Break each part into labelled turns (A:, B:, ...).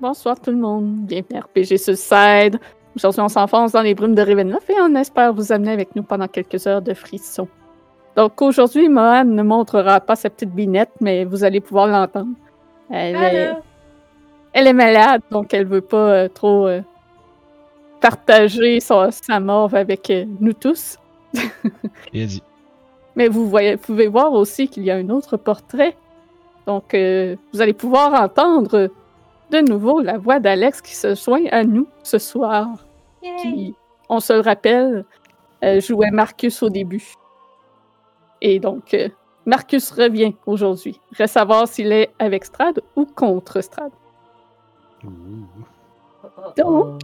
A: Bonsoir tout le monde, bienvenue à RPG Suicide. Aujourd'hui, on s'enfonce dans les brumes de Ravenloft et on espère vous amener avec nous pendant quelques heures de frissons. Donc aujourd'hui, Mohan ne montrera pas sa petite binette, mais vous allez pouvoir l'entendre. Elle, est,
B: Allô?
A: elle est malade, donc elle veut pas euh, trop euh, partager son- sa mort avec euh, nous tous.
C: Bien dit.
A: Mais vous voyez- pouvez voir aussi qu'il y a un autre portrait. Donc, euh, vous allez pouvoir entendre de nouveau la voix d'Alex qui se joint à nous ce soir. Qui, on se le rappelle, euh, jouait Marcus au début. Et donc, euh, Marcus revient aujourd'hui. Reste à voir s'il est avec Strad ou contre Strad. Donc,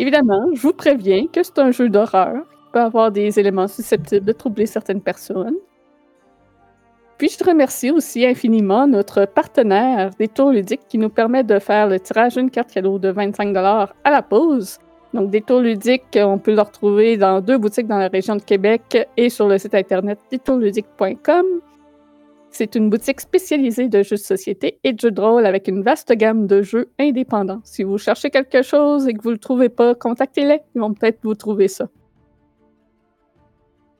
A: Évidemment, je vous préviens que c'est un jeu d'horreur qui peut avoir des éléments susceptibles de troubler certaines personnes. Puis je remercie aussi infiniment notre partenaire des tours ludiques qui nous permet de faire le tirage d'une carte cadeau de 25 à la pause. Donc des tours ludiques, on peut le retrouver dans deux boutiques dans la région de Québec et sur le site internet détourludique.com. C'est une boutique spécialisée de jeux de société et de jeux de rôle avec une vaste gamme de jeux indépendants. Si vous cherchez quelque chose et que vous ne le trouvez pas, contactez-les. Ils vont peut-être vous trouver ça.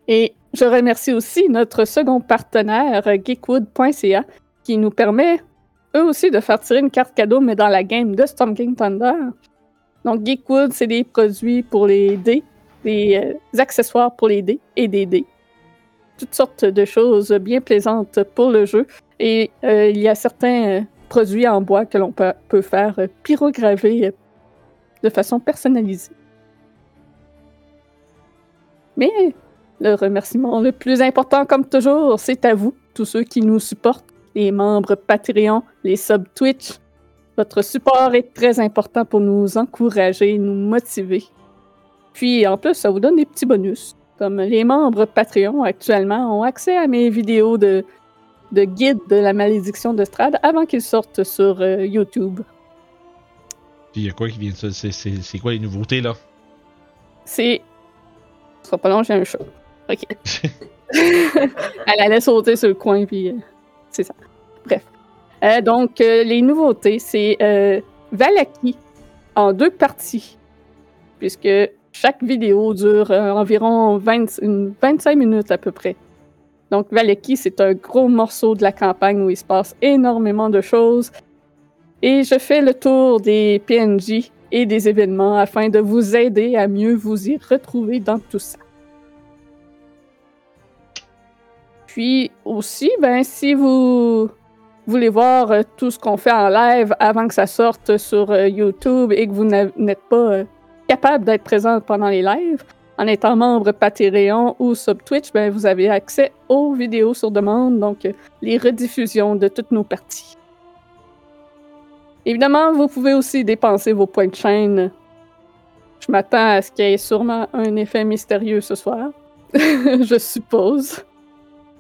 A: Et je remercie aussi notre second partenaire, euh, geekwood.ca, qui nous permet, eux aussi, de faire tirer une carte cadeau, mais dans la game de Storm King Thunder. Donc, Geekwood, c'est des produits pour les dés, des euh, accessoires pour les dés et des dés toutes sortes de choses bien plaisantes pour le jeu. Et euh, il y a certains euh, produits en bois que l'on peut, peut faire euh, pyrograver euh, de façon personnalisée. Mais le remerciement le plus important, comme toujours, c'est à vous, tous ceux qui nous supportent, les membres Patreon, les subs Twitch. Votre support est très important pour nous encourager, nous motiver. Puis en plus, ça vous donne des petits bonus. Comme les membres Patreon actuellement ont accès à mes vidéos de, de guide de la malédiction de Strad avant qu'ils sortent sur euh, YouTube.
C: Puis il y a quoi qui vient de ça? C'est- C'est c'est quoi les nouveautés là?
A: C'est. Ce sera pas long, j'ai un chat. Ok. Elle allait sauter sur le coin, puis euh, c'est ça. Bref. Euh, donc, euh, les nouveautés, c'est euh, Valaki en deux parties, puisque chaque vidéo dure euh, environ 20 une 25 minutes à peu près. Donc, Valaki, c'est un gros morceau de la campagne où il se passe énormément de choses. Et je fais le tour des PNJ et des événements afin de vous aider à mieux vous y retrouver dans tout ça. Puis aussi, ben, si vous voulez voir euh, tout ce qu'on fait en live avant que ça sorte sur euh, YouTube et que vous n'a- n'êtes pas euh, capable d'être présent pendant les lives, en étant membre Patreon ou sub Twitch, ben, vous avez accès aux vidéos sur demande, donc euh, les rediffusions de toutes nos parties. Évidemment, vous pouvez aussi dépenser vos points de chaîne. Je m'attends à ce qu'il y ait sûrement un effet mystérieux ce soir, je suppose.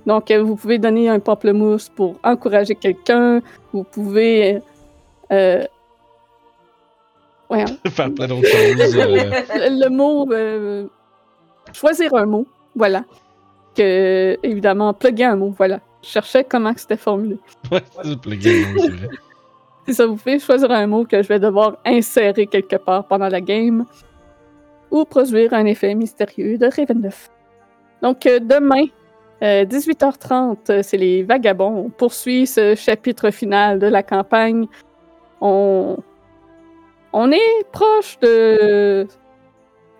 A: Donc, euh, vous pouvez donner un pamplemousse pour encourager quelqu'un. Vous pouvez. euh, euh, ouais, hein,
C: Faire plein d'autres choses. euh,
A: le, le mot. euh, choisir un mot, voilà. Que, évidemment, plugger un mot, voilà. Je cherchais comment que c'était formulé.
C: Ouais, c'est le game, c'est vrai.
A: Si ça vous fait choisir un mot que je vais devoir insérer quelque part pendant la game ou produire un effet mystérieux de Ravenloft. Donc, euh, demain, euh, 18h30, euh, c'est les Vagabonds. On poursuit ce chapitre final de la campagne. On, on est proche de.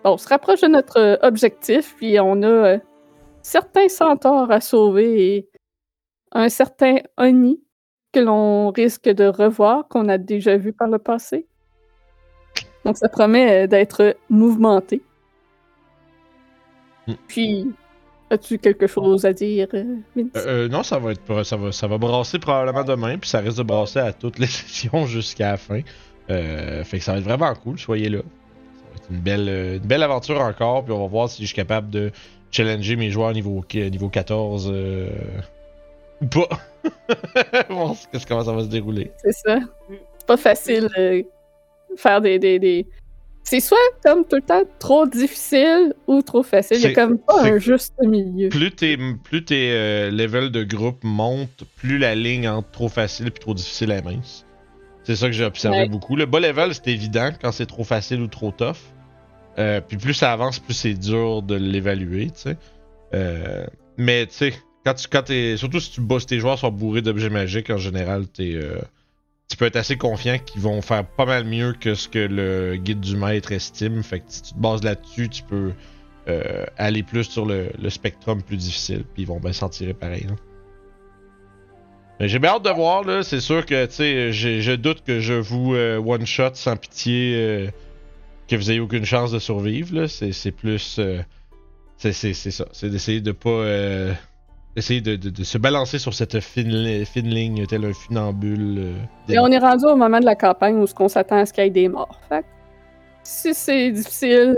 A: bon, on se rapproche de notre euh, objectif, puis on a euh, certains centaures à sauver et un certain Oni que l'on risque de revoir, qu'on a déjà vu par le passé. Donc ça promet euh, d'être mouvementé.
C: Mm.
A: Puis, as-tu quelque chose à dire, euh, Vince?
C: Euh, euh, non, ça va être ça va, ça va brasser probablement demain, puis ça risque de brasser à toutes les sessions jusqu'à la fin. Euh, fait que ça va être vraiment cool, soyez là. Ça va être une belle, euh, une belle aventure encore, puis on va voir si je suis capable de challenger mes joueurs niveau, qui- niveau 14 euh, ou pas. bon, qu'est-ce comment ça va se dérouler.
A: C'est ça. C'est pas facile euh, faire des... des, des- C'est soit comme tout le temps trop difficile ou trop facile. Il y a
C: C'est-
A: comme pas
C: c'est-
A: un juste milieu.
C: Plus tes, plus tes euh, levels de groupe montent, plus la ligne entre trop facile et trop difficile est mince. C'est ça que j'ai observé
A: Ouais.
C: beaucoup. Le bas level, c'est évident quand c'est trop facile ou trop tough. Euh, puis plus ça avance, plus c'est dur de l'évaluer, tu sais. Euh, mais tu sais, quand tu quand t'es- surtout si tu bosses tes joueurs sont bourrés d'objets magiques en général, t'es, euh, tu peux être assez confiant qu'ils vont faire pas mal mieux que ce que le guide du maître estime. Fait que si tu te bases là-dessus, tu peux euh, aller plus sur le, le spectrum plus difficile. Puis ils vont bien s'en tirer pareil. là. Mais j'ai bien hâte de voir, là. C'est sûr que, tu sais, j'ai- je doute que je vous euh, one-shot sans pitié, euh, que vous ayez aucune chance de survivre, là. C'est c'est plus. euh, c'est c'est- c'est ça. C'est d'essayer de pas. euh, d'essayer de, de- de se balancer sur cette fine, li- fine ligne, tel un funambule. euh,
A: Et on est rendu au moment de la campagne où ce qu'on s'attend à ce qu'il y ait des morts. Fait que si c'est difficile,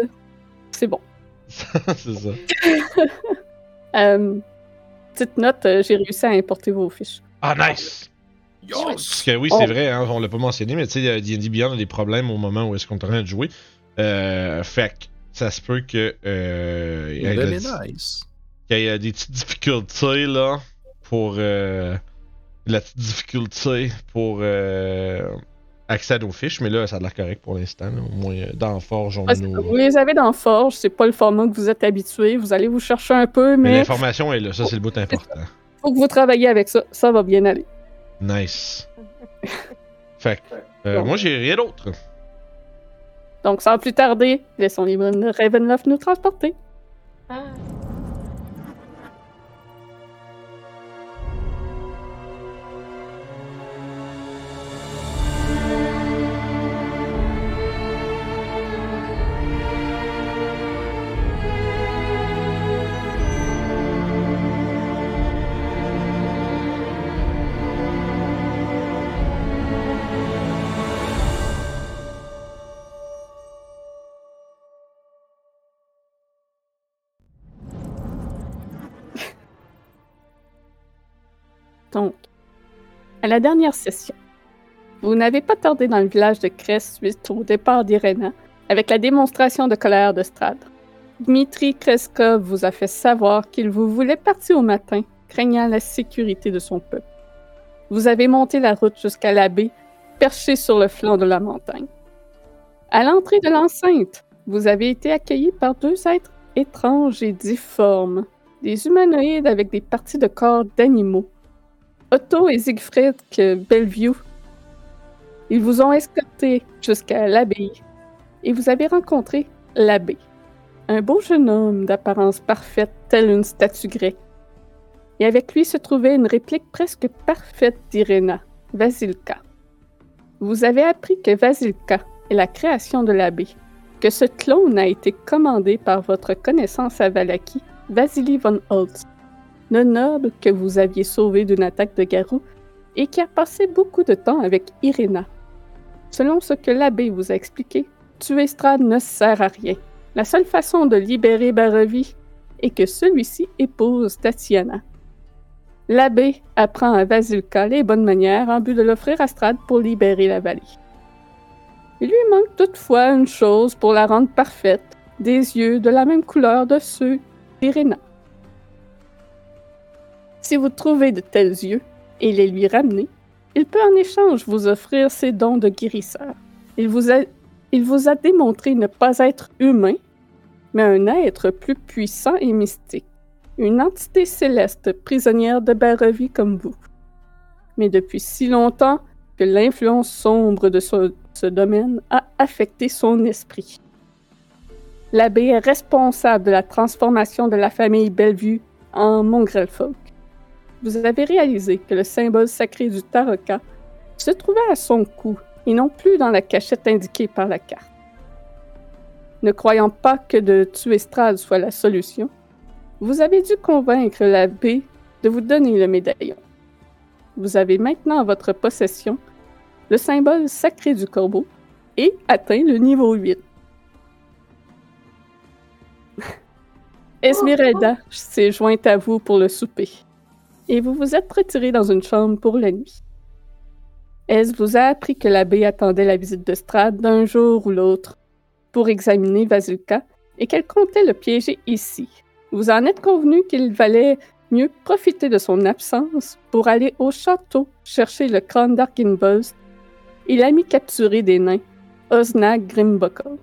A: c'est bon.
C: c'est ça.
A: Euh, petite note, euh, j'ai réussi à importer vos fiches.
C: Ah, nice! Parce
B: Yes!
C: que oui,
A: Oh.
C: c'est vrai, hein, on l'a pas mentionné, mais tu sais, euh, D&D Beyond a des problèmes au moment où est-ce qu'on est en train de jouer. Euh, fait que ça se peut que. euh, il y ait de la-
B: Very nice.
C: qu'il y a des petites difficultés là pour euh, la petite difficulté pour euh, accès à nos fiches, mais là ça a l'air correct pour l'instant. là. Au moins euh, dans Forge on a
A: Parce que
C: nos.
A: vous les avez dans Forge, c'est pas le format que vous êtes habitué. Vous allez vous chercher un peu,
C: Mais
A: mais
C: l'information est là, ça c'est le bout important.
A: faut que vous travaillez avec ça. Ça va bien aller.
C: Nice. Fait que, euh,
A: Bon.
C: moi j'ai rien d'autre.
A: Donc, sans plus tarder, laissons les brunes de Ravenloft nous transporter.
D: Ah.
A: Donc, à la dernière session, vous n'avez pas tardé dans le village de Crest suite au départ d'Irena avec la démonstration de colère de Strad. Dmitri Kreskov vous a fait savoir qu'il vous voulait partir au matin, craignant la sécurité de son peuple. Vous avez monté la route jusqu'à la baie, perché sur le flanc de la montagne. À l'entrée de l'enceinte, vous avez été accueilli par deux êtres étranges et difformes, des humanoïdes avec des parties de corps d'animaux. Otto et Siegfried que Bellevue. Ils vous ont escorté jusqu'à l'abbaye et vous avez rencontré l'abbé, un beau jeune homme d'apparence parfaite, telle une statue grecque. Et avec lui se trouvait une réplique presque parfaite d'Irena, Vasilka. Vous avez appris que Vasilka est la création de l'abbé, que ce clone a été commandé par votre connaissance à Valaki, Vasily von Holtz le noble que vous aviez sauvé d'une attaque de garou et qui a passé beaucoup de temps avec Irena. Selon ce que l'abbé vous a expliqué, tuer Strad ne sert à rien. La seule façon de libérer Barovie est que celui-ci épouse Tatiana. L'abbé apprend à Vasilka les bonnes manières en but de l'offrir à Strad pour libérer la vallée. Il lui manque toutefois une chose pour la rendre parfaite, des yeux de la même couleur de ceux d'Irena. Si vous trouvez de tels yeux et les lui ramenez, il peut en échange vous offrir ses dons de guérisseur. Il vous a, il vous a démontré ne pas être humain, mais un être plus puissant et mystique, une entité céleste prisonnière de Barovie comme vous. Mais depuis si longtemps que l'influence sombre de ce, ce domaine a affecté son esprit. L'abbé est responsable de la transformation de la famille Bellevue en Mongrelfolk vous avez réalisé que le symbole sacré du Taraka se trouvait à son cou et non plus dans la cachette indiquée par la carte. Ne croyant pas que de tuer Strad soit la solution, vous avez dû convaincre l'abbé de vous donner le médaillon. Vous avez maintenant en votre possession le symbole sacré du corbeau et atteint le niveau 8. Esmeralda s'est jointe à vous pour le souper et vous vous êtes retiré dans une chambre pour la nuit. Ez vous a appris que l'abbé attendait la visite de Strad d'un jour ou l'autre pour examiner Vasilka et qu'elle comptait le piéger ici. Vous en êtes convenu qu'il valait mieux profiter de son absence pour aller au château chercher le crâne d'Arkinbols et l'ami capturé des nains, Osnag Grimbokov.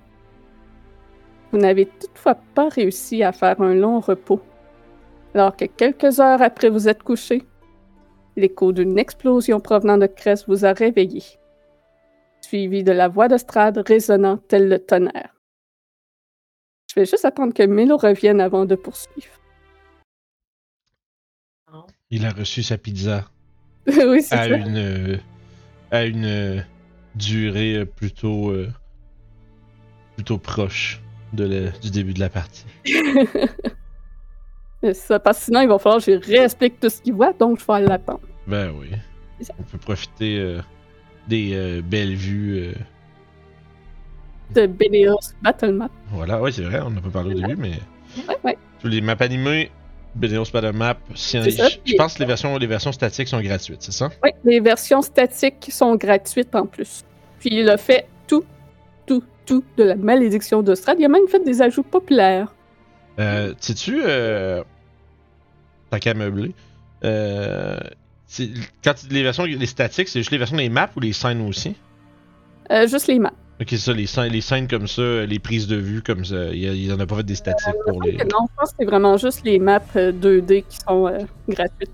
A: Vous n'avez toutefois pas réussi à faire un long repos, alors que quelques heures après vous êtes couché, l'écho d'une explosion provenant de Crest vous a réveillé, suivi de la voix de Strad résonnant tel le tonnerre. Je vais juste attendre que Milo revienne avant de poursuivre.
C: Il a reçu sa pizza
A: oui, c'est
C: à
A: ça.
C: une, euh, à une euh, durée euh, plutôt, euh, plutôt proche de la- du début de la partie.
A: Euh, C'est ça, Parce que sinon, il va falloir que je réexplique tout ce qu'il voit, donc je vais aller l'attendre.
C: Ben oui.
A: C'est ça.
C: On peut profiter euh, des euh, belles vues. euh,
A: De Bénéos Battle Map.
C: voilà, oui, c'est vrai, on n'a pas parlé au début, mais
A: Ouais, ouais.
C: tous les maps animées, Beneos Battle Map, si-
A: C'est ça,
C: je,
A: puis-
C: je pense que les versions, les versions statiques sont gratuites, c'est ça?
A: Oui, les versions statiques sont gratuites en plus. Puis il a fait tout, tout, tout de la malédiction de Strad. Il a même fait des ajouts populaires.
C: Euh, sais-tu, euh, tant qu'à meubler, euh, c'est- quand tu dis les versions, les statiques, c'est juste les versions des maps ou les scènes aussi?
A: Euh, juste les maps.
C: Ok, c'est ça, les scènes, les scènes comme ça, les prises de vue comme ça, il y a- il y en a pas fait des statiques pour les.
A: Non, je pense que c'est vraiment juste les maps euh, 2D qui sont euh, gratuites.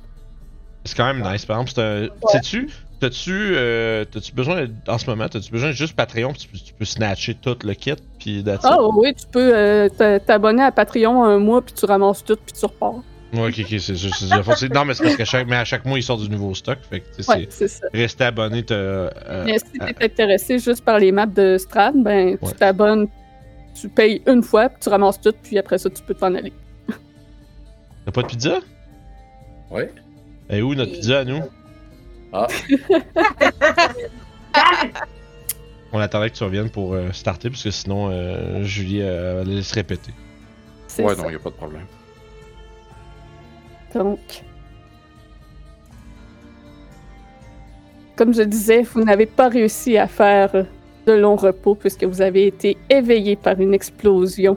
C: C'est quand même nice, par exemple. c'est un- Sais-tu, t'as-tu, euh, t'as-tu besoin, en ce moment, t'as-tu besoin de juste Patreon, puis tu, peux- tu peux snatcher tout le kit, puis that's it.
A: Ah oui, tu peux euh, t'a- t'abonner à Patreon un mois, puis tu ramasses tout, puis tu repars.
C: Ouais, ok, ok, c'est c'est- c'est- c'est- c'est- Non, mais c'est parce qu'à chaque, mais à chaque mois, ils sortent du nouveau stock, fait que, tu sais,
A: Ouais, c'est ça.
C: c'est. Rester abonné, t'as. euh,
A: Mais si t'es intéressé juste par les maps de Strad, ben
C: Ouais.
A: tu t'abonnes, tu payes une fois, puis tu ramasses tout, puis après ça, tu peux t'en aller.
C: T'as pas de pizza?
B: Ouais.
C: Et où notre pizza à nous?
B: Ah.
C: On attendait que tu reviennes pour euh, starter, parce que sinon, euh, Julie euh, allait se répéter.
A: C'est
B: Ouais,
A: ça.
B: non, y a pas de problème.
A: Donc, comme je disais, vous n'avez pas réussi à faire euh, de longs repos puisque vous avez été éveillé par une explosion.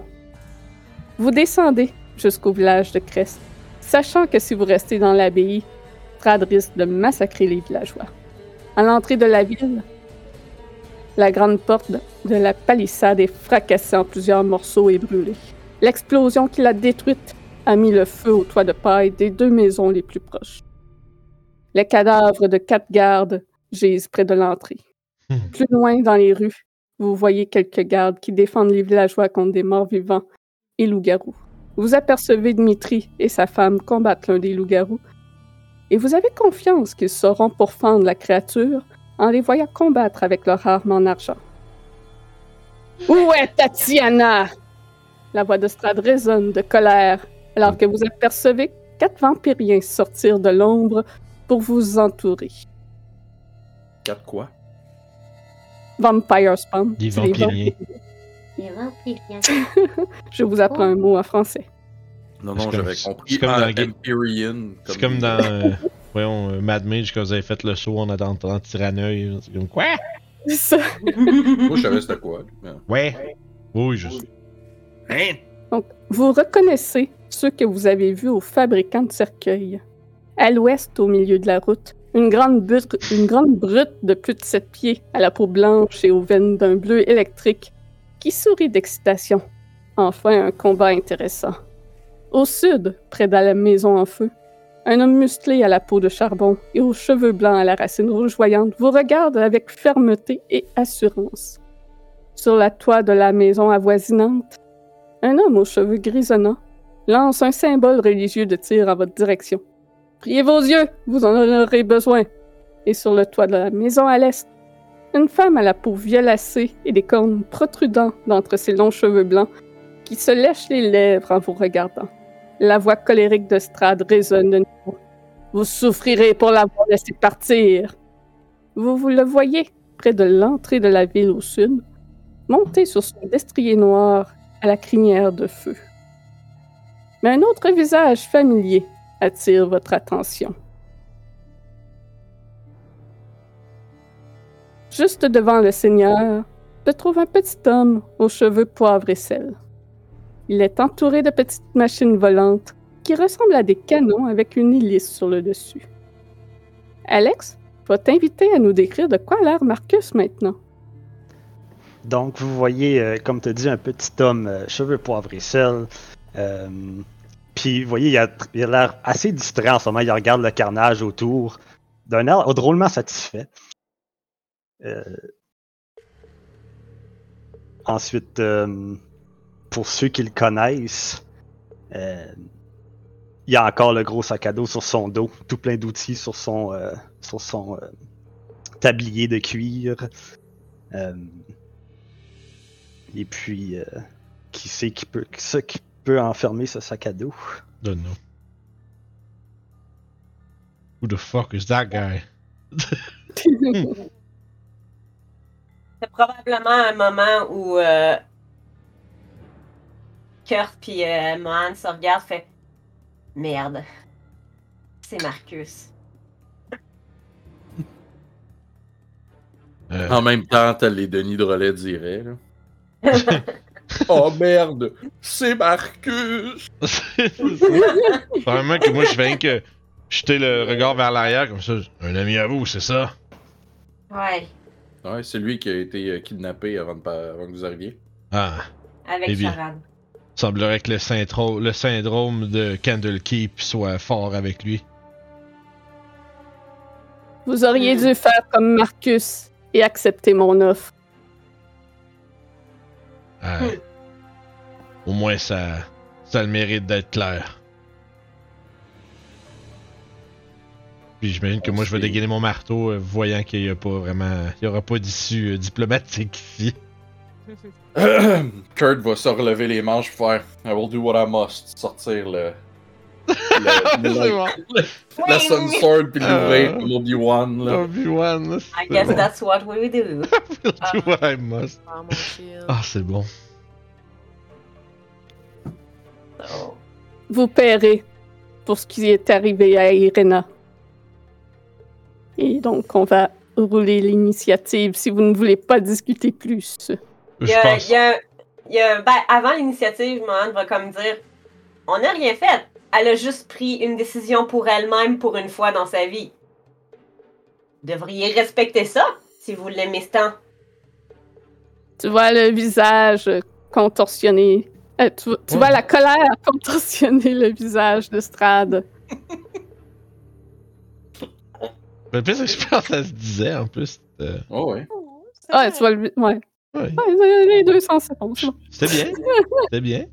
A: Vous descendez jusqu'au village de Crest, sachant que si vous restez dans l'abbaye, Trad risque de massacrer les villageois. À l'entrée de la ville, la grande porte de- de la palissade est fracassée en plusieurs morceaux et brûlée. L'explosion qui l'a détruite a mis le feu au toit de paille des deux maisons les plus proches. Les cadavres de quatre gardes gisent près de l'entrée.
C: Hmm.
A: Plus loin dans les rues, vous voyez quelques gardes qui défendent les villageois contre des morts vivants et loups-garous. Vous apercevez Dmitri et sa femme combattre l'un des loups-garous, et vous avez confiance qu'ils sauront pourfendre la créature en les voyant combattre avec leur arme en argent. Où est Tatiana? La voix de Strad résonne de colère alors que vous apercevez quatre vampiriens sortir de l'ombre pour vous entourer.
B: Quatre quoi?
A: Vampire Spawn.
C: Des
A: c'est des
C: vampiriens.
A: vampiriens.
D: Les vampiriens.
A: Je vous apprends un mot en français.
B: Non,
C: C'est
B: non,
C: comme-
B: j'avais
C: c'est
B: compris.
C: comme
B: Ah,
C: dans Game-
B: Empyrean,
C: C'est comme dans. euh, voyons, euh, Mad Mage, quand vous avez fait le saut en attendant Tyranneuil. C'est comme quoi?
A: C'est ça.
B: Moi, je savais c'était quoi. mais-
C: Ouais. Oui, juste.
A: Vous reconnaissez ceux que vous avez vus au fabricant de cercueils. À l'ouest, au milieu de la route, une grande, brute, une grande brute de plus de sept pieds, à la peau blanche et aux veines d'un bleu électrique, qui sourit d'excitation. Enfin, un combat intéressant. Au sud, près de la maison en feu, un homme musclé à la peau de charbon et aux cheveux blancs à la racine rougeoyante vous regarde avec fermeté et assurance. Sur la toit de la maison avoisinante, un homme aux cheveux grisonnants lance un symbole religieux de tir en votre direction. Priez vos yeux, vous en aurez besoin. Et sur le toit de la maison à l'est, une femme à la peau violacée et des cornes protrudant d'entre ses longs cheveux blancs qui se lèche les lèvres en vous regardant. La voix colérique de Strad résonne de nouveau. Vous souffrirez pour l'avoir laissé partir. Vous vous le voyez près de l'entrée de la ville au sud, monté sur son destrier noir à la crinière de feu. Mais un autre visage familier attire votre attention. Juste devant le Seigneur se trouve un petit homme aux cheveux poivre et sel. Il est entouré de petites machines volantes qui ressemblent à des canons avec une hélice sur le dessus. Alex, Je vais t'inviter à nous décrire de quoi a l'air Marcus maintenant.
D: Donc, vous voyez, euh, comme tu dit, un petit homme, euh, cheveux poivre et sel. Euh, Puis, vous voyez, il a il a l'air assez distrait en ce moment. Il regarde le carnage autour, d'un air oh, drôlement satisfait. Euh, Ensuite, euh, pour ceux qui le connaissent, euh, il y a encore le gros sac à dos sur son dos, tout plein d'outils sur son, euh, sur son euh, tablier de cuir. Euh, et puis, euh, qui sait qui peut, qui sait qui peut enfermer ce sac à dos?
C: Donne-nous. Who the fuck is that guy?
E: C'est probablement un moment où euh, Kurt puis euh, Mohan se regardent fait Merde. C'est Marcus.
C: Euh,
B: En même temps, t'as les Denis de relais dirait. Là. Oh merde, c'est Marcus!
C: Probablement que moi, je fais rien que jeter le regard vers l'arrière comme ça. Un ami à vous, c'est ça?
E: ouais.
B: Ouais, c'est lui qui a été euh, kidnappé avant, de pa- avant que vous arriviez.
C: Ah, Eh
E: Avec
C: bien.
E: Sharon.
C: semblerait que le, syndro- le syndrome de Candlekeep soit fort avec lui.
A: Vous auriez
E: Hmm.
A: dû faire comme Marcus et accepter mon offre.
C: Ah,
E: Hmm.
C: Au moins, ça, ça a le mérite d'être clair. Puis j'imagine que moi, je vais dégainer mon marteau, euh, voyant qu'il n'y a pas vraiment. Il n'y aura pas d'issue euh, diplomatique ici.
B: Kurt va se relever les manches pour faire I will do what I must. Sortir le. le, le- la Sun Sword puis l'ouvrir
C: Ah.
B: comme Obi-Wan. là.
C: Euh. Obi-Wan, c'est
E: I guess
C: bon.
E: that's what we do.
C: Do what I must.
F: Ah, mon shield.
C: Ah, c'est bon.
E: So,
A: Vous paierez pour ce qui est arrivé à Irena. Et donc, on va rouler l'initiative si vous ne voulez pas discuter plus.
E: il
C: Je
E: y a-
C: pense.
E: il y a- il y a- ben, avant l'initiative, Mohan va comme dire On n'a rien fait. Elle a juste pris une décision pour elle-même pour une fois dans sa vie. Vous devriez respecter ça si vous l'aimez tant.
A: Tu vois le visage contorsionné. Euh, tu, tu vois la colère contorsionner le visage de Strad.
C: Mais plus que je pense, ça se disait en plus. euh,
B: Oh ouais.
A: Ah, tu vois le. vi- Ouais.
C: ouais.
A: Ouais, les- les deux sont c'est bon, c'est bon.
C: C'était bien. C'était bien.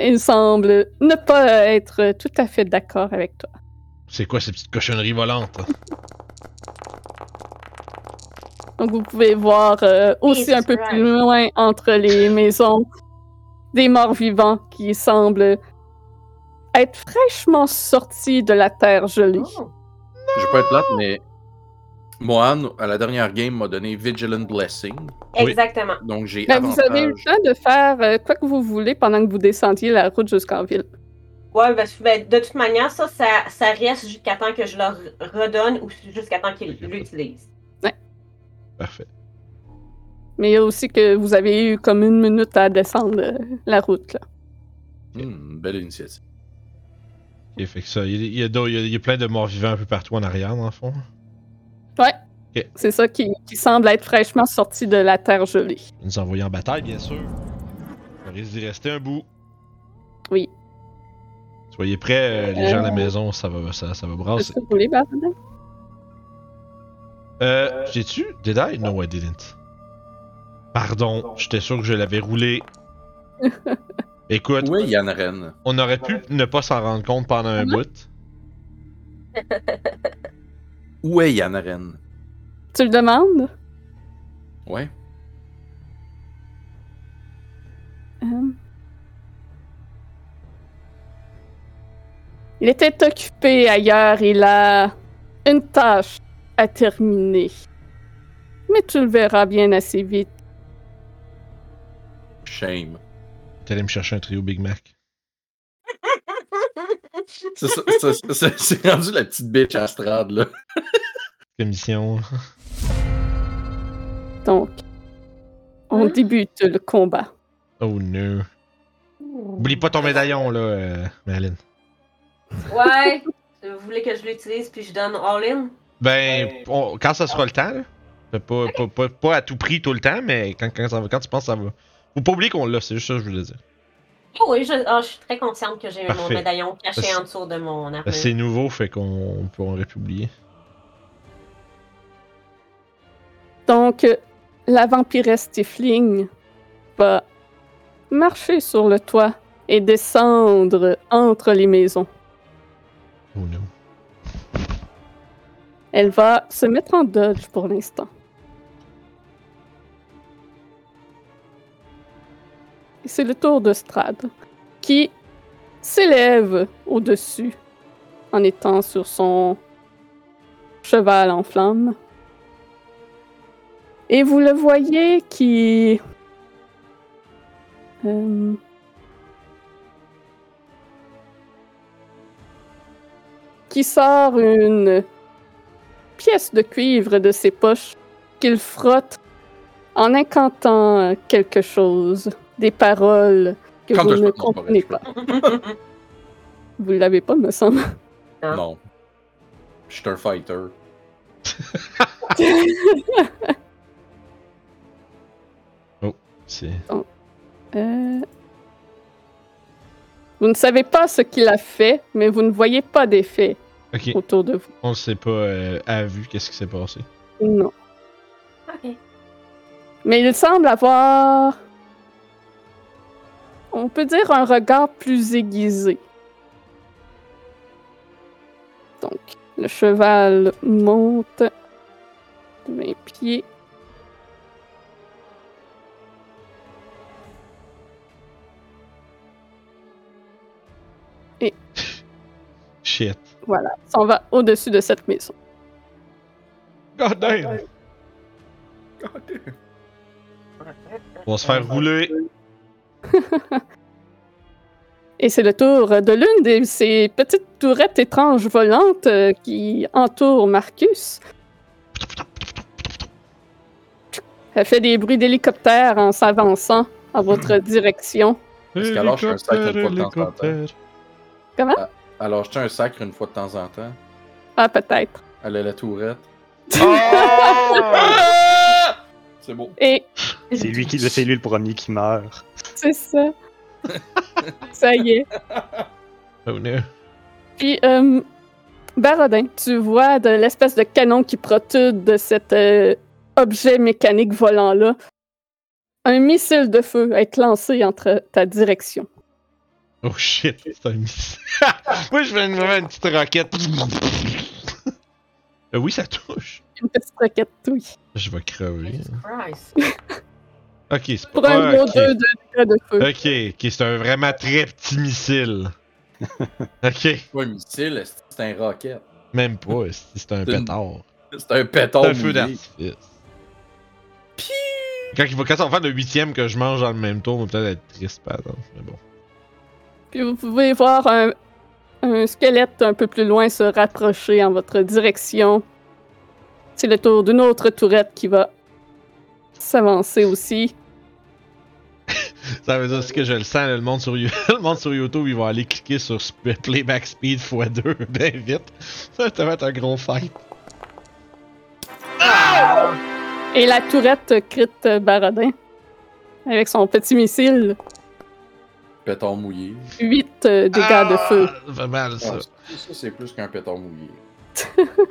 A: Il semble ne pas être tout à fait d'accord avec toi.
C: C'est quoi ces petites cochonneries volantes? hein?
A: Donc, vous pouvez voir euh, aussi
E: Jesus
A: un peu
E: Christ.
A: plus loin entre les maisons des morts vivants qui semblent être fraîchement sortis de la terre gelée.
E: Oh.
B: Je vais pas être plate, mais. Mohan, à la dernière game, m'a donné Vigilant Blessing.
C: Oui.
E: Exactement.
B: Donc j'ai
A: Ben, vous
B: avantage.
A: avez eu le temps de faire euh, quoi que vous voulez pendant que vous descendiez la route jusqu'en ville.
E: Ouais, parce que, ben, de toute manière, ça, ça, ça reste jusqu'à temps que je leur redonne ou jusqu'à temps qu'ils l'utilisent.
C: Parfait.
A: Mais il y a aussi que vous avez eu comme une minute à descendre euh, la route. Là.
B: Hmm, belle initiative.
C: Ok, fait que ça, il y a- il y, a, d'autres- il y a- il y a plein de morts vivants un peu partout en arrière, dans le fond.
A: C'est ça qui, qui semble être fraîchement sorti de la terre gelée.
C: Ils nous envoyer en bataille, bien sûr. On risque d'y rester un bout.
A: Oui.
C: Soyez prêts, euh, les gens à la maison, ça va, ça, ça va
A: Est-ce
C: brasser.
A: que vous voulez, Barbara?
C: Euh, j'ai-tu? Did I? No, I didn't. Pardon, j'étais sûr que je l'avais roulé. Écoute,
B: Oui, Yann Ren.
C: on aurait pu ne pas s'en rendre compte pendant un bout.
B: Où est Yann Ren?
A: Tu le demandes?
B: Ouais.
A: Hum. Il était occupé ailleurs, il a une tâche à terminer. Mais tu le verras bien assez vite.
B: Shame.
C: T'es allé me chercher un trio Big Mac.
B: C'est ça- c'est- c'est- C'est rendu la petite bitch à Strad, là.
C: Commission.
A: Donc, on débute le combat.
C: Oh no. Oublie pas ton médaillon, là, euh, Marilyn.
E: Ouais, Vous voulez que je l'utilise puis je donne all-in?
C: Ben, on- quand ça sera le temps, là. Fait Pas, pas, pas, pas à tout prix tout le temps, mais quand, quand, ça va, quand tu penses que ça va. Faut pas oublier qu'on l'a, c'est juste ça que je voulais dire.
E: Oh oui, je, ah, je suis très consciente que j'ai mon
C: Parfait.
E: médaillon caché
C: Parce-
E: en dessous de mon
C: Ben,
E: armure.
C: C'est nouveau, fait qu'on on peut- on aurait pu oublier.
A: Donc, euh, la vampiresse Tiefling va marcher sur le toit et descendre entre les maisons.
C: Oh non.
A: Elle va se mettre en dodge pour l'instant. Et C'est le tour de Strad, qui s'élève au-dessus en étant sur son cheval en flammes. Et vous le voyez qui... Euh, qui sort une pièce de cuivre de ses poches qu'il frotte en incantant euh, quelque chose, des paroles que vous
B: Counter
A: ne
B: spell, non, pas
A: comprenez
B: vrai.
A: pas. Vous l'avez pas, me semble.
E: Hein?
B: Non. Je suis un fighter.
C: C'est.
A: Euh, Vous ne savez pas ce qu'il a fait, mais vous ne voyez pas d'effet
C: Ok,
A: autour de vous.
C: on le sait pas euh, à vue qu'est-ce qui s'est passé.
A: Non.
E: ok.
A: Eh Mais il semble avoir... On peut dire un regard plus aiguisé. Donc, le cheval monte de 20 pieds.
C: Shit.
A: Voilà, il s'en va au-dessus de cette maison.
C: God damn! On va se faire rouler.
A: Et c'est le tour de l'une de ces petites tourettes étranges volantes euh, qui entourent Marcus. Elle fait des bruits d'hélicoptère en s'avançant en votre direction.
B: Parce qu'alors, je suis un sacré potentat, hein.
A: Comment?
B: Alors, je tiens un sacre une fois de temps en temps.
A: Ah, peut-être.
B: Elle a la tourette.
C: Oh!
B: C'est beau.
A: Et
D: C'est lui, qui, c'est lui le premier qui meurt.
A: c'est ça. ça y est.
C: Oh no.
A: Puis, euh, Barodin, tu vois de l'espèce de canon qui protrude de cet euh, objet mécanique volant-là un missile de feu être lancé entre ta direction.
C: Oh shit, c'est un missile. Moi, je vais me mettre une petite roquette. Euh, oui, ça touche.
A: Une petite roquette, oui.
C: Je vais crever.
E: Jesus Christ.
C: Ok, c'est
A: Pour un
C: pas.
A: gros
C: ok.
A: 2 de degrés de feu.
C: Ok, ok, c'est un vraiment très petit missile. Ok,
B: C'est pas un missile, esti, c'est un rocket.
C: même pas, c'est- c'est un
B: C'est une-
C: pétard.
B: C'est un pétard.
C: C'est un feu
B: mouillé.
C: d'artifice. Quand, il va, quand ça va faire le huitième que je mange dans le même tour, on va peut-être être triste, par exemple. Mais bon.
A: Puis vous pouvez voir un, un squelette un peu plus loin se rapprocher en votre direction. C'est le tour d'une autre tourette qui va s'avancer aussi.
C: Ça veut dire c'est que je le sens, là, le, monde sur, You- le monde sur YouTube, ils vont aller cliquer sur sp- Playback Speed x2 bien vite. Ça va être un gros fight.
A: Et la tourette crit Baradin avec son petit missile.
B: Pétard mouillé.
A: 8 dégâts de feu.
C: Ah, Ça fait mal, ça.
B: Ah, ça, ça, c'est plus qu'un pétard mouillé.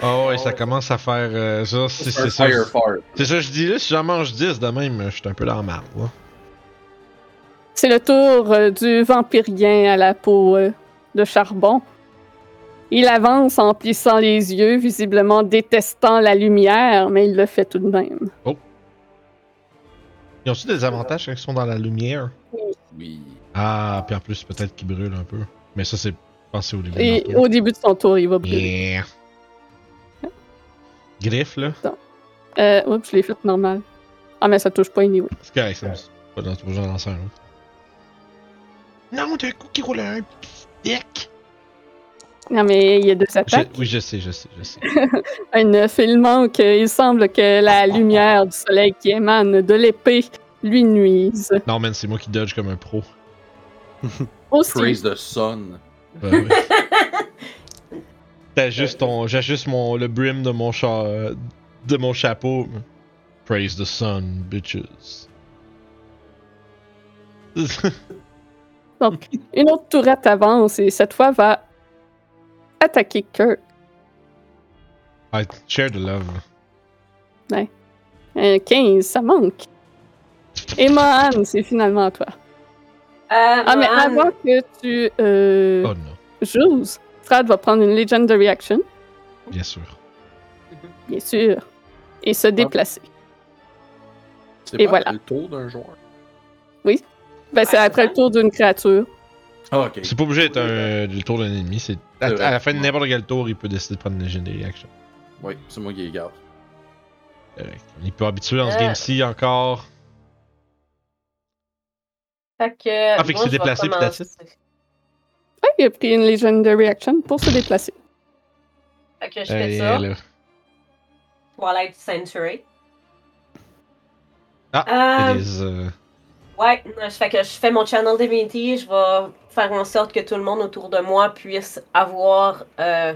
C: Ah ouais, ça commence à faire. euh, ça, c'est
B: un
C: c'est ça.
B: fire fart.
C: C'est ça, que je dis là, si j'en mange 10 de même, je suis un peu dans la marde, là.
A: C'est le tour euh, du vampirien à la peau euh, de charbon. Il avance en plissant les yeux, visiblement détestant la lumière, mais il le fait tout de même.
C: Ils ont-tu des avantages quand ils sont dans la lumière?
B: Oui.
C: Ah, puis en plus, peut-être qu'ils brûlent un peu. Mais ça, c'est pensé au début.
A: Et
C: de leur
A: au début de son tour, il va
C: tour.
A: brûler.
C: Yeah. Griffe, là.
A: Euh, oups, je l'ai fait normal. Ah, mais ça touche pas anyway.
C: C'est correct, ça. me- c'est Pas dans toujours dans un autre. Non, t'as un coup qui roule un pic.
A: Non, mais il y a deux attaques.
C: Oui, je sais, je sais, je sais.
A: Un 9, il manque. Il semble que la
C: Ah.
A: lumière du soleil qui émane de l'épée lui nuise.
C: non, man, c'est moi qui dodge comme un pro.
A: Aussi,
B: Praise the sun.
C: Ben oui. T'ajustes ton. J'ajuste mon le brim de mon cha- euh, de mon chapeau. Praise the sun, bitches.
A: Donc, une autre tourette avance et cette fois va attaquer Kurt.
C: I share the love.
A: Un 15, Euh, ça manque. Et Mohan, c'est finalement à toi.
E: Euh,
A: Ah, mais
E: Mohan,
A: avant que tu euh,
C: Oh non,
A: joues, Strad va prendre une Legendary Action,
C: bien sûr.
A: bien sûr, et se déplacer.
B: C'est
A: Et
B: pas
A: voilà.
B: le tour d'un joueur.
A: Ben, c'est
E: Ouais,
A: après
E: c'est
A: le tour d'une créature.
B: Ah, ok.
C: C'est pas obligé d'être un- le tour d'un ennemi. C'est à,
E: Euh,
C: à la fin de n'importe quel tour, il peut décider de prendre une legendary action.
B: Oui, c'est moi qui les garde.
C: Correct. On est pas habitué dans ce
E: Euh.
C: game-ci encore.
E: Fait que.
C: Ah, fait que
E: moi,
C: c'est
E: je vais
C: déplacé, puis
E: commencer.
A: Ah, il a pris une Legendary Action pour se déplacer.
E: Fait que je
C: Euh,
E: fais ça.
C: là.
E: Twilight Century.
C: Ah,
E: Euh,
C: les, euh,
E: Ouais, je fais que je fais mon channel divinity, je vais faire en sorte que tout le monde autour de moi puisse avoir euh,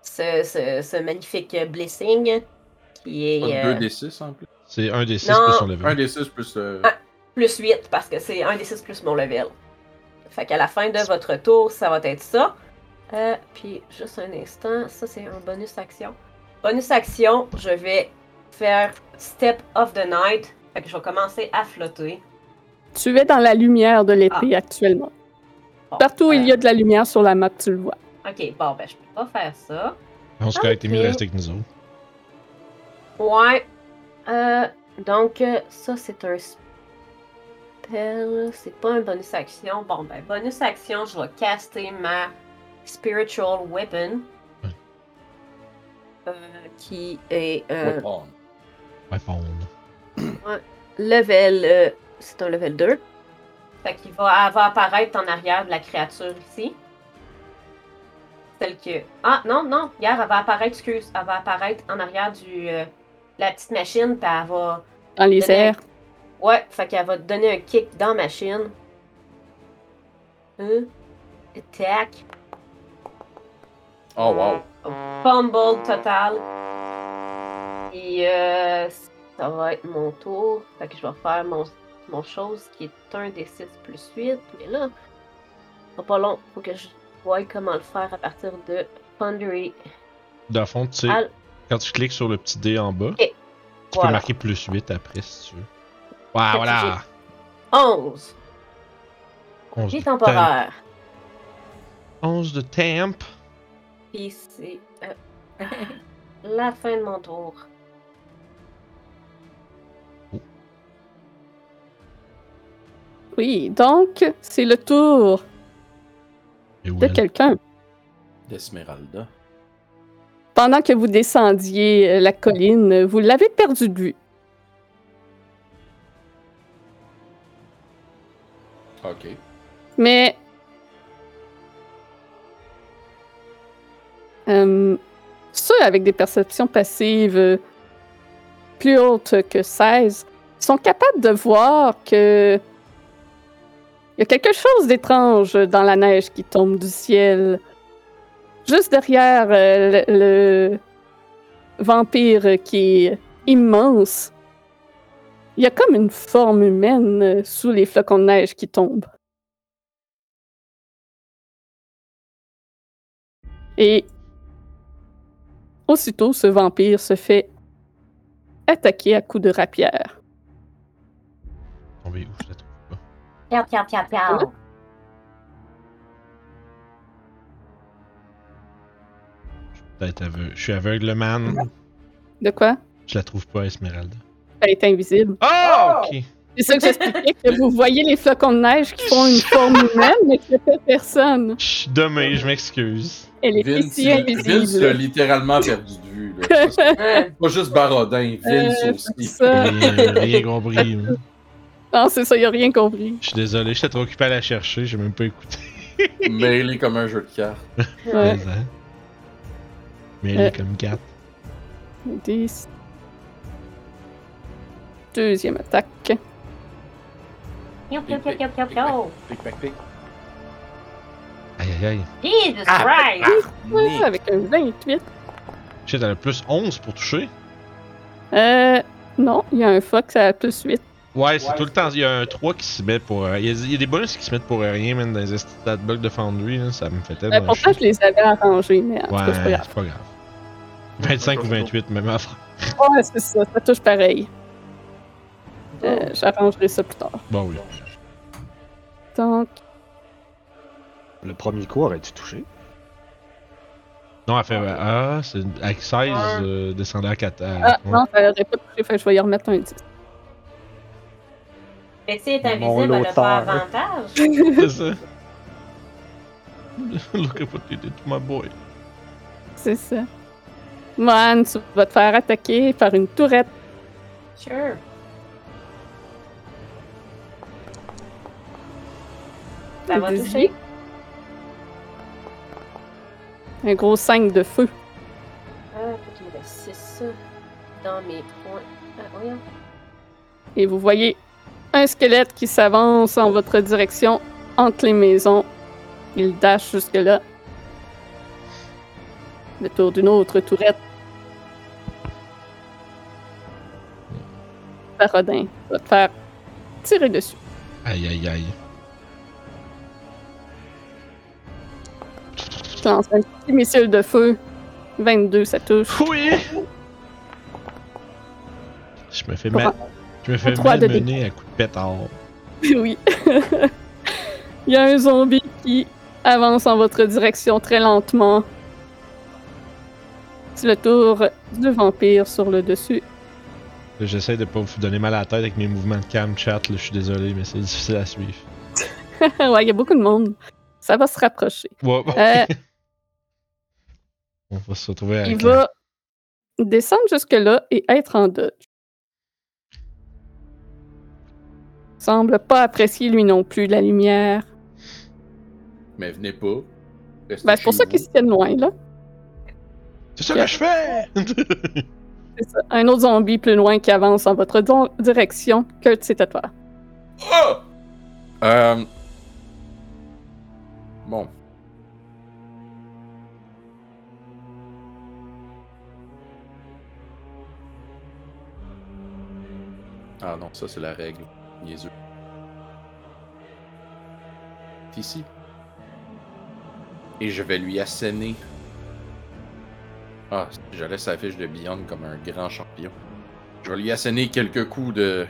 E: ce, ce- ce magnifique blessing qui
B: Pas
E: est euh,
B: 2d6 en plus.
C: c'est un des six
E: Non.
C: plus son level.
B: 1d6 plus. euh,
E: Ah. plus 8 parce que c'est un des 6 plus mon level. Fait qu'à la fin de votre tour, ça va être ça. Euh, puis juste un instant, ça c'est un bonus action. Bonus action, je vais faire Step of the Night. Fait que je vais commencer à flotter.
A: Tu es dans la lumière de l'été actuellement.
E: Bon,
A: Partout où il y a
E: euh,
A: de la lumière sur la map, tu le vois.
E: Ok, bon ben je peux pas faire ça.
C: On se correct, t'es mieux de
E: Ah, ok.
C: rester avec nous autres.
E: Ouais. Euh, donc, euh, ça, c'est un spell. C'est pas un bonus action. Bon, ben, bonus action, je vais caster ma Spiritual Weapon.
C: Ouais.
E: Euh, qui est euh,
B: ouais, bon.
C: Ouais, bon.
E: level. euh, c'est un level 2. Fait qu'il va, elle va apparaître en arrière de la créature ici. Celle que. Ah, non, non, regarde, elle va apparaître, excuse. Elle va apparaître en arrière du. euh, la petite machine, puis elle va.
A: Dans les
E: Donner un-
A: airs.
E: Ouais, fait qu'elle va te donner un kick dans ma chine. Hein? Attack.
A: euh,
B: Oh, wow.
E: Fumble total. Et euh, ça va être mon tour. Fait que je vais faire mon, mon chose qui est un des 6 plus 8. Mais là, ça va pas long. Faut que je voie comment le faire à partir de Thundery.
C: Dans le fond, tu sais,
E: Al-
C: quand tu cliques sur le petit dé en bas, tu peux
E: voilà.
C: marquer plus 8 après si tu veux. Ouais, voilà!
E: 11.
C: Onze
E: Qui est
C: de temp.
E: temporaire.
C: 11 de temp.
E: Puis c'est euh, la fin de mon tour.
A: Oui, donc, c'est le tour
C: Et
A: de
C: Will.
A: quelqu'un.
B: D'Esmeralda.
A: Pendant que vous descendiez euh, la colline, euh, vous l'avez perdu de vue.
B: Ok.
A: Mais. Euh, ceux avec des perceptions passives euh, plus hautes que 16 sont capables de voir que. Il y a quelque chose d'étrange dans la neige qui tombe du ciel. Juste derrière euh, le, le vampire qui est immense, il y a comme une forme humaine euh, sous les flocons de neige qui tombent. Et aussitôt, ce vampire se fait attaquer à coups de rapière.
C: Tombé où, je la trouve pas.
E: Piao, piao, piao, piao.
C: Je suis peut-être aveugle. Je suis aveugle, man.
A: De quoi?
C: Je la trouve pas, Esmeralda.
A: Elle est invisible.
E: Oh!
C: Ah! ok!
A: C'est ça que j'expliquais, que vous voyez les flocons de neige qui font une forme humaine, mais qui ne fait personne.
C: Je suis dommé, je m'excuse.
A: Elle est
B: Vince,
A: ici
B: il- Vince l'a
A: invisible. littéralement
B: littéralement perdu de vue. Là. Ça,
E: Hein.
B: c'est Pas juste Barodin, Vince
A: Euh, c'est
B: aussi.
A: ça.
C: Rien, rien compris. hein.
A: Non, c'est ça, il a rien compris.
C: Je suis désolé, j'étais trop occupé à la chercher, j'ai même pas écouté.
B: Mêlé comme un jeu de cartes.
A: Ouais.
C: Mais, hein. Mais elle est
A: Euh.
C: comme 4.
A: Dix. Deuxième attaque.
E: Piao, piao, piao, piao, piao, piao.
B: Pic, pic, pic.
C: Aïe, aïe, aïe, aïe.
E: Jesus
C: Ah,
E: Christ!
A: Ouais, avec un 28.
C: Shit, elle a plus 11 pour toucher.
A: Euh, non, il y a un fox à plus 8.
C: Ouais, c'est tout le temps. Il y a un 3 qui se met pour. euh, Il y, a- il y a des bonus qui se mettent pour rien, même dans les statblocks de Foundry. là, ça me fait tellement
A: Euh, pourtant, je les avais arrangés, mais en tout
C: Ouais,
A: cas, c'est pas grave.
C: c'est pas grave. 25 ou 28, même affaire.
A: Ouais, c'est ça, ça touche pareil.
C: ah.
A: Euh, J'arrangerai ça plus tard.
C: Bon, oui.
A: Donc,
D: Le premier coup aurait-tu touché?
C: Non, elle fait. Ah, c'est. Avec 16, euh, descendant à 4. à-
A: ah,
C: ouais.
A: non, ça aurait pas touché, fait que je vais y remettre un 10.
E: Mais si elle est
D: Mon
E: invisible, elle n'a pas
D: l'auteur.
E: avantage.
C: C'est ça. Look at what you did to my boy.
A: C'est ça. Mohan, tu vas te faire attaquer par une tourette.
E: Sure. Ça va
A: Vas-y.
E: toucher.
A: Un gros 5 de feu.
E: Ah, ok, ben c'est ça. Dans mes points. Ah, voyons.
A: Et vous voyez un squelette qui s'avance en votre direction entre les maisons. Il dash jusque-là. Le tour d'une autre tourette. Parodin va te faire tirer dessus.
C: Aïe, aïe, aïe.
A: Je lance un petit missile de feu. 22, ça touche.
C: Oui! Je me fais mal. Je me fais
A: Trois de
C: malmener à coups de pétard.
A: oui. Il y a un zombie qui avance en votre direction très lentement. C'est le tour du vampire sur le dessus.
C: J'essaie de pas vous donner mal à la tête avec mes mouvements de cam chat, là, je suis désolé, mais c'est difficile à suivre.
A: ouais, il y a beaucoup de monde. Ça va se rapprocher.
C: Ouais.
A: Euh,
C: On va se retrouver
A: il
C: avec la-
A: va descendre jusque-là et être en dodge. Semble pas apprécier lui non plus la lumière.
B: Mais venez pas. Restez
A: Ben, c'est pour
B: chez
A: ça
B: vous.
A: qu'ils se tiennent loin, là.
C: C'est ça que je fais!
A: C'est ça. Un autre zombie plus loin qui avance en votre don- direction. Kurt, c'est à toi.
B: Ah! Euh... Bon. Ah non, ça c'est la règle. Niaiseux. C'est Ici. Et je vais lui asséner. Ah, je laisse la fiche de Beyond comme un grand champion. Je vais lui asséner quelques coups de.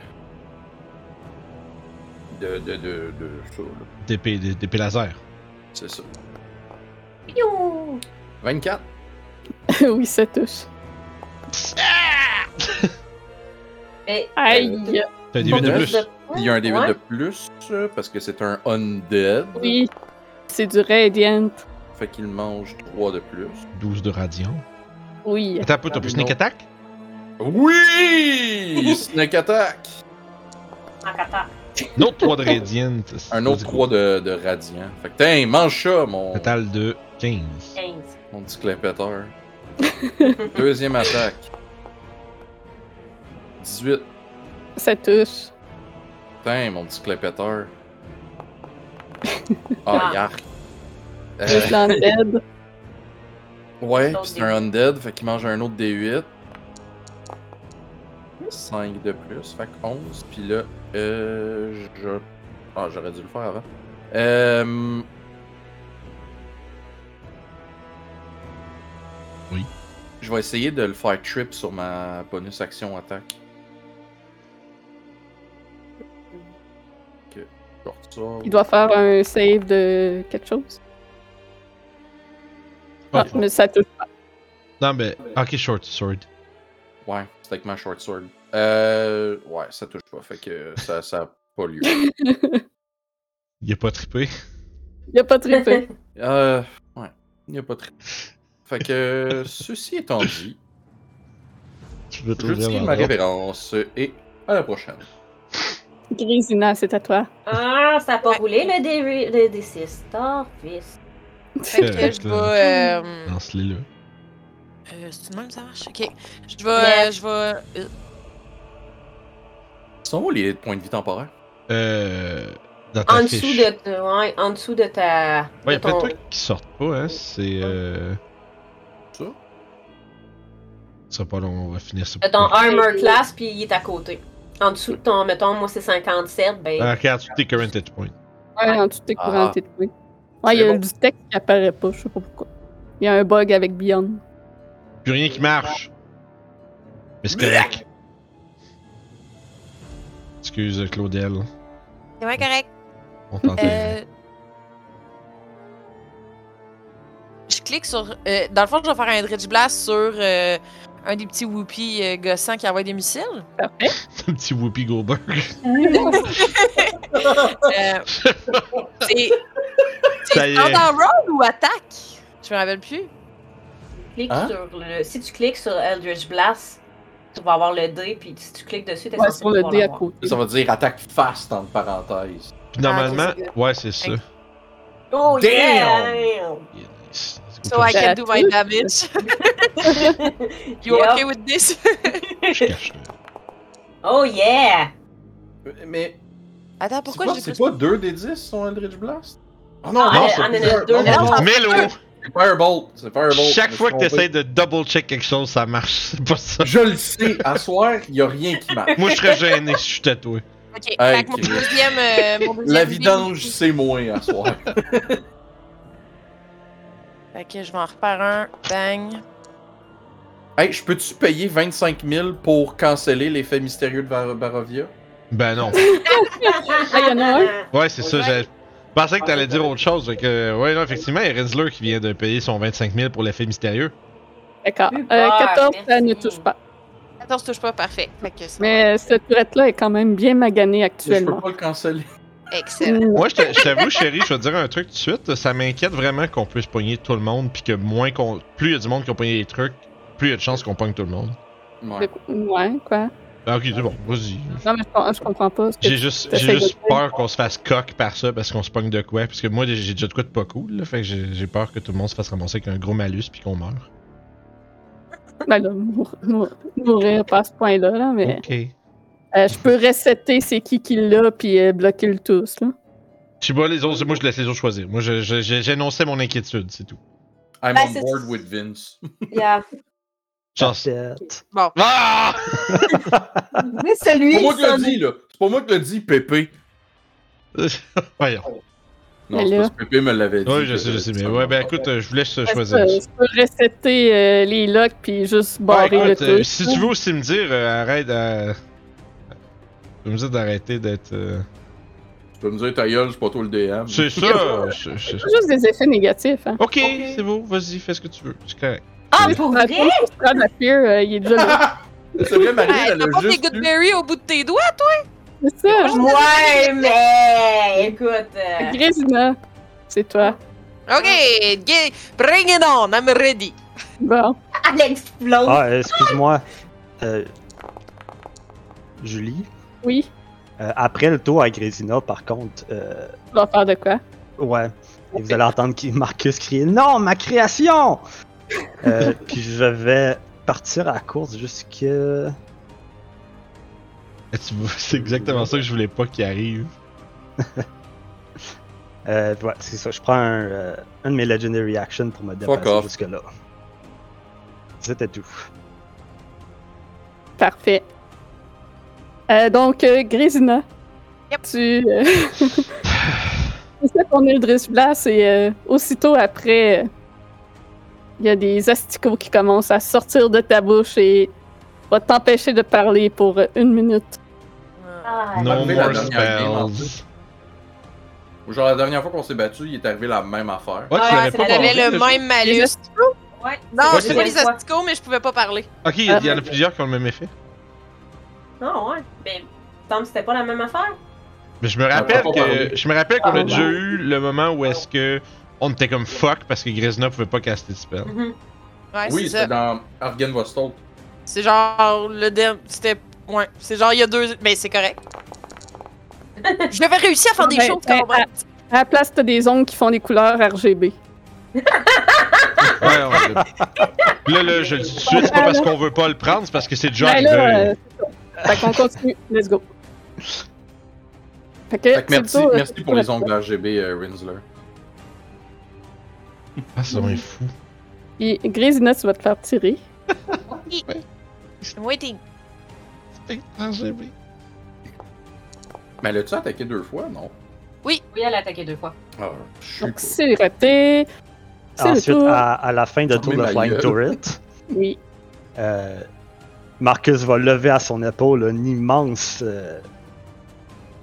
B: de. de. de. de. ça, là.
C: D'épée, d'é- d'épée laser.
B: C'est ça.
E: Piou!
B: 24.
A: oui, ça touche.
E: Mais.
A: Aïe!
C: T'as des 8 de
B: Bon,
C: plus.
B: Il y a un D8
E: Ouais.
B: de plus euh, parce que c'est un undead.
A: Oui, c'est du Radiant.
B: Fait qu'il mange 3 de plus.
C: 12 de radiant.
A: Oui.
C: Attends un peu, t'as plus sneak
B: Non.
C: attack?
B: Oui! Snake attack!
E: En cata.
C: Un autre 3 de radiant.
B: Un autre 3 de, de radiant. Fait que, tiens, mange ça, mon,
C: Total de 15.
E: 15.
B: mon petit clépéteur. Deuxième attaque. 18.
A: Ça touche.
B: Tiens, mon petit clépéteur. Ah,
E: Ah.
B: yark. Euh,
A: Juste l'undead.
B: Ouais,
E: Sauf
B: pis c'est un undead, fait qu'il mange un autre D8. 5 de plus, fait que 11. Puis là, euh, je. Ah, j'aurais dû le faire avant. Euh.
C: Oui.
B: Je vais essayer de le faire trip sur ma bonus action attaque. Ok, je vais ressortir.
A: Il doit faire un save de quelque chose. Ah,
C: Ouais.
A: mais ça touche pas.
C: Non, mais. Ok, short sword.
B: Ouais, c'est avec ma short sword. Euh. Ouais, ça touche pas, fait que ça, ça a pas lieu.
C: Il a pas trippé.
A: Il a pas trippé.
B: Euh. Ouais. Il n'y a pas de. Fait que, euh, ceci étant dit,
C: Tu veux
B: je tire ma révérence et à la prochaine.
A: Grisina, c'est à toi.
E: Ah, ça n'a pas roulé le, D, le D6. Torvis.
F: Fait que je vais. euh,
C: Lance-les là.
F: euh, C'est de même, ça marche? Ok. Je vais. euh, Je vais. euh,
B: Ils sont où les points de vie temporaires
C: Euh. Dans ta
E: En
C: fiche.
E: dessous de, de- ouais, en dessous de ta.
C: Ouais, y a
E: de
C: plein de
E: ton-
C: trucs qui sortent pas, hein. C'est. Euh...
B: Ça?
C: Ce sera pas long, on va finir ça.
E: de ton armor class, puis il est à côté. En dessous de ton, mettons, moi c'est 57, ben.
C: Ah, regarde, tous tes current hit points.
A: Ouais, en tout tes
B: Ah.
A: courants, t'es trouvé. Ouais, il y
B: C'est
A: a
B: bon.
A: du texte qui apparaît pas, je sais pas pourquoi. Il y a un bug avec Beyond.
C: Plus rien qui marche. Mais c'est correct. Excuse, Claudel.
F: C'est bien correct.
C: On t'entend.
F: Euh... Je clique sur. euh, dans le fond, je vais faire un Dredge Blast sur euh, un des petits whoopies euh, gossants qui envoie des missiles.
A: Parfait.
C: Un petit Whoopi Goldberg.
F: Euh, c'est.
C: Ça y
F: C'est
C: est.
F: standard roll ou attaque Je me rappelle plus.
E: clique
B: Hein?
E: sur le- si tu cliques sur Eldritch Blast, tu vas avoir le dé, puis si tu cliques dessus, t'es
A: Ouais,
E: censé
A: sur le
E: pouvoir
A: dé à
E: l'avoir.
A: côté.
B: Ça veut dire attaque fast entre parenthèses.
C: Puis normalement,
F: Ah, c'est
C: ouais, c'est ça.
F: Thanks.
E: Oh
B: Damn!
E: yeah!
C: Yeah, nice. Let's
F: So
C: go,
F: I
A: Ça
F: can do my
A: touche.
F: damage. You
E: Yep.
F: okay with this
C: Je cache là.
E: Oh yeah!
B: Mais
F: Attends,
B: c'est
F: Ah, pourquoi
B: quoi,
F: j'ai
B: c'est
F: pris
B: pas 2 des 10 sur Eldritch Blast? Ah
E: Non,
C: non,
E: elle-
C: c'est
E: elle en a
B: plusieurs.
E: deux.
B: Non,
E: Elle-
B: non, non.
C: Mélo!
B: C'est Firebolt, c'est Firebolt.
C: Chaque
B: je me
C: fois que
B: suis trompé.
C: t'essayes de double check quelque chose, ça marche. C'est pas ça.
B: Je le sais, à soir, il y a rien qui marche.
C: Moi, je serais gêné si je suis tatoué.
F: Ok,
B: Hey,
F: fait que mon
B: Chris.
F: deuxième. euh, mon deuxième
B: La
F: dé-
B: vidange, c'est moins à soir.
F: Fait que je vais en refaire un. Bang.
B: hey, je peux-tu payer 25 000 pour canceller l'effet mystérieux de Bar- Barovia?
C: Ben non.
A: Ah, il y en a un?
C: Ouais, c'est ça.
E: Ouais.
C: j'avais- Je pensais que t'allais
B: Ah,
C: dire autre chose. Fait que, ouais, non, effectivement, il y a Rinsler qui vient de payer son 25 000 pour l'effet mystérieux.
A: D'accord.
E: Super,
A: Euh, 14, ça ne
E: merci.
A: touche pas.
F: 14 touche pas, parfait. Fait que ça.
A: Mais euh, cette tourette-là est quand même bien maganée
B: Je peux
A: actuellement.
B: pas le canceller.
F: Excellent.
A: Mm.
C: Moi, je te- je t'avoue, chérie, je vais te dire un truc tout de suite. Ça m'inquiète vraiment qu'on puisse pogner tout le monde, puis que moins qu'on, plus il y a du monde qui a pogné des trucs, plus il y a de chances qu'on pogne tout le monde.
B: Ouais.
A: De- Ouais, quoi.
C: Ah, ok, c'est bon, vas-y.
A: Non, mais je, com- je comprends pas. ce que
C: J'ai
A: tu-
C: juste,
A: t'essayes
C: j'ai juste
A: de-
C: peur qu'on se fasse coq par ça parce qu'on se pogne de quoi. Parce que moi, j'ai déjà de quoi de pas cool. Là, fait que j'ai j'ai peur que tout le monde se fasse ramasser avec un gros malus puis qu'on meurt.
A: Ben là, mour- mour- mourir pas à ce point-là, là, mais
C: Ok.
A: euh, je peux resetter c'est qui qui l'a puis euh, bloquer le tous. Là.
C: Je sais pas, les autres, moi, je laisse les autres choisir. Moi, je- je- je- j'énonçais mon inquiétude, c'est tout.
B: I'm
E: Ben,
B: on
E: c'est-
B: board with Vince.
E: Yeah.
C: Genre,
D: Parfaite.
C: Ah!
E: Mais celui
B: C'est pas moi qui
E: ça-
B: le dis, là. C'est pas moi qui le dis, Pépé.
C: Voyons.
B: Non,
A: Mais
B: c'est
A: là-
B: parce que Pépé me l'avait dit.
C: Oui, je sais, je sais. Mais ouais, ben écoute, euh, je vous laisse choisir.
A: Euh, je peux resetter euh, les locks puis juste
C: Ouais,
A: barrer
C: écoute,
A: le
C: euh,
A: tous.
C: si tu veux aussi me dire, euh, arrête à. Tu veux me dire d'arrêter d'être. euh,
B: Tu peux me dire ta gueule, c'est pas toi le DM.
C: C'est ça! euh, c'est- c'est-
A: C'est juste des effets négatifs. Hein.
C: Ok, c'est beau, vas-y, fais ce que tu veux. C'est correct.
E: Ah, pour
A: Ah,
E: vrai? Ah.
A: pour Strad Appear, euh, il est déjà là.
B: C'est vrai, Marie,
F: Hey,
B: elle
F: T'as
B: a
F: pas tes
B: juste. eu-
F: Goodberry au bout de tes doigts?
A: C'est ça. hein.
E: Ouais, mais écoute. euh,
A: Grisina, c'est toi.
F: Ok, gay- bring it on, I'm ready.
A: Bon.
E: Elle explose.
D: Ah, euh, excuse-moi. Euh, Julie,
A: Oui,
D: euh, après le tour à Grésina, par contre, euh,
A: tu vas faire de quoi?
D: ouais, et vous allez entendre qui- Marcus crier Non, ma création Euh, Puis je vais partir à la course jusque.
C: Et tu vois, C'est exactement ça que je voulais pas qu'il arrive.
D: Euh, ouais, c'est ça. Je prends un, euh, un de mes Legendary Action pour me dépasser
B: off.
D: jusque-là. C'était tout.
A: Parfait. Euh, donc, euh, Grisina,
F: Yep.
A: tu. euh, tu sais qu'on est le Driss Blast et euh, aussitôt après, euh, il y a des asticots qui commencent à sortir de ta bouche et va t'empêcher de parler pour euh, une minute.
E: Ah,
C: No
B: enlevé la
C: more
B: dernière game, en
C: spells.
B: Genre, la dernière fois qu'on s'est battu, il est arrivé la même affaire.
C: Ouais, tu
E: Ouais,
C: l'avais
E: c'est
C: pas
F: Elle avait
C: pensé,
F: le
C: là,
F: même malus.
E: Ouais.
F: Non,
C: Ouais,
F: j'ai
C: c'est-
F: pas les asticots, mais je pouvais pas parler.
C: je- Ok, il y, a- il y en a plusieurs qui ont le même effet.
E: Non, Ah, ouais. Mais, Tom, c'était pas la même affaire?
C: Mais je me rappelle
B: On peut pas parler.
C: que je me rappelle qu'on
A: Ah,
C: a déjà
A: non.
C: eu le moment où est-ce que on était comme fuck parce que Grisna pouvait pas caster de spell.
E: Mhm.
F: Ouais,
B: oui,
F: c'est ça.
B: c'était dans Argen Vostok.
F: C'est genre le dernier. C'était. Ouais, c'est genre il y a deux. Mais c'est correct. J'avais réussi à faire des
A: Ben,
F: choses
A: ben,
F: quand même.
E: ah.
A: À la place, t'as des ongles qui font des couleurs RGB.
C: Ouais, ouais, là. là, là, je le dis tout de suite, c'est pas parce qu'on veut pas le prendre, c'est parce que c'est déjà
A: Ben
C: arrivé.
A: là, euh, c'est ça. Fait qu'on continue. Let's go. Fait que,
B: Fait que
A: c'est
B: merci,
A: le tour,
B: merci
A: c'est
B: pour
A: le
B: les
A: tour.
B: ongles RGB, euh, Rinsler.
C: Ah, c'est vraiment fou.
A: Puis Grisina, tu vas te faire tirer.
F: I'm waiting.
B: Mais l'as-tu attaqué deux fois, non?
E: Oui, elle a attaqué deux fois.
B: Ah, je suis
A: Donc
B: pas.
A: c'est raté. C'est le
D: Ensuite, ah.
A: tour.
D: à, à la fin de
B: Fermez
D: tour de
B: ma
D: Flying
B: gueule.
D: Turret,
A: Oui.
D: euh, Marcus va lever à son épaule un immense euh,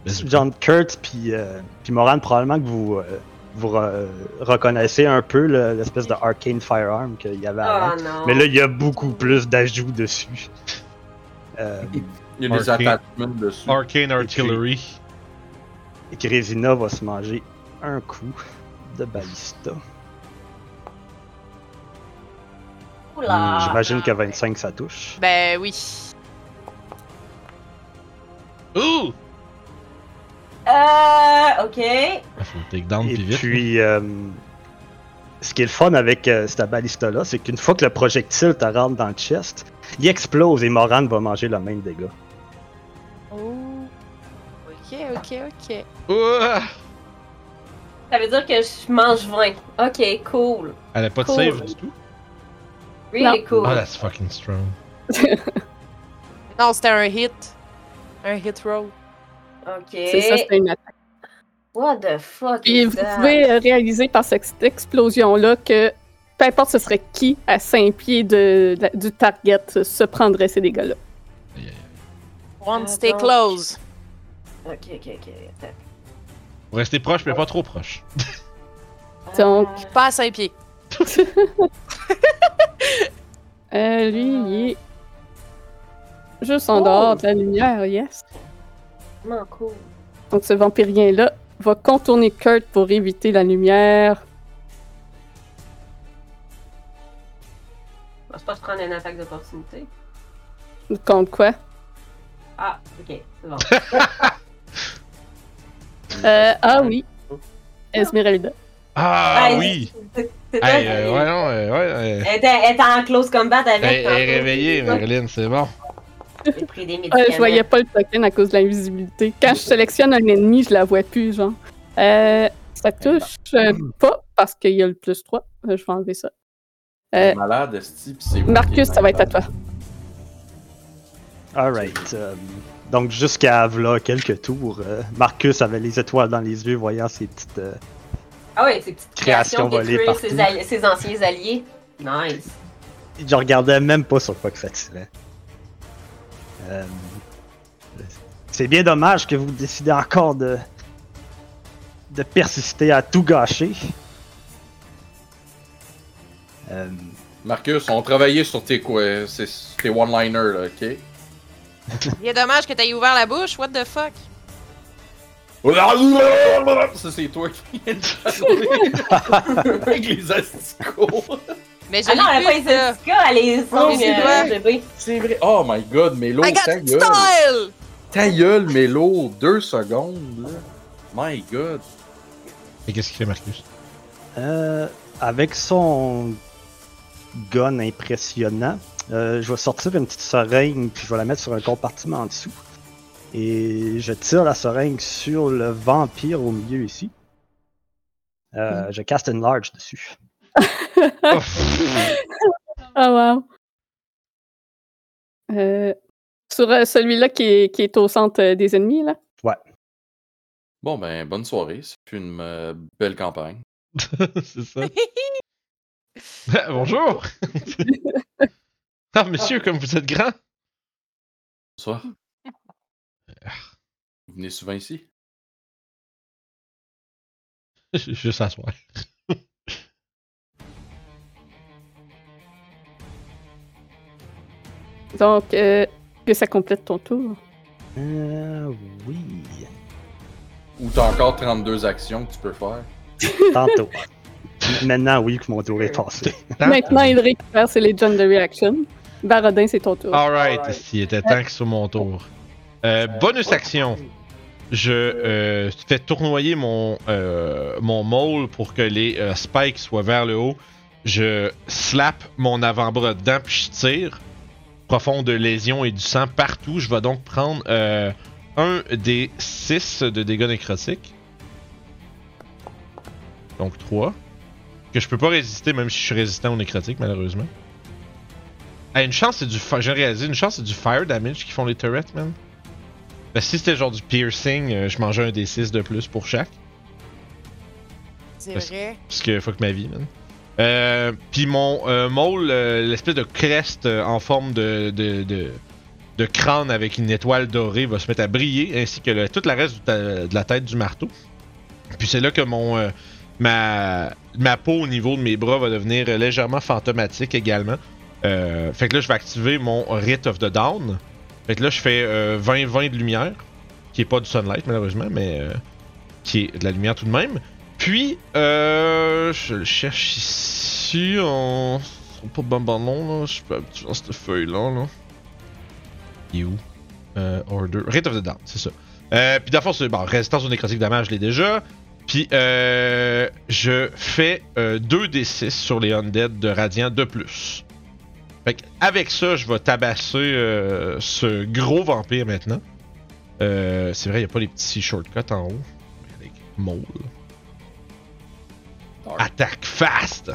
D: John Kurt puis, euh, puis Moran, probablement que vous, euh, vous re- reconnaissez un peu le- l'espèce de Arcane Firearm qu'il y avait avant.
A: Ah,
E: Oh non.
D: Mais là, il y a beaucoup plus d'ajouts dessus. Euh,
B: Il y a des
C: Arcane.
B: attachements dessus.
C: Arcane Artillery.
D: et Grésina va se manger un coup de balista.
E: Oula.
D: Hmm, J'imagine que 25 ça touche.
F: Ben oui.
C: Ouh!
E: Euh, ok.
C: Ah, Faut le take down
D: Et
C: pis vite.
D: puis, euh, ce qui est le fun avec euh, cette baliste-là, c'est qu'une fois que le projectile te rentre dans le chest, il explose et Moran va manger le même dégât.
F: Oh. Ok, ok, ok.
C: Ouah!
E: Ça veut dire que je mange 20. Ok, cool.
C: Elle a pas de
E: Cool.
C: save du tout.
E: Really cool.
C: Ah, that's fucking strong.
F: Non, c'était un hit. Un hit roll.
E: Ok.
A: C'est ça, c'est une attaque.
E: What the fuck
A: Puis
E: is
A: vous
E: that?
A: pouvez euh, réaliser par cette explosion-là que peu importe ce serait qui à 5 pieds de, de- du target euh, se prendrait ces dégâts-là.
C: Aïe, aïe.
F: One
E: Ah,
F: stay
E: donc.
F: close.
E: Ok, ok, ok. Attends.
C: Faut rester proche, mais pas trop proche.
A: Donc,
E: Ah.
F: Pas à 5 pieds.
A: Euh, lui, il est juste en dehors de la lumière, yes.
E: Vraiment cool.
A: Donc ce vampirien-là va contourner Kurt pour éviter la lumière.
E: Je pense pas se prendre une attaque d'opportunité.
A: Contre quoi?
E: Ah, ok, c'est bon.
A: Euh, ah oui. Esmeralda.
C: Ah
E: Ouais,
C: oui!
E: c'est- c'est toi,
C: Hey,
E: c'est-
C: euh, ouais, non, euh, ouais. euh,
E: Elle était- elle était en close combat avec.
C: Elle elle
E: tantôt.
C: est réveillée, Marilyn, c'est bon.
E: J'ai pris des médicaments.
A: Ouais, Euh, Ah, je voyais pas le token à cause de l'invisibilité. Quand je sélectionne un ennemi, je la vois plus, genre. Euh, ça touche euh, pas parce qu'il y a le plus 3. Euh, je vais enlever ça.
B: T'es
A: Euh,
B: malade, Esti, pis c'est moi qui est
A: Marcus, ça va être à toi.
D: Alright. euh, donc, jusqu'à là, quelques tours, euh, Marcus avait les étoiles dans les yeux voyant ces petites. euh,
E: Ah ouais, ces petites
D: Création
E: créations
D: volée
E: détruire
D: partout.
E: ses, alli- ses anciens alliés. Nice.
D: Je regardais même pas sur quoi que ça tirait. Euh, C'est bien dommage que vous décidez encore de de persister à tout gâcher. Euh,
B: Marcus, on travaillait sur tes quoi, c'est- tes one-liners, là, ok?
F: Il est dommage que t'aies ouvert la bouche. What the fuck?
B: Ça, c'est toi qui viens de parler. Avec les asticots.
F: Mais je
E: Ah non, elle a pas
F: l'ai
E: les
F: vu, ça.
E: certificats, elle les
B: Oh,
E: ongles
F: c'est vrai.
E: euh, bébé.
B: C'est vrai. Oh my god, Mélo,
F: I got
B: ta gueule.
F: style!
B: Ta gueule, Mélo, deux secondes, là. My god.
C: Et qu'est-ce qu'il fait, Marcus?
D: euh, avec son gun impressionnant, euh, je vais sortir une petite seringue puis je vais la mettre sur un compartiment en dessous. Et je tire la seringue sur le vampire au milieu ici. Euh, Je caste une large dessus.
C: Oh,
A: Ah wow. Euh, sur euh, celui-là qui est, qui est au centre euh, des ennemis, là.
B: Bon, ben, bonne soirée. C'est une euh, belle campagne.
C: c'est ça. Ah, Bonjour! ah, monsieur, comme vous êtes grand!
B: Bonsoir. Vous venez souvent ici?
C: Je je vais s'asseoir.
A: Donc, euh, que ça complète ton tour.
D: Euh, oui.
B: Ou t'as encore 32 actions que tu peux faire?
D: Tantôt. M- Maintenant, oui, que mon tour est passé.
A: Maintenant, il récupère ses Legendary Action. Barodin, c'est ton
C: Ah.
A: tour.
C: Alright, il était temps que ce soit mon tour. Euh, bonus action. Je euh, fais tournoyer mon, euh, mon maul pour que les euh, spikes soient vers le haut. Je slap mon avant-bras dedans puis je tire. Profond de lésions et du sang partout. Je vais donc prendre euh, un des 6 de dégâts nécrotiques. Donc 3. Que je peux pas résister, même si je suis résistant au nécrotique, malheureusement. Ah, une chance, c'est du. fi- J'ai réalisé, une chance, c'est du fire damage qui font les turrets, man. Ben, si c'était genre du piercing, euh, je mangeais un des 6 de plus pour chaque.
F: C'est
C: Parce-
F: vrai.
C: Parce que fuck ma vie, man. Euh, Puis mon euh, mole, euh, l'espèce de crest euh, en forme de, de, de, de crâne avec une étoile dorée va se mettre à briller, ainsi que le- tout le reste du ta- de la tête du marteau. Puis c'est là que mon euh, ma, ma peau au niveau de mes bras va devenir légèrement fantomatique également. Euh, fait que là, je vais activer mon Rite of the Dawn. Fait que là, je fais euh, 20-20 de lumière, qui est pas du sunlight malheureusement, mais euh, qui est de la lumière tout de même. Puis, euh, je le cherche ici. On. Ils sont pas bamballons, là. Je suis pas habitué dans cette feuille-là, là. Il est où Euh, Order. Rate of the Down, c'est ça. Euh, puis, d'abord, c'est. Bon, résistance au nécrotique damage, je l'ai déjà. Puis, euh, je fais euh, 2d6 sur les Undead de Radiant de plus. Fait que avec ça, je vais tabasser euh, ce gros vampire maintenant. Euh, c'est vrai, il a pas les petits shortcuts en haut. Avec mole. Attack fast!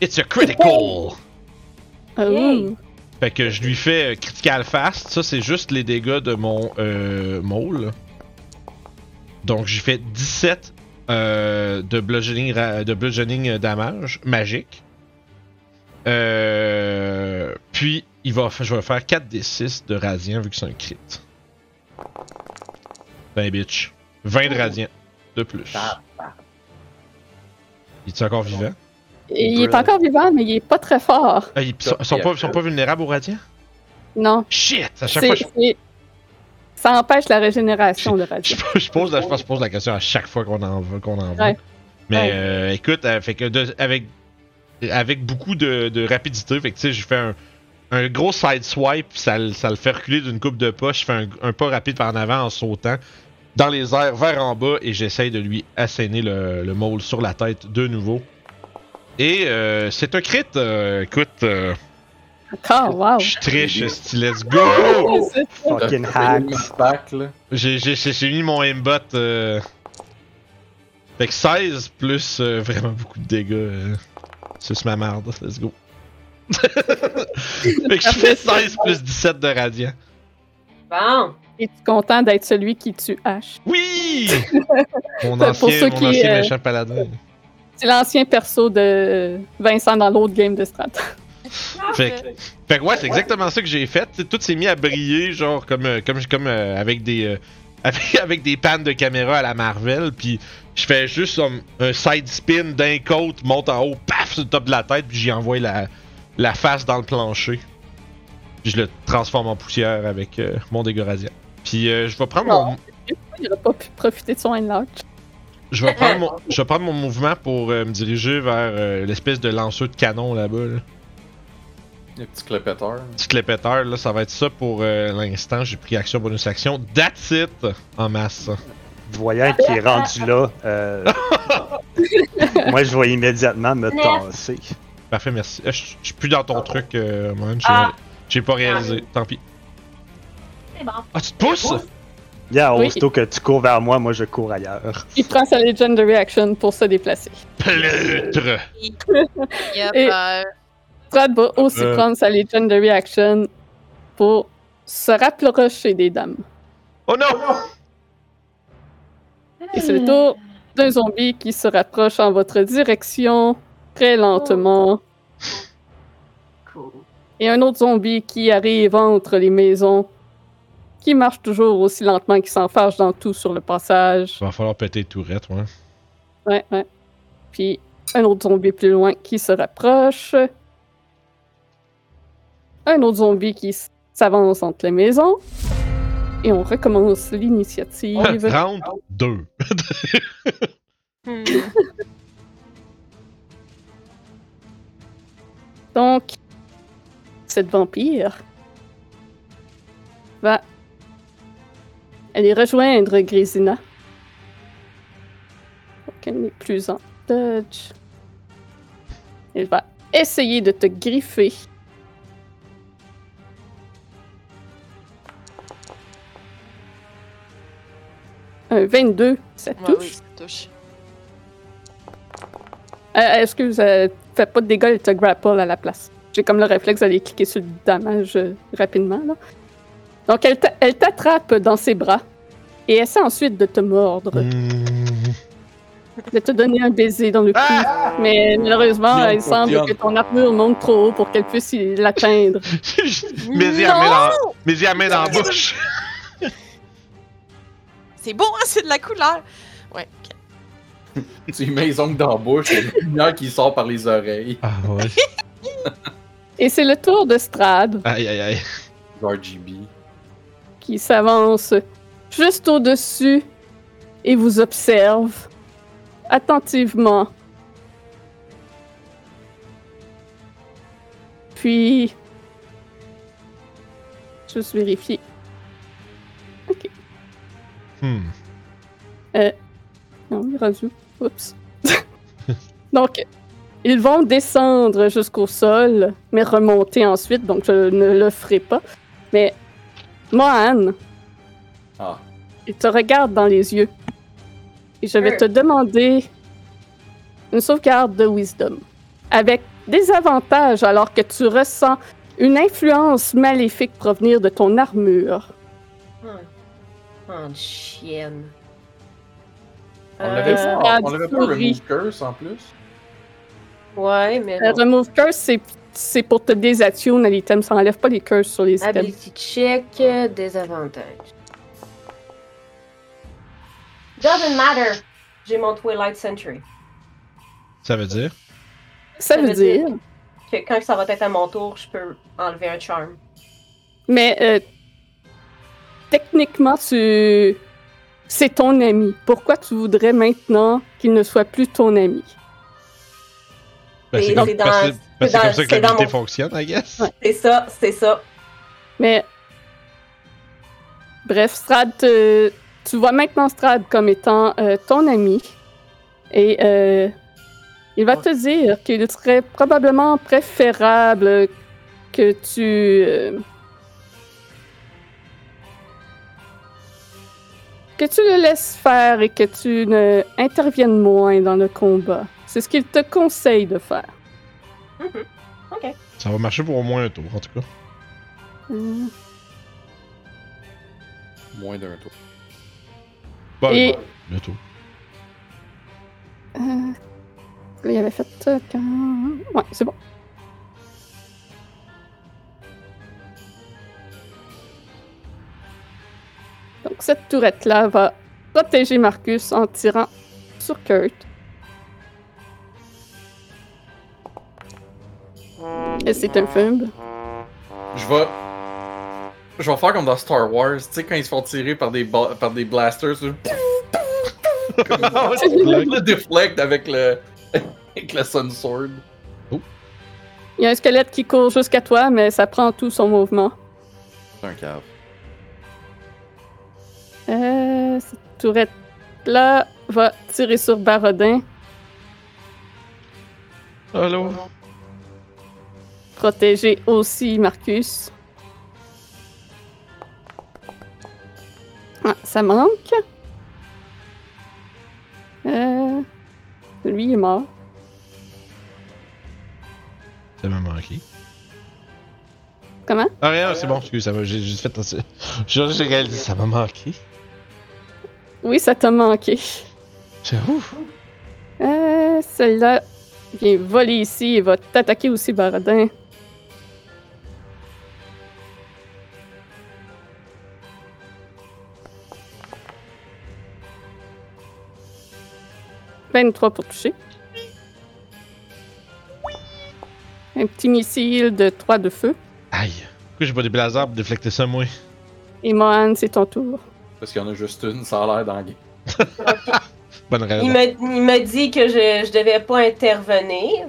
C: It's a critical!
A: Ah,
E: Yay.
A: ouh.
C: Fait que je lui fais euh, critical fast. Ça, c'est juste les dégâts de mon euh, mole. Donc, j'ai fait 17 euh, de, bludgeoning, ra- de bludgeoning euh, damage magique. Euh, puis, il va, fa- je vais faire 4 des 6 de radiant vu que c'est un crit. Ben, bitch. 20 de radiant de plus. Il est encore vivant?
A: Il est encore vivant, mais il est pas très fort.
C: Ah, ils sont, sont pas, sont pas vulnérables au radiant?
A: Non.
C: Shit! À chaque
A: C'est-
C: fois, je,
A: c'est- Ça empêche la régénération de
C: je,
A: radio.
C: je pose, la, je pense que je pose la question à chaque fois qu'on en veut. qu'on en veut.
A: Ouais.
C: Mais
A: Ouais.
C: euh, écoute, euh, fait que de- avec, avec beaucoup de, de rapidité, fait que tu sais, j'ai fait un, un gros side swipe, ça, le- ça le fait reculer d'une coupe de pas. Je fais un, un pas rapide par en avant en sautant dans les airs vers en bas et j'essaye de lui asséner le, le maul sur la tête de nouveau. Et euh, c'est un crit. euh, écoute, euh,
A: Encore, Ah, wow.
C: je triche, esti, let's go!
D: Fucking
B: T'as fait
D: hack.
B: le back, là.
C: J'ai- J'ai j'ai- j'ai mis mon aimbot. Euh... Fait que 16 plus euh, vraiment beaucoup de dégâts. euh, C'est ma merde, let's go. fait que je fais 16 plus 17 de radiant.
E: Bon.
A: Es-tu content d'être celui qui tue H?
C: Oui! Mon
A: Pour
C: ancien,
A: ceux
C: mon
A: qui,
C: ancien
A: euh,
C: méchant paladin.
A: C'est l'ancien perso de Vincent dans l'autre game de Strat.
C: Fait que, fait que ouais, c'est exactement ça que j'ai fait. T'sais, tout s'est mis à briller, genre comme, euh, comme, comme euh, avec des euh, avec, avec des pannes de caméra à la Marvel. Puis je fais juste um, un side spin d'un côte, monte en haut, paf, sur le top de la tête, puis j'y envoie la, la face dans le plancher. Puis je le transforme en poussière avec euh, mon dégorasia. Puis euh, je vais prendre mon,
A: Il n'aurait pas pu profiter de son end
C: je vais prendre mon, je vais prendre mon mouvement pour euh, me diriger vers euh, l'espèce de lanceur de canon là-bas. là.
B: Le petit clépeteur.
C: petit clépéteur, là, ça va être ça pour euh, l'instant. J'ai pris action, bonus action. That's it! En masse.
D: Voyant qu'il est rendu là, euh, moi je vais immédiatement me tasser.
C: Parfait, merci. Euh, Je je suis plus dans ton truc, euh, moi-même. J'ai
E: Ah.
C: j'ai pas réalisé. Tant pis.
E: C'est bon.
C: Ah, tu te pousses?
D: Yeah,
A: Oui.
D: aussitôt que tu cours vers moi, moi je cours ailleurs.
A: Il prend sa Legendary Action pour se déplacer.
C: Pleutre!
F: Yep,
A: Et-
F: euh,
A: Strat va aussi
B: Euh.
A: prendre sa Legendary Action pour se rapprocher des dames.
C: Oh non!
A: Et c'est le tour d'un zombie qui se rapproche en votre direction très lentement.
E: Cool.
A: Et un autre zombie qui arrive entre les maisons, qui marche toujours aussi lentement, qui s'enfarge dans tout sur le passage.
C: Va falloir péter tourette, ouais.
A: Ouais, ouais. Puis un autre zombie plus loin qui se rapproche. Un autre zombie qui s- s'avance entre les maisons. Et on recommence l'initiative.
C: Round 2.
F: hmm.
A: Donc, cette vampire va aller rejoindre Grisina. Donc, elle n'est plus en dodge. Elle va essayer de te griffer. Un 22, ça
F: Ouais,
A: touche.
F: oui, ça touche.
A: Euh, excuse, euh, fais pas de dégâts, elle te grapple à la place. J'ai comme le réflexe d'aller cliquer sur le damage euh, rapidement. Là. Donc, elle t'a- elle t'attrape dans ses bras et essaie ensuite de te
E: Ah.
A: mordre,
C: Mmh.
A: de te donner un baiser dans le cou. Mais malheureusement,
B: Dion,
A: il semble
B: Dion.
A: que ton armure monte trop haut pour qu'elle puisse y- l'atteindre.
C: Mets-y la main dans- mets-y la main dans la bouche.
F: C'est beau, hein? C'est de la couleur. Ouais. ok.
B: Tu mets les ongles dans la bouche, il y a une lumière qui sort par les oreilles.
C: Ah ouais.
A: Et c'est le tour de Strad
C: Aïe aïe aïe.
B: RGB.
A: qui s'avance juste au-dessus et vous observe attentivement. Puis, juste vérifier.
C: Hmm.
A: Non, il est rendu. Oups. donc, ils vont descendre jusqu'au sol, mais remonter ensuite, donc je ne le ferai pas. Mais, Mohan,
B: Ah.
A: il te regarde dans les yeux. Et je vais
E: Euh.
A: te demander une sauvegarde de wisdom. Avec des avantages, alors que tu ressens une influence maléfique provenir de ton armure.
E: Oh, de chienne.
B: On l'avait
E: Euh,
B: pas, on l'avait pas
A: souris.
B: remove curse en plus?
E: Ouais, mais.
A: Euh,
E: non.
A: remove curse, c'est- c'est pour te désattune à l'item. Ça enlève pas les curses sur les items.
E: Ability check, euh, désavantage. Doesn't matter. J'ai mon Twilight Century.
C: Ça veut dire?
A: Ça veut dire.
E: que quand ça va être à mon tour, je peux enlever un charm.
A: Mais euh, techniquement, tu... c'est ton ami. Pourquoi tu voudrais maintenant qu'il ne soit plus ton ami?
C: Ben,
E: C'est-
C: comme,
E: c'est dans-
C: parce que- parce que
E: c'est
C: c'est
E: dans-
C: comme ça que
E: c'est dans
C: l'habilité
E: mon-
C: fonctionne, I guess.
E: C'est ça, c'est ça.
A: Mais bref, Strad, te- tu vois maintenant Strad comme étant euh, ton ami. Et euh, il va te dire qu'il serait probablement préférable que tu... euh, que tu le laisses faire et que tu ne interviennes moins dans le combat. C'est ce qu'il te conseille de faire.
C: Ça va marcher pour au moins un tour, en tout cas.
A: Hmm.
B: Moins d'un tour.
C: Bon,
A: Et-
C: Le tour.
A: Là, Il avait fait ça quand... Ouais, c'est bon. Donc cette tourette-là va protéger Marcus en tirant sur Kurt. Et c'est un fumble.
B: Je vais. Je vais faire comme dans Star Wars, tu sais, quand ils se font tirer par des, ba- par des blasters, le, le deflect avec le. avec le Sun Sword.
A: Il y a un squelette qui court jusqu'à toi, mais ça prend tout son mouvement.
B: C'est un cave.
A: Euh, cette tourette-là va tirer sur Barodin,
C: Allô?
A: protéger aussi Marcus. Ah, ça manque. Euh, lui il est mort.
C: Ça m'a manqué.
A: Comment?
C: Ah, rien, c'est bon, excuse, ça m'a- j'ai juste fait. un- J'ai juste réalisé, ça m'a manqué.
A: Oui, ça t'a manqué.
C: C'est ouf.
A: Euh, Celle-là vient voler ici et va t'attaquer aussi, Baradin. « 23 pour toucher. Un petit missile de 3 de feu.
C: Aïe. Pourquoi j'ai pas des blazards pour déflecter ça, moi?
A: Et Mohan, c'est ton tour.
B: Parce qu'il y en a juste une, ça a l'air dans le game.
C: Bonne
E: Il
C: raison.
E: me, il me dit que je, je devais pas intervenir.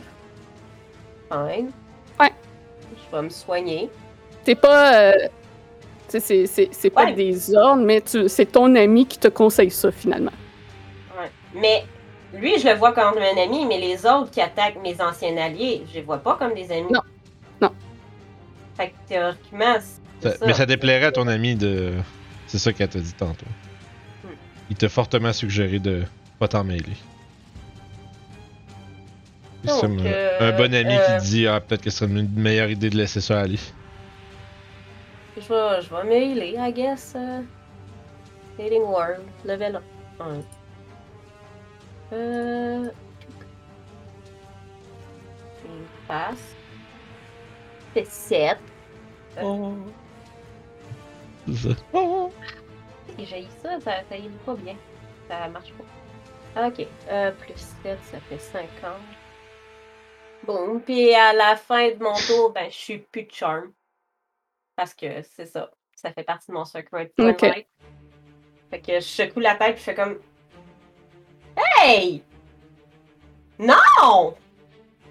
E: Fine.
A: Ouais.
E: Je vais me soigner.
A: C'est pas. euh, tu sais, c'est- c'est c'est pas
E: Ouais.
A: des ordres, mais tu- c'est ton ami qui te conseille ça finalement.
E: Ouais. Mais lui, je le vois comme un ami, mais les autres qui attaquent mes anciens alliés, je les vois pas comme des amis.
A: Non. Non.
E: Fait que théoriquement, c'est
C: Ça-
E: ça.
C: Mais ça déplairait à ton ami de. C'est ça qu'elle t'a dit tantôt. il t'a fortement suggéré de pas t'en mêler. C'est
E: Donc,
C: comme, euh,
E: euh,
C: un bon ami
E: euh,
C: qui dit ah, peut-être que ce serait une meilleure idée de laisser ça aller.
E: Je vais, je vais mailer, I guess. euh, Mailing World, level 1. Euh. Je passe. C'est 7.
C: C'est ça. Oh.
E: Et j'ai ça, ça, ça y est pas bien. Ça marche pas. Ok. Euh, plus 7, ça fait 50. Bon, puis à la fin de mon tour, ben, je suis plus de charme. Parce que c'est ça. Ça fait partie de mon secret.
A: Ok.
E: Twilight. Fait que je secoue la tête, puis je fais comme. Hey! Non!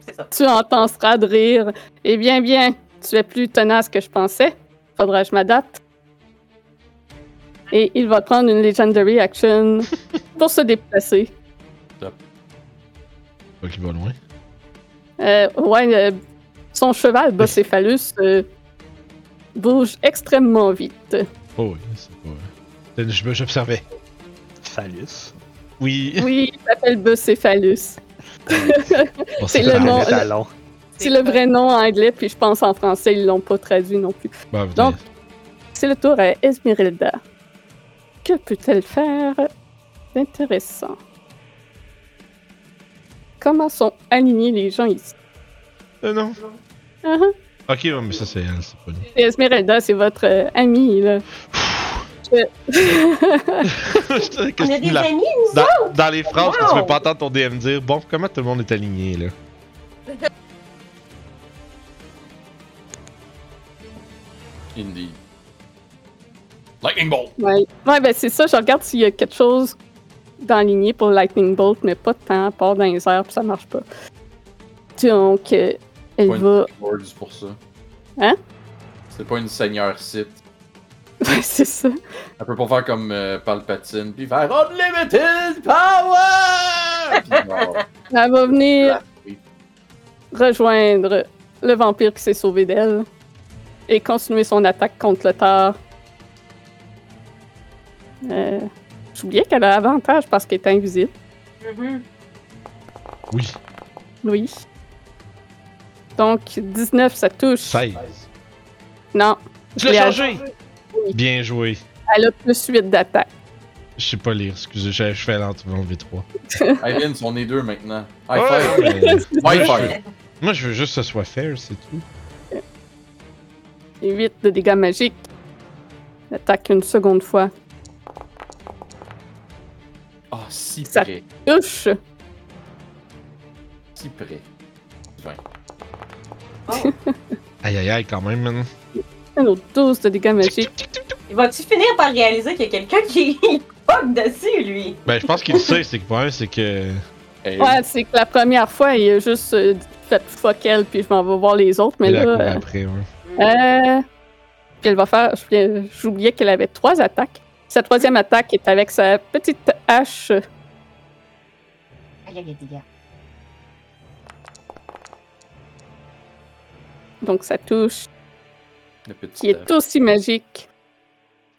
E: C'est ça.
A: Tu entends Strad rire. Eh bien, bien, tu es plus tenace que je pensais. Faudra que je m'adapte. Et il va prendre une Legendary Action pour se déplacer.
C: Pas qu'il va loin.
A: Euh, ouais, euh, son cheval Bocéphalus euh, bouge extrêmement vite.
C: Oh oui, c'est pas. Je- je- J'observais.
D: Phallus.
C: Oui.
A: Oui, il s'appelle Bocéphalus.
C: Bon,
A: c'est
C: pas
A: le
D: Ah,
C: grave.
A: nom-
D: le talon.
A: C'est le vrai nom en anglais, puis je pense en français, ils l'ont pas traduit non plus.
C: Bah, vous
A: Donc-
C: dites-
A: C'est le tour à Esmeralda. Que peut-elle faire d'intéressant? Comment sont alignés les gens ici?
C: Euh, non.
A: Ah, ah.
C: Ok, ouais, mais ça c'est elle, c'est pas nous.
A: Et Esmeralda, c'est votre euh, amie, là.
C: Qu'est-ce
E: On a
C: que tu
E: des
C: la-
E: amis?
C: dans, dans les phrases que tu veux
E: Wow.
C: pas entendre ton DM dire, bon, comment tout le monde est aligné là
B: Indeed. Lightning Bolt!
A: Ouais, ouais ben c'est ça, je regarde s'il y a quelque chose dans la lignée pour Lightning Bolt, mais pas tant, à part dans les airs, puis ça marche pas. Donc, euh, elle
B: Point
A: va...
B: Words pour ça.
A: Hein?
B: C'est pas une seigneur site.
A: Ouais, c'est ça.
B: Elle peut pas faire comme euh, Palpatine, puis faire Unlimited Power! Puis, non,
A: Elle va venir
B: Oui.
A: rejoindre le vampire qui s'est sauvé d'elle et continuer son attaque contre le tard. Euh, J'oubliais qu'elle a avantage parce qu'elle est invisible.
E: Mhm.
C: Oui,
A: Oui. Donc, 19, ça touche.
C: 16.
A: Non,
C: Tu l'as
A: Bien.
C: changé Bien joué.
A: elle a plus 8 d'attaque.
C: Je sais pas lire, excusez, je, je fais lent, tu vas enlever 3.
B: Hey Vince, on est deux maintenant. High five!
C: Ouais.
B: High five!
C: Moi, je veux juste que ce soit fair, c'est tout.
A: 8 de dégâts magiques. L'attaque une seconde fois.
B: Ah, si
A: Ça-
B: près.
A: Touche!
B: Si près.
C: Aïe aïe aïe, quand même, hein. man.
A: Un autre 12 de dégâts magiques.
E: Vas-tu finir par réaliser qu'il y a quelqu'un qui pop dessus, lui?
C: Ben, je pense qu'il le sait, c'est que le problème, c'est que.
B: Hey,
A: Ouais, c'est que la première fois, il a juste euh, fait fuck elle, puis je m'en vais voir les autres, mais
C: il a
A: là.
C: couru
A: euh,
C: après, ouais.
A: Euh, puis elle va faire. j'oubliais- J'oubliais qu'elle avait trois attaques. Sa troisième attaque est avec sa petite hache.
E: Aïe, aïe, aïe, aïe.
A: Donc ça touche,
B: le petit
A: qui est
B: euh,
A: aussi magique.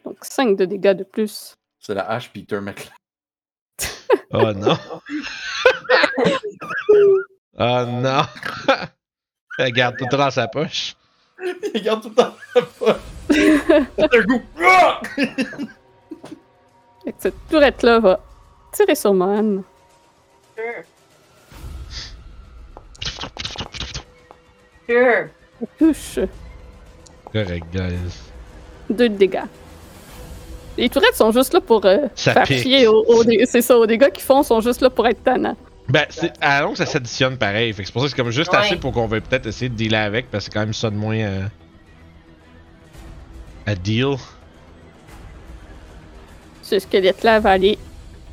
A: Donc 5 de dégâts de plus.
B: C'est la hache Peter McLean.
C: Oh non. oh non. Regarde, tout est dans sa poche.
B: Il garde tout le temps la poche. C'est un goût. Ah!
A: Fait que cette tourette-là va tirer sur Mohan.
E: Sure. Sure.
A: Ça touche
C: Correct, guys.
A: 2 de dégâts. Les tourettes sont juste là pour euh,
C: Ça
A: faire
C: pique.
A: chier au- au dé- C'est ça, aux dégâts qu'ils font sont juste là pour être tannants.
C: Ben, c'est, allons que ça s'additionne pareil. Fait que c'est pour ça que c'est comme juste
E: Ouais.
C: assez pour qu'on veuille peut-être essayer de dealer avec, parce que c'est quand même ça de moins euh, à deal.
A: Ce squelette-là va aller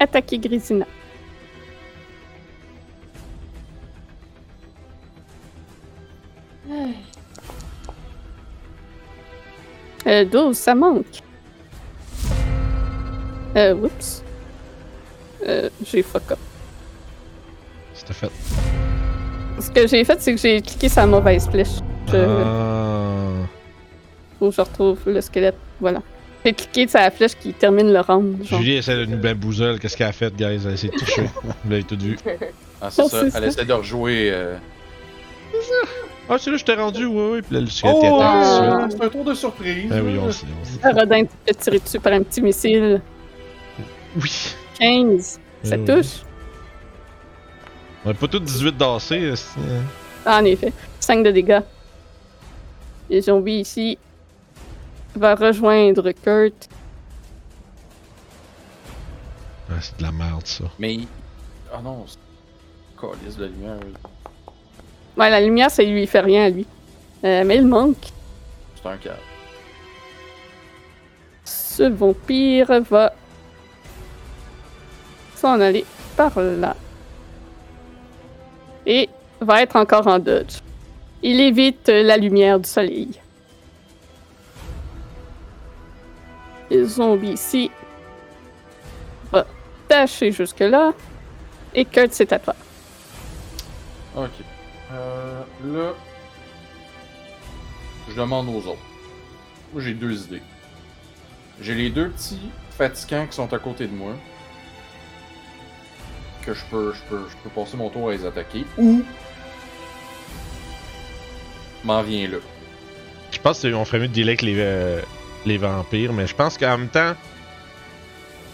A: attaquer Grisina. Euh, 12, ça manque. Euh, oups. Euh, j'ai fuck up.
C: C'était fait.
A: Ce que j'ai fait, c'est que j'ai cliqué sur la mauvaise flèche. Je,
C: Ah.
A: Faut que je retrouve le squelette. Voilà. J'ai cliqué sur la flèche qui termine le round. genre.
C: Julie essaie de nous babouzole. Qu'est-ce qu'elle a fait, guys? Elle s'est touchée. Vous l'avez tout vu.
B: Ah, c'est
A: Non,
B: ça.
A: c'est
B: Elle
A: ça.
B: essaie de rejouer. euh,
C: Ah, c'est là, je t'ai rendu, ouais, ouais. Puis là, le squelette
B: Oh,
C: attend tout de
B: ah, c'est un tour de surprise.
C: suite. Ah oui, on le sait, on le sait.
A: Le Rodin te fait tirer dessus par un petit missile.
C: Oui.
A: 15. Ça
C: Eh oui.
A: touche.
C: On a pas tous 18 dansés. euh, c'est- euh.
A: Ah, en effet. 5 de dégâts. Le zombie ici va rejoindre Kurt.
C: Ah, c'est de la merde, ça.
B: Mais. Ah non, c'est. Calisse de lumière.
A: Ouais, la lumière, ça lui fait rien à lui. Euh, mais il manque.
B: C'est un cadre.
A: Ce vampire va s'en aller par là. Et va être encore en dodge. Il évite la lumière du soleil. Le zombie ici va tâcher jusque-là. Et Kurt, c'est à toi.
B: Ok. Euh, là. Je demande aux autres. Moi, j'ai deux idées. J'ai les deux petits fatigants qui sont à côté de moi. Que je peux, je peux, je peux passer mon tour à les attaquer. Ou. M'en viens là.
C: Je pense qu'on ferait mieux de dealer avec les, euh, les vampires, mais je pense qu'en même temps,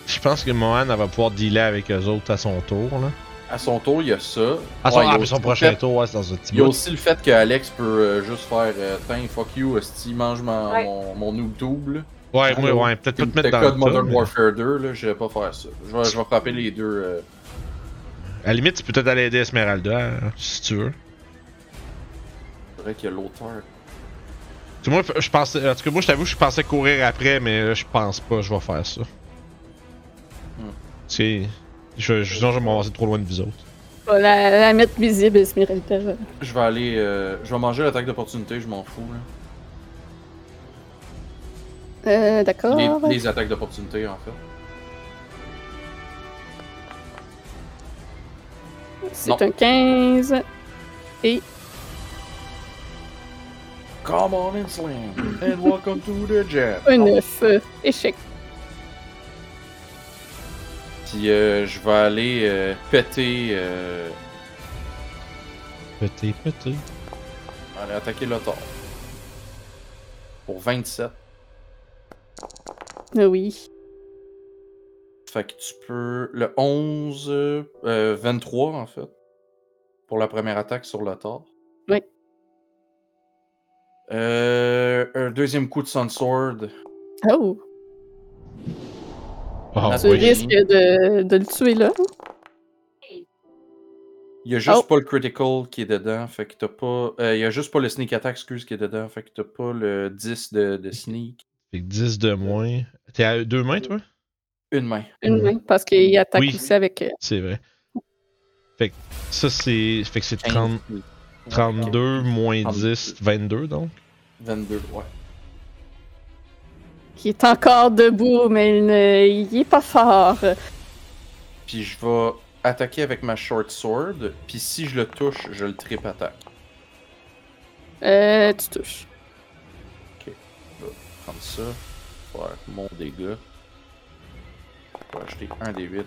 C: je pense que Mohan elle va pouvoir dealer avec eux autres à son tour. Là.
B: À son tour, il y a ça.
C: À son,
B: Ouais, il y a
C: ah, mais
B: aussi
C: son
B: le
C: prochain
B: fait-
C: tour, ouais, c'est dans un petit
B: Il y a
C: bout.
B: aussi le fait que Alex peut euh, juste faire euh, Tiens, fuck you, si mange ma-
E: Ouais.
B: mon, mon noob double.
C: Ouais, ouais, ouais, peut-être pas
B: Comme
C: te
B: le
C: mettre dans
B: cas
C: le
B: de
C: tas,
B: Modern
C: mais-
B: Warfare 2, là, je vais pas faire ça. Je vais, je vais frapper les deux. euh,
C: À la limite, tu peux peut-être aller aider Esmeralda, hein, si tu veux.
B: C'est vrai qu'il y a l'auteur.
C: Tu vois, moi, je pensais, en tout cas, moi, je t'avoue, je pensais courir après, mais là, je pense pas, je vais faire ça.
B: Hmm.
C: C'est. Je, je, sinon, je vais m'avancer trop loin de vous autres.
A: On va la, la mettre visible, Esmeralda.
B: Je vais aller. euh, je vais manger l'attaque d'opportunité, je m'en fous. là.
A: Euh, d'accord.
B: Les, les attaques d'opportunité, en fait. non.
A: C'est un 15.
B: Come on and slam! And welcome to the jam!
A: Un 9. euh, échec.
B: Puis euh, je vais aller euh, péter. Euh,
C: Petit, petit.
B: aller attaquer l'auteur. Pour 27.
A: Ah Oui.
B: Fait que tu peux. Le 11. euh, euh, 23, en fait. Pour la première attaque sur le tort.
A: Oui.
B: Euh, un deuxième coup de Sun Sword.
A: Oh.
C: Oh,
B: Ah,
A: Tu
B: oui.
C: oui.
A: risques de, de le tuer là.
B: Il y a juste
A: Oh.
B: pas le critical qui est dedans. Fait que t'as pas. euh, il y a juste pas le sneak attack, excuse, qui est dedans. Fait que t'as pas le 10 de, de sneak.
C: Fait que 10 de moins. T'es à deux mains, toi
B: Une main.
A: Une main, parce qu'il attaque
C: Oui.
A: aussi avec. euh,
C: C'est vrai. Fait que ça, c'est. Fait que c'est 30
B: 15.
C: 32 moins 10, 22 donc.
B: 22, ouais.
A: qui est encore debout, mais il, ne- il est pas fort.
B: Puis je vais attaquer avec ma short sword. Puis si je le touche, je le trip attaque.
A: Euh, tu touches.
B: Comme ça. Faire mon dégât. Je vais acheter un des 8.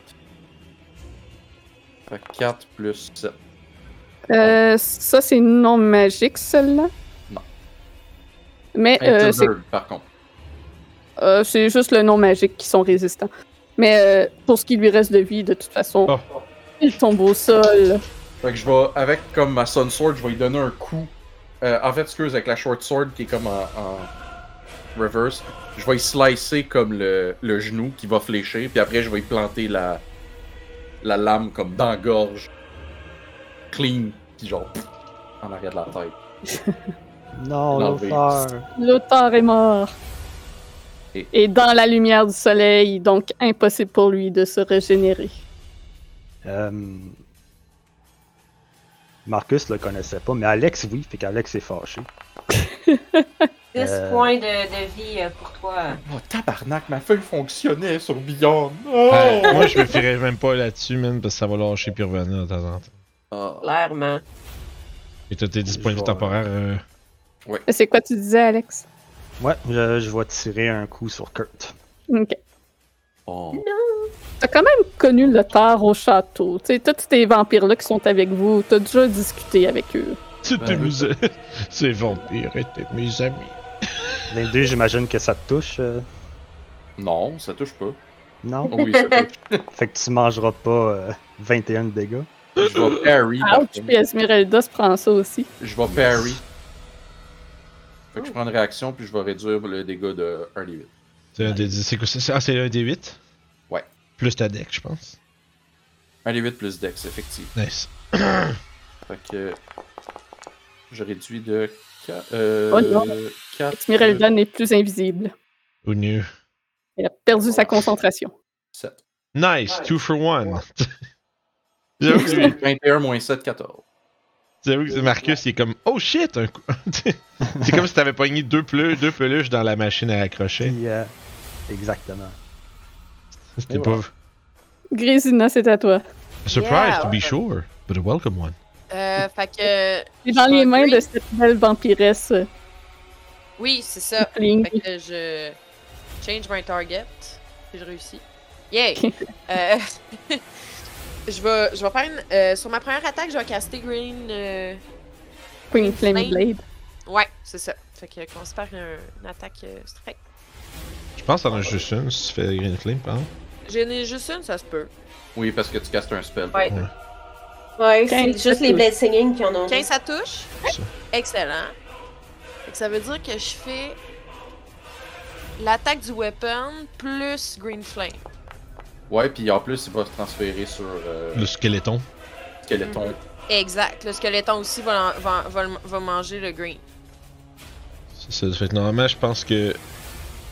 B: Fait que 4 plus 7.
A: Euh, ça, c'est non magique, celle-là.
B: Non.
A: Mais euh, c'est
B: par contre.
A: euh, c'est juste le non magique qui sont résistants. Mais euh, pour ce qui lui reste de vie, de toute façon,
C: Oh.
A: il tombe au sol.
B: Fait que je vais, avec comme ma Sun Sword, je vais lui donner un coup. Euh, en fait, excuse, avec la Short Sword qui est comme en, en reverse, je vais lui slicer comme le, le genou qui va flécher, puis après je vais lui planter la, la lame comme dans la gorge. Clean, puis genre pff, en arrière de la tête.
D: Non,
B: L'enlever.
D: l'auteur.
A: L'auteur est mort.
B: Et-
A: Et dans la lumière du soleil, donc impossible pour lui de se régénérer.
D: Euh, Marcus le connaissait pas, mais Alex, oui, fait qu'Alex est fâché.
E: 10
D: Euh.
E: points de, de vie euh, pour toi.
B: Oh tabarnak, ma feuille fonctionnait sur Beyond. Oh!
C: Ouais, moi, je me ferais même pas là-dessus, man, parce que ça va lâcher puis revenir de temps en temps.
E: Oh.
B: Ah,
E: Clairement.
C: Et t'as tes 10 points de vie temporaires. euh,
A: C'est quoi tu disais, Alex?
D: Ouais, je, je vais tirer un coup sur Kurt.
A: Ok.
B: Bon.
A: T'as quand même connu le tard au château. Tu sais, tous ces vampires-là qui sont avec vous, t'as déjà discuté avec eux.
C: C'est
B: Ben,
C: amusant. Ces vampires étaient mes amis.
D: 22, j'imagine que ça te touche. euh,
B: Non, ça touche pas.
D: non?
B: Oh oui, ça touche.
D: Fait que tu mangeras pas euh, 21 de dégâts.
B: Je vais parry. par
A: Ouch,
B: contre.
A: puis Esmeralda se prend ça aussi.
B: Je vais parry. Fait que je prends une réaction, puis je vais réduire le dégât de 1 d 8.
C: C'est un des c'est quoi ça? Ah, c'est un des 8?
B: Ouais.
C: Plus ta deck, je pense.
B: 1 d 8 plus dex, effectivement.
C: Nice.
B: Fait que. Je réduis de. qua- Euh,
A: Oh non.
B: 4.
A: Esmeralda n'est plus invisible.
C: Ou nu.
A: Elle a perdu sa concentration.
B: 7.
C: Nice, 2 for 1. J'avoue que, lui-
B: 21 moins 7, 14.
C: j'avoue que Marcus, il est comme Oh shit! Un coup. c'est comme si t'avais pogné deux, pleu- deux peluches dans la machine à accrocher.
D: Puis, euh, exactement.
C: C'était
B: Ouais.
C: pas.
A: Grésina, c'est à toi.
C: A surprise,
F: Yeah,
C: to
F: ouais.
C: be sure, but a welcome one.
F: Euh, fait que.
A: C'est dans
F: Je
A: les
F: vais
A: mains de
F: graze.
A: cette belle vampiresse. euh,
F: Ah, Oui, c'est ça.
A: Fling.
F: Fait que je change my target. Puis je réussis. Yay! Euh, je, vais, je vais faire une. euh, sur ma première attaque, je vais caster Green. euh,
A: Queen Flame
F: Flame.
A: Blade.
F: Ouais, c'est ça. Fait que qu'on se perd un- une attaque euh, strike.
C: Je pense que t'en as juste une si tu fais Green Flame, pardon.
F: J'en ai juste une, ça se peut.
B: Oui, parce que tu castes un spell.
E: Ouais.
C: Ouais.
E: Ouais,
A: Quinze,
E: c'est
A: ça
E: juste les
A: touche.
E: Blade Singing qui en ont.
F: 15, ça touche.
C: Ça.
F: Excellent. Fait que ça veut dire que je fais l'attaque du weapon plus Green Flame.
B: Ouais, puis en plus, il va se transférer sur euh,
C: Le squeletton.
B: le skeleton.
F: Exact. Le squeletton aussi va, va, va, va manger le green.
C: C'est ça. Fait que normalement, je pense que.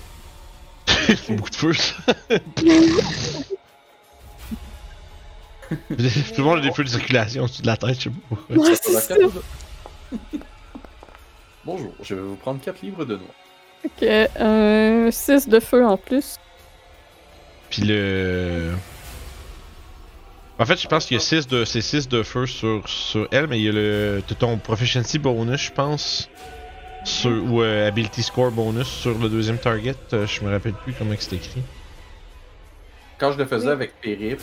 C: C'est beaucoup de feu, ça. Tout le monde a des feux de circulation au-dessus de la tête, je sais pas pourquoi.
F: Ah,
A: Ouais,
B: Sur
A: c'est
B: la
A: ça.
B: carte. Bonjour, je vais vous prendre 4 livres de noix.
A: Fait que, euh, 6 de feu en plus.
C: Puis le. En fait, je pense qu'il y a 6 de, c'est 6 de feu sur, sur elle, mais il y a le, t'as ton proficiency bonus, je pense, sur, ou euh, ability score bonus sur le deuxième target. euh, je me rappelle plus comment que c'est écrit.
B: Quand je le faisais
F: Oui.
B: avec Périp,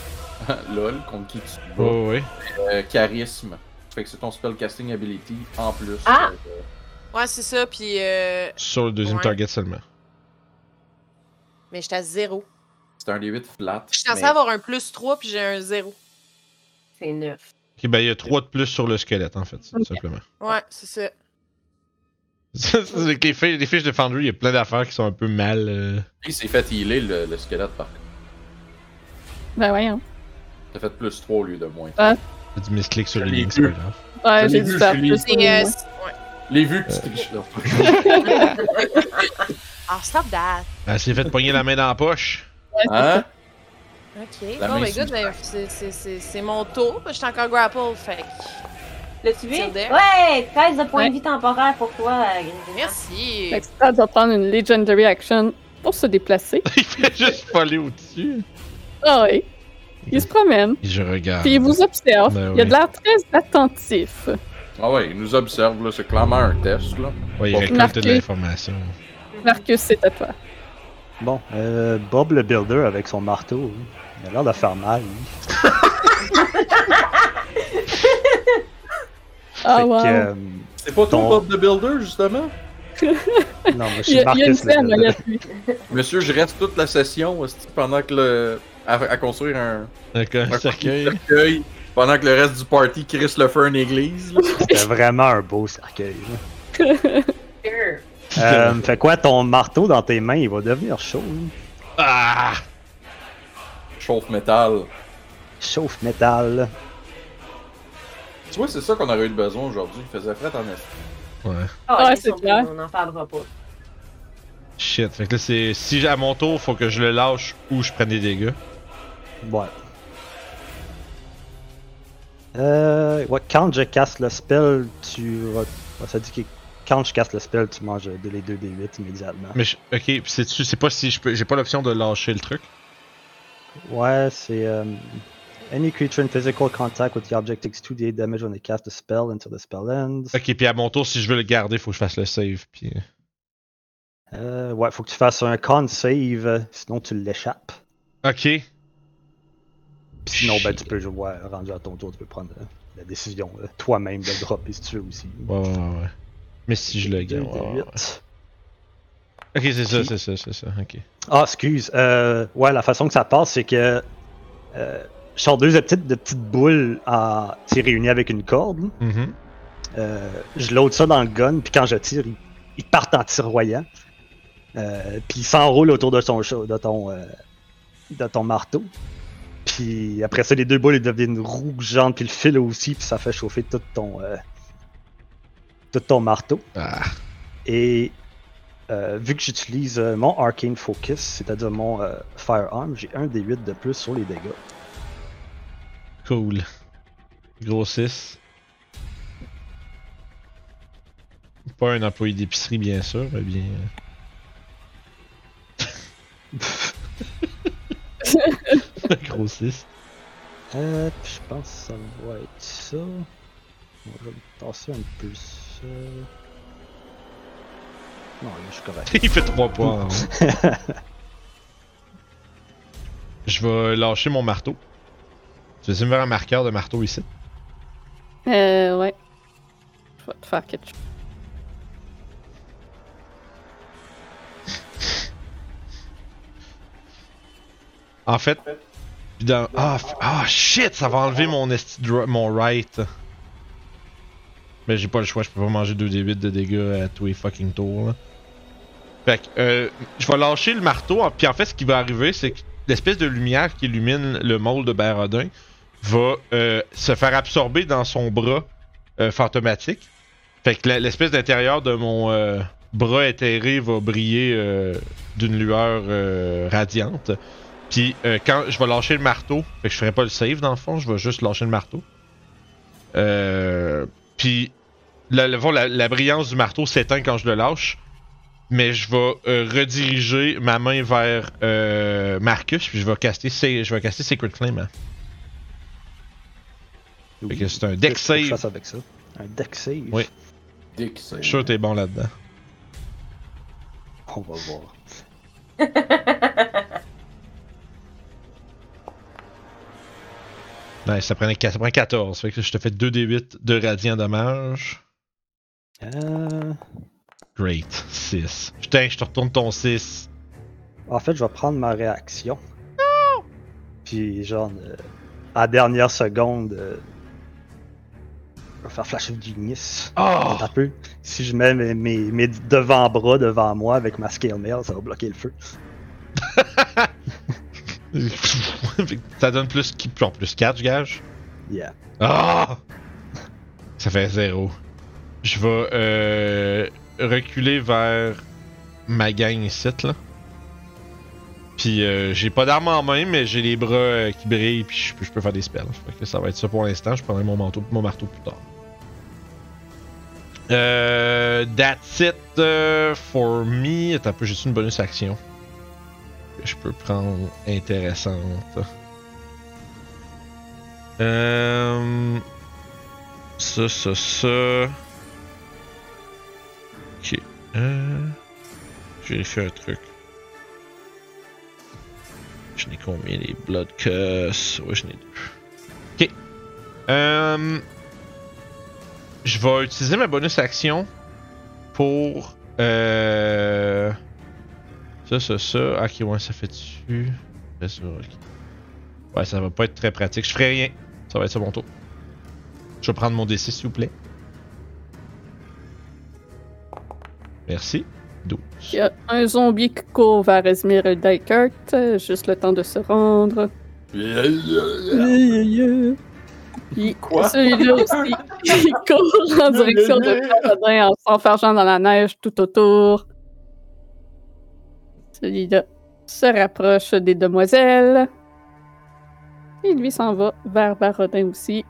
B: lol, contre qui tu te bats,
C: Oh, ouais.
B: euh, charisme. Fait que c'est ton spellcasting ability en plus.
E: Ah!
B: Euh,
F: Ouais, c'est ça, puis euh...
C: Sur le deuxième
F: Ouais.
C: target seulement.
F: Mais j'étais à zéro.
B: c'est un D8 flat.
F: Je suis censée
B: mais-
F: avoir un plus 3, puis j'ai un zéro.
E: C'est neuf.
C: Ok, ben il y a 3 de plus sur le squelette, en fait, tout
A: Ok.
C: simplement.
F: Ouais, c'est ça.
C: C'est- c'est que les, fiches, les fiches de Foundry, il y a plein d'affaires qui sont un peu mal. euh,
B: Il s'est fait healer le, le squelette par contre.
A: Ben voyons.
B: T'as fait plus 3 au lieu de moins.
C: du misclick sur les
B: Je l'ai
C: lignes, c'est pas
B: vu.
C: grave.
A: Ouais,
B: Je
A: j'ai
B: l'ai
A: dû
B: vu,
A: faire
B: je l'ai
A: plus.
F: Et, euh, c'est- ouais.
B: Les vues que tu triches. Non, pas-
F: Ah, stop that.
C: Elle s'est fait pogner la main dans la poche.
B: Hein?
F: Ok.
B: La
F: bon,
B: main
F: ben
B: sous
F: good,
B: le
F: ben, c'est- c'est c'est- c'est mon tour. Je suis encore grapple, fait que-
E: L'as-tu vu?
F: Tire d'air.
E: Ouais! 13 de points
A: Ouais.
E: de vie temporaire pour toi, euh, Grisina.
F: Merci.
A: Fait que ça doit prendre une Legendary Action pour se déplacer.
C: il fait juste voler au-dessus.
A: Ah oui. Il se promène,
C: Et je
D: Ah,
C: regarde.
A: puis il vous observe.
C: Ben
A: Il a de
C: oui.
A: l'air très attentif.
B: Ah ouais, il nous observe, là. C'est clairement un test, là.
C: Ouais, il
B: Bon.
C: récolte de
A: Marqué.
C: l'information.
A: Marcus, c'est à toi.
D: Bon, euh, Bob le Builder avec son marteau, hein. il a l'air de faire mal. hein.
A: Ah
D: Fait que,
A: Ah, wow.
D: euh,
B: C'est pas
D: Ton-
B: toi, Bob the Builder, justement?
D: non, moi,
A: Il
D: je
A: y a, il y a
D: suis
A: une
D: Marcus le
A: scène
D: Builder.
A: derrière lui.
B: Monsieur, je reste toute la session hostie, pendant que le. à, à construire un.
C: Donc, un cercueil.
B: cercueil, Pendant que le reste du party crisse le feu à une église. là.
D: C'était vraiment un beau cercueil. là.
E: Sure.
D: Euh, fait quoi, ton marteau dans tes mains, il va devenir chaud. hein.
C: Ah!
B: Chauffe métal.
D: Chauffe métal.
B: Tu vois, c'est ça qu'on aurait eu besoin aujourd'hui. Il faisait fret en est.
C: Ouais.
E: Oh,
A: Ouais,
E: ils
A: Ah, c'est
E: sont
A: clair.
E: bons, On n'en parlera pas.
C: Shit. Fait que là, c'est. Si à mon tour, faut que je le lâche ou je prenne des dégâts.
D: Ouais. Euh, ouais, quand je casse le spell, tu. re- ouais, ça dit que quand je casse le spell, tu manges de les 2 des 8 immédiatement.
C: Mais je- ok, puis c'est dessus. C'est pas si je peux. J'ai pas l'option de lâcher le truc.
D: Ouais, c'est. euh, any creature in physical contact with the object takes 2d damage when they cast a spell until the spell ends.
C: euh. Ok, puis à mon tour, si je veux le garder, faut que je fasse le save. Puis.
D: Euh, ouais, faut que tu fasses un con save, euh, sinon tu l'échappes.
C: Ok.
D: Puis Sinon, ben, tu peux jouer ouais, rendu à ton tour, tu peux prendre euh, la décision euh, toi-même de le dropper si tu veux aussi.
C: Ouais, ouais, ouais. ouais. Mais si je le
D: Deux
C: gagne.
D: de
C: ouais, ouais, ouais.
D: huit.
C: Ok, c'est ça, c'est ça, c'est ça. Ok.
D: Ah, excuse. Euh, ouais, la façon que ça passe, c'est que. Euh, je sors deux petites, de petites boules en, tu sais, réunies avec une corde.
C: Mhm.
D: Euh, je load ça dans le gun, puis quand je tire, ils, ils partent en tiroyant. Euh, puis ils s'enroulent autour de ton, cha- de ton, euh, de ton marteau. Puis après ça, les deux boules ils deviennent rougeantes, puis le fil aussi, puis ça fait chauffer tout ton, euh, tout ton marteau.
C: Ah.
D: Et euh, vu que j'utilise euh, mon Arcane Focus, c'est-à-dire mon euh, Firearm, j'ai un des 8 de plus sur les dégâts.
C: Cool. Gros 6. Pas un employé d'épicerie, bien sûr, mais bien. euh, Gros 6.
D: Euh, je pense que ça va être ça. Bon, je vais me tasser un peu ça. Non, là, je suis correct.
C: Il fait 3 points. hein. Je vais lâcher mon marteau. Tu veux me faire un marqueur de marteau ici?
A: Euh, ouais. Je vais te faire quelque chose.
C: En fait, puis dans... ah, f- ah, shit, ça va enlever mon esti dro- mon right. Mais j'ai pas le choix, je peux pas manger 2d8 de dégâts à tous les fucking tours. là. Fait que, euh, je vais lâcher le marteau, en- puis en fait, ce qui va arriver, c'est que l'espèce de lumière qui illumine le môle de Baradin va euh, se faire absorber dans son bras euh, fantomatique. Fait que la- l'espèce d'intérieur de mon euh, bras éthéré va briller euh, d'une lueur euh, radiante. Puis euh, quand je vais lâcher le marteau, fait que je ferai pas le save dans le fond, je vais juste lâcher le marteau. Euh, puis la, le- la- la brillance du marteau s'éteint quand je le lâche, mais je vais euh, rediriger ma main vers euh, Marcus, puis je vais caster, sa- je vais caster Sacred Flame. hein. Fait que c'est un deck
D: Qu'est-ce que je
C: save.
D: fasse avec ça. Un deck save.
C: Oui.
B: Dès que c'est.
C: Je suis sûr que t'es bon là-dedans.
D: On va voir.
C: Nice, ça, prenait, ça prend 14, fait que je te fais 2d8 de radiant dommage.
D: Euh,
C: Great, 6. Putain, je te retourne ton 6.
D: En fait, je vais prendre ma réaction. Puis, genre, euh, à la dernière seconde, euh, je vais faire flash of genius.
C: Oh!
D: Attends un peu. Si je mets mes, mes- mes devant-bras devant moi avec ma scale mail, ça va bloquer le feu.
C: ça donne plus, qui- en plus 4, je gage.
D: Yeah.
C: Ah! Ça fait 0. Je vais euh, reculer vers ma gang ici, là. Puis euh, j'ai pas d'arme en main, mais j'ai les bras euh, qui brillent, puis je peux, je peux faire des spells. Fait que ça va être ça pour l'instant. Je prendrai mon manteau, mon marteau plus tard. Euh, that's it euh, for me. Attends, un peu, j'ai-tu une bonus action que je peux prendre intéressante? Euh... Ça, ça, ça. Ok. Euh... Je vérifie un truc. Je n'ai combien les Blood Cuss Ouais, je n'ai deux. Ok. Euh... Je vais utiliser ma bonus action pour. Euh... Ça, ça, ça. Ah, Ok, ouais, ça fait dessus. Ça fait ça, ok. Ouais, ça va pas être très pratique. Je ferai rien. Ça va être ça mon tour. Je vais prendre mon D6, s'il vous plaît. Merci. 12.
A: Il y a un zombie qui court vers Esmir et Dykert, euh, juste le temps de se rendre. Puis
B: Quoi?
A: celui-là aussi, il court en direction de Paladin en s'enfargeant dans la neige tout autour. Celui-là se rapproche des demoiselles. Et lui s'en va vers Barodin aussi.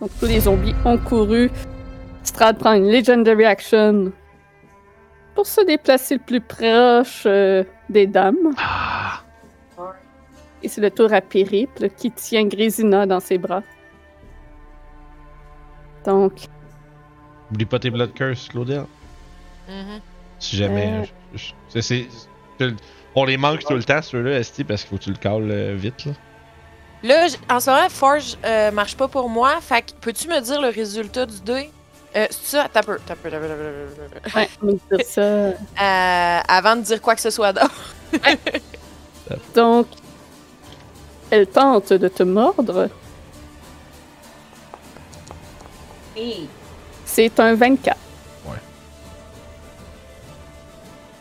A: Donc tous les zombies ont couru. Strad prend une Legendary Action pour se déplacer le plus proche euh, des dames.
C: Ah,
A: Et c'est le tour à Périple qui tient Grésina dans ses bras. Donc,
C: oublie pas tes Blood Curse, Claudel.
F: Mhm.
C: Si jamais.
A: Euh.
C: je- je- c'est- c'est- c'est- on les manque tout le temps, ceux-là, Esti, parce qu'il faut que tu le cales euh, vite. Là.
F: Là, j- en ce moment, Forge euh, marche pas pour moi. Fait que peux-tu me dire le résultat du dé? Euh, c'est ça? T'as peu, t'as peu, t'as peu, t'as peu, t'as peu, t'as peu.
A: Ouais, on va dire ça.
F: Euh, avant de dire quoi que ce soit d'autre.
A: Donc, elle tente de te mordre.
E: Hey,
A: C'est un 24.
C: Ouais.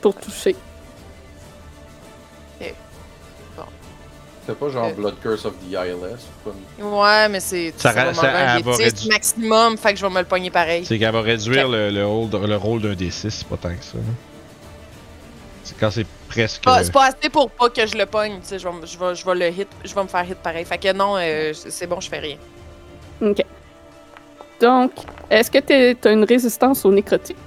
A: Pour toucher.
B: C'était pas genre
F: Euh.
B: Blood Curse of the ILS ou comme-
F: Ouais, mais c'est.
C: Ça ra-
F: va
C: ça-
F: m'enlever un
C: elle va
F: D10
C: réduire.
F: maximum, fait que je vais me le pogner pareil.
C: C'est qu'elle va réduire le, le, hold- le rôle d'un D6, c'est pas tant que ça. là. C'est quand c'est presque.
F: Pas- Ah, C'est pas assez pour pas que je le pogne, tu sais, je vais, me- je vais- je vais le hit, je vais me faire hit pareil. Fait que non, euh, c'est c'est bon, je fais rien.
A: Ok. Donc, est-ce que t'es- t'as une résistance au nécrotique?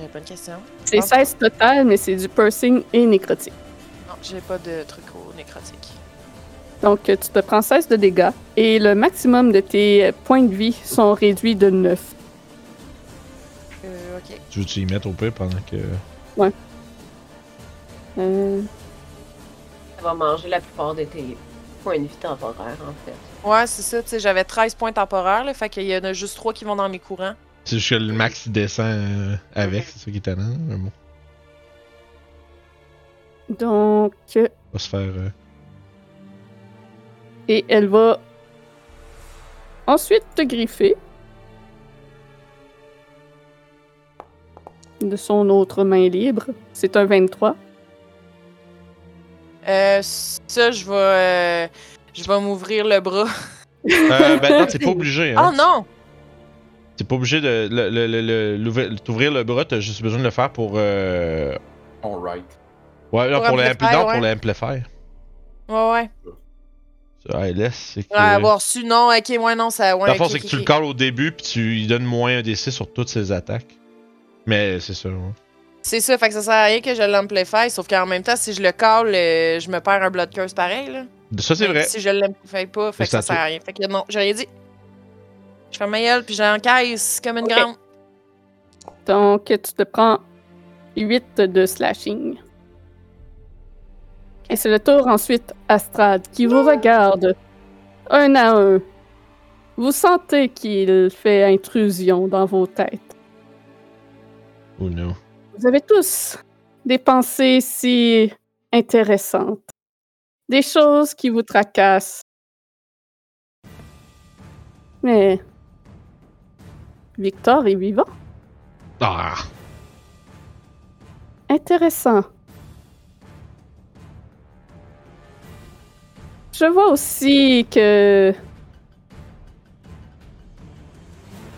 F: Euh, bonne question.
A: C'est
F: pense pas.
A: 16 total, mais c'est du piercing et nécrotique.
F: Non, j'ai pas de truc au nécrotique.
A: Donc, euh, tu te prends 16 de dégâts et le maximum de tes euh, points de vie sont réduits de 9.
F: Euh, ok.
C: Tu veux-tu y mettre au peu pendant que.
A: Euh,
E: ça va manger la plupart de tes points de vie temporaires, en fait.
F: Ouais, c'est ça, tu sais, j'avais 13 points temporaires, là, fait qu'il y en a juste 3 qui vont dans mes courants.
C: C'est juste que le max descend euh, avec, c'est ça qui est étonnant. Mais bon,
A: donc, euh,
C: on va se faire. euh,
A: et elle va ensuite te griffer de son autre main libre. C'est un 23.
F: Euh, ça, je vais. euh, je vais m'ouvrir le bras.
C: Euh, ben non, t'es pas obligé. Hein.
F: Oh non!
C: T'es pas obligé de le- le- le- le- l'ouvrir- t'ouvrir le bras, t'as juste besoin de le faire pour. Euh...
B: Alright.
C: Ouais, non,
F: Pour
C: pour, le
F: amplifier,
C: l'ampli... non,
F: ouais.
C: pour l'amplifier.
F: Ouais, ouais.
C: Ça, LS, c'est que.
F: Ouais, avoir su, non, ok, ouais, non, ça. Ouais,
C: La force,
F: ok,
C: c'est que
F: ok,
C: tu le
F: ok.
C: calls au début, puis tu lui donnes moins un DC sur toutes ses attaques. Mais c'est ça, ouais.
F: C'est ça, fait que ça sert à rien que je l'amplifie, sauf qu'en même temps, si je le call, euh, je me perds un blood curse pareil, là.
C: Ça, c'est
F: Même
C: vrai.
F: Si je l'amplifie pas, fait
C: Mais
F: que ça
C: ça
F: sert à rien. Fait que non, j'ai rien dit. Je ferme ma gueule, puis j'encaisse comme une
A: Ok.
F: grande.
A: Donc, tu te prends 8 de slashing. Et c'est le tour ensuite à Strad qui vous regarde un à un. Vous sentez qu'il fait intrusion dans vos têtes.
C: Oh non.
A: Vous avez tous des pensées si intéressantes. Des choses qui vous tracassent. Mais Victor est vivant.
C: Ah!
A: Intéressant. Je vois aussi que...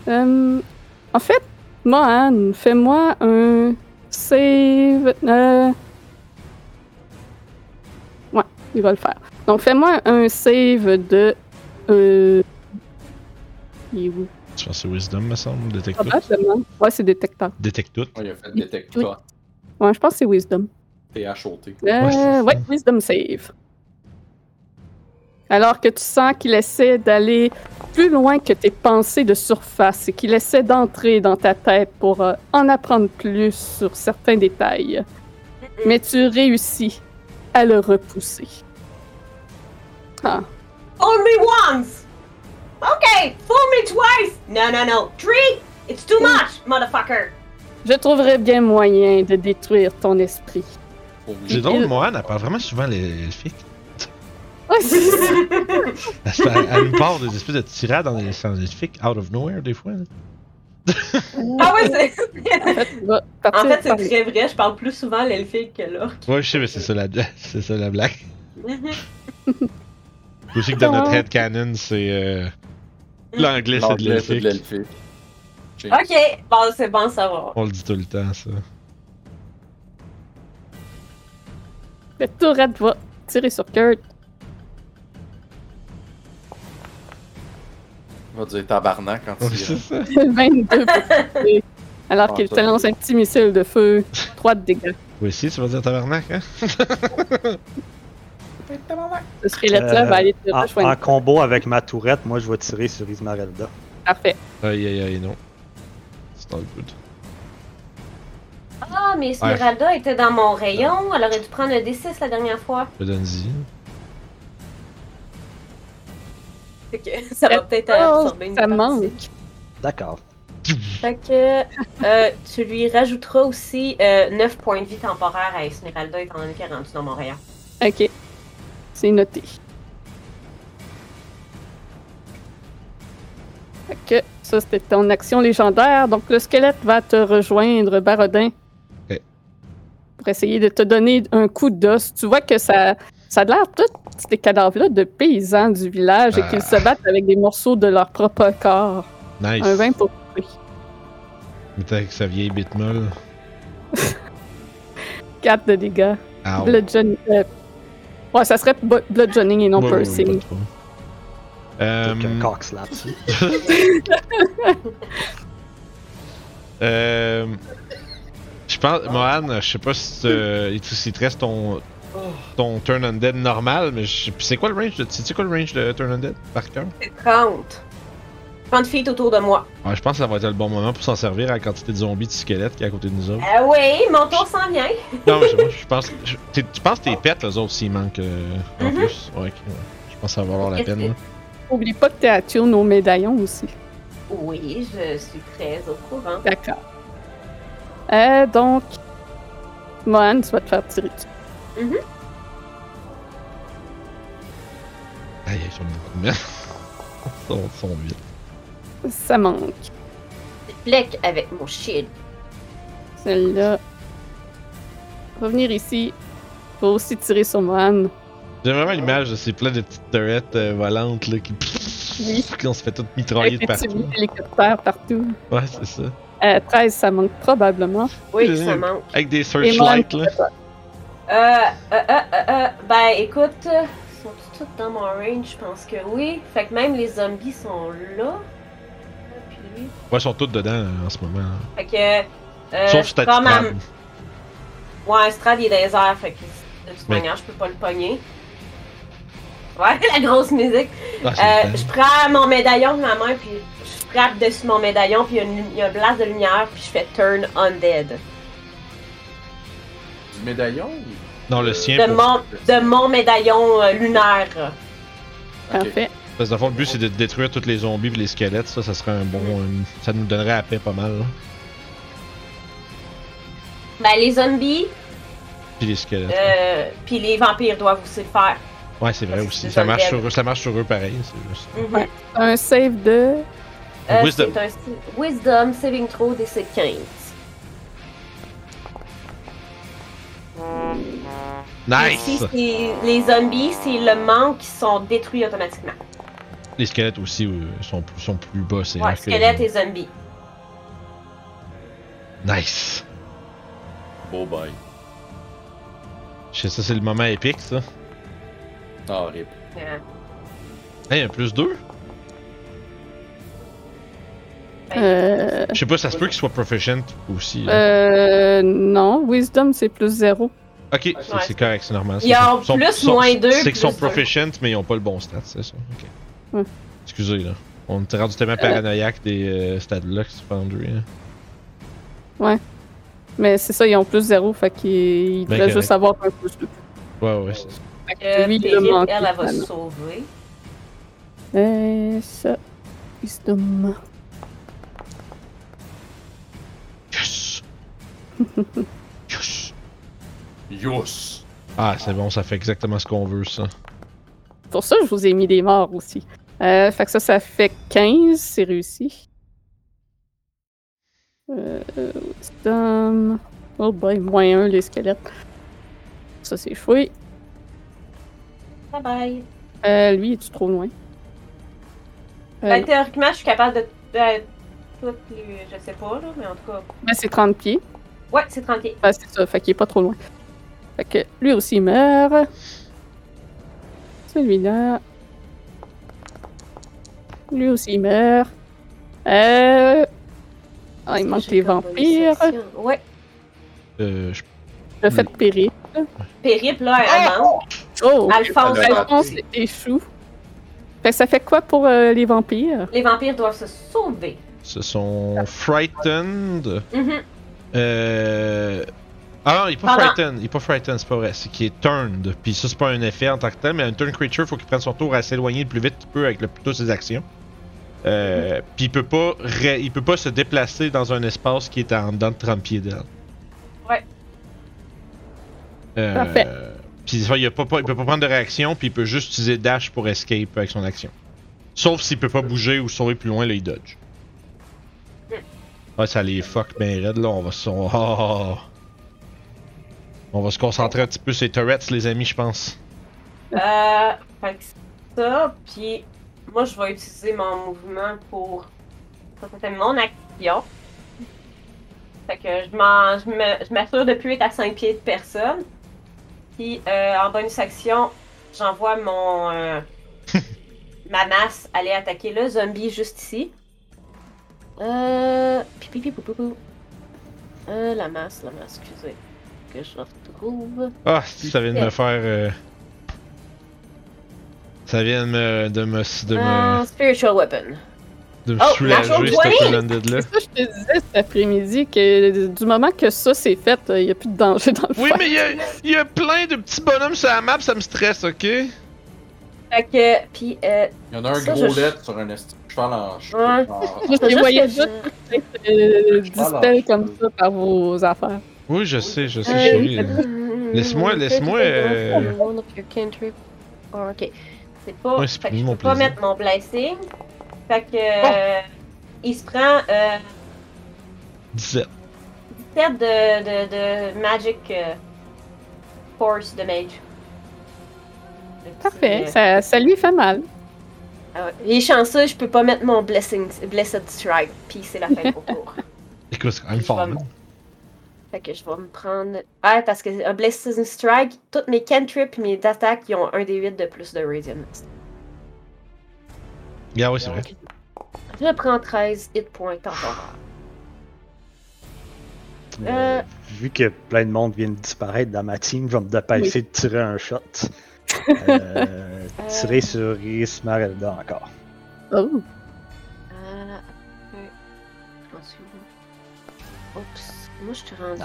A: Euh, en fait, Mohan, fais-moi un save... euh, Ouais, il va le faire. Donc fais-moi un save de... Euh... Il est où?
C: Tu penses que c'est Wisdom, me semble? Détecte
A: Ah
C: tout.
A: Probablement. Ouais, c'est détecteur.
C: Détecte tout.
B: Ouais, il a fait
A: Oui.
B: Detect
A: Oui.
B: Thought,
A: Ouais, je pense que c'est Wisdom.
B: THOT.
C: Ouais,
A: Euh,
C: c'est
A: ouais,
C: ça.
A: Wisdom Save. Alors que tu sens qu'il essaie d'aller plus loin que tes pensées de surface et qu'il essaie d'entrer dans ta tête pour euh, en apprendre plus sur certains détails. Mais tu réussis à le repousser. Ah,
E: Fool me once! Okay, fool me twice! No, no, no. Three! It's too much, motherfucker!
A: je trouverais bien moyen de détruire ton esprit.
C: C'est drôle, Mohan, elle parle vraiment souvent les elfiques. Elle, se fait- elle nous parle des espèces de tirades dans les sens elfiques, out of nowhere, des fois. là.
E: Ah ouais, c'est...
A: En fait, tu vas
E: En
A: partir
E: fait, c'est
A: par les-
E: très vrai. Je parle plus souvent l'elfique que l'orque.
C: Ouais, je sais, mais c'est ça la, c'est ça la blague.
E: Mhm.
C: Puis aussi que dans notre headcanon, c'est. Euh... L'anglais, c'est de
B: L'anglais, c'est de
C: l'elfique.
B: l'elfique.
E: Ok, bon, c'est bon à savoir.
C: On le dit tout le temps, ça.
A: Le tourette va tirer sur Kurt.
B: On va dire tabarnak quand
C: Ouais,
B: il
C: c'est ça.
A: 22 pour toucher, Alors
B: Ah,
A: qu'il
B: ça,
A: te lance un petit missile de feu. 3 de dégâts.
C: Oui, si, tu vas dire tabarnak, hein?
A: Ce squelette-là
D: Euh,
A: va aller te
C: ah,
D: En,
A: rejoindre.
D: en combo avec ma tourette, moi je vais tirer sur Ismarelda.
A: Parfait.
C: Aïe, aïe, aïe, non. C'est dans le doute.
E: Ah, mais Esmeralda était dans mon rayon. Elle aurait dû prendre le D6 la dernière fois.
C: Je donne-y.
E: Fait que ça va peut-être
A: Oh,
E: absorber une
A: ça
E: partie.
A: manque.
D: D'accord.
E: Fait que euh, tu lui rajouteras aussi euh, 9 points de vie temporaires à Esmeralda étant donné qu'elle est rendue dans mon rayon.
A: Ok. C'est noté. Fait que ça, c'était ton action légendaire. Donc, le squelette va te rejoindre, Barodin.
C: Ok.
A: Pour essayer de te donner un coup d'os. Tu vois que ça, ça a l'air tout ces cadavres-là de paysans du village et qu'ils
C: Ah.
A: se battent avec des morceaux de leur propre corps.
C: Nice.
A: Un 20 pour couper.
C: Mais t'as avec sa vieille bite molle.
A: 4 de dégâts.
C: Ow.
A: Bludgeon- euh, ouais, ça serait bu- bludgeoning et non
C: Ouais, ouais,
A: piercing.
C: pas de trouble. Euh,
D: Avec un cock slap. dessus.
C: euh, je pense, Mohan, je sais pas si euh, il te s'il te reste ton, ton Turn Undead normal, mais je- c'est quoi le range de, c'est quoi le range de Turn Undead par cœur?
E: C'est 30. 30 feet autour de moi.
C: Ah, je pense que ça va être le bon moment pour s'en servir à la quantité de zombies de squelettes qui est à côté de nous autres.
E: Ah oui, mon tour s'en vient.
C: non, mais je- moi, je pense. je- t'es- tu penses que t'es pète, les autres, s'ils manquent euh, en
E: Mhm.
C: plus? Ouais, ok, ouais. Je pense que ça va valoir la
E: Est-ce
C: peine.
E: que-
C: là.
A: Oublie pas que t'es à tour nos médaillons aussi.
E: Oui, je suis très au courant.
A: D'accord. Euh, donc, Mohan, tu vas te faire tirer dessus.
C: Aïe, ils sont beaucoup de merde. Ils sont- ils sont vite.
A: Ça manque.
E: Plec avec mon shield.
A: Celle-là. Revenir ici. Faut aussi tirer sur Mohan.
C: J'ai vraiment l'image de ces plein de petites turrettes euh, volantes là, qui.
A: Oui.
C: qui on se fait toutes mitrailler
A: Avec
C: de
A: des petits
C: partout.
A: bouts d'hélicoptère partout.
C: Ouais, c'est ça.
A: Euh, 13, ça manque probablement.
E: Oui,
C: Mmh.
E: ça manque.
C: Avec des
A: Et Mohan,
C: searchlights là.
E: Euh, euh, euh, euh, euh, ben écoute, euh, ils sont tous dans mon range, je pense que oui. Fait que même les zombies sont là. Puis lui.
C: Ouais, ils sont tous dedans euh, en ce moment. là.
E: Fait que. Euh,
C: Sauf
E: je
C: Static
E: prends ma-
C: Crab.
E: Ouais, Strad, il est désert, fait que de toute
C: Mais-
E: manière, je peux pas le pogner. Ouais, la grosse musique.
C: Ah, c'est
E: Euh,
C: le
E: je
C: temps.
E: prends mon médaillon de ma main, puis je frappe dessus mon médaillon, puis il y a une, lumi- il y a un blast de lumière, puis je fais Turn Undead.
B: Du médaillon
C: Non, le sien.
E: De
C: pour-
E: mon, de mon médaillon euh, lunaire.
A: Parfait.
C: Parce que dans le fond, le but c'est de détruire tous les zombies et les squelettes. Ça, ça serait un bon. euh, ça nous donnerait à paix pas mal. hein. là.
E: Ben, les zombies,
C: Puis les squelettes.
E: euh, puis les vampires doivent aussi le faire.
C: Ouais, c'est vrai
E: Parce que
C: aussi.
E: c'est
C: Ça
E: un
C: marche,
E: dead.
C: sur eux, ça marche sur eux pareil. C'est juste.
E: Mhm.
A: Ouais. Un save de.
E: Euh,
C: Wisdom.
E: C'est un sti- Wisdom Saving Throw DC 15. Ici,
C: Nice!
E: c'est- les zombies, c'est le manque qui sont détruits automatiquement.
C: Les squelettes aussi euh, sont, sont plus bas, c'est
E: Ouais,
C: rare que-
E: squelette et zombies.
C: Nice!
B: Beau bail.
C: Je sais, ça, c'est le moment épique, ça.
B: Ah, rip.
E: Euh,
C: Hey, un plus 2?
A: Euh,
C: Je sais pas, ça se peut qu'il soit proficient aussi. hein. là.
A: euh, non, Wisdom, c'est plus zéro.
C: ok, c'est- c'est correct, c'est normal. ça.
E: Ils ont plus, moins deux,
C: C'est qu'ils
E: plus
C: sont
E: deux.
C: proficient, mais ils ont pas le bon stat, c'est ça. Ok.
A: Hmm.
C: Excusez, là. On était rendu tellement paranoïaque des euh, stats-là que c'est Foundry. hein.
A: Mais c'est ça, ils ont plus zéro, fait qu'ils ils
C: Ben,
A: devraient
C: correct.
A: juste avoir un plus deux.
C: Ouais, ouais, c'est ça.
A: Fait que
E: euh,
A: lui, il
E: Périne,
A: l'a manqué,
E: elle, elle va
A: finalement.
E: se sauver.
A: Euh, ça. Wisdom.
C: Yes! yes!
B: Yos
C: Ah, c'est bon, ça fait exactement ce qu'on veut, ça.
A: Pour ça, je vous ai mis des morts aussi. Euh, fait que ça, ça fait 15, c'est réussi. Euh, wisdom. Oh boy, moins 1 les squelettes. Ça, c'est choué.
E: Bye bye.
A: Euh, lui, est-tu trop loin? Euh,
E: Ben, théoriquement, je suis capable de. de- toutes les- je sais pas, là, mais en tout cas.
A: ben, c'est 30 pieds.
E: Ouais, c'est 30 pieds.
A: Ben, c'est ça, fait qu'il est pas trop loin. Fait que lui aussi il meurt. Celui-là. Lui aussi il meurt. Euh. Ah, il manque les vampires.
E: Ouais.
C: Euh, je-
A: Le fait de périr.
E: Périple, là, elle
C: Ah!
E: manque.
A: Oh!
E: Alphonse,
B: Ah, d'accord.
A: Alphonse échoue. Fait que ça fait quoi pour euh, les vampires?
C: Hein?
E: les vampires doivent se sauver.
C: Ce sont Frightened.
E: Mhm.
C: Euh... Ah non, il est pas
E: Pardon.
C: Frightened. Il est pas Frightened, c'est pas vrai. C'est qu'il est Turned. Puis ça, c'est pas un effet en tant que tel, mais un Turn Creature, faut qu'il prenne son tour à s'éloigner le plus vite qu'il peut avec le plus tôt ses actions. Euh, Puis il peut pas, ré- il peut pas se déplacer dans un espace qui est en dedans de 30 pieds d'elle.
E: Ouais.
C: Euh,
A: Parfait.
C: Puis ça, il, a pas, pas- il peut pas prendre de réaction, puis il peut juste utiliser dash pour escape avec son action. Sauf s'il peut pas bouger ou sauver plus loin, là il dodge. Ouais, ça les fuck ben raide là, on va se... oh, oh, oh. On va se concentrer un petit peu sur les turrets, les amis, je pense.
E: Euh, fait que ça, puis moi je vais utiliser mon mouvement pour. Ça, c'était mon action. Fait que je m'en- je me- je m'assure de plus être à 5 pieds de personne. Puis euh, en bonus action, j'envoie mon. euh, ma masse aller attaquer le zombie juste ici. Euh. pipi, pipi, pou, pou, pou. Euh, la masse, la masse, excusez. Que je retrouve.
C: Ah, si ça vient de me faire... euh, Ça vient de me... de me... de me,
A: Ah.
E: Euh, spiritual weapon.
C: de me
E: Oh, Natural
C: soulager,
E: 20!
C: cette colonne-là.
A: C'est ça que je te disais cet après-midi que euh, du moment que ça c'est fait, il n'y a plus de danger dans le
C: Oui,
A: fight.
C: mais il y, a, il y a plein de petits bonhommes sur la map, ça me stresse, ok?
E: Fait que. Puis euh,
B: Il y en a un
E: Ça,
B: gros
E: je-
B: lettre sur un esti de cheval en cheveux.
E: Ouais.
A: Juste
B: en-
E: C'est
A: les
E: juste
A: voyez
E: que je-
A: toutes euh, dispel
B: Alors,
A: comme ça par vos affaires.
C: Oui, je sais, je sais,
E: Euh,
C: chérie. Laisse-moi-
E: mm,
C: laisse-moi, euh,
E: One of your cantrip. Ah, ok. C'est pas.
C: Ouais, c'est
E: fait que
C: fini,
E: je
C: mon
E: peux pas
C: plaisir.
E: mettre mon blessing. Fait que. euh, Il se prend euh,
C: 17.
E: 7 de, de, de Magic euh, Force de Mage. Le petit,
A: Parfait,
E: euh,
A: ça, ça lui fait mal.
E: ah ouais. Il est chanceux, je peux pas mettre mon blessing, Blessed Strike, puis c'est la fin de mon tour.
C: Écoute, c'est quand même
E: Je
C: fort.
E: vais
C: hein.
E: me- Fait que je vais me prendre. Ah, parce que un Blessing Strike, toutes mes cantrips et mes attaques, ils ont un des 8 de plus de Radiant.
C: Yeah, oui, c'est vrai.
E: Je prends 13 hit points temporaires. Euh.
D: Vu que plein de monde vient de disparaître dans ma team, je vais me dépêcher de tirer un shot. Euh, tirer sur Iris Marelda encore.
A: Oh,
E: Euh, ok. J'en suis où? Oups, moi je suis rendu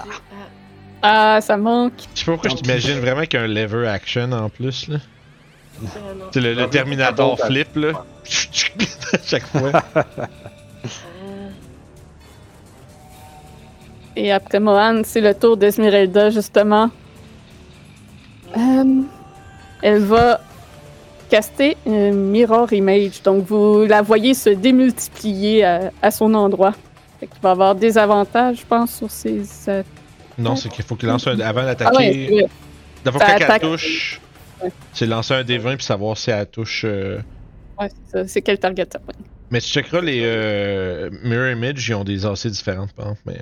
E: à.
A: ah, ça manque.
C: Je sais pas pourquoi je t'imagine vraiment qu'un lever action en plus, là.
E: euh, non.
C: C'est le, le
B: Ouais,
C: Terminator
B: ouais.
C: flip, là. Chaque fois.
E: Euh,
A: Et après Mohan, c'est le tour d'Esmeralda, justement. Euh, elle va caster un Mirror Image. Donc, vous la voyez se démultiplier à, à son endroit. Fait qu'il va avoir des avantages, je pense, sur ses... euh,
C: Non, c'est qu'il faut qu'il lance un. Avant
A: Ah ouais,
C: d'attaquer.
A: c'est-
C: D'abord,
A: Ça
C: quand elle
A: attaque.
C: touche, c'est lancer un D20 puis savoir si elle touche. euh,
A: ouais, c'est ça. c'est quel target ça ouais.
C: Mais tu checkeras les euh, Mirror Image, ils ont des AC différentes, par exemple. Mais...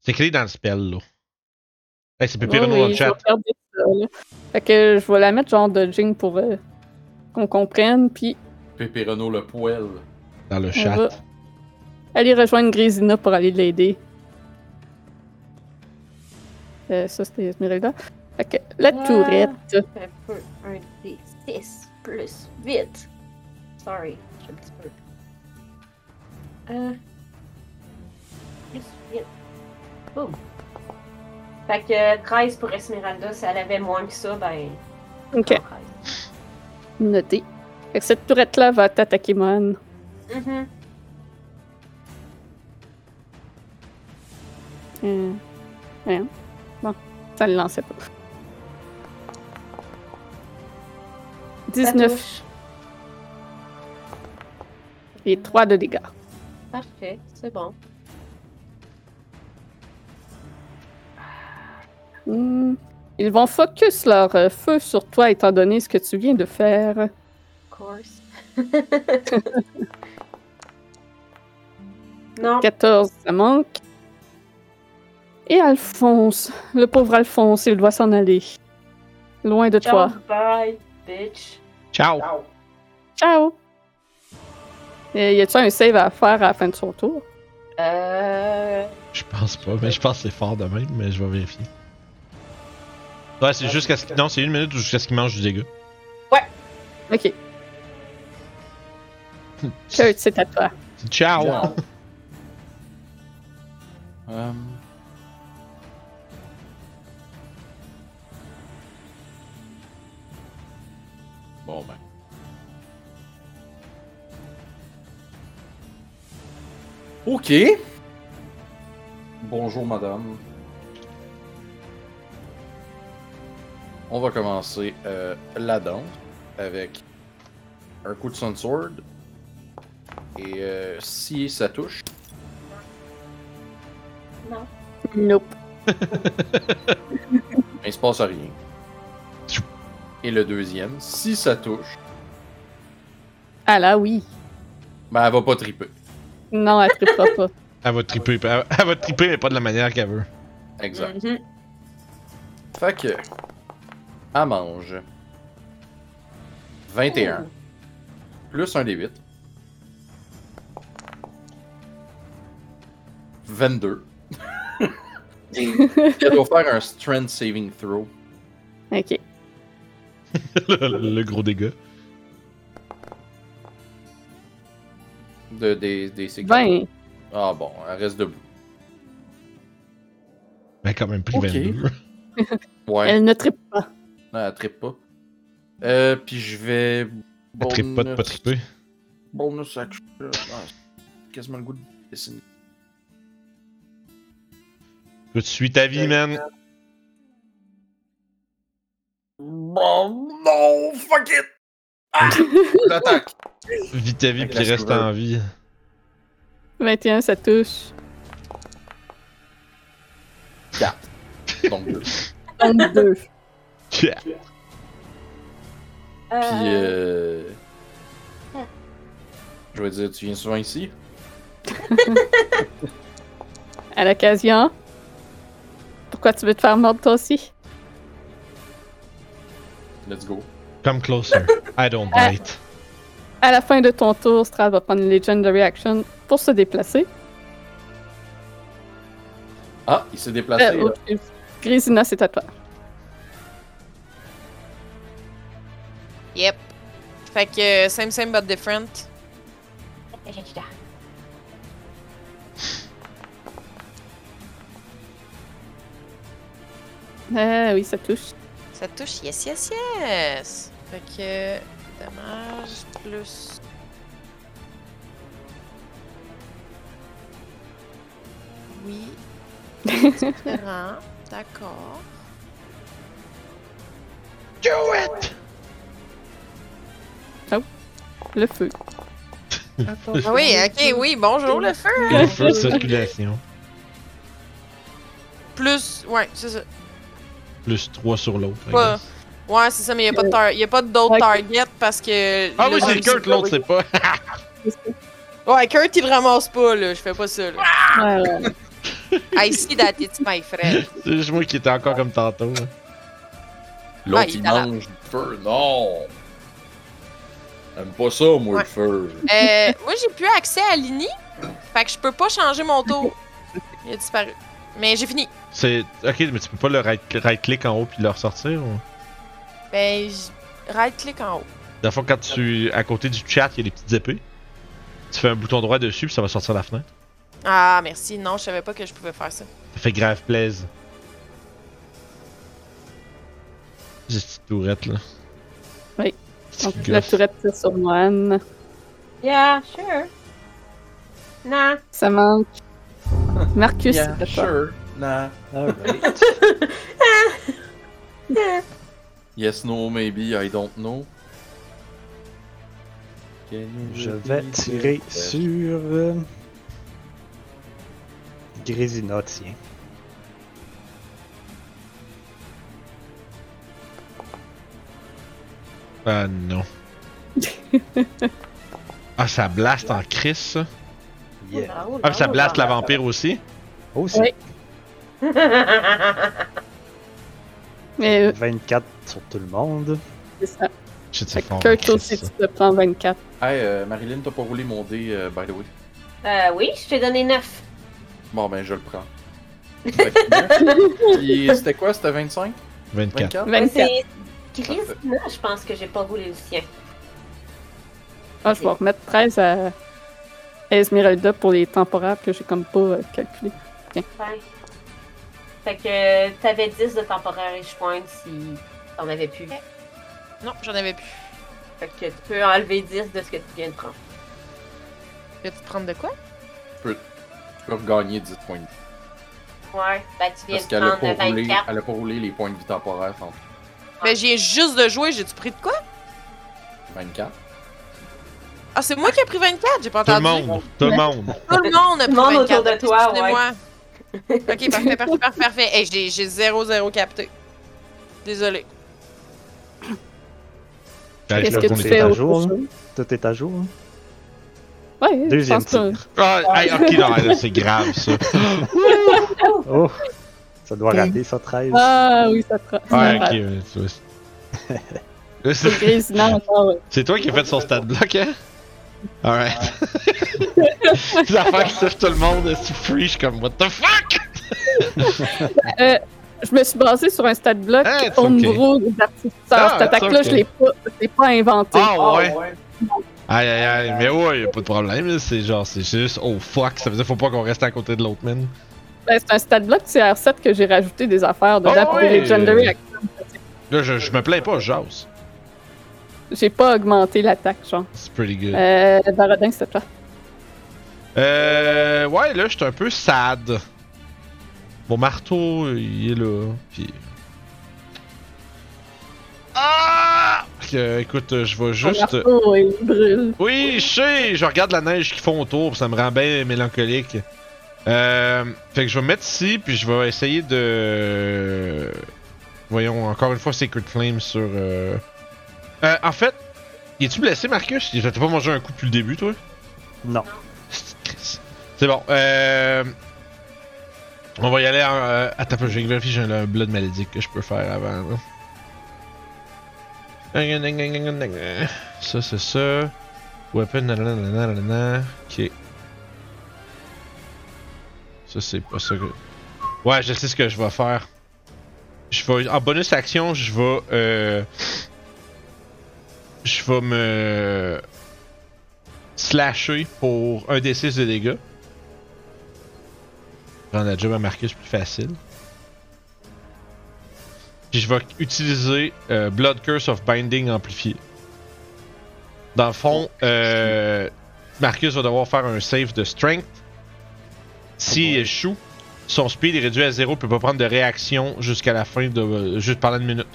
C: C'est écrit dans le spell, là. Hey, c'est Pépé
A: Ouais,
C: Renaud
A: oui,
C: dans le
A: je vais
C: chat.
A: regarder ça, là. Fait que je vais la mettre genre de jing pour euh, qu'on comprenne. Puis
B: Pépé Renault le poêle.
C: Dans le
A: on
C: chat.
A: va aller rejoindre Grisina pour aller l'aider. Euh, ça, c'était Esmeralda. Fait que la
E: Ah.
A: tourette.
E: un peu, un des 6 plus 8. Sorry, je suis un petit peu. Euh. Plus 8. Boum. Fait que 13 pour Esmeralda, si elle avait moins que ça, ben.
A: Ok,
E: 13.
A: noté. Fait que cette tourette-là va t'attaquer, Mon.
E: Mhm.
A: Euh, voyons. Bon, ça le lançait pas.
E: Ça
A: 19
E: touche.
A: et 3 de dégâts.
E: Parfait, c'est bon.
A: Hmm. Ils vont focus leur euh, feu sur toi étant donné ce que tu viens de faire.
E: Of course. non,
A: 14, ça manque. Et Alphonse, le pauvre Alphonse, il doit s'en aller. Loin de
E: ciao,
A: toi.
E: bye, bitch.
C: Ciao!
A: Ciao! Euh, y a-tu un save à faire à la fin de son tour?
E: Euh.
C: Je pense pas, mais je pense que c'est fort de même, mais je vais vérifier. Ouais, c'est jusqu'à ce qu'il. Non, c'est une minute ou jusqu'à ce qu'il mange du dégât.
A: Ok. Kurt, c'est à toi.
C: Ciao!
B: Ciao. Hum. Bon ben. Ok. Bonjour madame. On va commencer euh, la danse avec un coup de Sun Sword. Et euh, si ça touche,
E: Non.
A: Nope.
B: Il se passe rien. Et le deuxième, si ça touche,
A: Ah là, oui.
B: ben elle va pas triper.
A: Non, elle trippera pas.
C: Elle va triper, elle, elle va triper, mais pas de la manière qu'elle veut.
B: Exact.
E: Mhm.
B: Fait que. Elle mange. 21. Plus un des 8. 22. Elle doit faire un strength saving throw.
A: ok.
C: le, le- le gros dégât.
B: De, des, des C4.
A: 20.
B: Ah bon, elle reste debout.
C: Mais quand même pris
B: Ok.
C: 22.
B: Ouais.
A: Elle ne trippe pas.
B: Non, elle trippe pas. Euh, puis je vais.
C: Elle tripe pas de pas
B: bonus-
C: triper.
B: Bonus action. Ah, c'est quasiment le goût de dessiner.
C: Tu suis ta vie, man.
B: Bon, non, fuck it! Ah! J'attaque!
C: Vis ta vie,
B: Avec
C: puis
B: la
C: reste
B: sauveur.
C: en vie.
A: 21, ça touche.
B: 4. Donc, deux.
A: 22.
C: Yeah.
B: Puis,
E: Euh,
B: euh. Je vais dire, tu viens souvent ici?
A: À l'occasion. Pourquoi tu veux te faire mordre toi aussi?
B: Let's go.
C: Come closer. I don't
A: Ah.
C: bite.
A: À la fin de ton tour, Strad va prendre une Legendary Action pour se déplacer.
B: Ah, il s'est déplacé.
A: Euh,
B: là.
A: ok. Grisina, c'est à toi.
F: Yep. Fait que euh, same, same, but different.
A: Ah oui, ça touche.
F: Ça touche, yes, yes, yes! Fait que. Dommage, plus. Oui. C'est Différent. D'accord.
C: Do it!
A: Le feu.
F: Ah oui, ok, oui, bonjour le feu!
C: Le feu de circulation.
F: Plus. Ouais, c'est
C: Ah,
F: ça.
C: Plus 3 sur l'autre. I
F: Pas-
C: guess.
F: Ouais, c'est ça, mais il n'y a pas de tar- y a pas d'autres
A: Ok.
F: targets parce que.
C: Ah
F: le-
C: oui, c'est Kurt, l'autre, c'est pas.
F: Ouais, Kurt, il le ramasse pas, là. Je fais pas ça, là.
C: Ah!
A: Ouais, ouais.
F: I see that it's my friend.
C: c'est juste moi qui était encore comme tantôt. là.
B: L'autre,
F: Ah, il
B: il
F: est à la-
B: mange du feu. Non! J'aime pas ça, moi,
F: Ouais.
B: le feu.
F: Euh, moi, j'ai plus accès à l'INI, fait que je peux pas changer mon tour. Il a disparu. Mais j'ai fini.
C: C'est. Ok, mais tu peux pas le right- right-click en haut puis le ressortir ou.
F: Ben, j- right-click en haut.
C: Dans le fond, quand tu. À côté du chat, il y a des petites épées. Tu fais un bouton droit dessus, puis ça va sortir la fenêtre.
F: Ah, merci. Non, je savais pas que je pouvais faire ça.
C: Ça fait grave plaise. J'ai cette petite tourette, là.
A: Oui. Donc,
C: Petit
A: la
C: gosse.
A: tourette tire sur Moine.
E: yeah, sure. Non.
A: Ça manque. Marcus, c'est à toi.
B: sure. Nah.
D: Alright.
B: Yes, no, maybe, I don't know. Can you
D: Je
B: repeat
D: vais
B: the
D: tirer
B: question?
D: sur. euh, Grésina, tiens.
C: Ah non. ah, ça blast en Chris, ça.
D: Yeah. Oh,
C: Ah, puis ça blast la vampire aussi.
D: Aussi.
A: Ouais. Mais euh,
D: 24 sur tout le monde.
A: c'est ça.
C: Shit,
A: Fait
C: c'est
A: que
C: fort. en
A: Kurt
C: Chris,
A: aussi,
C: ça.
A: tu te prends 24.
B: Hey, euh, Marilyn, t'as pas roulé mon dé, euh, by the way.
E: Euh, oui, je t'ai donné 9.
B: Bon, ben, je le prends. Fait que- Puis, c'était quoi, c'était 25?
C: 24.
B: 24?
A: 24.
E: C'est Chris, non, je pense que j'ai pas roulé le sien.
A: Ah, je vais remettre 13 à, à Esmeralda pour les temporaires que j'ai comme pas euh, calculé.
E: Ouais. Fait que euh, t'avais 10 de temporaire et je pointe si t'en avais plus.
F: Non, j'en avais plus.
E: Fait que tu peux enlever 10 de ce que tu viens de prendre.
F: Peux-tu te prendre de quoi?
B: Tu peux regagner 10 points de vie.
E: Ouais. Ben, tu viens
B: Parce
E: de
B: qu'elle a,
E: prendre
B: pas roulé-
E: 24.
B: elle a pas roulé les points de vie temporaires sans
F: Mais Ben, j'ai juste de jouer, j'ai-tu pris de quoi?
B: 24.
F: Ah, c'est moi qui ai pris 24, j'ai pas
C: Tout le
F: entendu.
C: monde, tout le monde.
F: Tout le monde a
E: Tout
F: pris
E: le monde
F: 24.
E: autour de toi,
F: excusez-moi. ok, parfait, parfait, parfait, parfait. Hey, j'ai- j'ai 0-0 capté. Désolé.
C: Fait
A: Qu'est-ce
C: là,
A: que
C: on
A: tu
C: est
A: fais
C: à-
D: à
A: au
D: jour,
A: jour?
D: Tout est à jour. hein?
A: Ouais,
D: Deuxième
A: je pense que-
D: tir.
C: Ah, hey, ok, non, là, c'est grave ça.
D: Oh! Ça doit rater, ça, 13.
A: Ah oui, ça prend.
C: Ouais, ok.
A: ça
C: ouais, tu vois, c'est- Là,
A: prend.
C: c'est-
A: C'est grésillant encore. ouais.
C: C'est toi qui as fait son stat block, hein? Alright. Les affaires qui servent tout le monde, c'est free, je suis comme, what the fuck?
A: Je me suis basée sur un stat block
C: Ah, it's
A: au
C: okay.
A: niveau des artistes.
C: Ah,
A: Cette
C: it's
A: attaque-là,
C: okay.
A: je l'ai pas, je l'ai pas inventée.
C: Ah ouais! Aïe aïe aïe, mais ouais, y'a pas de problème, là, c'est genre, c'est juste, oh fuck, ça veut dire faut pas qu'on reste à côté de l'autre man.
A: Ben, c'est un stat block CR7 que j'ai rajouté des affaires dedans
C: Ah
A: pour
C: ouais.
A: les Legendary Actions.
C: Là, je, je me plains pas, je jase.
A: J'ai pas augmenté l'attaque, genre.
C: C'est pretty good.
A: Euh, Baradin, c'est toi.
C: Euh. Ouais, là, j'étais un peu sad. Mon marteau, il est là. Puis. Ah! Fait que, écoute, euh, je vais juste.
A: Mon marteau, il brûle.
C: Oui, je sais, je regarde la neige qu'ils font autour, puis ça me rend bien mélancolique. Euh, fait que je vais me mettre ici, puis je vais essayer de. Voyons, encore une fois, Secret Flame sur. euh, euh, en fait, es-tu blessé, Marcus T'as pas mangé un coup depuis le début, toi
D: Non.
C: C'est bon. Euh... On va y aller en. Euh... Attends, un peu, je vais vérifier, j'ai un blood malédique que je peux faire avant. là. Ça, c'est ça. Weapon, nanana, nanana, nanana. Ok. Ça, c'est pas ça que. Ouais, je sais ce que je vais faire. Je vais. En bonus action, je vais. Euh... Je vais me. Slasher pour un des 6 de dégâts. Rendre la job à Marcus plus facile. Puis je vais utiliser euh, Blood Curse of Binding amplifié. Dans le fond, euh, Marcus va devoir faire un save de strength. S'il échoue, son speed est réduit à 0 peut pas prendre de réaction jusqu'à la fin de. euh, juste pendant une minute.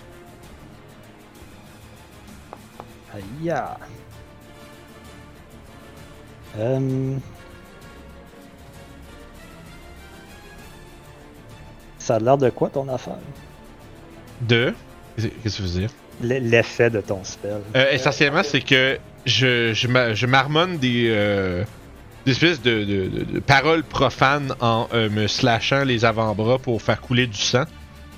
D: Aïe! Euh... Ça a l'air de quoi ton affaire?
C: De. Qu'est-ce que vous dire?
D: L- L'effet de ton spell.
C: Euh, essentiellement, c'est que je, je, ma- je marmonne des, euh, des espèces de, de- de- de paroles profanes en euh, me slashant les avant-bras pour faire couler du sang.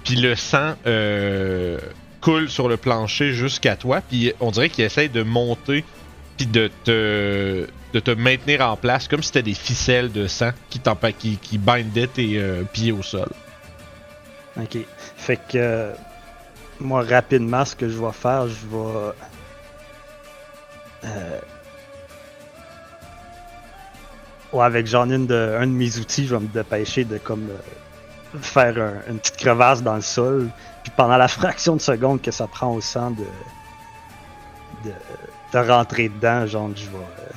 C: Puis le sang euh, coule sur le plancher jusqu'à toi. Puis on dirait qu'il essaye de monter puis de te, de te maintenir en place comme si c'était des ficelles de sang qui, t'empa- qui, qui bindaient tes euh, pieds au sol.
D: Ok. Fait que euh, moi rapidement ce que je vais faire, je vais euh, Ouais, avec genre une de, un de mes outils, je vais me dépêcher de comme euh, faire un- une petite crevasse dans le sol. Puis pendant la fraction de seconde que ça prend au sang de de, de rentrer dedans, genre je vais euh,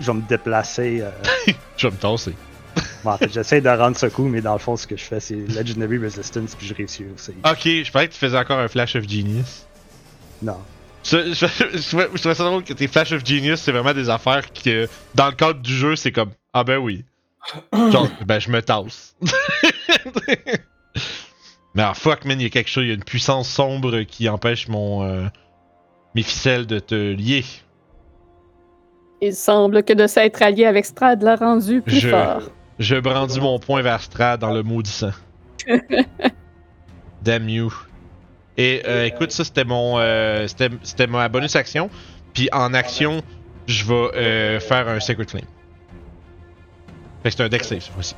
D: je vais me déplacer. euh,
C: Je vais me tasser.
D: Bon, en fait, j'essaie de rendre ce coup, mais dans le fond, ce que je fais, c'est Legendary Resistance, puis je réussis aussi.
C: Ok, je pensais que tu faisais encore un Flash of Genius.
D: Non.
C: Je, je, je, trouvais- je trouvais ça drôle que tes Flash of Genius, c'est vraiment des affaires que, dans le cadre du jeu, c'est comme Ah ben oui. Genre, ben je me tasse. Mais ah, fuck, man, il y a quelque chose, il y a une puissance sombre qui empêche mon. euh, mes ficelles de te lier.
A: Il semble que de s'être allié avec Strad l'a rendu plus
C: Je-
A: fort.
C: Je brandis mon poing vers Strad dans le maudissant. Damn you. Et euh, écoute, ça c'était mon, euh, c'était, c'était ma bonus action. Puis en action, je vais euh, faire un Sacred Flame. Fait que c'est un deck save cette fois-ci.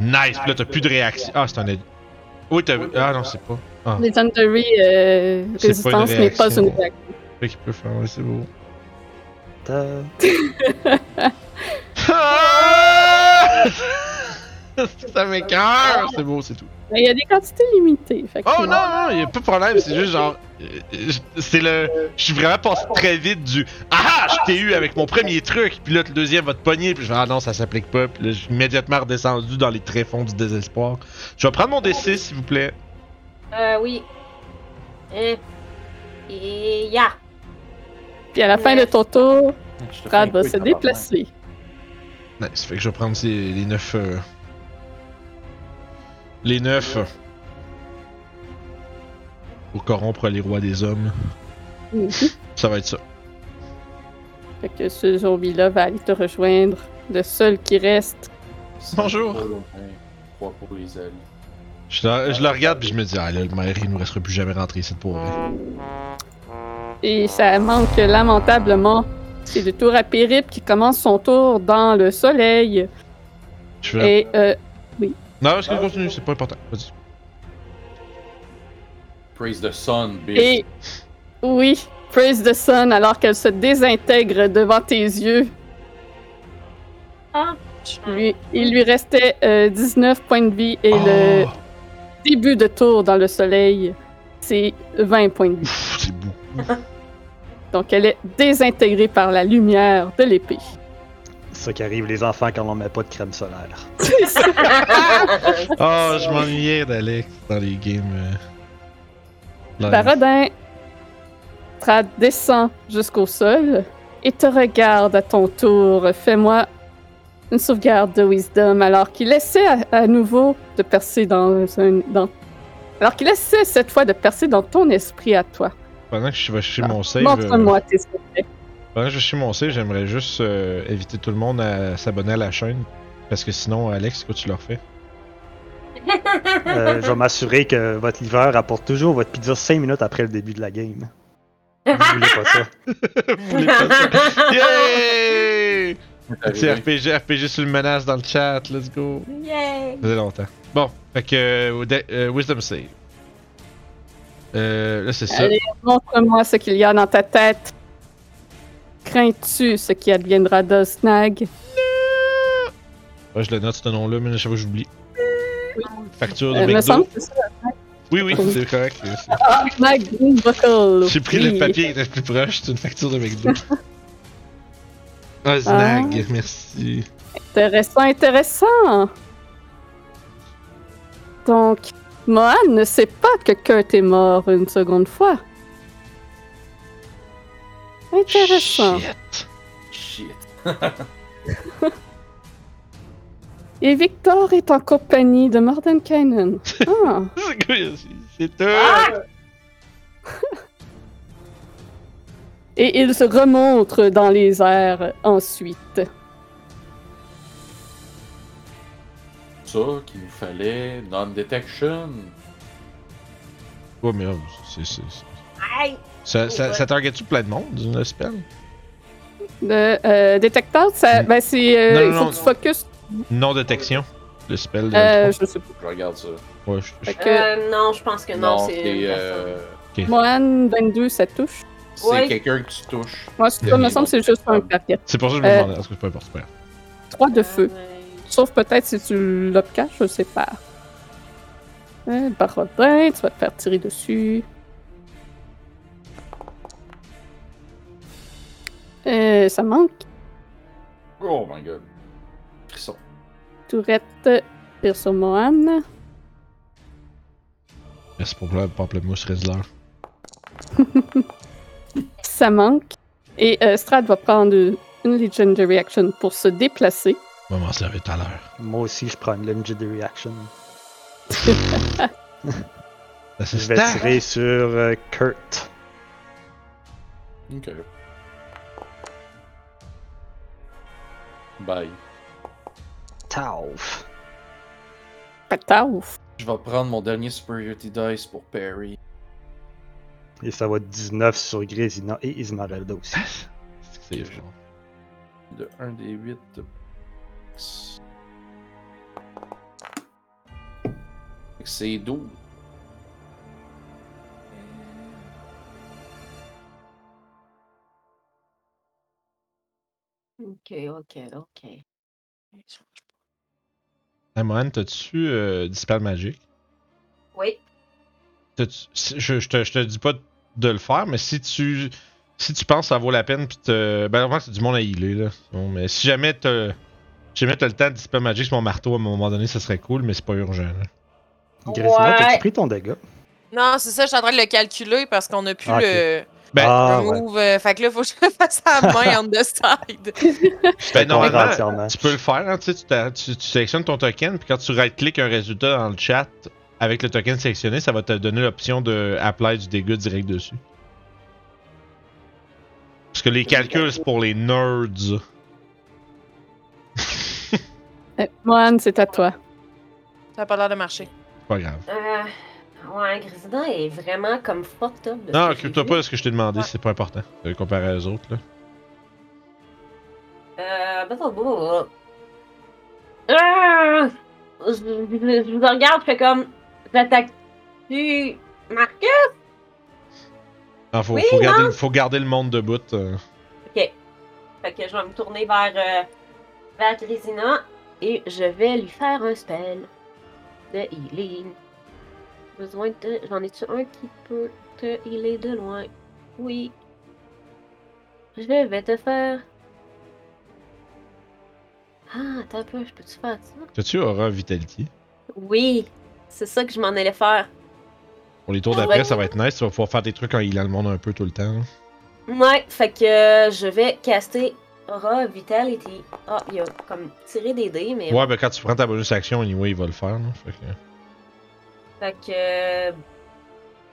C: Nice! Puis là, t'as plus de réaction. Ah, c'est un. aid- Oui, t'as. Ah non, c'est pas.
A: Legendary euh,
C: C'est pas une
A: Résistance n'est pas
C: réaction.
A: une réaction.
C: Fait qu'il peut faire, ouais, c'est beau.
D: Ta-
C: Ah! ça m'écoeure! C'est beau, c'est tout.
A: Mais Ben, il y a des quantités limitées. Fait que-
C: Oh non, non, y a pas de problème, c'est juste genre. euh, euh, C'est le. Je suis vraiment passé très vite du. Ah ah, je t'ai eu avec mon premier truc, puis là, le deuxième va te pogner, puis je vais, ah non, ça s'applique pas, puis là, je suis immédiatement redescendu dans les tréfonds du désespoir. Je vais prendre mon D6, s'il vous plaît.
E: Euh, oui. Euh, Et ya.
A: Puis à la fin de ton tour,
B: Je te fais un
A: Brad va
B: quiz,
A: se
B: tabarnak.
A: déplacer.
C: Nice, fait que je vais prendre ces- les 9. les 9. Pour corrompre les rois des hommes.
A: Mhm.
C: Ça va être ça.
A: Fait que ce zombie-là va aller te rejoindre. Le seul qui reste.
C: Bonjour.
B: Trois pour les amis.
C: Je la, je la regarde puis je me dis, ah là, le maire, il nous restera plus jamais rentrer ici pour vrai.
A: Et ça manque lamentablement. C'est le tour à Périp qui commence son tour dans le soleil.
C: Je fais-
A: Et
C: Ah,
A: euh,
C: Non, est-ce que continue, c'est pas important. Vas-y.
B: Praise the sun, bitch.
A: Et oui, Praise the Sun, alors qu'elle se désintègre devant tes yeux.
E: Ah.
A: Lui- il lui restait euh, 19 points de vie et
C: Oh,
A: le début de tour dans le soleil, c'est 20 points de vie.
C: pff, C'est beau.
A: Donc elle est désintégrée par la lumière de l'épée.
D: C'est ça qui arrive les enfants quand on met pas de crème solaire.
C: Ah, je m'ennuyais d'Alex dans les games. euh, live.
A: Paradin, Trad descend jusqu'au sol et te regarde à ton tour. Fais-moi une sauvegarde de wisdom alors qu'il essaie à, à nouveau de percer dans un. dans- Alors qu'il essaie cette fois de percer dans ton esprit à toi.
C: Pendant que je vais chez
A: Ah,
C: mon save, euh,
A: Montre-moi tes secrets.
C: pendant que je vais chez mon save, j'aimerais juste euh, éviter tout le monde à s'abonner à la chaîne. Parce que sinon, Alex, quoi tu leur fais?
D: Euh, je vais m'assurer que votre livreur apporte toujours votre pizza 5 minutes après le début de la game. Vous voulez pas ça.
C: voulez pas Yay! C'est
B: Arrivé.
C: RPG, RPG sur le menace dans le chat, let's go.
E: Yay!
C: Ça faisait longtemps. Bon, fait que euh, de- euh, Wisdom Save. Euh, là, c'est ça.
A: Allez. Montre-moi ce qu'il y a dans ta tête. Crains-tu ce qui adviendra de Snag?
C: Ouais, je le note, ce nom-là, mais à chaque fois, j'oublie. Facture de
A: Euh, me
C: McDo.
A: semble que c'est ça.
C: Oui, oui, c'est correct.
A: Ah, Snag Greenbuckle.
C: J'ai pris
A: Oui.
C: le papier qui était le plus proche, c'est une facture de McDo. Ah, Snag, merci.
A: Intéressant, intéressant. Donc, Mohan ne sait pas que Kurt est mort une seconde fois. Intéressant.
C: Shit.
B: Shit.
A: Et Victor est en compagnie de Mordenkainen. Ah,
C: C'est quoi, c'est- C'est
D: Ah!
C: tout.
A: et il se remontre dans les airs ensuite.
B: Ça qu'il nous fallait. Non-detection.
C: Ouais, mais euh, c'est. c'est- c'est-
E: Aïe!
C: Ça,
D: Oh,
C: ça, ça target-tu plein de monde, le spell?
A: Le euh, détecteur, ça, ben c'est, euh,
C: Mm. Non, non,
A: il faut
C: non.
A: que tu focuses.
C: Non-détection. Le spell. de-
A: Euh, je sais pas.
B: Je regarde ça.
C: Ouais, je- je-
A: Fait que
E: Euh, non, je pense que non, c'est.
B: c'est.
E: une personne.
B: euh,
A: Mohan 22, ça touche.
B: c'est
E: Ouais.
B: quelqu'un que tu touches.
A: Moi, ça me semble que c'est juste un papier.
C: C'est pour ça que je me
A: Euh,
C: demandais, est-ce que c'est pas important? c'est pas grave.
A: 3 de feu.
E: Ouais.
A: Sauf peut-être si tu l'obcaches, je sais pas. Euh, Barodin, tu vas te faire tirer dessus. Euh, ça manque.
B: Oh my god. Frisson.
A: Tourette, Perso Mohan.
C: Merci pour le pamplemousse Rizzler.
A: Ça manque. Et euh, Strad va prendre une- une Legendary Action pour se déplacer.
C: On va m'en servir tout à l'heure.
D: Moi aussi, je prends une legendary action.
C: Ça,
D: Je
C: C'est
D: vais
C: Star.
D: tirer sur euh, Kurt.
B: Ok. Bye.
D: Tauf.
A: Pataouf.
B: Je vais prendre mon dernier Superiority Dice pour Perry.
D: Et ça va 19 sur Grésina et Ismarelda aussi.
C: C'est genre.
B: De 1 des 8. C'est 12.
E: ok, ok, ok.
C: Hey, Mohan, t'as-tu euh, Dispel Magique?
E: Oui.
C: T'as-tu- si- Je, je te, je te dis pas de le faire, mais si tu si tu penses que ça vaut la peine, puis te. Ben, vraiment, c'est du monde à healer, là. Bon, mais si jamais t'as. Si jamais t'as le temps de Dispel Magique sur mon marteau à un moment donné, ça serait cool, mais c'est pas urgent, là.
D: Gracina,
E: Ouais.
D: t'as-tu pris ton dégât?
F: Non, c'est ça, je suis en train de le calculer parce qu'on a plus
D: Ah, ok.
F: le,
C: Ben,
D: ah,
F: le
D: ouais.
F: move. euh, fait que là, faut que je le fasse à la main on the side.
D: Je
C: Ben,
D: te comprends
C: normalement,
D: entièrement.
C: Tu peux le faire, hein, tu, sais, tu t'a- tu- tu sélectionnes ton token, puis quand tu right-cliques un résultat dans le chat avec le token sélectionné, ça va te donner l'option de apply du dégât direct dessus. Parce que les calculs, c'est pour les nerds.
A: Euh, Mohan, c'est à toi.
F: Ça a pas l'air de marcher.
C: C'est Pas grave.
E: Euh, ouais, Grisina est vraiment comme fucked up. de ce
C: Non,
E: que j'ai
C: occupe-toi
E: vu.
C: pas de ce que je t'ai demandé,
F: Ouais.
C: c'est pas important. euh, Comparé aux autres, là.
E: Euh, bah, bah, bah, bah, bah. Ah! Je, je- je vous regarde, je fais comme. J'attaque-tu Marcus?
C: Ah, faut,
E: Oui,
C: faut garder, le- faut garder le monde debout. euh.
E: Fait que je vais me tourner vers, euh, vers Grisina et je vais lui faire un spell de healing. Besoin de. J'en ai-tu un qui peut te healer de loin? Oui. Je vais te faire. Ah, attends un peu, je peux-tu faire ça?
C: T'as-tu Aura Vitality?
E: Oui! C'est ça que je m'en allais faire.
C: Pour les tours
E: Ah, Ouais.
C: d'après, ça va être nice, tu vas pouvoir faire des trucs en healant le monde un peu tout le temps.
E: Ouais, fait que euh, je vais caster Aura Vitality. Ah, il a comme tiré des dés, mais.
C: Ouais, ben quand tu prends ta bonus action, anyway, il va le faire, là. Fait que-
E: Fait que. euh,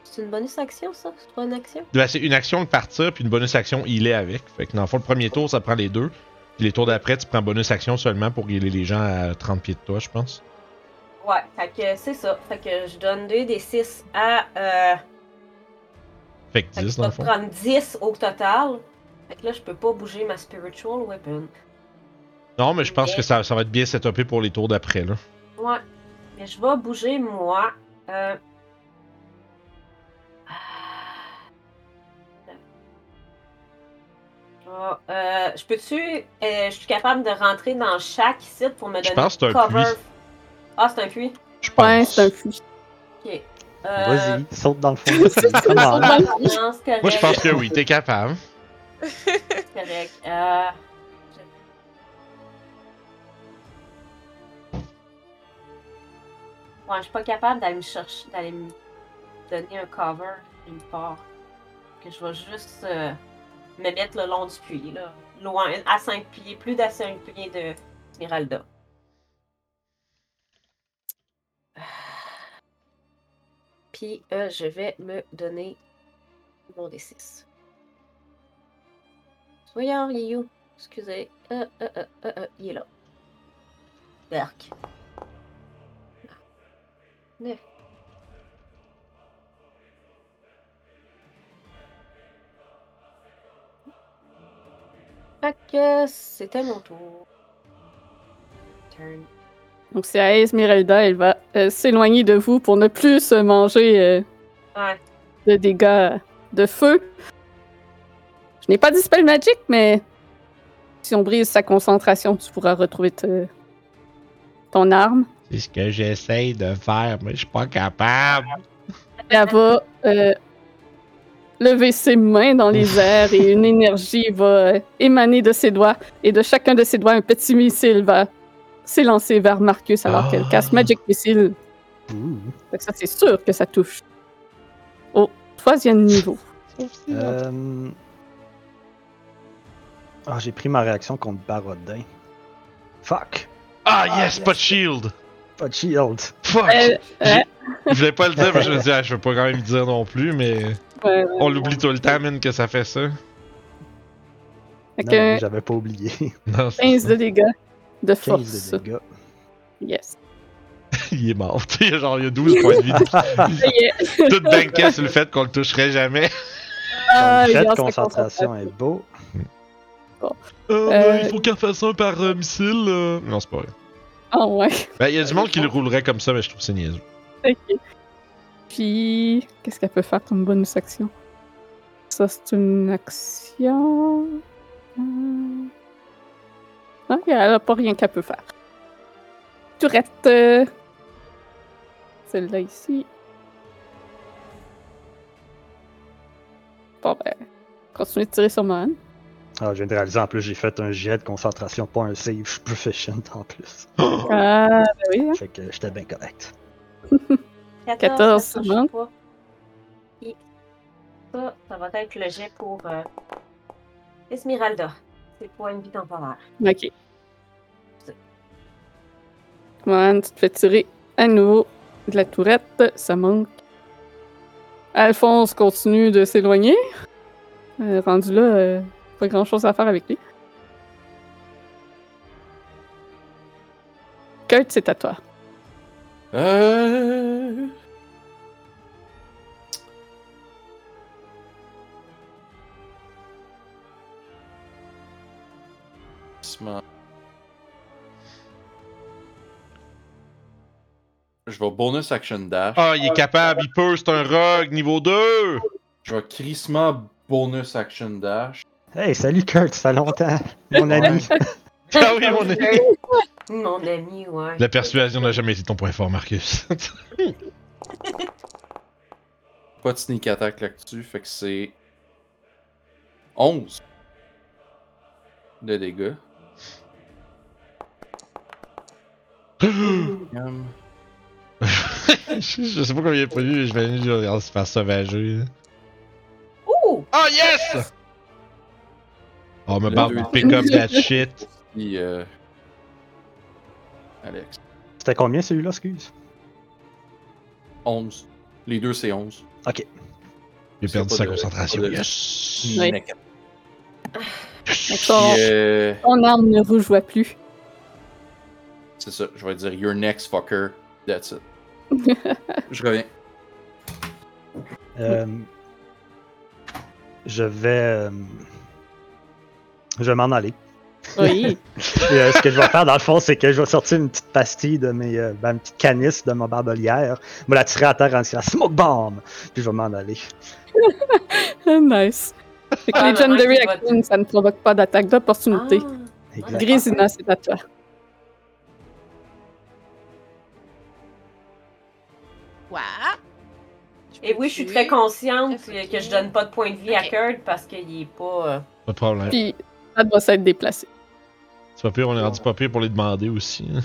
E: C'est une bonus action, ça? C'est pas une action?
C: Ben, c'est une action de partir, puis une bonus action il est avec. Fait que dans le fond, le premier tour, ça prend les deux. Puis les tours d'après, tu prends bonus action seulement pour healer les gens à 30 pieds de toi, je pense.
E: Ouais, fait que c'est ça. Fait que je donne 2 des 6 à. Euh...
C: Fait que
E: Fait que
C: 10
E: je
C: dans
E: vais
C: le fond.
E: prendre 10 au total. Fait que là, je peux pas bouger ma Spiritual Weapon.
C: Non, mais je pense que ça, ça va être bien setupé pour les tours d'après, là.
E: Ouais. Mais je vais bouger moi. Euh... Ah, euh, je peux-tu. euh, je suis capable de rentrer dans chaque site pour me
C: Je
E: donner
C: pense que c'est un
E: cover.
C: puits.
E: Ah, c'est un puits?
C: Je
A: Ouais,
C: pense.
A: c'est un fou.
E: Ok. Euh,
D: Vas-y, saute dans le fond.
A: C'est ça,
D: Come on.
A: saute dans-
E: non, c'est correct.
C: Moi, je pense que oui, t'es capable.
E: c'est correct. Euh, je- Ouais, je suis pas capable d'aller me chercher, d'aller me donner un cover une part. Que je vais juste euh, me mettre le long du puits, là. Loin, à 5 pieds, plus d'à 5 pieds de Smiralda. Puis, euh, je vais me donner mon D6. Voyons, il est où? Excusez. Euh, euh, euh, euh, euh, il est là. Berk. 9. Fait que c'était mon tour. Turn.
A: Donc, c'est à Esmeralda, elle va euh, s'éloigner de vous pour ne plus se manger euh,
E: Ouais.
A: de dégâts de feu. Je n'ai pas dispel magique, mais si on brise sa concentration, tu pourras retrouver te- ton arme.
C: C'est ce que j'essaye de faire, mais je suis pas capable.
A: Elle va euh, lever ses mains dans les airs et une énergie va euh, émaner de ses doigts. Et de chacun de ses doigts, un petit missile va s'élancer vers Marcus alors
C: Ah.
A: qu'elle casse Magic Missile.
D: Ouh.
A: Fait que ça, c'est sûr que ça touche. Au troisième niveau.
D: Euh... Ah, j'ai pris ma réaction contre Barodin. Fuck!
C: Ah, yes, pas de shield!
D: Pas de shield!
C: Fuck!
E: Euh,
A: Elle-
C: J'ai- Je voulais pas le dire, mais je me dis, ah, je veux pas quand même le dire non plus, mais
A: Ouais,
C: on l'oublie tout le temps, man, que ça fait ça.
A: Fait
D: Non,
A: que
D: non, j'avais pas oublié.
C: Non, c'est-
A: 15 de dégâts de
D: 15
A: force.
D: de dégâts.
A: Yes.
C: il est mort. Il y a genre, il y a 12 points de vie.
A: Ça y est.
C: Tout banquait sur le fait qu'on le toucherait jamais.
A: Ah,
D: Donc,
A: il y a
D: faites
A: sa
D: concentration est beau.
C: Euh,
A: ben, il
C: faut qu'elle fasse un par missile. Non, c'est pas vrai.
A: Ah ouais.
C: Ben, il y a du monde qui le roulerait comme ça, mais je trouve que c'est niaiseux.
A: Ok. Puis, qu'est-ce qu'elle peut faire comme bonus action? Ça, c'est une action. Hum. Non, elle a pas rien qu'elle peut faire. Tourette. euh, Celle-là ici. Bon, ben. Continuez de tirer sur Mohan.
D: Ah, je viens de réaliser, en plus, j'ai fait un jet de concentration, pas un save. Je suis proficient en plus.
A: Ah, ben oui. hein.
D: Fait que j'étais bien correct.
A: 14, ça
E: ça touche pas. Et ça, ça va être le jet pour euh, Esmeralda. C'est pour une vie temporaire.
A: Ok. Mohan, tu te fais tirer à nouveau de la tourette. Ça manque. Alphonse continue de s'éloigner. Euh, rendu là, euh, pas grand chose à faire avec lui. Kurt, c'est à toi.
B: Uh, Euh... Smart. Je vais bonus action dash.
C: Ah, il est capable, il peut, c'est un rogue niveau 2!
B: Je vais crissement bonus action dash.
D: Hey, salut Kurt, ça fait longtemps, mon ami.
C: Ah oui, mon ami.
E: Mon ami, ouais.
C: La persuasion n'a jamais été ton point fort, Marcus.
B: Pas de sneak attack là-dessus, fait que c'est 11 de dégâts. Hum.
C: je, je sais pas comment il est prévu, mais je vais lui regarder se faire sauvager. là.
E: Ouh!
C: Oh yes! Oh, on me
B: Le
C: parle
B: deux.
C: de pick up that shit.
B: Puis, euh, Alex,
D: C'était combien celui-là, excuse
B: 11. Les deux, c'est 11.
C: J'ai
B: C'est
C: perdu
B: pas
C: sa
B: de-
C: concentration.
B: pas de-
C: Yes!
A: Oui.
C: Yes!
A: D'accord.
B: Mmh. Puis, euh,
A: Ton arme ne rougeoie plus.
B: c'est ça, je vais dire You're next, fucker. That's it. je reviens.
D: Euh, Je vais. euh, Je vais m'en aller.
A: Oui.
D: Et, euh, ce que je vais faire, dans le fond, c'est que je vais sortir une petite pastille de mes. euh, ben, une petite canisse de ma barbelière. Je vais la tirer à terre en disant Smoke Bomb Puis je vais m'en aller.
A: nice. Fait que
E: Ah,
A: Legendary
E: maman, tu
A: Action, ça ne provoque pas d'attaque d'opportunité.
E: Ah,
D: Exact.
A: Grisina, c'est à toi.
F: Quoi?
E: Et oui, je suis très
F: content.
E: consciente
F: Ok.
E: que je donne pas de point de vie
F: Ok.
E: à Kurt parce qu'il est pas. euh,
C: Pas de problème.
A: Puis, ça doit s'être déplacé.
C: C'est pas pire, on est rendu pas pire pour les demander aussi. hein.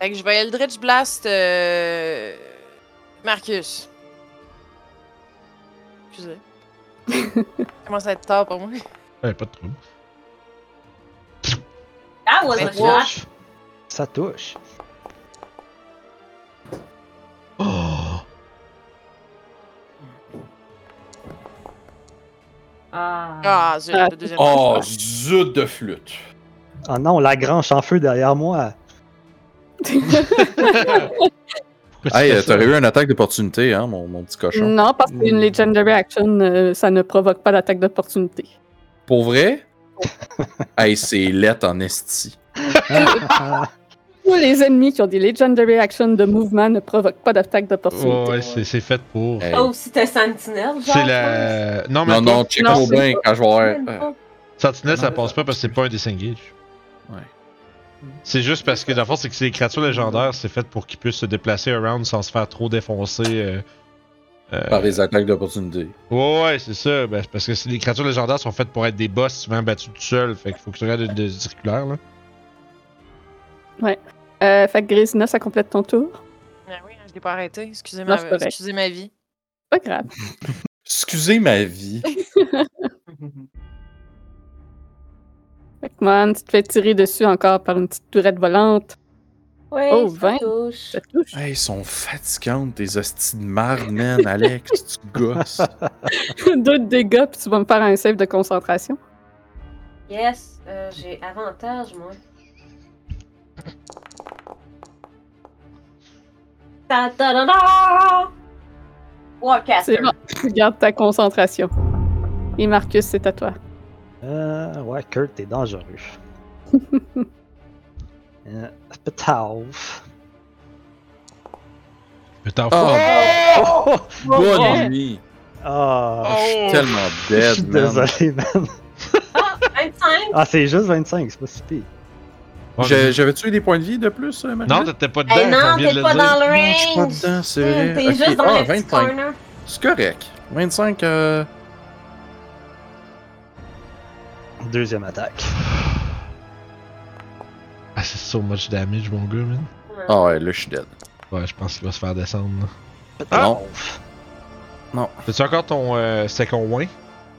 F: Fait que je vais Eldritch Blast euh, Marcus. Excusez. Commence à être tard pour moi.
C: Ouais, pas de trouble.
E: That was
D: Ça
E: a shot.
D: touche. Ça touche.
C: Oh!
E: Ah.
F: Ah, zut, le deuxième.
B: Oh, zut de flûte.
D: Oh non, la grange en feu derrière moi.
C: Pourquoi tu fais
B: Hey, euh,
C: ça?
B: t'aurais eu une attaque d'opportunité, hein, mon, mon petit cochon.
A: Non, parce qu'une
D: Hmm.
C: Mm.
A: Legendary Action, euh, ça ne provoque pas d'attaque d'opportunité.
B: Pour vrai? hey, c'est lettre en esti.
D: Hein?
A: Tous les ennemis qui ont des Legendary Action de mouvement ne provoquent pas d'attaque
C: Ouais,
A: d'opportunité.
C: ouais, c'est c'est fait pour.
B: Hey.
E: Oh, si t'es sentinelle, genre.
C: Ah. C'est la. Non, mais
B: Non, non, check
A: Non,
B: au
A: c'est
B: bien quand je vais avoir- euh,
E: Même pas.
C: Sentinelle, ça
B: Non,
C: passe pas parce que c'est pas un disengage.
B: Ouais.
C: C'est juste parce que, dans le fond, c'est que c'est les créatures légendaires, c'est fait pour qu'ils puissent se déplacer around sans se faire trop défoncer. euh, euh,
B: par les attaques d'opportunité.
C: Ouais, ouais, c'est ça. Ben, c'est parce que c'est- les créatures légendaires sont faites pour être des boss souvent battus tout seul. Fait qu'il faut que tu regardes de, de circulaire, là.
A: Euh, fait que Grisina, ça complète ton tour.
F: Ah oui, je l'ai pas arrêté. Excusez,
A: Non,
F: ma...
A: c'est correct.
F: Excusez ma vie.
A: Pas grave.
B: Excusez ma vie.
A: Fait que Mohan, tu te fais tirer dessus encore par une petite tourette volante.
E: Ouais,
A: Oh,
E: ça
A: 20.
E: touche.
A: Ça te touche.
B: Hey, ils sont fatigantes, tes hosties de marde, man, Alex, tu gosses.
A: Deux de dégâts, puis tu vas me faire un save de concentration.
E: Yes, euh, j'ai avantage, moi. Ta ta da da!
A: C'est
E: Warcaster.
A: bon. Tu gardes ta concentration. Et Marcus, c'est à toi.
D: Euh, ouais, Kurt, t'es dangereux. euh, pétard.
C: Putain,
B: Oh,
D: Oh!
B: bonne
A: ouais.
B: nuit.
D: Ah,
B: Je suis tellement
D: Je suis
B: dead, man.
D: désolé, man.
E: Ah, 25!
D: Ah, c'est juste 25, c'est pas si pire.
B: Je- J'avais tué des points de vie de plus, euh, Maria?
C: Non, t'étais pas dedans.
E: Hey, Eh non,
C: Ben, on vient de
E: t'es
C: le
E: pas
C: dire.
E: dans le
B: Non, je suis pas
E: range.
B: dedans, c'est
E: Hum,
B: vrai.
E: T'es
B: Ok,
E: juste dans
B: ah,
E: le petit
B: 25.
E: corner.
B: C'est correct. 25, euh...
D: Deuxième attaque.
C: Ah, c'est so much damage, mon gars, man.
B: Ah ouais, là, je suis dead.
C: Ouais, je pense qu'il va se faire descendre. là.
B: Ah!
D: Non.
C: T'as-tu encore ton euh, second win?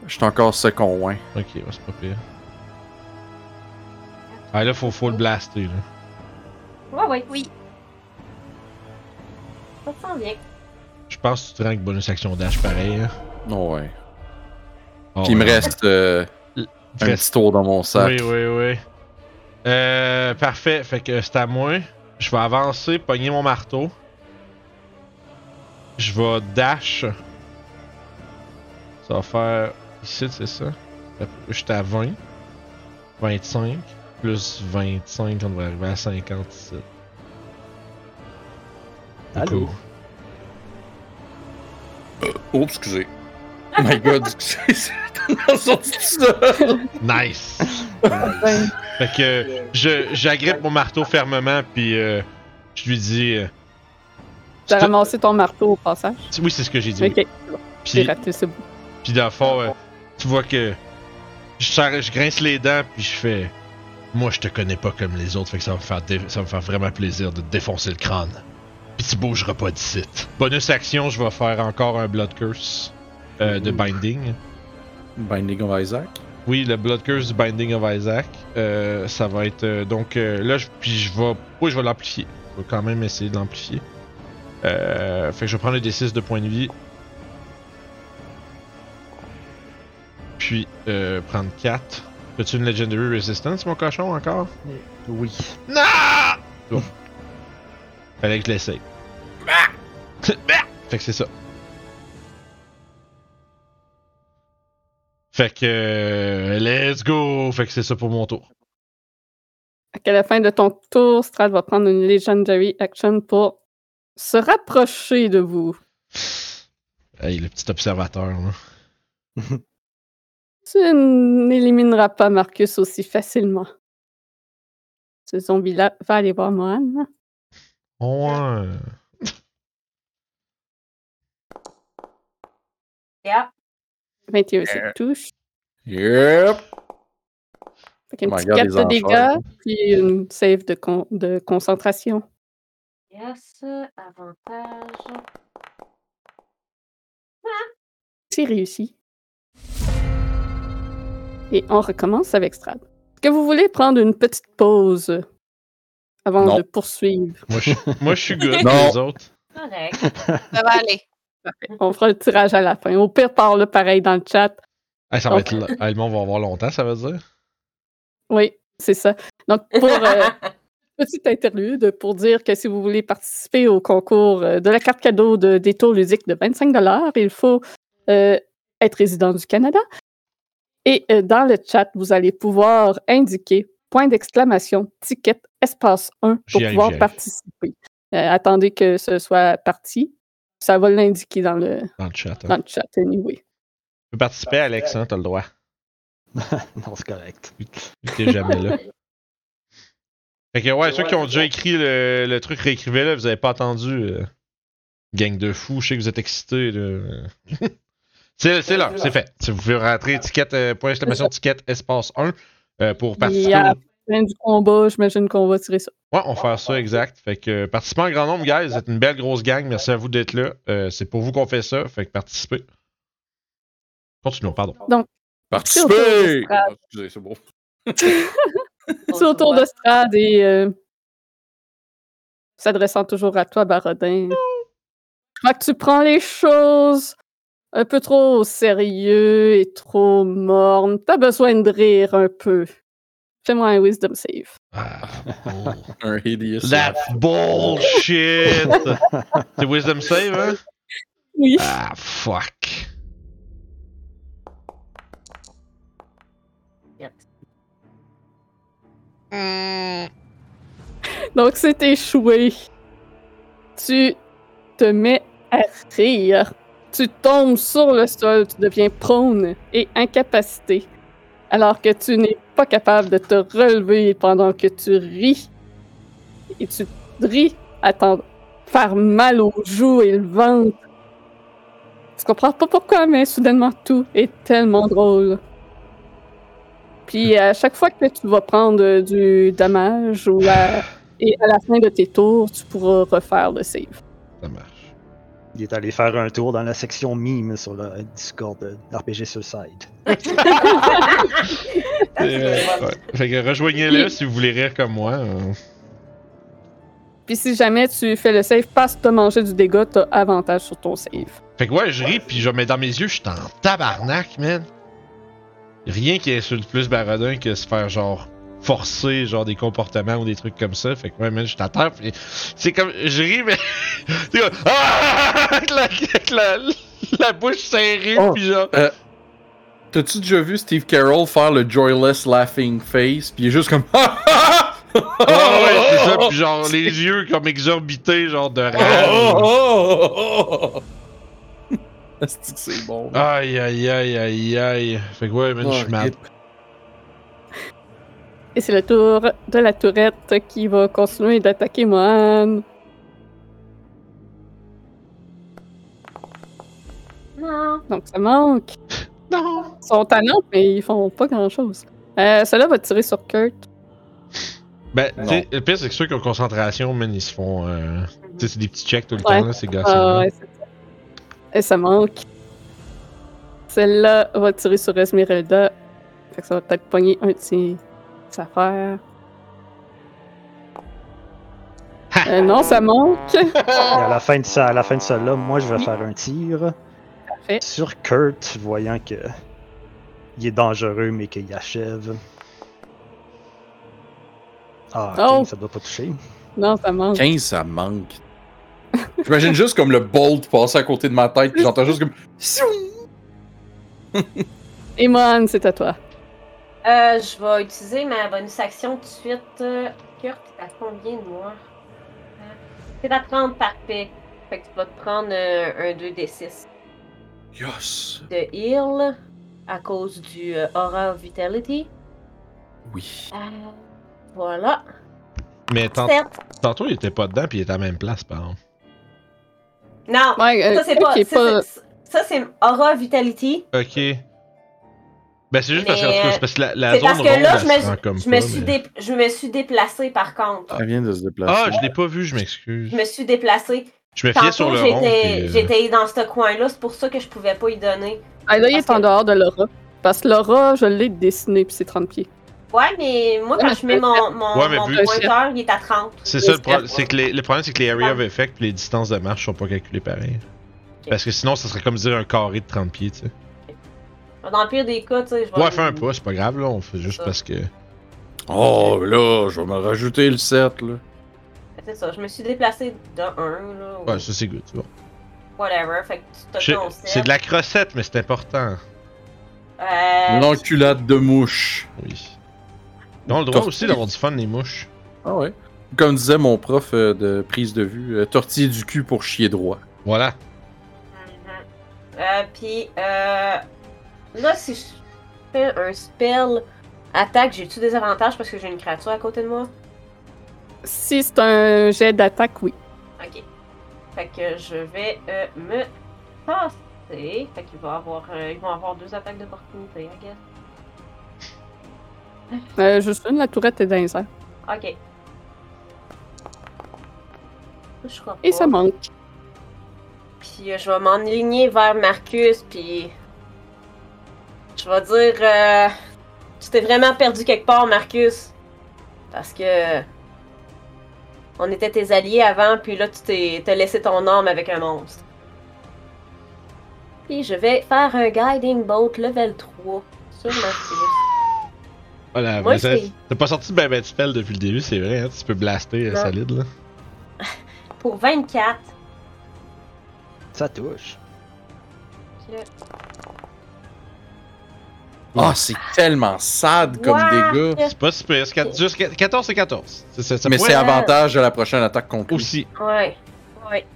B: Je suis encore second loin.
C: Ok, ouais, c'est pas pire. Ah, là, faut, faut le blaster, là.
E: Ouais, ouais.
F: Oui.
E: Ça te sent bien.
C: Je pense que tu te rends avec bonus action dash pareil. Hein.
B: Non, Ah ouais.
C: Oh,
B: Puis il me
C: ouais.
B: reste euh,
C: Il te
B: un
C: reste-
B: petit tour dans mon sac.
C: Oui, oui, oui. Euh, parfait, fait que c'est à moi. Je vais avancer, pogner mon marteau. Je vais dash. Ça va faire. Ici, c'est ça. J'étais à 20. 25. Plus 25, on devrait arriver à 50 ici.
D: Allô?
B: Oh, excusez. Oh My god, excusez. Dans son petit sol.
C: Nice!
A: Ben,
C: Fait que je j'agrippe mon marteau fermement puis euh, je lui dis euh,
A: T'as
C: Je te-
A: ramassé ton marteau au passage.
C: oui c'est ce que j'ai dit. oui.
A: Ok, j'ai
C: Puis
A: raté ce bout.
C: puis dans le fond euh, tu vois que je, serre- je grince les dents puis je fais moi je te connais pas comme les autres fait que ça va me faire dé- ça va me faire vraiment plaisir de te défoncer le crâne. Puis tu bougeras pas d'ici. Bonus action je vais faire encore un blood curse euh, de
B: Ouh.
C: binding.
B: Binding of Isaac.
C: Oui, le Blood Curse du Binding of Isaac. Euh, ça va être. euh, donc euh, là, je, puis je vais. Oui, je vais l'amplifier. Je vais quand même essayer de l'amplifier. Euh, fait que je vais prendre le D6 de points de vie. Puis euh, prendre 4. Peux-tu une Legendary Resistance, mon cochon, encore
D: Oui.
C: Non Bon. Fallait que je l'essaye. fait que c'est ça. Fait que. euh, Let's go Fait que c'est ça pour mon tour.
A: Donc, À la fin de ton tour, Strad va prendre une Legendary Action pour se rapprocher de vous.
C: Hey, le petit observateur, là.
A: Tu n'élimineras pas Marcus aussi facilement. Ce zombie-là va aller voir Mohan.
C: Ouais.
E: Yeah.
A: 21, c'est
B: Euh,
A: touche.
B: Yep.
A: Fait qu'un
B: Oh my
A: petit
B: God,
A: 4
B: les
A: de dégâts,
B: enchères.
A: puis une save de, con- de concentration.
E: Yes. Avantage.
A: C'est réussi. Et on recommence avec Strad. Est-ce que vous voulez prendre une petite pause avant
B: Non.
A: de poursuivre?
C: Moi, je moi, je suis good.
B: Non.
C: Les autres.
E: Correct.
F: Ça va aller.
A: On fera le tirage à la fin. Au pire, parle pareil dans le chat.
C: Hey, ça va
A: Ok.
C: être. lo- Hey, le monde va avoir longtemps, ça veut dire.
A: Oui, c'est ça. Donc, pour euh, petite interlude, pour dire que si vous voulez participer au concours euh, de la carte cadeau de détour ludique de 25 il faut euh, être résident du Canada. Et euh, dans le chat, vous allez pouvoir indiquer point d'exclamation, ticket, espace 1
C: J'y
A: pour
C: arrive,
A: pouvoir
C: j'y arrive.
A: participer. Euh, attendez que ce soit parti. Ça va l'indiquer dans le,
C: Dans le chat. hein.
A: dans le chat, anyway.
C: Tu peux participer, Alex, hein, t'as le droit.
D: Non, c'est correct.
C: Vu que t'es jamais là. Fait que ouais, ceux qui ont déjà écrit le, le truc réécrivez-le, vous avez pas attendu. euh, gang de fous, je sais que vous êtes excités. là. c'est c'est là, c'est fait. Si vous pouvez rentrer étiquette, euh, point d'exclamation, étiquette, espace 1 euh, pour participer.
A: Et à la
C: au-
A: fin du combat, j'imagine qu'on va tirer ça.
C: Ouais, on va faire ça, exact. Fait que euh, participants en grand nombre, guys, vous êtes une belle grosse gang. Merci à vous d'être là. Euh, c'est pour vous qu'on fait ça. Fait que participez. Continuons, pardon.
A: Surtout,
B: Participez!
A: Strad.
B: Ah, excusez, c'est bon.
A: C'est
E: hein.
A: autour de Strad et euh, s'adressant toujours à toi, Barodin. Je crois que tu prends les choses un peu trop au sérieux et trop morne. T'as besoin de rire un peu. Fais-moi un wisdom save.
C: Ah, oh.
B: Un hideous.
C: That's bullshit! c'est Wisdom Save, hein?
A: Oui.
C: Ah, fuck.
A: Donc c'est échoué. Tu te mets à rire. Tu tombes sur le sol, tu deviens prone et incapacité. alors que tu n'es pas capable de te relever pendant que tu ris. Et tu ris à t'en faire mal aux joues et le ventre. Tu comprends pas pourquoi, mais soudainement tout est tellement drôle. Puis à chaque fois que tu vas prendre euh, du dommage ou à- et à la fin de tes tours, tu pourras refaire le save.
C: Ça marche.
D: Il est allé faire un tour dans la section mime sur le Discord de RPG Suicide.
C: Et, euh, ouais. Fait que rejoignez-le si vous voulez rire comme moi. euh.
A: Puis si jamais tu fais le save, parce que t'as mangé du dégât, t'as avantage sur ton save.
C: Fait que ouais, je ris, puis je mets dans mes yeux, je suis en tabarnak, man. Rien qui insulte plus baradin que se faire genre forcer genre des comportements ou des trucs comme ça. Fait que ouais, man, je t'attends, puis c'est comme, je ris, mais c'est comme, ah, avec la, avec la, la bouche serrée,
B: Oh.
C: puis genre,
B: T'as-tu déjà vu Steve Carroll faire le joyless laughing face, puis il est juste comme Ah, ah, ah, ah,
C: Ah ouais, c'est ça,
B: ah,
C: puis genre les yeux comme exorbités, genre de
B: ah, ah,
C: rage.
B: ah, ah, ah. Asti que C'est bon.
C: Aïe, aïe, aïe, aïe, aïe. Fait que ouais, man, je suis mal.
A: Et c'est le tour de la tourette qui va continuer d'attaquer Mohan.
E: Non.
A: Donc ça manque.
C: Non!
A: Ils sont talents, mais ils font pas grand-chose. Euh, Celui-là va tirer sur Kurt.
C: Ben,
B: Non.
C: tu sais, le pire, c'est que ceux qui ont concentration, man, ils se font. Euh... Tu sais, c'est des petits checks tout le
A: Ouais.
C: temps, là, ces gars
A: Ah, ouais, c'est ça. Et ça manque. Celle-là va tirer sur Esmeralda. Fait que ça va peut-être pogner un de ses, ses affaires. Euh, non, ça manque.
D: Et à la fin de ça, à la fin de ça là, moi je vais faire un tir
A: Parfait.
D: sur Kurt, voyant que il est dangereux mais qu'il achève. Ah, ok,
A: Oh.
D: ça doit pas toucher.
A: Non, ça manque.
B: 15, Oh, ça manque. J'imagine juste comme le bolt passer à côté de ma tête, puis j'entends juste comme
A: Et Mohan, c'est à toi.
E: Euh, je vais utiliser ma bonus action tout de suite. Euh, Kurt, t'es à combien de moi? Hein? T'es à 30, parfait. Fait que tu vas te prendre euh, un 2d6
B: Yes!
E: de heal à cause du euh, Aura of Vitality.
B: Oui.
E: Euh, voilà.
C: Mais tant-
E: Certes.
C: tantôt, il était pas dedans, puis il était à la même place, par exemple.
E: Non,
A: Ouais, euh,
E: ça c'est
A: Kurt
E: pas.
A: qui est
E: c'est- c'est- Ça c'est Aura Vitality.
C: Ok. Ben, c'est juste parce que, en
E: Mais, euh,
C: tout cas, c'est parce que la, la
E: C'est
C: zone
E: parce que là,
C: ronde,
E: je
C: elle se rend
E: me,
C: comme
E: je, me
C: pas,
E: suis
C: mais-
E: dé- je me suis déplacée par contre.
B: Elle vient de se déplacer.
C: Ah, je l'ai pas vu, je m'excuse.
E: Je me suis déplacée.
C: Je me fiais sur
E: Tantôt,
C: le rond.
E: j'étais
C: puis, euh,
E: j'étais dans ce coin-là, c'est pour ça que je pouvais pas y donner.
A: Ah, là, il
E: Parce
A: est en
E: que-
A: dehors de Laura. Parce que Laura, je l'ai dessiné, puis c'est 30 pieds.
E: Ouais, mais moi,
A: Ouais,
E: quand je mets mon, mon,
C: Ouais, mais
E: mon
C: vu-
E: pointeur, il est à 30.
C: C'est ça, le, pro- c'est que les, le problème, c'est que les area of effect et les distances de marche sont pas calculées pareil. Parce que sinon, ça serait comme dire un carré de 30 pieds, tu sais.
E: Dans le pire des cas, tu sais, je vais...
C: Ouais, fais un pas, c'est pas grave, là, on fait juste
E: Ça.
C: parce que.
B: Oh, là, je vais me rajouter le 7, là.
E: C'est ça, je me suis déplacée de 1, là, ou
C: Ouais, ça c'est good, c'est bon.
E: whatever, fait que tu t'as
C: Je-
E: ton set.
C: C'est de la crossette, mais c'est important.
E: Euh,
B: L'enculade de mouche.
C: Oui. On a le droit
B: Tortue.
C: aussi d'avoir du fun, les mouches.
B: Ah ouais? Comme disait mon prof euh, de prise de vue, euh, tortiller du cul pour chier droit.
C: Voilà.
E: mhm. Euh, puis, euh, là, si je fais un spell attaque, j'ai-tu des avantages parce que j'ai une créature à côté de moi?
A: Si c'est un jet d'attaque, oui.
E: Ok. Fait que je vais euh, me passer. Fait qu'ils vont avoir, euh, ils vont avoir deux attaques d'opportunité, I guess.
A: Euh, juste une, la tourette est dans les airs.
E: Ok. Je crois
A: Et
E: pas.
A: ça manque.
E: Puis euh, je vais m'enligner vers Marcus, puis je vais dire, euh, tu t'es vraiment perdu quelque part, Marcus, parce que on était tes alliés avant, puis là tu t'es t'as laissé ton arme avec un monstre. Puis je vais faire un guiding bolt level 3 sur Marcus.
C: Voilà,
E: Moi,
C: mais ça-
E: c'est-
C: T'as pas sorti de ben ben de spell depuis le début, c'est vrai, hein? Tu peux blaster euh,
E: Non.
C: solide, là.
E: Pour 24.
D: Ça touche.
E: puis là,
B: Ah, c'est tellement sad comme
E: Ouah!
B: dégât.
C: C'est pas si pire. c'est quat- juste quat- 14 et 14. C'est- Ça, ça
B: Mais
C: pourrait
B: c'est
E: Ouais.
B: avantage de la prochaine attaque contre lui.
C: aussi.
E: Ouais, ouais.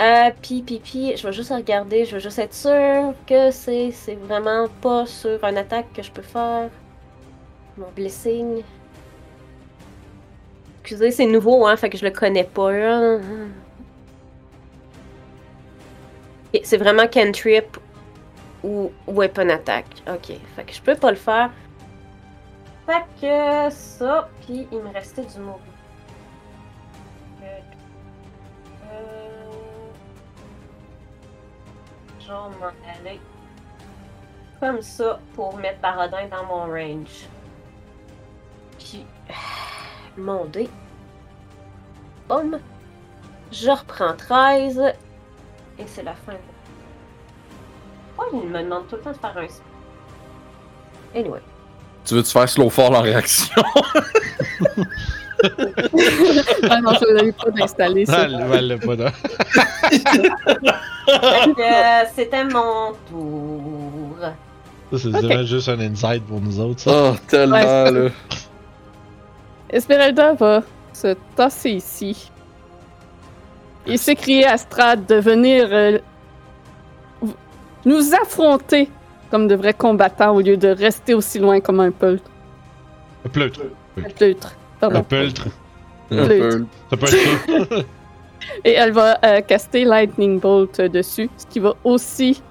E: Euh, pis, pis, pis, je vais juste regarder, je veux juste être sûr que c'est c'est vraiment pas sur une attaque que je peux faire. Mon blessing. Excusez, c'est nouveau, hein, fait que je le connais pas. hein. Ok, C'est vraiment cantrip ou weapon attack. Ok, fait que je peux pas le faire. Fait que ça, puis il me restait du mot. Euh, Je vais m'en aller comme ça pour mettre Barodin dans mon range. Puis, mon dé. Boum. Je reprends 13. Et c'est la fin. Pourquoi il me demande tout le temps de faire un sp- Anyway.
B: Tu veux-tu faire slow fall en réaction?
A: Ah non, je l'avais pas installé.
C: Ah,
A: ça.
C: elle- elle l'a pas dans-
E: Fait que, euh, c'était mon tour.
C: Ça, c'est vraiment juste un insight pour nous autres, ça.
B: oh, tellement,
A: Ouais, c'est ça.
B: là.
A: Esmeralda va se tasser ici. Et s'écrier à Strad de venir euh, v- nous affronter comme de vrais combattants au lieu de rester aussi loin comme un peuple.
C: Un pleutre.
A: un pleutre.
C: Un
E: Ah
A: Pardon.
C: peltre.
B: Un peu.
C: Ça peut être ça.
A: Et elle va euh, caster Lightning Bolt dessus, ce qui va aussi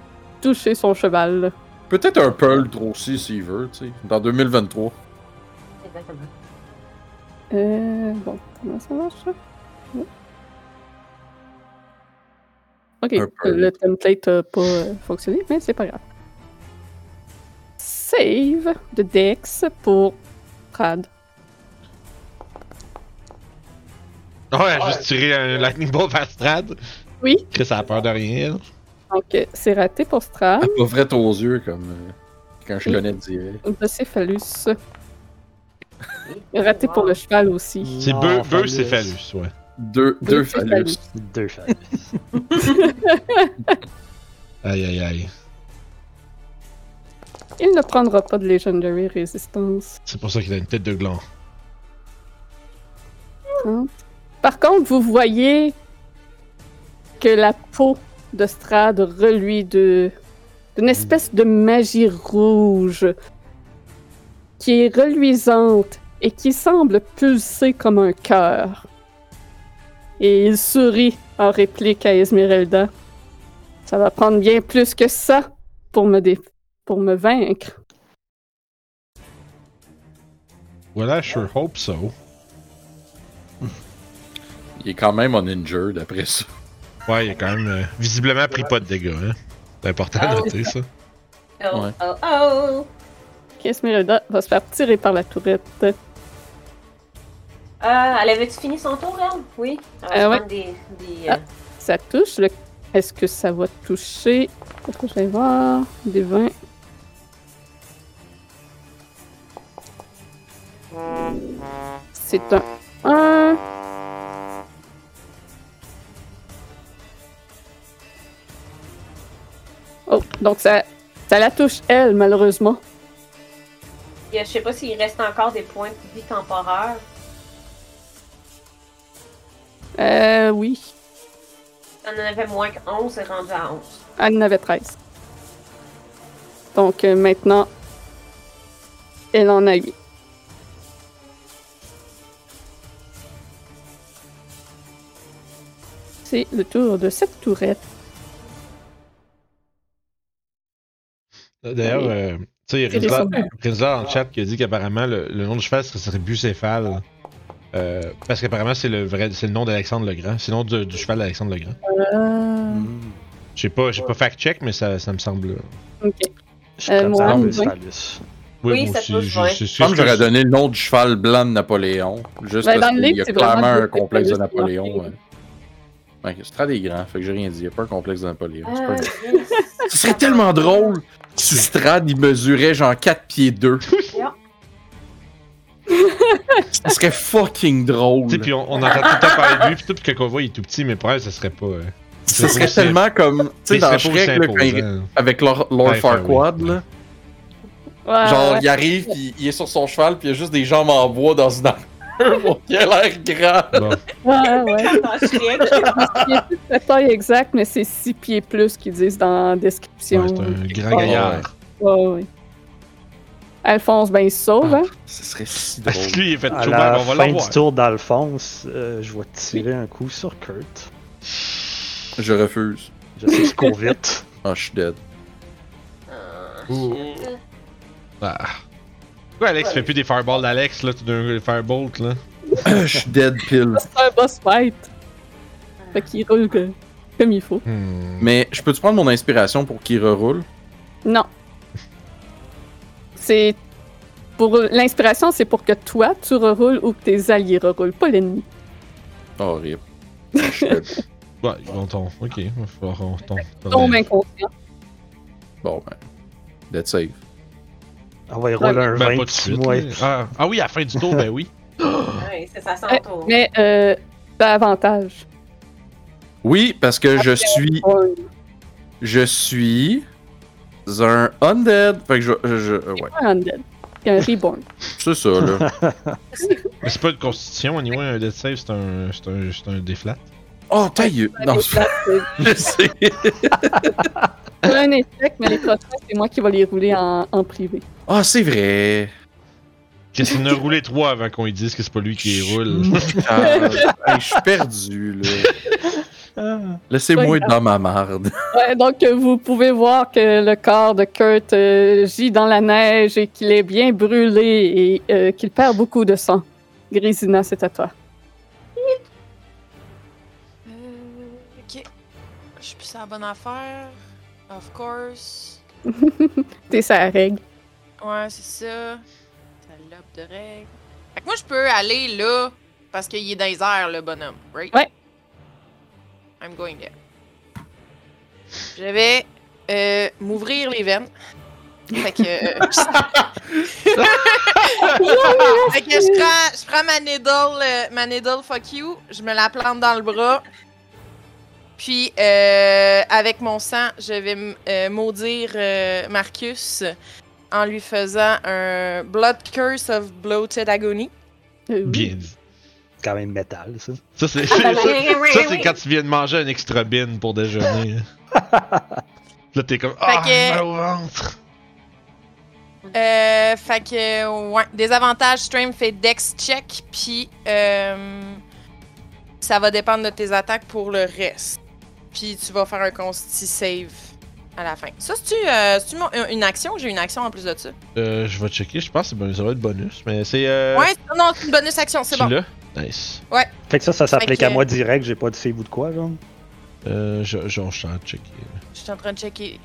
A: toucher son cheval.
B: Peut-être un Pearl aussi, s'il veut, tu sais. Dans 2023.
E: Exactement.
A: Euh, bon, comment ça marche ça? Non. Ok,
B: Un peu.
A: le template n'a pas euh, fonctionné, mais c'est pas grave. Save de Dex pour Trad.
C: Ouais, elle a juste tiré un lightning bolt par Strad.
A: Oui.
C: Chris a peur de rien.
A: Donc, euh, c'est raté pour Strad.
B: Elle pas vrai aux yeux, comme euh, quand je
A: Ah Oui.
B: connais direct.
A: De Céphalus. Raté pour le cheval aussi.
C: C'est
D: Non,
C: Beu, Beu,
D: phallus.
C: c'est Phallus, ouais.
B: Deux, deux
A: c'est
B: phallus.
D: Deux phallus.
C: Aïe, aïe, aïe.
A: Il ne prendra pas de Legendary Resistance.
C: C'est pour ça qu'il a une tête de gland.
A: Par contre, vous voyez que la peau de Strad reluit de d'une espèce de magie rouge qui est reluisante et qui semble pulser comme un cœur. Et il sourit en réplique à Esmeralda. Ça va prendre bien plus que ça pour me dé- pour me vaincre.
C: Voilà, I sure hope so.
B: Il est quand même uninjured après ça.
C: Ouais, il a quand même euh, visiblement pris pas de dégâts, hein. C'est important
E: Ah
C: à
E: oui.
C: noter ça.
E: Oh,
B: Ouais.
E: oh, oh!
A: Ok, Esmeralda va se faire tirer par la tourette.
E: Euh, elle avait-tu fini son tour, elle? Oui. Elle va
A: Euh,
E: se
A: ouais.
E: prendre des, des,
A: Ah.
E: euh,
A: Ça touche. Le... Est-ce que ça va toucher? Est-ce que je vais voir? Des 20. C'est un 1. Oh, donc ça, ça la touche elle, malheureusement.
E: Il y a- Je sais pas s'il reste encore des points de vie temporaires.
A: Euh, oui.
E: On en avait moins que 11, c'est rendu à 11.
A: Elle en avait 13. Donc euh, maintenant, elle en a 8. C'est le tour de cette tourette.
C: D'ailleurs,
A: Oui.
C: euh, tu sais,
A: C'est des
C: Rizla
A: sommets.
C: Rizla dans le chat qui a dit qu'apparemment le, le nom du cheval serait, serait bucéphale. Euh, parce qu'apparemment c'est le vrai c'est le nom d'Alexandre le Grand. C'est le nom du, du cheval d'Alexandre le Grand.
A: Hmm.
D: Hmm.
C: J'ai pas j'ai pas fact check mais ça, ça me semble. euh,
A: Ok.
D: Je suis
A: Euh,
D: comme
A: moi,
D: ça,
A: oui.
D: deux phallus.
E: Oui,
C: moi
E: ça
C: aussi,
E: touche,
C: je-
E: ouais.
C: c'est-
B: Je
C: c'est-
B: pense que j'aurais
C: c'est-
B: donné le nom du cheval blanc de Napoléon. Juste
A: Ben,
B: parce
A: dans le
B: qu'il
A: livre,
B: y a
A: c'est
B: clairement
A: vraiment
B: un
A: le
B: complexe de
A: Phallus qui est
B: Napoléon.
A: marqué.
B: ouais. Ouais, c'est très des grands, fait que j'ai rien dit. Il n'y a pas un complexe de Napoléon. c'est
E: Ah,
A: Euh,
B: pas grave.
E: yes.
B: Ce serait tellement drôle si Strad il mesurait genre 4 pieds 2. Ce serait fucking drôle.
C: Tu sais, puis on, on entend tout le temps parler de lui, puis tout que qu'on voit il est tout petit, mais pour elle, ça serait pas. euh,
B: Ce
C: c'est
B: serait
C: possible.
B: tellement comme. Tu sais,
C: il serait
B: dans
C: pas
B: Shrek,
C: aussi
B: là, quand il-
C: imposant.
B: avec Lord, Lord
C: Ouais, enfin,
B: Farquaad,
C: oui.
B: là.
A: Ouais,
B: Genre,
A: ouais.
B: il arrive, puis il est sur son cheval, puis il y a juste des jambes en bois dans une armure pour qu'il ait l'air grand.
C: Bon.
A: Ouais, ouais.
E: Attends, je check.
A: Il y a plus la taille exacte, mais c'est 6 pieds plus qu'ils disent dans la description.
C: Ouais, c'est un grand gaillard.
A: Ouais, ouais. Alphonse, ben, il se sauve. Hein?
B: Ce serait si drôle.
C: Parce que lui, il est fait
D: À
C: tout
D: la
C: mal, on va
D: fin
C: l'avoir.
D: du tour d'Alphonse, euh, je vais tirer un coup sur Kurt.
B: Je refuse.
D: Je sais que je cours vite.
B: Ah, je suis dead.
E: Ah,
C: Ouh.
E: shit.
C: Ah. Pourquoi Alex fait plus des fireballs d'Alex, là, tout d'un coup, firebolt, là?
B: je suis dead pile.
A: C'est un boss fight. Fait qu'il roule que- comme il faut.
C: Hmm.
B: Mais je peux-tu prendre mon inspiration pour qu'il reroule?
A: Non. C'est. Pour l'inspiration, c'est pour que toi, tu reroules ou que tes alliés reroulent, pas l'ennemi.
B: Horrible. Je suis dead.
C: Ouais, on tombe. Ok, il va falloir on tombe.
A: Tombe inconscient.
B: Bon, ben. Dead save.
D: On va y rouler un
C: Ben, pas
D: 20
C: de suite.
D: ouais.
C: mais- Ah, ah oui, à la fin du tour, ben oui.
E: Ouais, c'est ça, ça
A: Ouais,
E: tour.
A: Mais euh, t'as avantage.
B: Oui, parce que je suis.
A: Ouais.
B: Je suis. Un undead. Fait que je. je- je- euh, ouais.
A: Un undead. Puis un reborn.
B: C'est ça, là.
C: Mais c'est pas une constitution, anyway, un death save, c'est un, c'est un, c'est un déflat.
B: Oh, tailleux! Non,
A: Là, c'est-
B: je sais.
A: c'est un échec, mais les prochains, c'est moi qui vais les rouler en, en privé.
B: Ah, c'est vrai.
C: Qu'est-ce qu'il en a roulé trois avant qu'on lui dise que c'est pas lui qui les roule?
B: Ah, hey, je suis perdu, là.
D: Ah.
B: Laissez-moi être dans ma marde.
A: Ouais, donc euh, vous pouvez voir que le corps de Kurt euh, gît dans la neige et qu'il est bien brûlé et euh, qu'il perd beaucoup de sang. Grisina, c'est à toi.
F: Euh, ok. Je suis plus à la bonne affaire. Of course.
A: T'es sa règle.
F: Ouais, c'est ça. Salope de règle. Fait que moi, je peux aller là parce qu'il est dans les airs, le bonhomme, right?
A: Ouais.
F: I'm going there. Je vais euh, m'ouvrir les veines. Fait que. euh, je- fait que je prends, je prends ma needle, euh, ma needle fuck you, je me la plante dans le bras. Puis, euh, avec mon sang, je vais m- euh, maudire euh, Marcus en lui faisant un Blood Curse of Bloated Agony.
A: Euh, oui.
C: Bien dit.
D: C'est quand même métal, ça.
C: Ça, c'est ça,
E: Ah,
C: ça,
E: oui, oui,
C: c'est
E: oui.
C: quand tu viens de manger un extra bin pour déjeuner. Là, t'es comme. Ah,
F: que-
C: mal au ventre! Mm-hmm.
F: Euh, fait que, ouais. Des avantages, Stream fait Dex check, puis euh, ça va dépendre de tes attaques pour le reste. Puis tu vas faire un consti save à la fin. Ça, c'est-tu euh, c'est-tu mon- une action? J'ai une action en plus de ça.
C: Euh, je vais checker, je pense que c'est bon- ça va être bonus, mais c'est. Euh,
F: Ouais, non, non, c'est une bonus action, c'est bon.
C: celui-là. Nice.
D: Fait que ça, ça s'applique
F: que-
D: à moi direct, j'ai pas de save ou de quoi, genre.
C: Euh, je, je, je suis en train de checker.
F: Je suis en train de checker.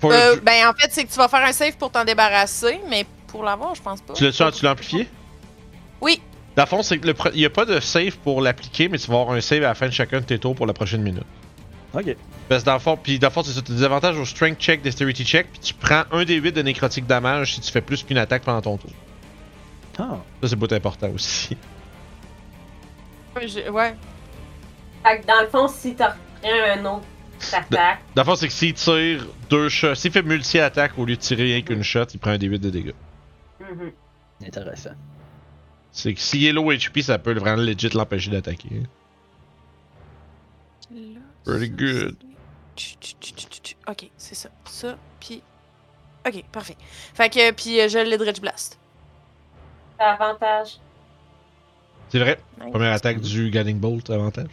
C: Pour-
F: Euh, ben, en fait, c'est que tu vas faire un save pour t'en débarrasser, mais pour l'avoir, je pense pas.
C: Tu l'as-tu tu l'as amplifié?
F: Oui.
C: Dans le fond, c'est que le pre- il n'y a pas de save pour l'appliquer, mais tu vas avoir un save à la fin de chacun de tes tours pour la prochaine minute.
D: Ok.
C: Parce que dans le fond, puis dans le fond, c'est ça, t'as des avantages au strength check, dexterity check, puis tu prends un des 8 de nécrotique damage si tu fais plus qu'une attaque pendant ton tour.
D: Ah,
C: Ça, c'est pas important aussi.
F: Je- Ouais.
E: Fait que dans le fond, si t'en reprends un autre attaque,
C: Dans le fond, c'est que s'il tire deux shots, s'il fait multi-attaque au lieu de tirer rien qu'une shot, il prend un des 8 de dégâts.
B: Ben.
E: mhm.
D: intéressant.
C: C'est que s'il est low HP, ça peut vraiment legit l'empêcher d'attaquer. Pretty good.
F: Tch, tch, tch, tch, tch. Ok, c'est ça. Ça, puis. Ok, parfait. Fait que, puis euh, je l'Edridge Blast.
E: t'as avantage.
C: C'est vrai.
F: Nice.
C: Première attaque du Guiding Bolt, avantage.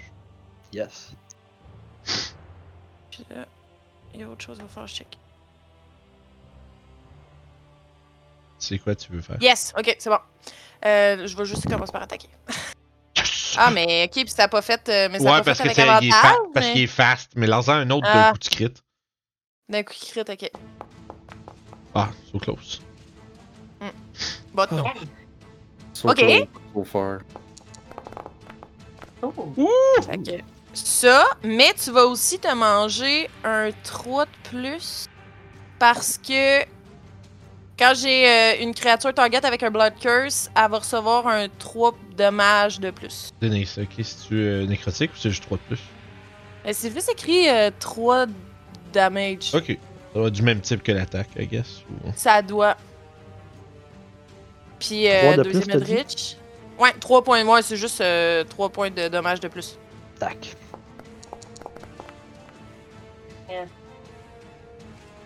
D: Yes.
F: Puis là, il y a autre chose, il va falloir que je check.
C: C'est quoi tu veux faire?
F: Yes, ok, c'est bon. Euh, je vais juste commencer par attaquer.
C: Yes!
F: Ah, mais ok, puis ça a pas fait. euh, Mais ça a
C: ouais,
F: pas
C: parce
F: fait
C: que
F: avec
C: c'est il est fa-
F: avantage.
C: parce
F: mais-
C: qu'il est fast, mais lançant un autre
F: Ah.
C: d'un coup tu crit.
F: D'un coup, qui crit, ok.
C: Ah, so close.
F: Bon,
C: Oh.
F: non.
B: So
F: Ok.
B: close, so far.
E: Oh.
F: Fait que ça, mais tu vas aussi te manger un 3 de plus parce que quand j'ai euh, une créature target avec un Blood Curse, elle va recevoir un 3 dommage de plus.
C: Denis, ok, si tu euh, nécrotique ou c'est juste 3 de plus?
F: Euh, C'est juste écrit euh, 3 damage.
C: Ok. Ça va être du même type que l'attaque, I guess. ou-
F: Ça doit. Puis euh,
D: Trois de plus,
F: deuxième
D: t'as dit?
F: Edrich. Ouais, 3 points. Ouais, c'est juste 3 points de dommage de plus.
D: Tac.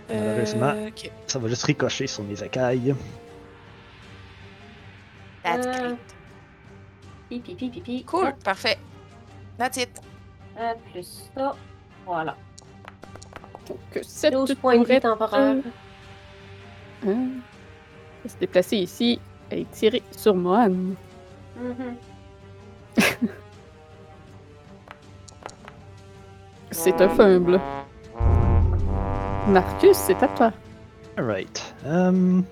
D: Malheureusement.
F: Euh, ok.
D: Ça va juste ricocher sur mes écailles.
F: That's
E: Euh,
F: great.
E: Pi, pi, pi, pi, pi.
F: Cool, parfait. That's it.
E: Euh, plus ça. Voilà.
A: Donc, cette
E: 12 points de vie
A: tourette,
E: temporaire.
A: euh, va se déplacer ici et tirer sur Mohan.
E: Mhm.
A: C'est un fumble. Marcus, c'est à toi.
D: Alright. Hum.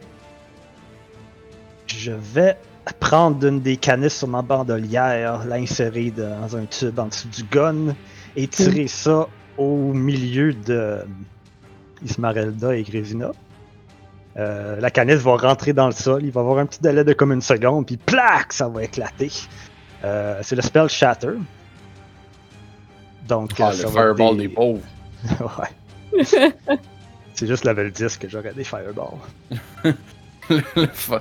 D: je vais prendre une des canisses sur ma bandolière, l'insérer dans un tube en dessous du gun et tirer ça au milieu de Ismarelda et Grésina. Euh, la canisse va rentrer dans le sol, il va avoir un petit délai de comme une seconde, puis plaque, ça va éclater. Euh, c'est le spell Shatter. Donc,
B: Ah,
D: euh, ça
B: le
D: va
B: fireball
D: des-
B: des pauvres.
D: Ouais. C'est juste level 10 que j'aurais des fireballs.
B: Le fi-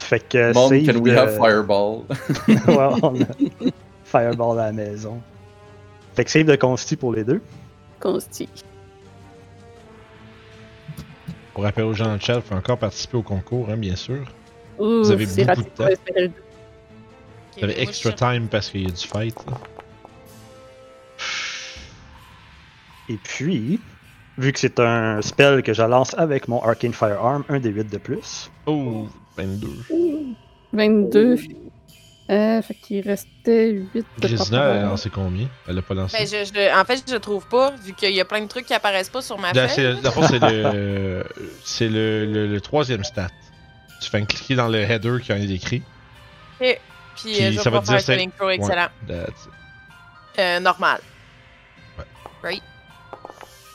D: Fait que
B: Mom,
D: save
B: can we
D: de-
B: have fireball?
D: Ouais, on a fireball à la maison. Fait que save de consti pour les deux.
A: Consti.
C: Pour rappeler aux gens dans le chat, vous pouvez encore participer au concours, hein, bien sûr.
A: Ouh,
C: avez
A: c'est
C: beaucoup
A: raté
C: de
A: pour le spell.
C: Vous avez extra time parce qu'il y a du fight. là.
D: Et puis, vu que c'est un spell que je lance avec mon Arcane Firearm, un des 8 de plus.
C: Oh, 22.
A: 22. Euh, fait qu'il restait 8 de
C: Grisina, elle en sait combien Elle l'a pas lancé.
F: Ben, je- je- en fait, je trouve pas, vu qu'il y a plein de trucs qui apparaissent pas sur ma
C: Là,
F: feuille.
C: Ben, c'est, dans le fond, c'est le, c'est le, le- le troisième stat. Tu fais un cliquer dans le header qui en est écrit.
F: Puis,
C: Puis
F: euh, je
C: ça
F: vais
C: va
F: pas
C: te
F: faire un
C: dire c'est-
F: saving throw excellent.
C: That's it.
F: Euh, normal.
C: Ouais.
F: Right?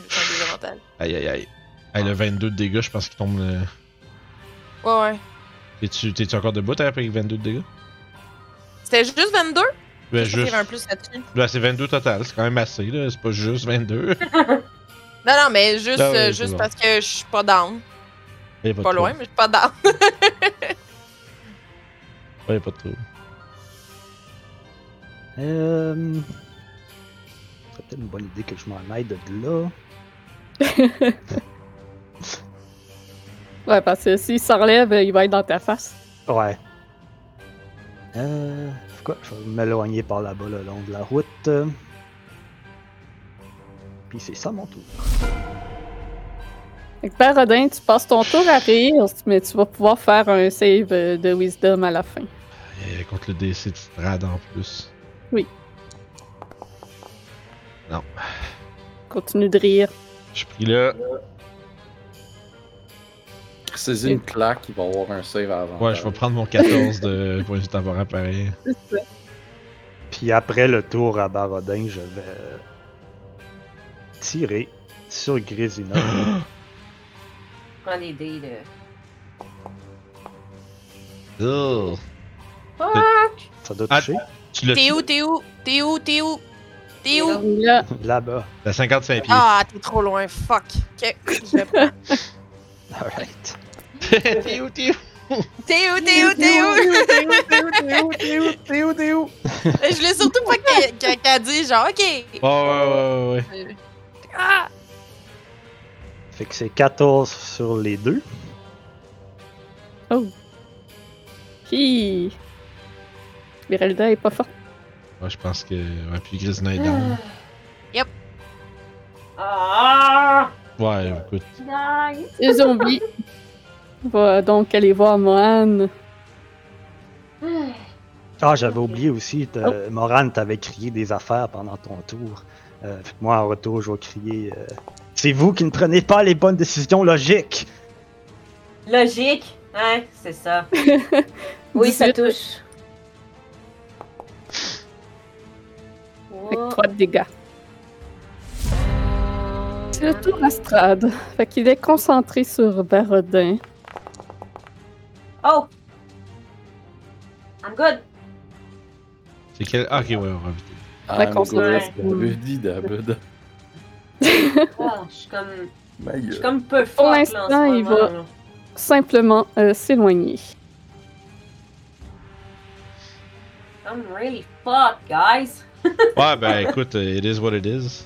F: C'est un désavantage.
C: Aïe aïe aïe. Elle le 22 de dégâts, je pense qu'il tombe. euh, le-
F: Ouais, ouais.
C: T'es-tu, t'es-tu encore debout t'as avec 22 de dégâts
F: C'était juste 22?
C: Ben,
F: Je pensais qu'il y
C: juste.
F: avait un plus là-dessus.
C: Ben, c'est 22 total, c'est quand même assez, là. C'est pas juste Ben, 22.
F: Non, non, mais juste,
C: Ah ouais,
F: euh,
C: c'est
F: juste
C: bon.
F: parce que je suis pas down.
C: Il y a pas, de
F: Pas loin, mais je suis pas down.
C: trouble. Ouais, y a pas de trouble.
D: Euh... C'est peut-être une bonne idée que je m'en aille de là.
A: Ouais, parce que s'il s'enlève, il va être dans ta face.
D: Ouais. Euh... c'est Quoi? Je vais m'éloigner par là-bas le long de la route. Puis c'est ça mon tour.
A: Fait que Parodin, tu passes ton tour à rire, mais tu vas pouvoir faire un save euh, de Wisdom à la fin.
C: Aïe, aïe, Ben, contre le DC de Strad en plus.
A: Continue de rire.
C: Je pris là.
B: Saisis une claque, il va avoir un save avant.
C: Ouais, je vais prendre mon 14 de points de vie temporaire pareil.
D: Puis après le tour à Barodin, je vais tirer sur Grésina.
E: Prends les dés, là.
C: Ugh.
D: Ça doit
C: Ah,
D: toucher.
C: Tu l'as
F: T'es où, t'es où? T'es où, t'es où? T'es où?
A: Et là,
D: Là-bas.
C: T'as 55 pieds.
F: Ah, t'es trop loin, fuck. Ok, je vais prendre.
D: Alright.
C: t'es où, t'es où?
F: T'es où, t'es où, t'es où? Je l'ai surtout pas qu'elle qu'elle- qu'elle dit genre, ok.
C: Oh, ouais, ouais, ouais.
F: Ah!
D: Fait que c'est 14 sur les deux.
A: qui. Virelda est pas forte.
C: Ouais, je pense que. Ouais, puis Grisina est down.
E: Ah!
C: Ouais, écoute.
E: Nice!
A: Le zombie va donc aller voir Mohan.
D: Ah, j'avais oublié aussi,
C: Oh.
D: t'as- Morane, t'avais crié des affaires pendant ton tour. Euh, fait que moi, en retour, je vais crier euh, C'est vous qui ne prenez pas les bonnes décisions logiques
E: Logique! Ouais, c'est ça. Oui, ça
A: 18.
E: touche. Oh.
A: Fait que 3 de dégâts. C'est le tour à Strad. Fait qu'il est concentré sur Barodin.
E: Oh! I'm good!
C: C'est quel. Ah, ok, ouais, on va éviter.
A: La
B: I'm
A: consonance.
B: good. Buddy, da, bud.
E: Oh, je suis comme.
B: Ma
E: Je suis
B: gueule.
E: comme peu
A: Pour
E: forte, là, en ce
A: l'instant, il
E: moment,
A: va-
E: là.
A: Simplement euh, s'éloigner.
E: I'm really fucked, guys!
C: Ouais, ben écoute, euh, it is what it is.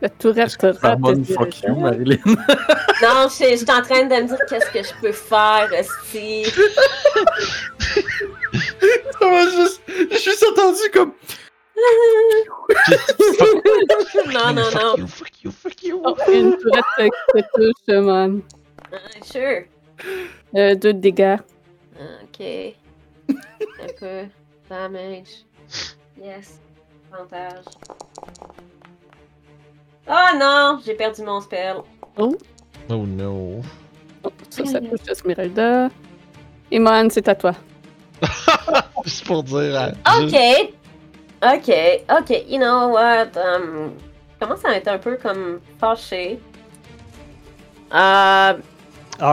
A: La tourette
B: que tu
A: rate.
B: bonne fuck you, Marilyn?
E: Non, je je suis en train de me dire qu'est-ce que je peux faire, si.
B: Ça va juste... Je suis attendu comme...
E: Non, non, non.
C: Fuck you, fuck you, fuck you.
A: Oh, une tourette euh, qui te touche, man.
E: Ah, Sure. Ah,
A: Euh, deux de dégâts.
E: Ok. Un peu. Damage. Yes. Avantage. Oh non! J'ai perdu mon spell.
C: Oh no.
A: Oh, ça, ça touche Esmeralda. Iman, c'est à toi.
C: Juste pour dire. hein, juste-
E: Ok! Ok, ok, you know what? Um, je commence à être un peu comme fâché. Euh,
D: Ah,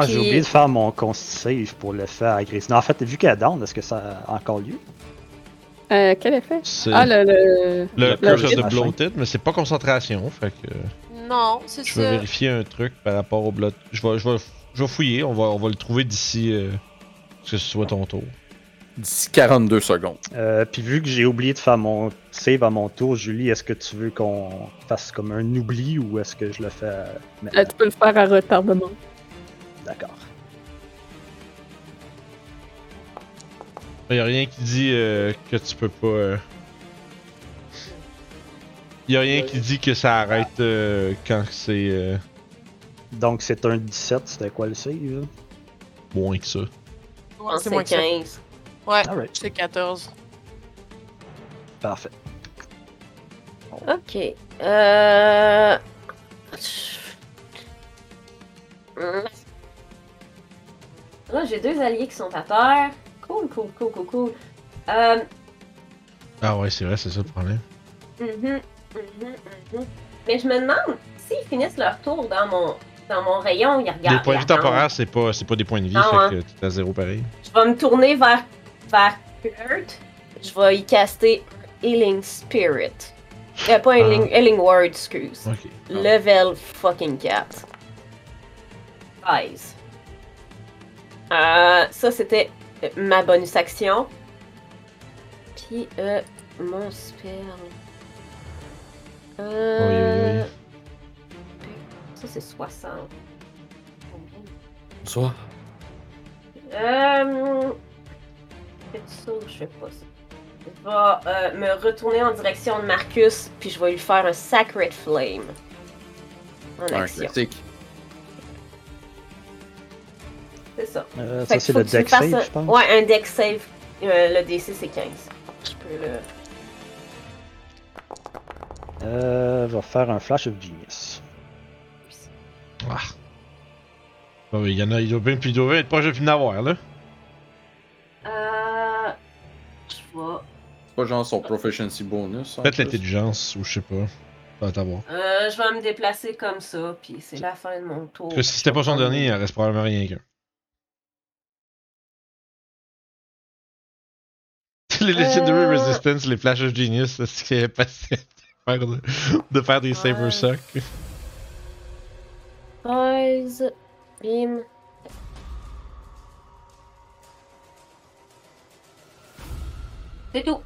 E: Puis-
D: j'ai oublié de faire mon constitutif pour le faire à Grace. Non, en fait, vu qu'elle est down, est-ce que ça a encore lieu?
A: Euh, quel effet?
C: C'est
A: Ah, le... le...
C: le
D: le
C: curse of
D: curse.
C: the bloated, mais c'est pas concentration. Fait que euh,
F: Non, c'est
C: je vais
F: ça.
C: vérifier un truc par rapport au blood. Je vais, je vais, je vais fouiller. On va, on va le trouver d'ici euh, que ce soit ton tour.
B: D'ici 42 secondes.
D: Euh, puis vu que j'ai oublié de faire mon save à mon tour, Julie, est-ce que tu veux qu'on fasse comme un oubli ou est-ce que je le fais euh, maintenant?
A: Euh, tu peux le faire à retardement.
D: D'accord.
C: Il a rien qui dit euh, que tu peux pas. euh, Il a rien qui dit que ça arrête euh, quand c'est euh,
D: Donc c'est un 17, c'était quoi le save?
C: moins que ça.
E: on
F: c'est
E: c'est
F: moins que ça.
E: 15.
F: Ouais,
D: Alright,
F: c'est 14.
D: parfait.
E: Ok. Euh... Là, j'ai deux alliés qui sont à terre. Cool, cool, cool, cool, cool. Euh...
C: Ah ouais, c'est vrai, c'est ça le problème.
E: mhm, mhm, mhm. Mais je me demande s'ils finissent leur tour dans mon, dans mon rayon, ils regardent.
C: les points de vie
E: ils attendent.
C: temporaires, c'est pas, c'est pas des points de vie,
E: Non,
C: fait
E: hein.
C: que t'es à zéro pareil.
E: Je vais me tourner vers, vers Kurt. Je vais y caster Healing Spirit. Euh,
C: Ah.
E: pas Healing, Healing Word, excuse.
C: Ok.
E: Level fucking 4. Eyes. Euh, ça, c'était euh, ma bonus action. Puis, euh, mon spell.
C: Aïe, aïe,
E: Euh,
C: aïe.
E: ça, c'est Oh, 60.
B: Bonsoir.
E: Euh, c'est ça ou je fais pas ça? Je vais euh, me retourner en direction de Marcus, puis je vais lui faire un Sacred Flame. En
B: Un
E: action.
B: classique.
E: C'est ça.
D: Euh,
E: Fait
D: ça
E: que
D: c'est
E: faut
D: le
E: que tu
D: deck
E: fasses un-
D: save, je pense.
E: Ouais, un deck save. Euh, le DC c'est 15. Je peux le.
D: Euh, je vais faire un flash of genius.
C: Ah. Ah oui, il y en a, il doit bien, puis il doit bien être proche de finir d'avoir, là.
E: Euh. Je vais.
B: C'est pas genre son proficiency bonus.
C: Peut-être
B: l'été
C: l'intelligence, ou je sais pas. Faut t'avoir.
E: Euh, je vais me déplacer comme ça, puis c'est la fin de mon tour.
C: Parce que si c'était pas son dernier, il en reste probablement rien qu'un. Les Legendary
E: Euh.
C: Resistance, les Flash of Genius, c'est ce qui est passé de faire, de, de faire des
E: Ouais.
C: savers suck.
E: 13. Bim. C'est tout.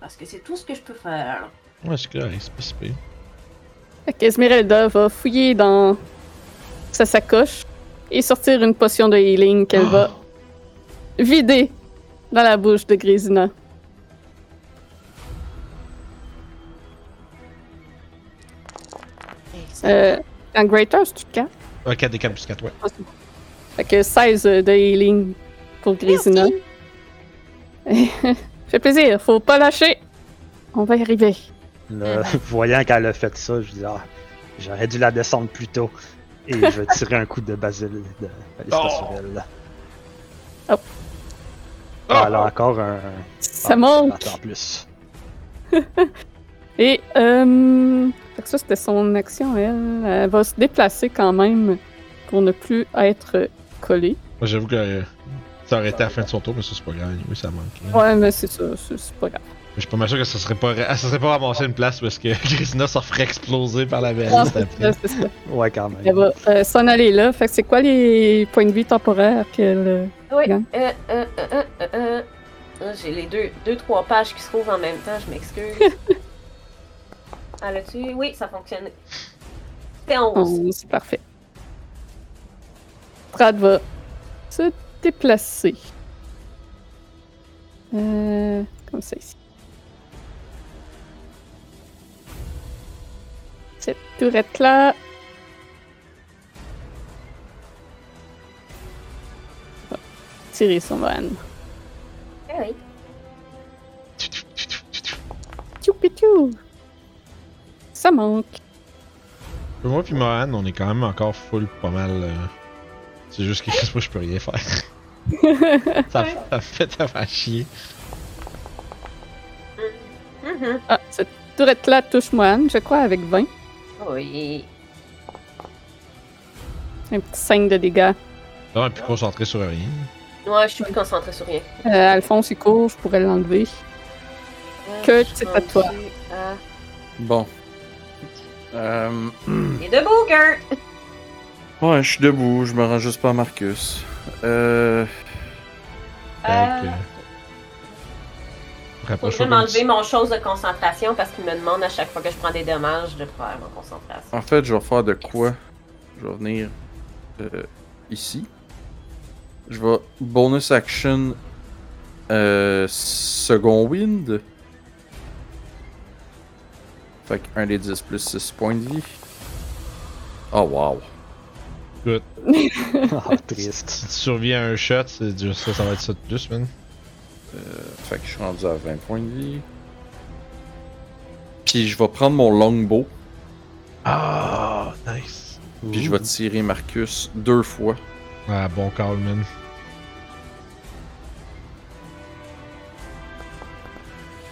E: Parce que c'est tout ce que je peux faire.
C: Ouais, c'est correct, c'est pas si pire.
A: Fait qu'Esmeralda va fouiller dans sa sacoche et sortir une potion de healing qu'elle va vider dans la bouche de Grisina. Euh, en Greater, c'est du cas.
C: Ah, 4 des 4 plus 4, ouais.
A: Fait que 16 de healing pour Grisina. fait plaisir, faut pas lâcher. On va y arriver.
D: Là,
E: Mm.
D: voyant qu'elle a fait ça, je dis ah, j'aurais dû la descendre plus tôt. Et je vais tirer un coup de basil de balise
C: Oh.
D: naturelle.
E: Oh.
A: Hop.
D: Ah, elle a encore un.
A: Ça
D: ah,
A: manque.
D: En plus.
A: Et euh, fait que ça, c'était son action, elle. Elle va se déplacer quand même pour ne plus être collée.
C: Moi, j'avoue que euh, ça aurait été à la fin de son tour, mais ça, c'est pas grave. Oui, ça manque. là.
A: Ouais, mais c'est ça, c'est c'est pas grave.
C: Je suis pas mal sûr que ça serait pas, ra- ça serait pas ramassé une place où est-ce que Grisina s'en ferait exploser par la
A: Non,
C: balise
A: c'est
C: après.
A: ça, c'est ça.
D: Ouais, quand même.
A: Elle va euh, s'en aller là. Fait que c'est quoi les points de vie temporaires qu'elle. euh,
E: Oui.
A: Bien.
E: Euh, euh, euh, euh, euh, euh. Ah, J'ai les deux, deux, trois pages qui se trouvent en même temps, je m'excuse. Elle a tué. Oui, ça fonctionne. C'était 11.
A: 11, parfait. Trad va se déplacer. Euh, comme ça ici. Cette tourette-là. Va Tirer son van.
E: Eh oui.
A: Tchoupichou! Ça manque.
C: Moi puis Mohan, on est quand même encore full pas mal. euh, C'est juste que moi je peux rien faire. ça, ça me fait tellement chier.
E: Mhm.
A: Ah, cette tourette-là touche Mohan, je crois, avec 20.
E: Oui.
A: Un petit 5 de dégâts.
C: Là, on est plus concentré sur rien.
E: Moi, je suis plus concentrée sur rien.
A: Euh, Alphonse, il court, je pourrais l'enlever. Que
E: Je
A: c'est
E: suis
A: pas toi.
E: rendue à-
B: Bon. Euh,
E: Il est debout, Gert!
B: ouais, je suis debout, je me rends juste pas à Marcus. Euh,
C: Fait que, euh,
E: Faut
C: Rapproche-toi
E: juste
C: comme
E: m'enlever
C: tu-
E: mon chose de concentration parce qu'il me demande à chaque fois que je prends des dommages de faire mon concentration.
B: en fait, je vais faire de quoi Je vais venir euh, ici. Je vais bonus action euh, second wind. Fait que 1 des 10 plus 6 points de vie. Oh wow.
D: Ah,
C: Si
D: triste.
C: tu surviens à un shot, c'est du- ça, ça va être ça de plus, man.
B: Fait que je suis rendu à 20 points de vie. Puis je vais prendre mon longbow,
C: Ah, nice.
B: puis je vais tirer Marcus deux fois.
C: Ah, bon call, man.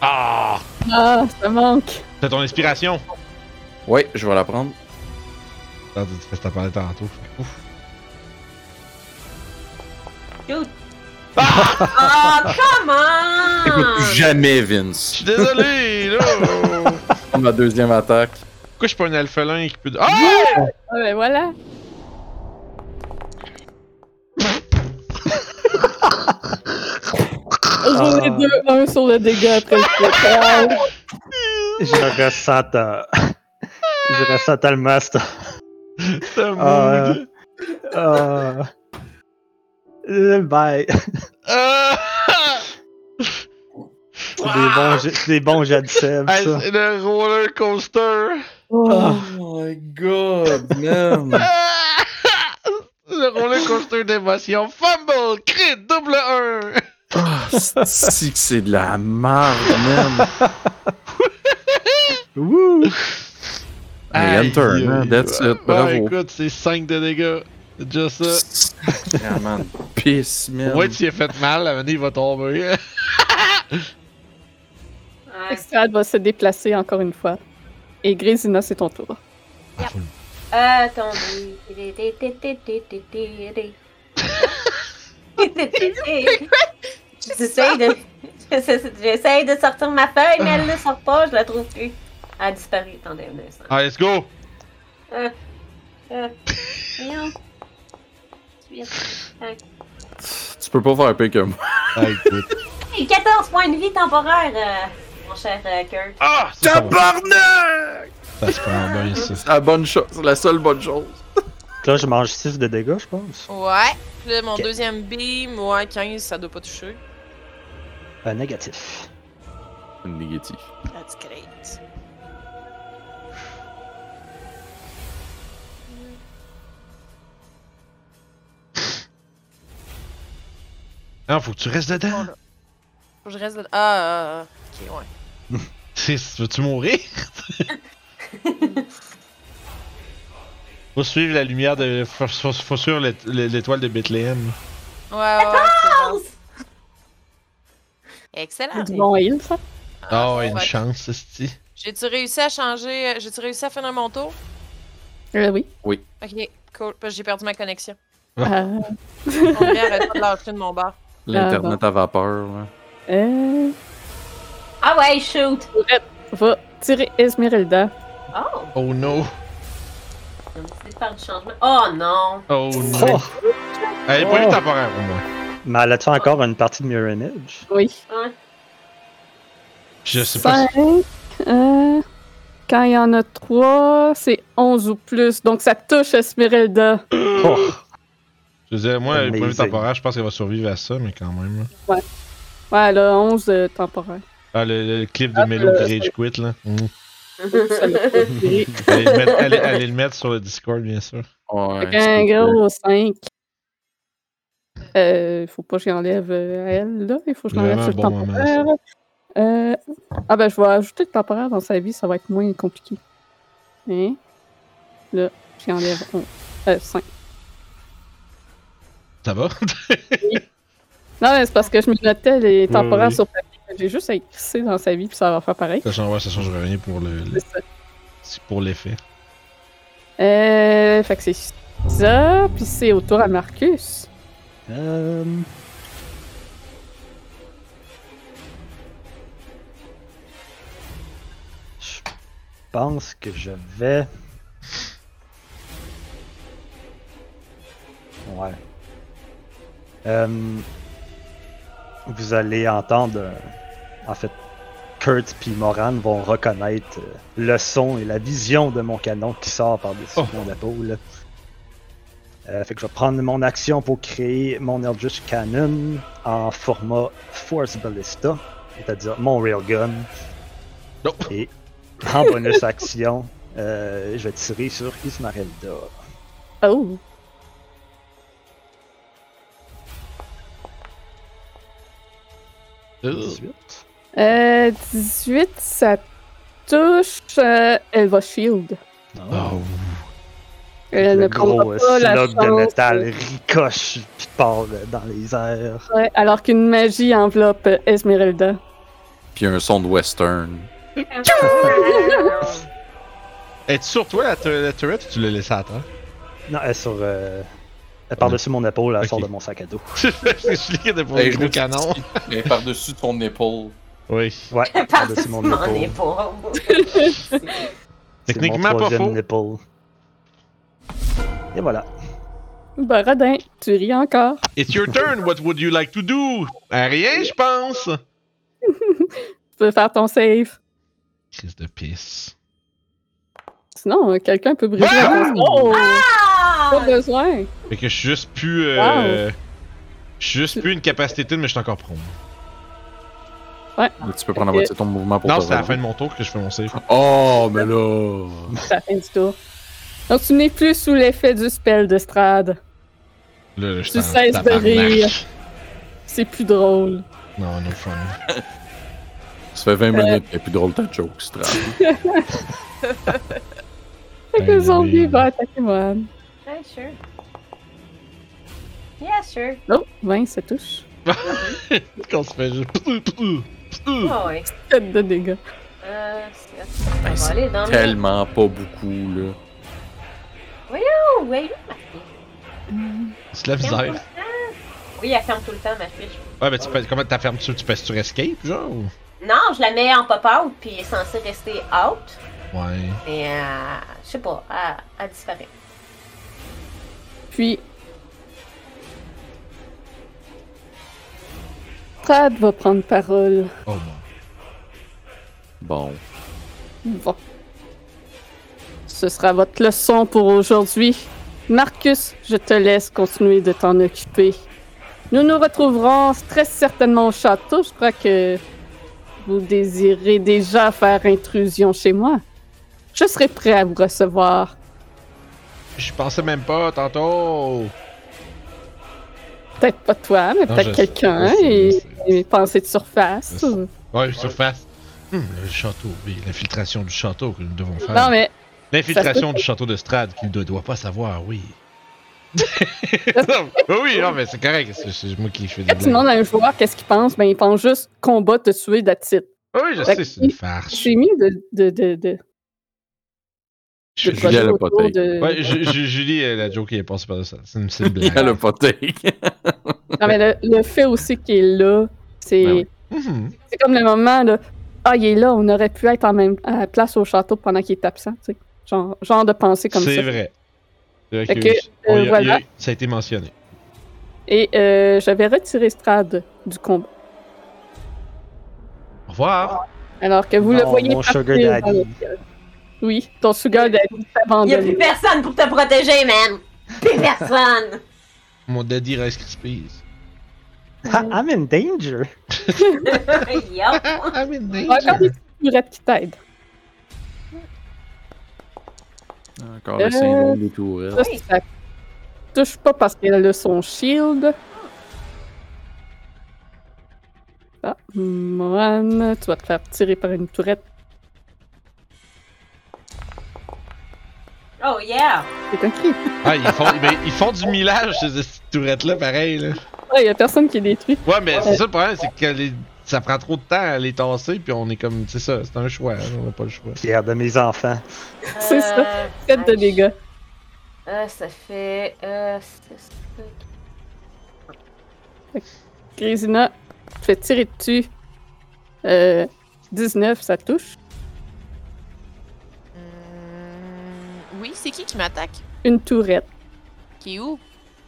C: Ah!
A: Ah, ça manque.
C: C'est ton inspiration!
B: Ouais, je vais la prendre.
C: Attends, tu te fais t'en parler tantôt. Fait que, Ouf.
E: Dude! Ah! Oh,
B: Écoute
E: comment?
B: plus jamais,
C: Je
B: Vince.
C: suis désolé,
B: Oh!
C: là!
B: Prends ma deuxième attaque.
C: Pourquoi je suis pas un alphelin qui peut. Ah!
A: Ah, ben voilà. Roulez
D: Ah.
A: 2-1 sur le dégât après le total.
D: Je ressens ta... Je ressens tellement ça.
C: Ce
D: Ah.
C: mood.
D: Ah. Euh, Bye.
C: Ah!
D: C'est des bons jets- c'est des bons jets de Seb,
C: Hey,
D: ça.
C: c'est le roller coaster!
A: Oh,
B: Oh my god, man.
C: Ah! Le roller coaster d'émotion. Fumble! Crit! Double 1!
B: si que c'est de la merde, man.
D: Wouh!
B: Hey,
C: Aïe,
B: enter,
C: aïe,
B: man.
C: aïe.
B: That's it.
C: Ouais,
B: Bravo.
C: écoute, c'est 5 de dégâts. C'est Just ça.
B: Vraiment de pisse, man.
C: Ouais, tu y as fait mal, à un moment donné, il va tomber.
E: Ouais.
A: Strad va se déplacer encore une fois. Et Grisina, c'est ton tour.
E: Euh, Attendez. J'essaie de... J'essaie de sortir ma feuille, mais elle ne sort pas, je la trouve plus. Elle a disparu, attendez un instant.
C: Allez, Ah, let's go!
E: Voyons. Suite.
B: Tu peux pas faire pire que moi.
E: Hey, 14 points de vie temporaire, euh, mon cher euh, Kurt.
C: Ah! Ça, ça, va.
B: Tabarnak!
C: ça se prend bien, ça.
B: C'est la bonne chose. C'est la seule bonne chose.
D: Là, je mange 6 de dégâts, je pense.
F: Ouais. Puis là, mon
D: Ok.
F: deuxième beam, ouais, 15, ça doit pas toucher.
D: Un Euh, négatif.
B: Négatif.
F: That's great.
C: Non, faut que tu restes dedans.
F: Faut que je reste là. Ah, ah, ah, ok, ouais.
C: C'est- Veux-tu mourir? faut suivre la lumière de. Faut, faut- faut suivre l'ét- l'étoile de Bethléem.
F: Ouais, ouais, ouais, c'est bon. Excellent.
A: Du bon heal, ça.
C: Ah,
F: ouais.
C: une chance, cest
F: J'ai-tu réussi à changer. euh, J'ai-tu réussi à finir mon tour?
A: Euh, oui.
F: Ok, cool. Parce que j'ai perdu ma connexion.
A: Euh,
F: Mon vrai arrête pas de lâcher de mon bar.
B: L'internet à vapeur, là.
A: euh,
E: Ah ouais, shoot!
A: va tirer Esmeralda.
E: Oh!
C: Oh no!
E: On décide de faire du changement. Oh non!
C: Oh no!
D: Oh!
C: Elle est pas temporaire au moins.
D: Mais elle a-tu encore une partie de Mirror Image?
A: Oui.
E: Hein?
C: Je sais pas si.
A: Cinq, euh, Quand il y en a trois, c'est 11 ou plus. Donc ça touche Esmeralda.
D: Oh,
C: Je disais, moi, le premier
D: Amazing.
C: temporaire, je pense qu'elle va survivre à ça, mais quand même. là.
A: Ouais, elle a euh, 11 de temporaire.
C: Ah, le, le- le clip de
A: Ah,
C: Melo de
A: euh,
C: Rage Quit, là. Mm.
A: Ça l'a pas tiré.
C: Allez, le mettre, allez- allez le mettre sur le Discord, bien sûr.
A: Fait qu'un gros 5. Euh, faut pas que j'enlève euh, à elle, là. Il faut que je l'enlève
C: Vraiment
A: sur le
C: bon moment,
A: temporaire. Euh, ah ben, je vais ajouter le temporaire dans sa vie, ça va être moins compliqué. Hein? Là, j'enlève 5.
C: Ça va?
A: Non, mais c'est parce que je me notais les temporaires
D: oui.
A: sur papier. J'ai juste à écrire dans sa vie, puis ça va faire pareil.
C: ça change, ouais, ça change rien pour le, le-
A: C'est ça.
C: pour l'effet.
A: Euh, fait que c'est ça, puis c'est au tour à Marcus.
D: euh, Je pense que je vais. Ouais. Euh, Vous allez entendre. euh, En fait, Kurt puis Moran vont reconnaître euh, le son et la vision de mon canon qui sort par-dessus
C: Oh.
D: mon épaule. Euh, fait que je vais prendre mon action pour créer mon Eldritch Cannon en format Force Ballista, c'est-à-dire mon Railgun.
C: Non.
D: Et en bonus action, euh, je vais tirer sur Ismarelda.
A: Oh!
C: Euh,
D: 18.
A: Euh, 18, ça touche. euh, elle va shield.
C: Oh,
A: Elle ne
D: Ah. le
A: prendra
D: gros euh,
A: pas la
D: slug de
A: chance,
D: métal ricoche puis part euh, dans les airs.
A: Ouais, euh, alors qu'une magie enveloppe euh, Esmeralda.
B: Puis un son de western.
C: Es-tu sur toi, la, tu- la turret, ou tu l'as laissé à terre?
D: Non, elle est sur. euh, elle par-dessus mon épaule, elle sort
C: Ok.
D: de mon sac à dos.
C: C'est celui qui était pour
B: Hey,
C: le
B: je
C: gros
B: me-
C: canon.
B: Mais par-dessus ton épaule.
C: Oui.
D: Ouais,
E: Par-dessus
D: par-dessus
E: mon
D: mon
E: épaule.
D: épaule. C'est mon
C: Techniquement, pas
D: troisième
C: faux.
D: épaule. Et voilà.
A: Ben, Rodin, tu ris encore.
C: It's your turn, what would you like to do? Ah, rien, je pense!
A: Tu peux faire ton save.
C: Crise de pisse.
A: Sinon, euh, quelqu'un peut briser la
C: Ah!
A: maison. Oh!
E: Ah!
A: Pas besoin.
C: Fait que je suis juste plus. euh, Je suis juste plus une capacité de, mais je suis encore prone.
B: Là, tu peux prendre la moitié de ton mouvement pour
C: Non,
B: te
C: c'est à la
B: relever.
C: fin de mon tour que je fais mon save.
B: Oh, mais là.
A: C'est la fin du tour. Donc, tu n'es plus sous l'effet du spell de Strad.
C: Là, là, je
A: Tu
C: suis en
A: cesses de
C: tabarnak.
A: rire. C'est plus drôle.
C: Non, no fun.
B: Ça fait 20 minutes qu'il n'y a plus drôle de joke, Strad.
A: Fait que
C: Ben
A: le zombie
C: oui.
A: va attaquer moi.
E: Ouais, sure. Yeah, sure.
A: Non, 20, Oh, ben, ça touche.
C: Qu'on se fait juste. P'tou, p'tou, p'tou.
E: Ah ouais.
A: 7 de dégâts.
E: Euh, c'est- on va
B: Ben, c'est
E: aller dans le-
B: Tellement pas beaucoup, là.
E: Oh, ouais.
C: C'est de la
E: ferme tout
C: misère.
E: le temps. Oui, elle ferme tout le temps, ma fiche.
C: Ouais, mais tu peux, comment t'as fermé dessus? Tu passes sur escape, genre? ou-
E: Non, je la mets en pop-out, puis elle est censée rester out.
C: Ouais.
E: Mais, euh, je sais pas, elle, elle disparaît.
A: Puis. Strad va prendre parole.
C: Oh bon.
B: Bon.
A: Bon. Ce sera votre leçon pour aujourd'hui. Marcus, je te laisse continuer de t'en occuper. Nous nous retrouverons très certainement au château. Je crois que vous désirez déjà faire intrusion chez moi. Je serai prêt à vous recevoir.
C: Je pensais même pas tantôt.
A: Peut-être pas toi, mais
C: Non,
A: peut-être
C: je-
A: quelqu'un.
C: je sais,
A: Et,
C: je
A: et pensée de surface.
C: Je sais. Ouais, surface. Hum, le château, oui, l'infiltration du château que nous devons faire.
A: Non, mais
C: L'infiltration du château de Strade qu'il ne doit pas savoir, oui. non, mais oui, non, mais c'est correct, c'est- c'est moi qui fais des
A: quand tu demandes
C: blagues.
A: à un joueur qu'est-ce qu'il pense, ben il pense juste combat, te tuer, d'attitude.
C: Ah Oui, je
A: Fait
C: sais, c'est une farce.
A: J'ai mis de- de- de, de,
C: Je-
A: de
C: je-
B: Julia
A: projet
B: l'a
A: autour
B: pas take.
A: de-
C: Ouais, je- je- Julie, euh, la joke, elle est passée par ça. C'est une, c'est une
B: Il y a
C: blague.
B: le poté.
A: Non, mais le, le fait aussi qu'il est là, c'est
B: Ben oui.
C: Mhm.
A: c'est comme le moment, là. Ah, il est là, on aurait pu être en même à la place au château pendant qu'il est absent, tu sais. Genre, genre de pensée comme
C: C'est
A: ça.
C: vrai. C'est vrai
A: Fait
C: que
A: que,
C: oui, on
A: euh,
C: y a-
A: voilà.
C: y a- ça a été mentionné.
A: Et euh, j'avais retiré Strad du combat.
C: Au revoir.
A: Alors que vous le
D: Non,
A: voyez
D: mon sugar
A: partir dans
D: daddy.
A: le ciel. Oui, ton
F: Euh,
A: sugar daddy
E: Il y a plus
A: abandonné.
E: personne pour te protéger, man! Plus personne!
C: Mon daddy Rice Krispies.
D: Ha, Ah, I'm in danger.
E: Yup.
C: I'm in
A: Il y a Encore
C: danger.
A: des petites figurettes qui t'aident.
G: Encore le syndrome des tourelles.
A: Ça, ça touche pas parce qu'elle a son shield. Ah, Moran, tu vas te faire tirer par une tourette.
E: Oh yeah!
A: C'est un cri.
C: Ah, ils font, ben, ils font du millage, ces petites tourettes-là, pareil. Là.
A: Ouais, il y a personne qui est détruit.
C: Ouais, mais c'est ça le problème, c'est que les- ça prend trop de temps à les tasser, puis on est comme. C'est ça, c'est un choix. hein, on n'a pas le choix.
D: Fier de mes enfants.
A: C'est ça.
E: Euh,
A: 7 de
E: ouch.
A: dégâts.
E: Euh, ça fait. Euh, six.
A: Grisina, tu fais tirer dessus. Euh, 19, ça touche.
F: Hum, Oui, c'est qui qui m'attaque?
A: Une tourette
F: Qui est où?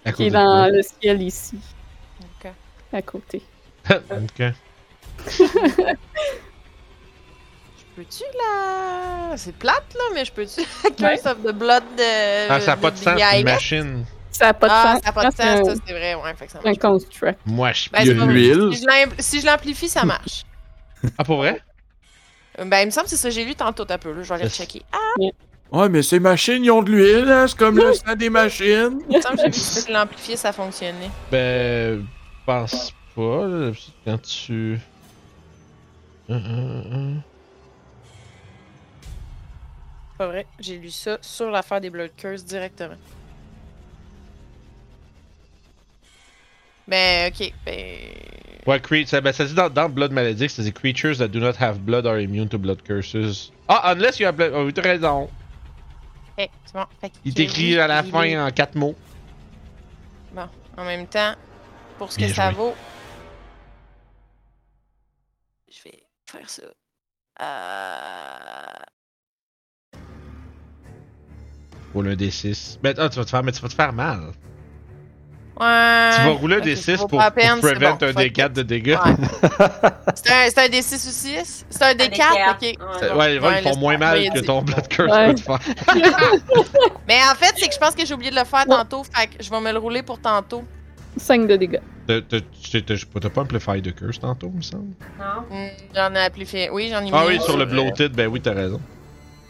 C: À
A: qui
C: cause
A: est
C: de
A: dans le ciel ici,
F: Ok.
A: à côté.
C: quoi? Ok.
F: Je peux-tu la... C'est plate, là, mais je peux-tu la Curse of the Blood de...
C: Ah, ça n'a pas de
F: de
C: sens,
F: Yael?
C: une machine.
A: Ça n'a pas de
F: Ah,
A: sens.
F: ça n'a pas de
A: C'est
F: sens,
A: un-
F: ça, c'est vrai, ouais, fait que ça
A: un
F: marche.
A: construct.
C: Moi, je
F: Ben,
G: Il y a
F: c'est
G: de
F: pas-
C: Mm.
G: l'huile.
F: Si je l'im- Si je l'amplifie, ça marche.
C: Ah, pour vrai?
F: Euh, Ben, il me semble que c'est ça, j'ai lu tantôt un peu, là, je vais aller
C: Yes.
F: checker. Ah,
G: Ouais, mais ces machines, ils ont de l'huile, hein? C'est comme le sang des machines.
F: il me semble que j'ai vu que si je l'amplifiais, ça fonctionnait.
C: Ben, je pense pas. là. Quand tu. Euh, euh, euh.
F: Pas vrai, j'ai lu ça sur l'affaire des Blood Curse directement. Ben, ok, ben...
C: Ouais, crea- ça, ben, ça dit dans, dans Blood Maledict, ça dit Creatures that do not have blood are immune to blood curses. Ah, unless you have blood. Oh, t'as raison.
F: Ok, c'est bon. Fait que
C: Il
F: j'ai
C: t'écrit
F: lu,
C: à la
F: il
C: fin hein.
F: est-
C: en quatre mots.
F: En même temps, pour ce que
C: Bien
F: ça
C: joué.
F: vaut, je vais faire ça. Euh,
C: Roule un D6. Ben, ah, tu vas te faire, mais tu vas te faire mal.
F: Ouais.
C: tu vas rouler un
F: ok, ça
C: D6
F: vaut
C: pour,
F: pas la
C: pour
F: peine, c'est
C: prevent
F: bon,
C: un
F: fuck it.
C: D4 de dégâts.
F: Ouais. C'est un, c'est un D6 ou 6 C'est un
E: Un D4,
F: D4, ok.
E: ouais.
C: Ouais, les gens,
F: Ouais,
C: ils font
F: laisse
C: moins
F: tomber,
C: mal que
F: dis.
C: ton blood curse
A: Ouais.
C: va te faire.
F: Mais en fait, c'est que je pense que j'ai oublié de le faire tantôt, fait que je vais me le rouler pour tantôt.
A: 5 de dégâts.
C: T'as- t'as- t'as- t'as- T'as pas amplifié de curse tantôt, me semble.
E: Non?
F: Hmm, J'en ai amplifié. Oui, j'en ai mis.
C: Ah oui, sur le
B: Euh,
C: bloated, ben oui, t'as raison.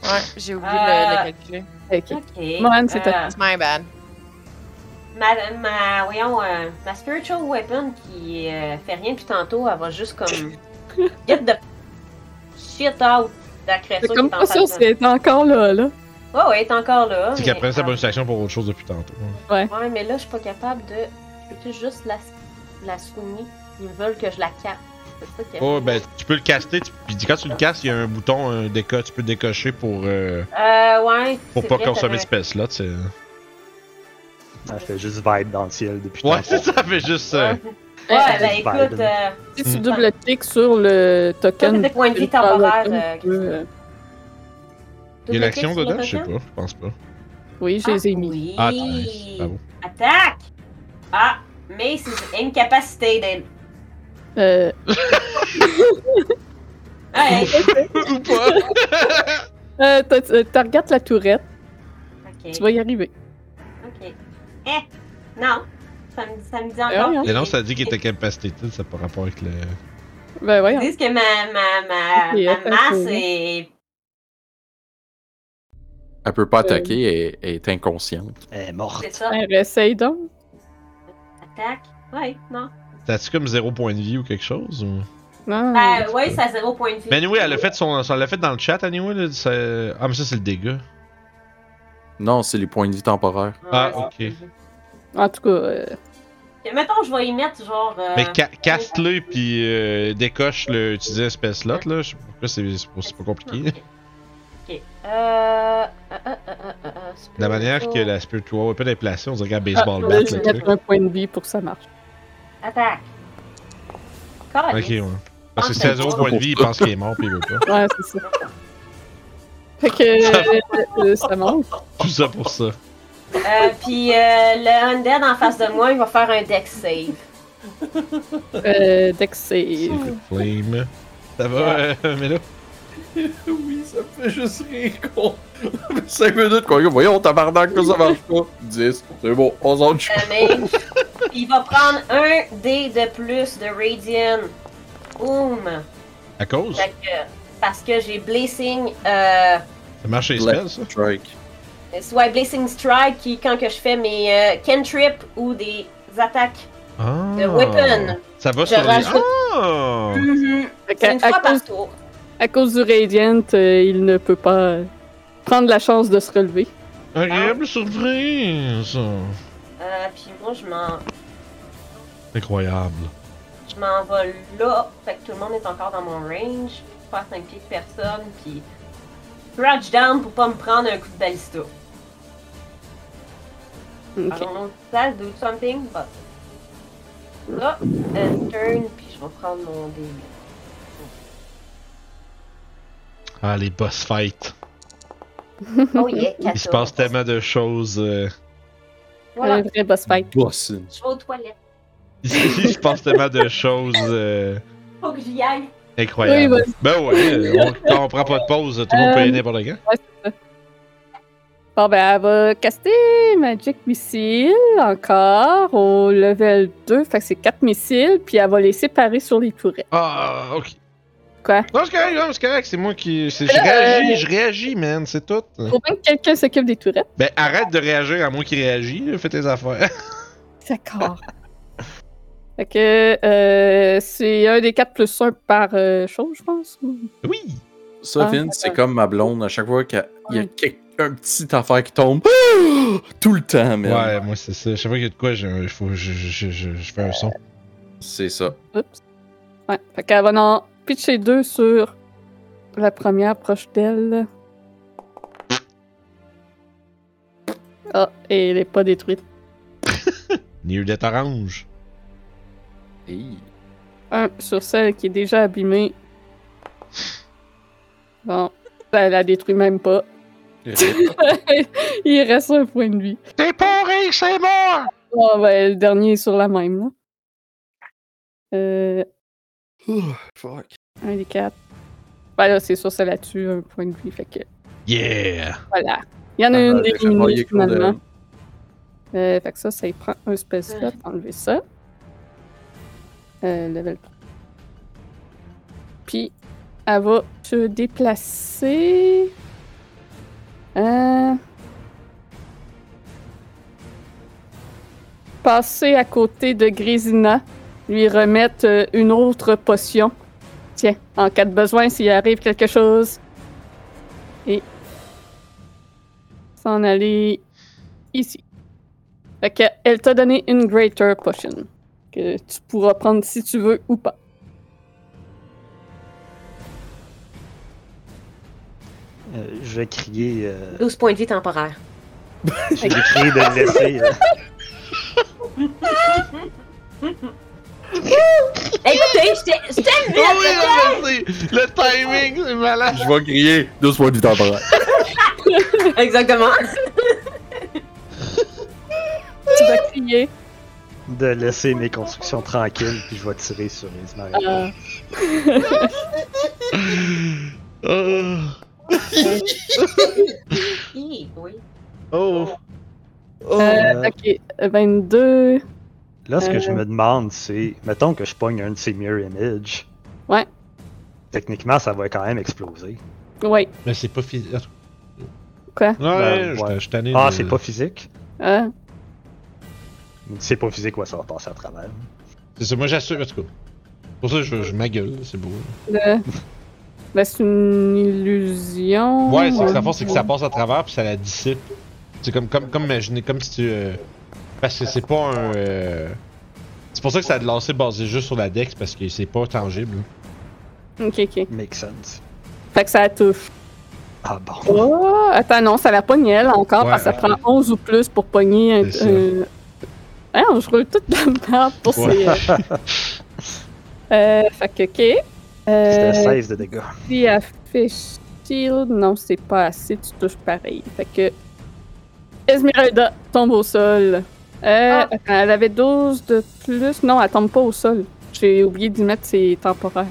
F: Ouais, j'ai oublié
E: Ah.
F: de le calculer.
A: Ok.
E: Ok.
A: Mohan, c'est
E: Euh,
A: à-
F: It's my bad.
E: ma, ma, voyons, euh, ma spiritual weapon qui euh, fait rien depuis tantôt, elle va juste comme. Get the shit out de la
A: C'est
E: créature
A: comme
E: qui est
A: pas
E: en
A: sûr
E: face
A: si
E: de-
A: elle est encore là, là.
E: Ouais, ouais, elle est encore là.
C: C'est
E: mais- ah.
C: qu'après, ça bonus action pour autre chose depuis tantôt. hein.
E: Ouais, mais là, je suis pas capable de. Je peux juste la, la soumis. Ils veulent que je la capte. C'est ça que.
C: Oh, ben, tu peux le caster, tu- puis quand tu le castes, il y a un bouton, un déco, tu peux décocher pour, euh,
E: Euh, ouais.
C: pour
E: c'est
C: pas
E: vrai,
C: consommer de
E: t'avais-
C: space là, tu sais.
D: Elle fait juste vibe dans le ciel depuis
C: Ouais, c'est
D: tantôt.
C: ça, fait juste. euh,
E: Ouais,
D: du
E: ben écoute,
D: Biden.
E: euh,
A: Si
C: Mm.
A: tu double-cliques sur le
E: ça,
A: token.
E: c'est des points de vie
A: tu parles au
E: temporaires.
A: token,
E: euh,
A: tu peux, euh,
C: Il y a
E: double
C: l'action
E: clic sur
C: dedans? Je sais
E: token.
C: pas, je pense pas.
A: Oui, je les ai
E: Ah,
A: mis.
E: Oui.
C: Ah, nice. Bravo.
E: Attaque! Ah, mais c'est incapacité d'elle.
A: Euh,
E: Ouais,
C: Ou pas!
A: euh, t'as- euh, t'as- regarde la tourette,
E: ok.
A: tu vas y arriver.
E: Ok. Eh! Non! Ça me, ça me dit
A: Eh oui, hein.
E: encore.
C: Mais non, ça dit qu'il était capacitated, ça par rapport avec le.
A: Ben
E: Ils
A: voyons.
E: disent que ma, ma, ma,
A: Ok,
E: ma
A: attends,
E: masse
A: c'est-
E: est.
G: Elle peut pas attaquer, elle, elle est inconsciente.
D: Elle est morte.
E: C'est ça.
A: Alors, essaye donc.
E: Attaque. Ouais, non.
C: T'as-tu comme zéro point de vie ou quelque chose? Ou...
A: Non.
E: Euh, ouais, ça a zéro point de vie.
C: Ben, anyway, elle l'a fait, son... elle l'a fait dans le chat, anyway. Là, ça- Ah, mais ça, c'est le dégât.
G: Non, c'est les points de vie temporaires.
E: Ouais,
C: Ah,
E: c'est-
C: ok.
A: En tout cas, euh,
E: Ok, Mettons, je vais y mettre genre. euh,
C: Mais ca- caste-le, puis euh, décoche le. Utiliser espèce slot, là. Je sais pas pourquoi c'est c'est pas- c'est pas compliqué.
E: Ok. Ok. Euh. euh, euh, euh, euh, euh,
C: De la manière que
E: spiritual-
C: la Spiritual Weapon est placée, on dirait qu'à
E: Ah,
A: je
C: baseball bat,
A: vais
C: le
A: juste
C: truc.
A: mettre un point de vie pour que ça marche.
E: Attaque. Calice.
C: Ok, ouais. Parce que si
E: Ah,
C: t'as zéro point de vie, il pense qu'il est mort, puis il veut pas.
A: Ouais, c'est ça. Fait que euh, euh, ça monte.
C: Tout ça pour ça.
E: Euh, puis euh, le undead en face de moi, il va faire un deck save.
A: Euh, Dex, c'est.
C: Flame. Ça va, euh, mais là.
B: oui, ça me fait juste rire qu'on. 5 minutes qu'on dit, voyons, tabarnak, que ça marche pas. 10, c'est bon, 11 ans de chou.
E: Damage. Euh, Il va prendre un dé de plus de Radiant. Boom.
C: À cause?
E: Fait que- Parce que j'ai Blessing. Euh,
C: Ça marche les spells, ça?
B: Strike.
E: soit Blessing Strike, qui, quand que je fais mes euh, cantrip ou des attaques
C: Ah.
E: de weapon.
C: Ça va
E: Je
C: sur les...
E: rajoute.
C: Ah!
E: Mhm.
A: Fait qu'à-
E: C'est une fois
A: à cause,
E: par tour.
A: à cause du Radiant, euh, il ne peut pas euh, prendre la chance de se relever.
C: Agréable surprise!
E: Euh, puis moi, je m'en,
C: Incroyable.
E: je m'en vais là. Fait que tout le monde est encore dans mon range. Pas à 5 pieds de personne. Puis. Crouch down pour pas me prendre un coup de balista.
A: Ok.
E: I don't know if that'll do something, but. Là, un turn, puis je vais prendre mon dé.
C: Ah, les boss fights.
E: Oh yeah, 14.
C: Il se passe tellement de choses. euh,
E: Voilà,
A: Un vrai boss fight.
B: Bossin.
E: je vais aux toilettes.
C: Il se il se passe tellement de choses euh,
E: Faut que j'y aille.
C: incroyables.
A: Oui, Euh.
C: Ben ouais, euh, on, quand on prend pas de pause, tout le monde peut y aller n'importe quand.
A: Bon, ben, elle va caster Magic Missile encore au level 2. Fait que c'est 4 missiles, puis elle va les séparer sur les tourettes.
C: Ah, ok.
A: Quoi? Euh.
C: Non, c'est correct, non, c'est correct, c'est moi qui. c'est- Je réagis, je réagis, man, c'est tout.
A: Faut bien que quelqu'un s'occupe des tourettes.
C: Ben arrête de réagir à moi qui réagis, fais tes affaires.
A: D'accord. fait que euh, c'est un des 4 plus 1 par euh, chose, je pense. ou-
C: Oui!
B: Ça,
A: Ah,
B: Vince, c'est comme ma blonde. À chaque fois qu'il y a quelque- un petit affaire qui tombe, tout le temps, man.
C: Ouais, moi c'est ça. Je sais pas qu'il y a de quoi, j'ai un- faut- je, je, je, je- je fais un son.
B: C'est ça.
A: Oups. Ouais. Fait qu'elle va en pitcher deux sur la première proche d'elle. Ah, et elle est pas détruite.
C: New d'être orange.
B: Hey.
A: Un sur celle qui est déjà abîmée. Bon, elle la détruit même pas. Il reste un point de vie.
C: T'es pas riche, c'est mort!
A: Bon, ben, le dernier est sur la même, là. Euh,
B: Ouh, Fuck.
A: un des quatre. Ben là, c'est sûr, ça la tue, un point de vie. Fait que,
C: Yeah!
A: voilà. Il y en a
B: Ah,
A: une
B: j'ai failli
A: délimitée,
B: éclore de-
A: finalement. Euh, fait que ça, ça y prend un spell slot, enlever ça. Euh, level 3. Puis, elle va se déplacer. Euh... Passer à côté de Grésina, lui remettre euh, une autre potion. Tiens, en cas de besoin, s'il arrive quelque chose. Et s'en aller ici. Fait que elle t'a donné une Greater Potion que tu pourras prendre si tu veux ou pas.
D: Euh, je vais crier. euh,
E: 12 points de vie temporaire.
D: J'ai crié de le laisser. euh.
E: Écoutez, je t'ai- je t'aime
C: Oh oui, non, merci! Le timing, c'est malade!
B: Je vais crier 12 points de vie temporaire.
E: Exactement.
A: Tu vas crier.
D: de laisser mes constructions tranquilles, puis je vais tirer sur les marins.
A: euh,
C: Oh!
E: Hi, oui.
C: Oh!
A: euh, ok, 22.
D: Là, ce que
A: Euh.
D: je me demande, c'est. Mettons que je pogne un de ces Mirror Image.
A: Ouais.
D: Techniquement, ça va quand même exploser.
A: Ouais.
C: Mais c'est pas physique.
A: Quoi?
C: Ben, Ouais,
D: Ouais,
C: je-
D: ouais.
C: je t'en ai
D: Ah,
C: de-
D: c'est pas physique.
A: hein?
D: C'est pas physique, ouais, ça va passer à travers.
C: C'est ça, moi j'assure, en tout cas. Pour ça, je, je m'agueule, c'est beau.
A: Le- Ben, c'est une illusion.
C: Ouais, c'est que la force, c'est que ça passe à travers puis ça la dissipe. C'est comme, comme, comme imaginer, comme si tu. euh, parce que c'est pas un. euh, C'est pour ça que ça a de lancer basé juste sur la dex parce que c'est pas tangible.
A: Ok, ok.
D: Make sense.
A: Fait que ça la touche.
D: Ah bon.
A: Oh, attends, non, ça la pogne elle encore
C: Ouais,
A: parce que ça
C: ok.
A: prend 11 ou plus pour pogner un.
C: C'est ça.
A: un- Hein, on roule toute la merde pour
C: Ouais.
A: ces. euh, euh, fait que, ok. Euh,
D: C'était 16 de dégâts.
A: Si elle fait shield, non, c'est pas assez, tu touches pareil. Fait que. Esmeralda tombe au sol. Euh,
E: Ah.
A: attends, Elle avait 12 de plus. Non, elle tombe pas au sol. J'ai oublié d'y mettre, c'est temporaire.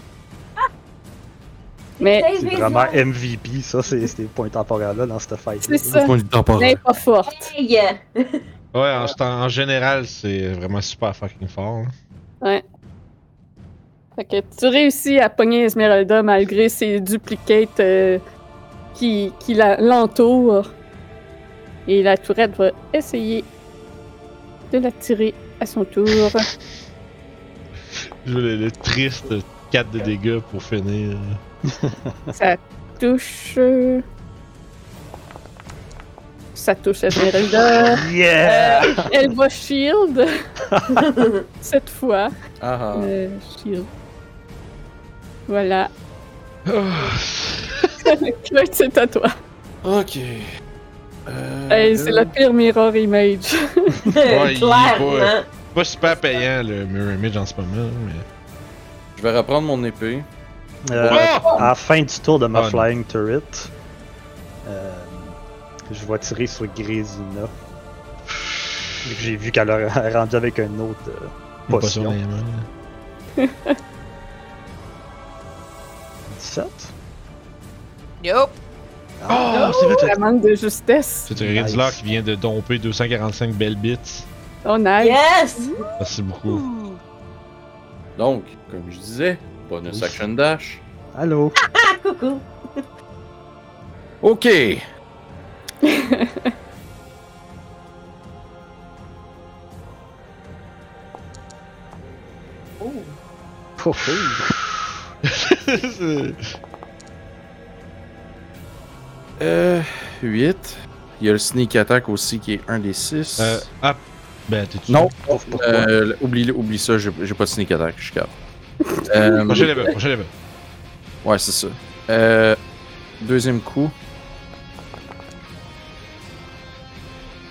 E: Eh,
A: Mais
D: C'est vraiment MVP, ça, c'est ces points temporaires-là dans cette fight.
A: c'est ça,
G: Point de
A: mais
G: temporaire.
A: pas forte.
E: Hey!
C: Ouais, en, c'est en- en général, c'est vraiment super fucking fort. hein. là.
A: Fait que tu réussis à pogner Esmeralda malgré ses duplicates euh, qui, qui la- l'entourent. Et la tourette va essayer de la tirer à son tour.
C: Je veux le, le triste 4 de dégâts pour finir.
A: Ça touche. euh, Ça touche Esmeralda.
D: Yeah!
A: Euh, elle va shield. Cette fois.
B: Ah, ah.
A: Euh, shield. Voilà.
C: Ah.
A: Claude, c'est à toi.
B: Ok.
A: Hey, c'est le pire mirror image.
C: Ouais, il est
E: Clairement.
C: Pas super payant le Mirror Image en ce moment, mais.
B: Je vais reprendre mon épée.
D: Euh, à la fin du tour de ma
C: Ah, non.
D: Flying Turret, euh, je vais tirer sur Grésina. Vu que J'ai vu qu'elle a rendu avec un autre euh,
C: Pas
D: potion.
C: sûr d'ailleurs, hein.
D: 17.
F: Yup.
D: Ah.
C: Oh, c'est vrai,
A: Ça manque de justesse.
C: C'est un
D: Nice.
C: Riddler qui vient de domper 245 belles bits.
A: On a
E: Yes!
C: Merci beaucoup.
B: Donc, comme je disais, bonus action dash.
D: Allô?
E: Ah, coucou!
B: Ok.
D: Oh, hey.
C: C'est-
B: Euh, 8. Il y a le sneak attack aussi qui est un des 6.
C: euh, ah, ben, t'es-tu.
B: non,
D: Pauvre pourquoi?
B: euh, oublie, oublie ça, j'ai j'ai pas de sneak attack, je suis capable. euh,
C: Prochain level, prochain level.
B: ouais, c'est ça. Euh, deuxième coup.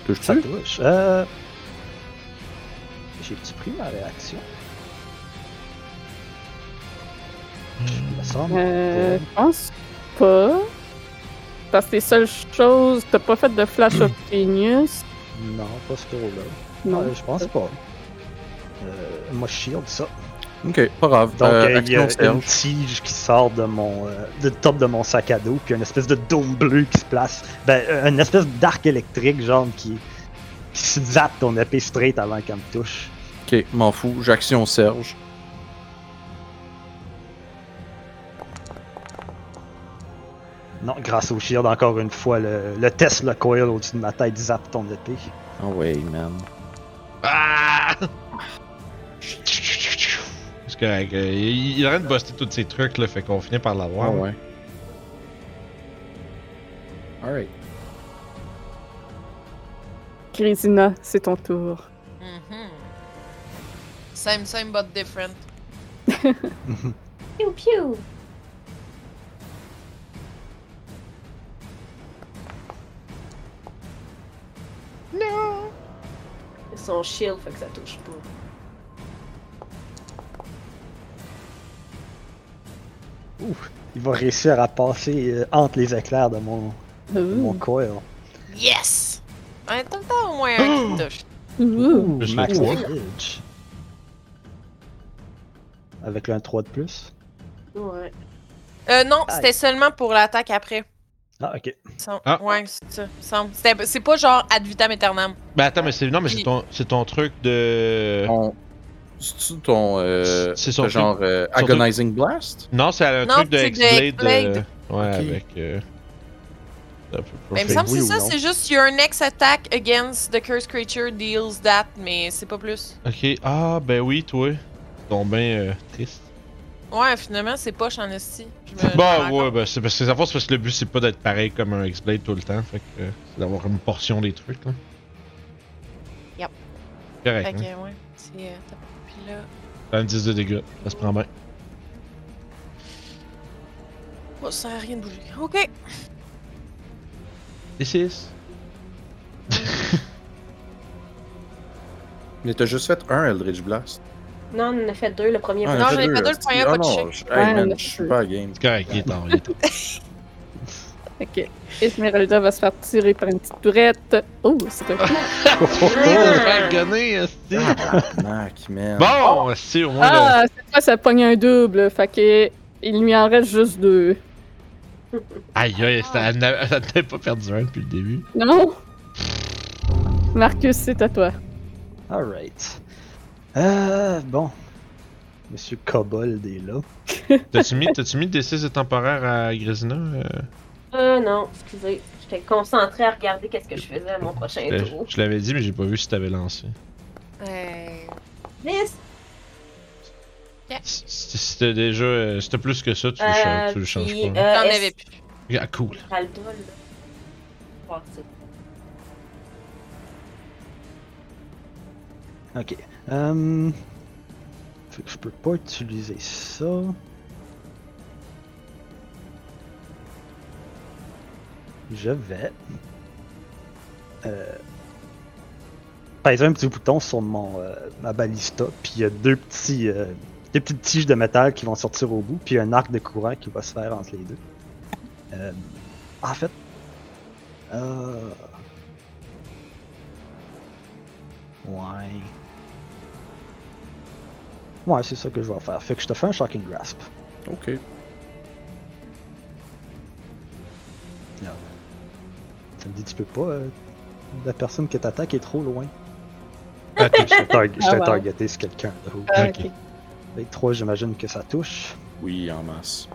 D: Ça
B: Touche-tu?
D: touche. Euh... J'ai-tu pris ma réaction? Il me semble.
A: Euh, je pense pas. Parce que les seules choses, t'as pas fait de Flash of Genius.
D: Non, pas ce tour-là.
A: Non.
D: Euh, je pense pas. Euh, moi, je shield ça.
B: Ok, pas grave.
D: Donc,
B: Euh,
D: euh, il y a
B: action
D: une
B: surge.
D: tige qui sort de mon, euh, de top de mon sac à dos, puis une espèce de dôme bleu qui se place. Ben, euh, une espèce d'arc électrique, genre, qui, qui se zappe ton épée straight avant qu'elle me touche.
B: Ok, m'en fous, j'action Serge.
D: Non, grâce au shield, encore une fois, le, le Tesla coil au-dessus de ma tête zappe ton épée.
B: Oh ouais, man.
C: Ah! C'est correct. euh, Il il est en train de buster tous ces trucs, là, fait qu'on finit par l'avoir.
B: Ah ouais. Alright.
A: Grisina, c'est ton tour.
F: Mhm. Same, same, but different.
E: Piu, piu! Son shield, fait que ça touche pas.
D: Il va réussir à passer euh, entre les éclairs de mon, de mon
A: Ouh.
D: coil.
F: Yes! Un tout le temps au moins un qui touche.
A: Ouh.
D: Ouh,
C: Juste
D: max
C: le trois.
D: damage. Avec un 3 de plus.
E: Ouais.
F: Euh, non,
D: Aïe.
F: c'était seulement pour l'attaque après.
D: Ah, ok.
F: Sem-
C: Ah.
F: Ouais, c'est ça. semble. C'était- C'est pas genre ad vitam aeternam.
C: Ben, attends, mais c'est. Non, mais c'est ton, c'est ton truc de.
B: Ton... C'est-tu ton. Euh,
C: C'est son
B: ce genre euh,
C: truc-
B: Agonizing Blast?
C: Non, c'est un
F: Non,
C: truc de
F: c'est de
C: X-Blade. euh,
F: Hexblade.
C: Ouais,
B: Ok.
C: avec. euh, un peu
F: Mais Ben, il me
C: perfect.
F: semble que
D: oui
F: c'est
D: ou
F: ça,
D: non?
F: c'est juste your next attack against the cursed creature deals that, mais c'est pas plus.
C: Ok, ah, ben oui, toi. C'est donc ben euh, triste.
F: Ouais, finalement, c'est poche en esti. Je me- je me
C: Bah
F: rends
C: ouais,
F: compte.
C: bah c'est parce que ça force parce que le but c'est pas d'être pareil comme un X-Blade tout le temps, fait que euh, c'est d'avoir une portion des trucs là.
F: Yep. Fait
C: Correct.
F: que,
C: Hein?
F: ouais, c'est... euh, attends, Puis là...
C: T'as un 10 de dégâts, ça se prend bien.
F: Oh, ça a rien bougé. OK.
C: Des 6.
B: Mais t'as juste fait un Eldritch Blast.
E: Non, on en a fait deux, le premier.
B: Ah,
F: Non,
B: t'as
F: j'en ai fait deux, le
B: hostie.
F: premier,
B: Ah
F: pas de
B: non,
F: check.
B: je-
A: Ouais,
B: Hey man,
A: on a
B: je
A: deux.
B: suis pas à game.
C: C'est correct, il est tard, il est tard.
A: Ok. Esmeralda va se faire tirer par une petite tourette. Oh, c'est un
C: se
E: Ah.
C: faire gonner, esti.
B: Mac, man.
C: Bon, esti, au moins
A: Ah, cette fois, ça pogne un double. Fait que il lui en reste juste deux.
F: Ah!
C: Aïe, aïe, c'était- elle n'a- elle n'avait pas perdu un depuis le début.
A: Non! Marcus, c'est à toi.
D: Alright. Euh, bon. Monsieur Kobold est là.
C: T'as-tu mis, t'as-tu mis des 6 temporaires à Grisina euh,
E: Ah non, excusez. J'étais concentrée à regarder qu'est-ce que je faisais à mon prochain
C: euh,
E: tour.
C: Je l'avais dit, mais j'ai pas vu si t'avais lancé.
F: Euh,
E: Dix.
C: Si- Si si t'as déjà. euh, Si t'as plus que ça, tu le
E: Euh,
C: changes, tu le changes
E: puis,
C: pas.
E: euh,
F: J'en
E: est-ce-
F: avais plus.
C: Ah, cool.
E: Ras le bol, là. Voir ça.
D: Ok. Euh... Fait que je peux pas utiliser ça. Je vais. Euh... Pèser un petit bouton sur mon euh, ma balista, puis il y a deux petits euh, deux petites tiges de métal qui vont sortir au bout, puis un arc de courant qui va se faire entre les deux. Euh, en fait, euh, Ouais. Ouais, c'est ça que je vais faire. Fait que je te fais un Shocking Grasp.
B: Ok.
D: Ça me dit, tu peux pas. euh, la personne que t'attaques est trop loin.
C: Ah, t'es-
D: Je t'ai tar- je
A: Ah,
D: t'ai
A: wow.
D: targeté sur quelqu'un. d'autre.
F: euh,
A: Ah,
C: Ok.
A: ok.
D: Euh, Avec 3, j'imagine que ça touche.
B: Oui, en masse.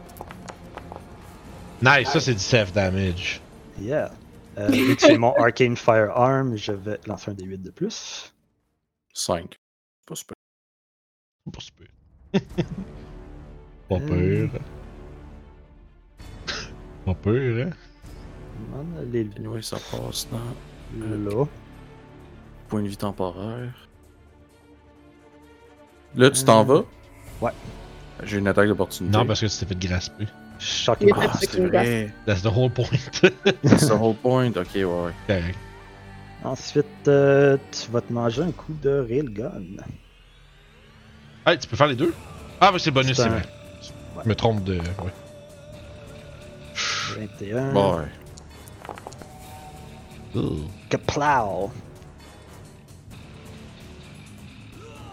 C: Nice, ça c'est du self-damage.
D: Yeah. Euh, vu que c'est mon Arcane Firearm, je vais lancer un D8 de plus.
B: 5. Pas super.
C: Pas si peu. Pas
D: Euh.
C: peur. Pas peur, hein?
D: On en a les
B: Anyway, ça passe dans
D: là.
B: point de vie temporaire. Là, tu t'en vas?
D: Ouais.
B: J'ai une attaque d'opportunité.
C: Euh. Non, ben, parce que tu t'es fait grasper.
A: Il
D: Shocking
A: est
B: Ah,
D: Grasp.
B: c'est vrai.
C: That's the whole point.
B: That's the whole point. Ok, ouais, ouais.
C: Correct.
D: Ensuite, euh, tu vas te manger un coup de Railgun.
C: Hey, tu peux faire les deux? Ah, mais c'est bonus,
D: C'est
C: c'est
D: un-
C: vrai. Je me trompe de. Ouais.
D: 21.
B: Bon, ouais.
C: Ugh.
D: Kaplow!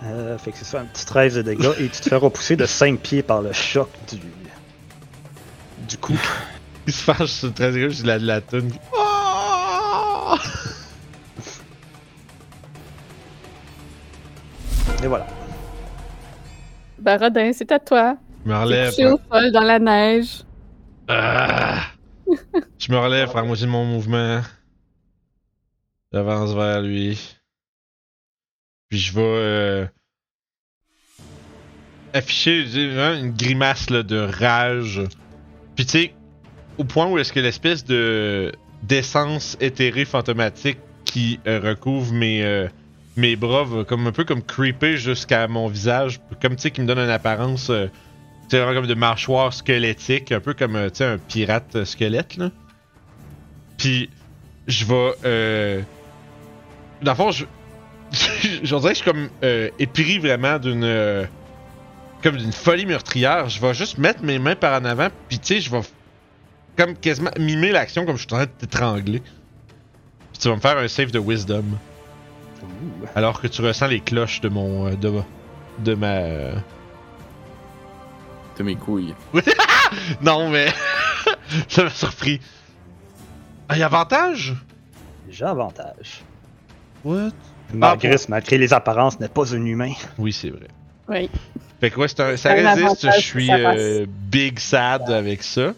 D: Euh, fait que c'est ça, un petit 13 de dégâts et tu te fais repousser de 5 pieds par le choc du. Du coup.
C: Il se fâche sur le 13 gauche, il a de la toune. Ah!
D: Et voilà.
A: Baradin, c'est à toi.
C: Je me
A: T'es
C: relève.
A: couché au sol dans la neige.
C: Ah! Je me relève, faire moi aussi mon mouvement. J'avance vers lui. Puis je vais euh, afficher je dis, vraiment une grimace là, de rage. Puis tu sais, au point où est-ce que l'espèce de d'essence éthérée fantomatique qui euh, recouvre mes euh, mes bras va comme un peu comme creeper jusqu'à mon visage, comme tu sais qui me donne une apparence euh, tu sais, vraiment comme de mâchoire squelettique, un peu comme euh, tu sais, un pirate euh, squelette là. Puis je vais euh... dans le fond je je dirais que je suis comme euh, épris vraiment d'une euh, comme d'une folie meurtrière, je vais juste mettre mes mains par en avant puis tu sais je vais comme quasiment mimer l'action comme je suis en train de t'étrangler. Puis tu vas me faire un save de wisdom
D: Ouh.
C: alors que tu ressens les cloches de mon euh, de, ma- de ma euh,
B: T'as mes couilles.
C: Non, mais. ça m'a surpris. Ah, y'a avantage?
D: J'ai avantage.
C: What?
D: Malgré, malgré les apparences, n'est pas un humain.
C: Oui, c'est vrai.
A: Oui.
C: Fait que ouais, c'est un- ça
A: Un
C: résiste.
A: avantage
C: Je suis
A: pour sa race.
C: euh, big sad avec ça.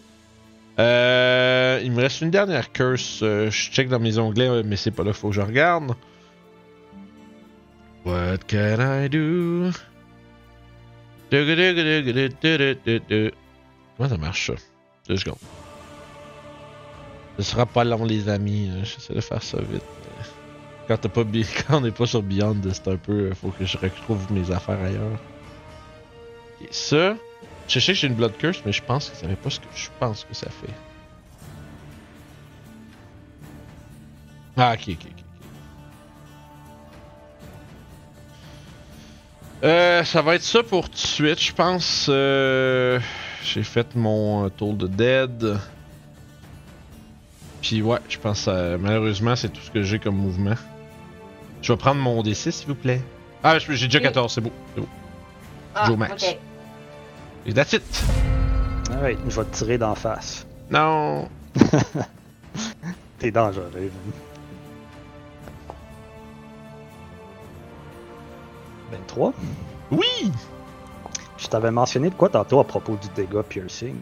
C: Euh, il me reste une dernière curse. euh, je check dans mes onglets, euh, mais c'est pas là, faut que je regarde. What can I do? Comment ça marche ça? Deux secondes. Ce sera pas long, les amis. euh, J'essaie de faire ça vite. Quand, t'as pas bi- Quand on n'est pas sur Beyond, c'est un peu. euh, Faut que je retrouve mes affaires ailleurs. Et ça. Je sais que j'ai une Blood Curse, mais je pense que ça fait pas ce que je pense que ça fait. Ah, ok, ok, ok. ok. Euh, ça va être ça pour tout de suite, je pense. Euh, j'ai fait mon euh, tour de dead. Puis ouais, je pense euh, malheureusement c'est tout ce que j'ai comme mouvement. Je vais prendre mon D6 s'il vous plaît. Ah, je- j'ai déjà
E: Oui.
C: 14, c'est beau. C'est beau.
E: Ah,
C: Joe Max.
E: ok.
C: Et that's it.
D: Alright, je vais te tirer d'en face.
C: Non.
D: T'es dangereux. man. 23.
C: Oui!
D: Je t'avais mentionné de quoi tantôt à propos du dégât piercing.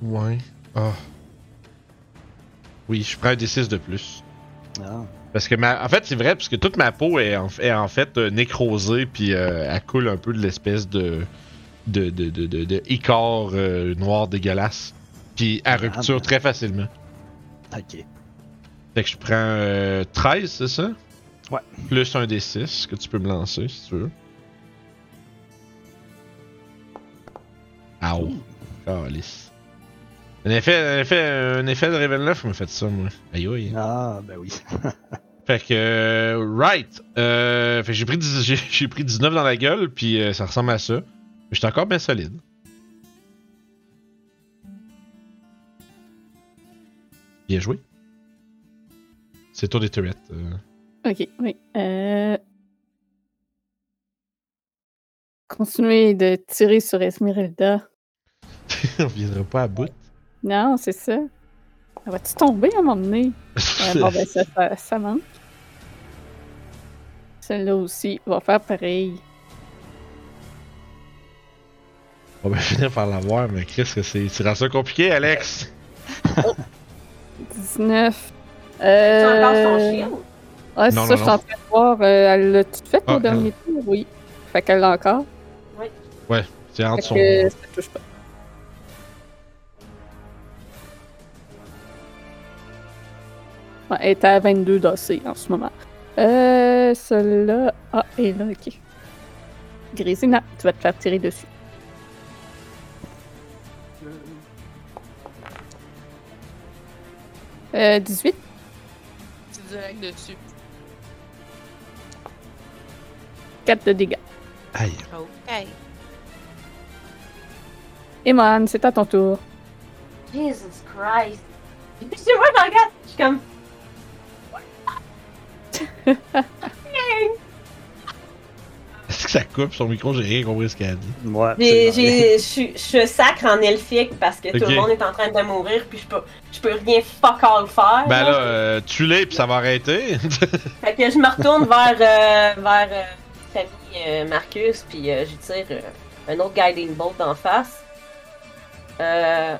C: Ouais. Ah. Oui, je prends un D6 de plus.
D: Ah.
C: Parce que ma... En fait, c'est vrai, parce que toute ma peau est en, est en fait euh, nécrosée, puis euh, elle coule un peu de l'espèce de. de, de, de, de, de ichor euh, noir dégueulasse. Puis elle rupture
D: ben.
C: très facilement.
D: Ok.
C: Fait que je prends euh, 13, c'est ça?
D: Ouais.
C: Plus un D6 que tu peux me lancer si tu veux. Ow. Calice. Un effet, un effet, un effet de Ravenloft m'a fait ça, moi. Aïe aïe.
D: Ah, ben oui.
C: Fait que, euh, right. Euh, fait que j'ai pris, dix- j'ai- j'ai pris 19 dans la gueule, puis euh, ça ressemble à ça. Mais j'étais encore bien solide. Bien joué. C'est toi des turrets. euh.
A: Ok, oui. Euh... Continuez de tirer sur Esmeralda.
C: On viendra pas à bout.
A: Non, c'est ça. Elle va-tu tomber à un moment donné? Euh, bon, ben, ça, ça, ça manque. Celle-là aussi va faire pareil.
C: On va finir par l'avoir, mais Chris, que c'est tu rends ça compliqué, Alex.
A: 19.
E: Tu as encore
A: Euh...
E: son shield?
A: Ouais,
C: Non,
A: c'est ça,
C: non,
A: je suis
C: non.
A: en train de voir. euh, elle l'a tout fait
C: Ah,
A: au dernier tour, oui. Fait qu'elle l'a encore.
C: C'est entre
A: Fait que
C: son.
A: ça touche pas. Ouais, elle est à 22 d'AC en ce moment. Euh, celle-là. Ah, et là, ok. Grésina, tu vas te faire tirer dessus. Euh, 18.
F: C'est direct dessus.
A: 4 de dégâts.
C: Aïe.
F: Ok.
A: Eman, c'est à ton tour.
E: Jesus Christ. Et puis, c'est moi, je me regarde. Je suis comme.
C: Est-ce que ça coupe son micro? J'ai rien compris ce qu'elle a dit.
D: Moi,
E: J'ai- j'ai- Je suis- je suis sacre en elfique parce que tout
C: Ok.
E: le monde est en train de mourir, puis je peux, je peux rien fuck all faire.
C: Ben là, euh, tue-les, puis ça va arrêter.
E: Fait que je me retourne vers, euh, vers euh, Fanny, euh, Marcus, puis euh, je tire euh, un autre Guiding Bolt d'en face. Euh,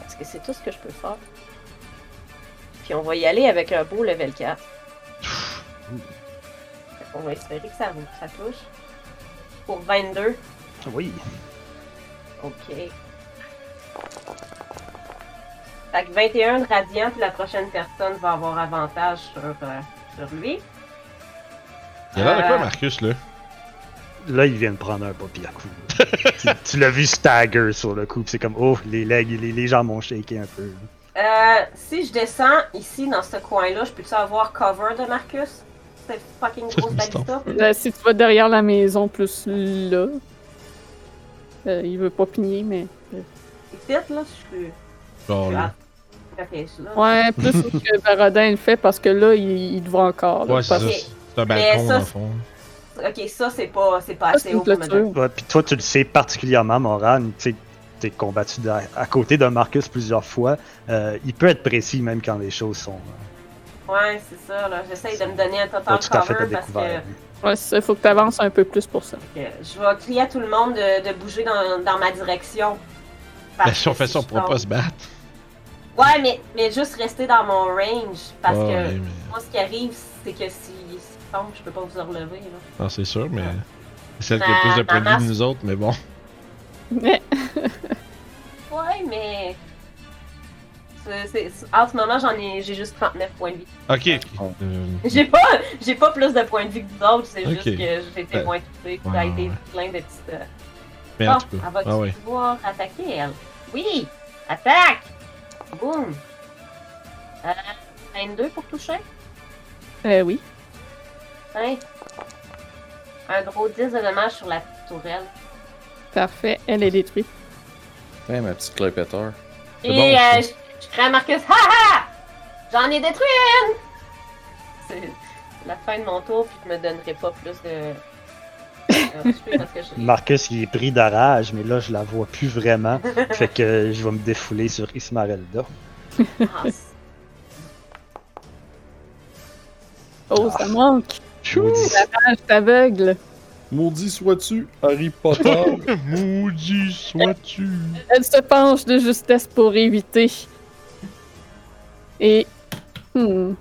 E: parce que c'est tout ce que je peux faire. Puis on va y aller avec un beau level 4. On va espérer que ça, ça touche. Pour 22.
D: Oui.
E: Ok. Fait que 21 de radiant, puis la prochaine personne va avoir avantage sur, euh, sur lui.
C: Il a l'air de quoi,
E: Euh.
C: Marcus, là?
D: Là, il vient de prendre un papier à coup. tu tu l'as vu stagger sur le coup, pis c'est comme, oh, les legs, les, les jambes ont shaké un peu.
E: Euh, si je descends ici dans ce coin-là, je peux-tu avoir cover de Marcus? C'est fucking grosse
C: Distant.
A: Là,
E: balista.
A: Euh, si tu vas derrière la maison, plus là. Euh, il veut pas pigner, mais.
E: Ici, là, je suis.
C: Genre, Oh, là.
E: Ok, je suis là.
A: Ouais, plus où que Baradin le fait parce que là, il, il te voit encore. là,
C: Ouais, c'est
A: parce-
C: ça.
E: Ok.
C: C'est un
E: ah, Mais
C: balcon,
E: ça,
C: dans le
E: c'est-
C: fond.
E: Ok, ça, c'est pas, c'est pas
A: Ah, c'est
E: assez
A: une
E: haut pour me
A: clôture.
D: Ouais, puis toi, tu le sais particulièrement, Moran, tu sais, t'es combattu d'à- à, côté de Marcus plusieurs fois. Euh, il peut être précis même quand les choses sont euh,
E: Ouais, c'est ça, là. J'essaye de me donner un
D: pas
E: total
D: tout à fait à
E: cover parce que,
D: découvert.
A: Ouais, c'est ça. Faut que t'avances un peu plus pour ça.
E: que je vais crier à tout le monde de, de bouger dans, dans ma direction.
C: Ben,
E: Parce
C: si on
E: que
C: fait ça, on
E: je
C: pourra
E: tombe-
C: pas se battre.
E: Ouais, mais, mais juste rester dans mon range
C: Ah
E: parce
C: Ouais,
E: que
C: ouais, mais...
E: moi, ce qui arrive, c'est que si, si je tombe, je peux pas vous relever, là.
C: Non, ah, c'est sûr, mais.
E: Ouais.
C: C'est celle qui a
E: Ben,
C: plus de
E: ma
C: points de vie
E: masse-
C: que nous autres, mais bon.
A: Mais,
E: Ouais, mais. c'est- c'est- c'est- En ce moment, j'en ai, j'ai juste 39 points de vie.
C: Ok.
B: Ouais.
C: Euh,
E: J'ai pas, j'ai pas plus de points de vie que vous autres, c'est
C: Ok.
E: juste que j'ai été
C: Ben,
E: moins touchée, que
C: ouais,
E: ça a été
C: ouais.
E: plein de petites. euh,
C: mais
E: Ah,
C: en tout cas.
E: elle va
C: Ah ouais.
E: pouvoir attaquer, elle. Oui, attaque! Boum! Euh, 22 pour toucher?
A: euh, oui.
E: Ouais. Un gros 10 de dommage sur la tourelle.
A: Parfait. Elle est détruite.
B: Ouais, ma petite clépéteur.
E: Et
C: bon, ça.
E: euh, je, je crie à Marcus, ha ha! J'en ai détruit une! C'est la fin de mon tour, puis je me donnerai pas plus de. je suis parce que je-
D: Marcus, il est pris de rage, mais là, je la vois plus vraiment. fait que je vais me défouler sur Ismarelda.
E: Ah, c'est-
A: Oh, ça manque.
D: Maudit.
E: ben
A: Ah, je t'aveugle.
G: Maudit sois-tu, Harry
B: Oh,
G: Potter.
E: Oh,
C: Maudit sois-tu.
A: Elle se penche de justesse pour éviter. Et. Hmm.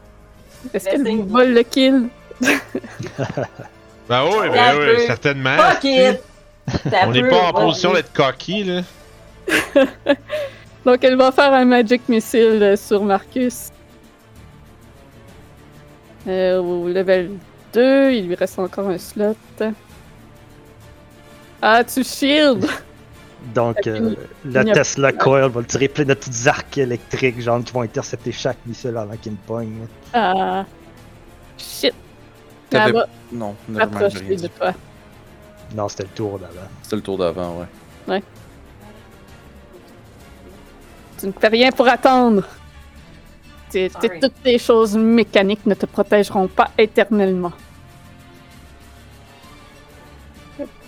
A: Est-ce qu'elle
E: Blessing.
A: vous vole le kill?
C: Ben oui,
E: Ça
C: ben
E: peut.
C: oui, certainement.
E: Fuck it!
C: On n'est pas en position d'être coquille, là.
A: Donc, elle va faire un Magic Missile euh, sur Marcus. Euh, au level 2, il lui reste encore un slot. Ah, tu shield!
D: Donc, euh, la
A: Il y a-
D: Tesla Coil va le tirer plein de petits arcs électriques, genre, qui vont intercepter chaque missile avant qu'il ne pogne.
A: Ah. Shit!
B: Ça
A: Elle
B: dé-
A: va
B: Non, nevermind, j'ai rien
A: approcher
B: dit.
A: de toi.
D: Non, c'était le tour d'avant.
B: C'était le tour d'avant, ouais.
A: Tu ne fais rien pour attendre. T'es- t'es-
E: Sorry.
A: toutes les choses mécaniques ne te protégeront pas éternellement.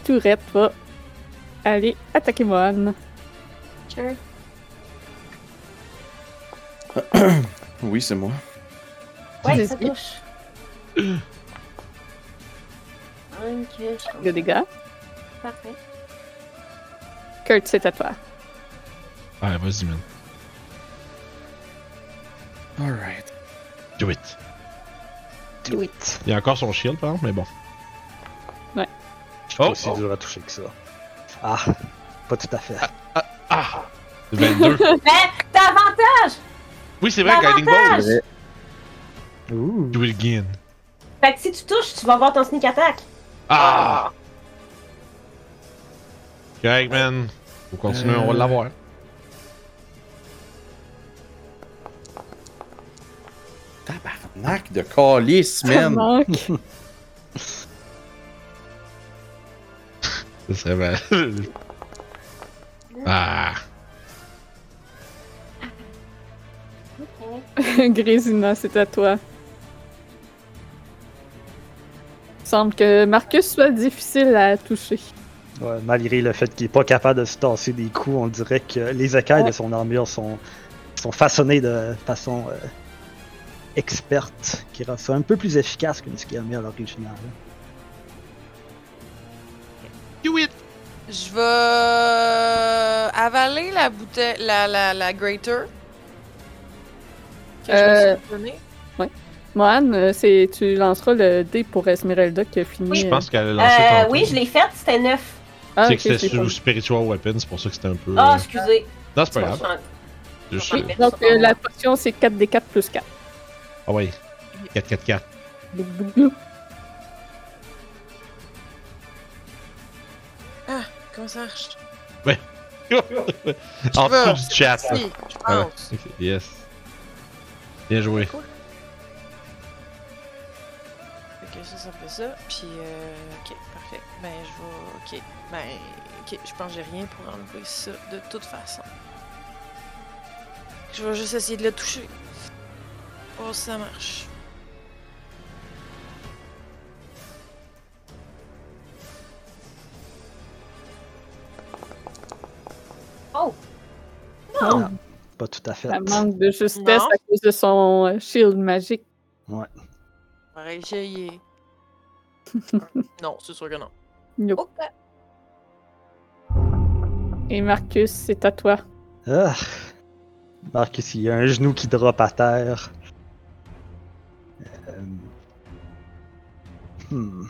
A: Tourette va aller attaquer Mohan.
E: d'être.
B: Oui, c'est moi.
E: Ouais, ça touche. Ok, je
A: De dégâts.
E: comprends. Parfait.
A: Kurt, c'est à toi.
C: Ouais, vas-y, man.
B: Alright.
C: Do it.
D: Do it!
C: Il y a encore son shield, par exemple, mais bon.
D: Je suis pas
C: Oh,
D: aussi
C: oh. Ah.
D: dur à toucher que ça. Ah, pas tout à fait.
C: 22.
E: Mais t'as avantage!
C: oui, c'est vrai, Guiding Bolt.
D: Ouh!
C: Do it again.
E: Fait que si tu touches, tu vas avoir ton sneak attack.
C: Ah! Correct, man. Faut continuer,
A: Euh.
C: on va l'avoir.
B: Tabarnak de calice,
A: Ça
B: man!
A: manque.
C: Ce serait mal. ah!
A: Grésina, c'est à toi. Il semble que Marcus soit difficile à toucher.
D: Ouais, malgré le fait qu'il est pas capable de se tasser des coups, on dirait que les écailles de son armure sont, sont façonnées de façon euh, experte, qui rend ça un peu plus efficace qu'une skirmish à l'original.
C: Do it!
F: Je vais avaler la bouteille, la, la, la grater. Que je
A: Euh,
F: me suis donnée.
A: Mohan, euh, c'est- tu lanceras le dé pour Esmeralda qui a fini.
E: Oui.
C: Je
A: euh,
C: pense qu'elle a lancé
E: Euh,
C: tantôt.
E: oui, je l'ai faite, c'était neuf.
A: ah,
C: C'est
A: ok,
C: que c'était
A: c'est
C: sous
A: bon.
C: Spiritual Weapon, c'est pour ça que c'était un peu.
E: Ah,
C: euh,
E: excusez.
C: Non, c'est
E: Je
C: pas
E: pense
C: grave.
E: que
C: Juste,
A: Oui,
C: euh,
A: donc euh, la potion c'est 4d4 plus 4.
C: Ah ouais. 4-4-4.
A: Bloup, bloup, bloup.
F: Comment ça marche?
C: en
F: veux,
C: dessous du chat. là.
F: Si, je
C: Ah ouais.
F: pense.
C: Ok, Yes. Bien joué.
F: Fait que ça, ça fait ça. Puis, euh, ok, parfait. Ben, je vais. Ok, ben, ok, je pense que j'ai rien pour enlever ça de toute façon. Je vais juste essayer de le toucher. Oh, ça marche.
E: Non.
D: Non, pas tout à fait.
A: Ça manque de justesse
F: Non.
A: à cause de son euh, shield magique.
F: On va essayer. non, c'est sûr que non.
A: Nope.
F: Ok.
A: Et Marcus, c'est à toi.
D: Ah. Marcus, il y a un genou qui drop à terre. Euh, hmm.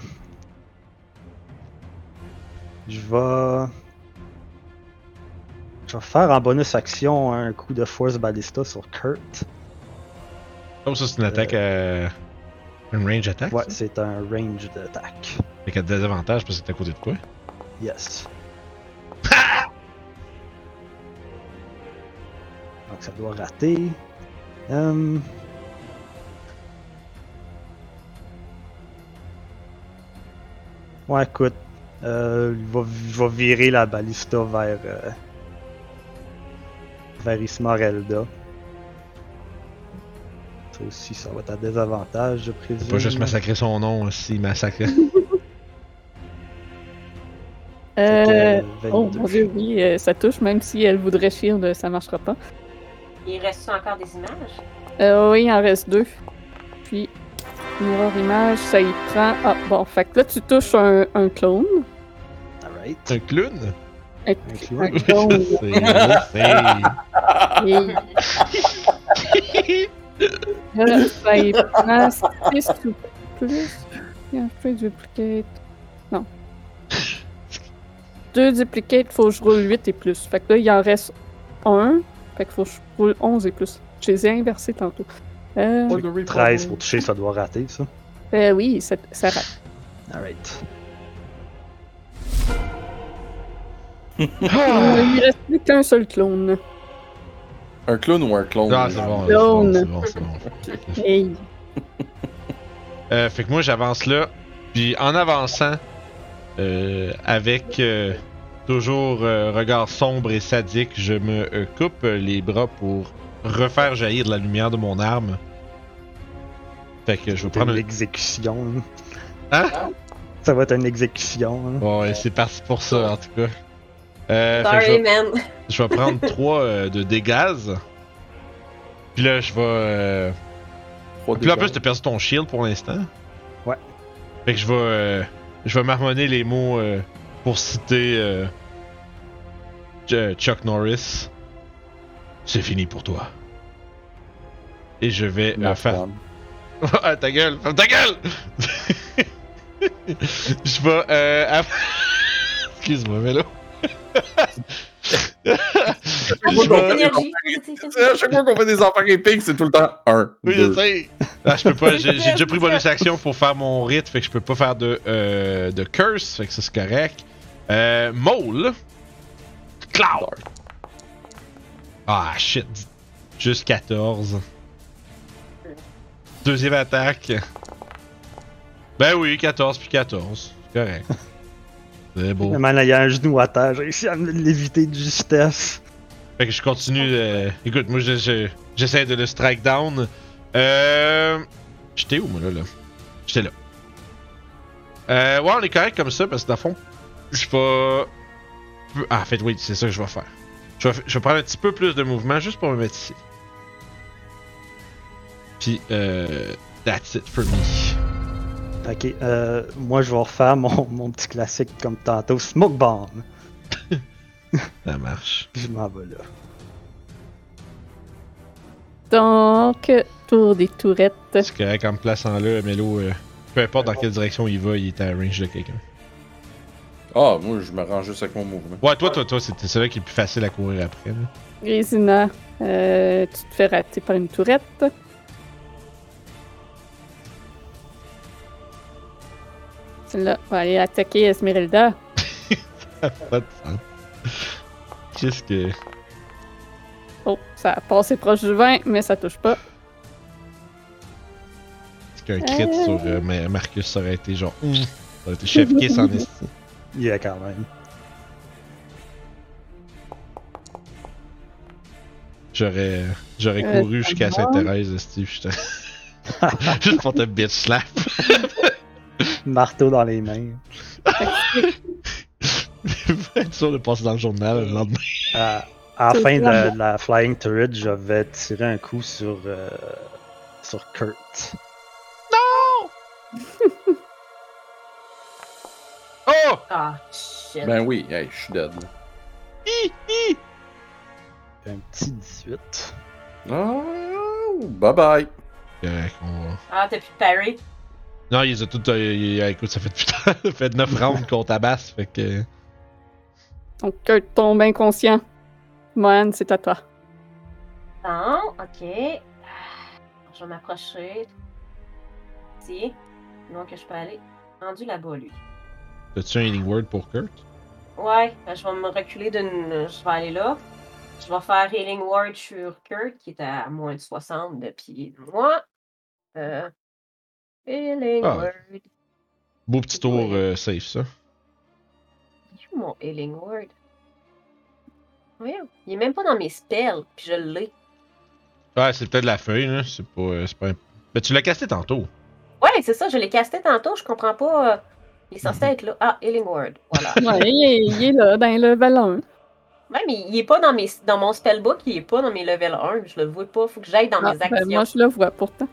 D: Je vais. Je vais faire en bonus action un coup de force ballista sur Kurt.
C: Comme ça, c'est une attaque. Euh... Une range attack.
D: Ouais,
C: ça?
D: c'est un range d'attaque.
C: Fait qu'elle a des avantages parce que t'es à côté de quoi?
D: Yes. Donc ça doit rater. Hum. Ouais, écoute. euh, il va- je vais virer la balista vers. euh, vers Ismarelda. Ça aussi, ça va être à
C: Euh.
D: désavantage, je présume.
C: hein, Faut pas juste massacrer son nom, aussi massacrer.
D: Fait que,
A: Euh, oh
D: 22.
A: mon dieu, oui, euh, ça touche, même si elle voudrait shield, ça marchera pas.
E: Il reste encore des images?
A: Euh, oui, il en reste deux. Puis, miroir image, ça y prend. Ah, bon, fait que là, tu touches un, un clone.
D: Alright.
C: Un clown?
A: Un,
D: Un clone.
A: un clone.
C: C'est gros, c'est-
A: Et... Là, ça y prend six ou plus. Il y a un peu de duplicate. Non. Deux duplicates, faut que je roule 8 et plus. Fait que là, il en reste un. Fait que faut que je roule 11 et plus. Je les ai inversés tantôt. Euh,
D: 13 pour toucher, ça doit rater, ça.
A: euh, oui, ça, ça rate.
D: Alright.
A: Euh, Il reste plus qu'un seul clone.
B: Un clown ou un clone?
C: Ah, c'est bon, c'est bon, c'est bon, c'est bon.
A: Hey.
C: Euh, fait que moi, j'avance là. Puis en avançant, euh, avec euh, toujours euh, regard sombre et sadique, je me euh, coupe les bras pour refaire jaillir la lumière de mon arme. Fait que je vais prendre
D: Prendre
C: un...
D: l'exécution.
C: Hein?
D: Ça va être une exécution. hein.
C: Ouais, c'est parti pour ça, en tout cas. Euh, fait que je vais-
E: Sorry, man.
C: Je vais prendre 3 de dégaz. Puis là, je vais. euh,
B: Trois
C: Puis là, en
B: dégâts.
C: plus, t'as perdu ton shield pour l'instant.
D: Ouais.
C: Fait que je vais. euh, Je vais marmonner les mots euh, pour citer euh, Ch- Chuck Norris. C'est fini pour toi. Et je vais euh,
B: Ma
C: faire.
B: femme.
C: Ah, ta gueule! Ferme ta gueule! je vais. euh, app- Excuse-moi, mais là.
E: Beaucoup
C: Je vais-
E: d'énergie.
B: À chaque fois qu'on fait des affaires épiques, c'est tout le temps un.
C: Oui,
B: deux.
C: je sais. Ah, je peux pas. J'ai j'ai déjà pris bonus action pour faire mon rite, fait que je peux pas faire de, euh, de curse, fait que ça c'est correct. Euh, Maul. Cloud. Ah, shit. Juste 14. Deuxième attaque. Ben oui, 14 puis 14. C'est correct. C'est beau.
D: Le man, là, il y a un genou à terre. J'ai réussi à me l'éviter de justesse.
C: Fait que je continue. euh, écoute, moi, je- je- j'essaie de le strike down. Euh. J'étais où, moi, là, là? J'étais là. Euh, ouais, on est correct comme ça, parce que dans le fond, je vais. Ah, en fait, oui, c'est ça que je vais faire. Je vais, je vais prendre un petit peu plus de mouvement juste pour me mettre ici. Puis, euh. That's it for me.
D: Ok, euh, moi je vais refaire mon, mon petit classique comme tantôt. Smoke bomb.
C: Ça marche.
D: Puis je m'en vais là.
A: Donc, tour des tourettes.
C: C'est correct en me plaçant là, Melo. euh, peu importe dans quelle direction il va, il est à range de quelqu'un.
B: Ah, moi, je me rends juste avec mon mouvement.
C: Ouais, toi, toi, toi, c'était celui qui est le plus facile à courir après, là.
A: Grésina, euh, tu te fais rater par une tourette. Celle-là va aller attaquer Esmeralda.
C: pas de sens. Qu'est-ce que.
A: Oh, ça a passé proche du 20, mais ça touche pas.
C: Est-ce qu'un crit sur euh, Ma- Marcus ça aurait été genre. Ouf, ça aurait été chef kiss en esti.
D: Il y a quand même.
C: J'aurais, j'aurais
A: Euh,
C: couru jusqu'à Sainte-Thérèse, esti, puis j'étais- Juste pour te bitch slap.
D: Marteau dans les mains.
C: Faut être sûr de passer dans le journal le lendemain.
D: Euh, à la
A: C'est
D: fin de,
A: vraiment-
D: de la Flying Turret, je vais tirer un coup sur, euh, sur Kurt.
C: Oh!
E: Ah, shit.
B: Ben oui, hey, je suis dead. là.
D: Un petit 18.
B: Ah, bye bye.
C: Correct, on va-
E: Ah, t'as plus de parry.
C: Non, ils ont tout. euh, ils- euh, écoute, ça fait, putain, ça fait 9 rounds qu'on tabasse, fait que.
A: Donc, Kurt tombe inconscient. Mohan, c'est à toi.
E: Non, ok. Ah, Je vais m'approcher. Si. Donc, je peux aller. Rendu là-bas, lui.
C: T'as-tu un healing word pour Kurt?
E: Ouais, ben, je vais me reculer d'une. Je vais aller là. Je vais faire Healing Ward sur Kurt, qui est à moins de 60 de pied de moi. Euh, Healing
C: Ah.
E: Word.
C: Beau petit tour euh, safe, ça.
E: Il est où mon Healing Word? Voyons, Il est même pas dans mes spells, puis je l'ai.
C: Ouais, c'est peut-être la feuille, là. C'est pas. euh, c'est pas un- Mais tu l'as casté tantôt.
E: Ouais, c'est ça, je l'ai casté tantôt, je comprends pas. euh, Il est censé être là. Ah, Healing Word. Voilà.
A: Ouais, il est, il est là, dans le ballon.
E: Ouais, mais il est pas dans, mes, dans mon spellbook, il est pas dans mes level 1. Je le vois pas. Faut que j'aille dans mes actions.
A: Ah, ben, moi, je le vois pourtant.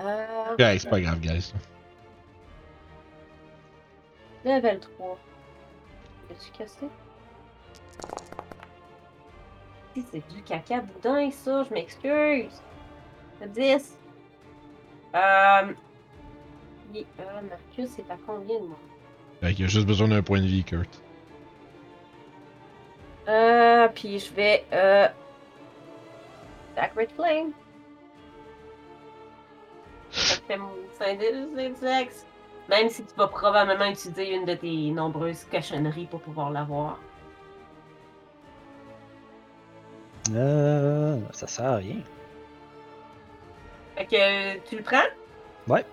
E: Euh,
C: Ouais, c'est pas grave, guys.
E: level 3. Peux-tu casser? Si, C'est du caca boudin, ça. Je m'excuse. Le 10. Euh... il- euh, Marcus, c'est à combien de moi?
C: Fait qu'il a juste besoin d'un point de vie, Kurt.
E: Euh, puis je vais. Euh... Sacred Flame. Ça fait mon 5 Dex. Même si tu vas probablement utiliser une de tes nombreuses cochonneries pour pouvoir l'avoir.
D: Euh, ça sert à rien.
E: Fait que euh, tu le prends?
D: Ouais.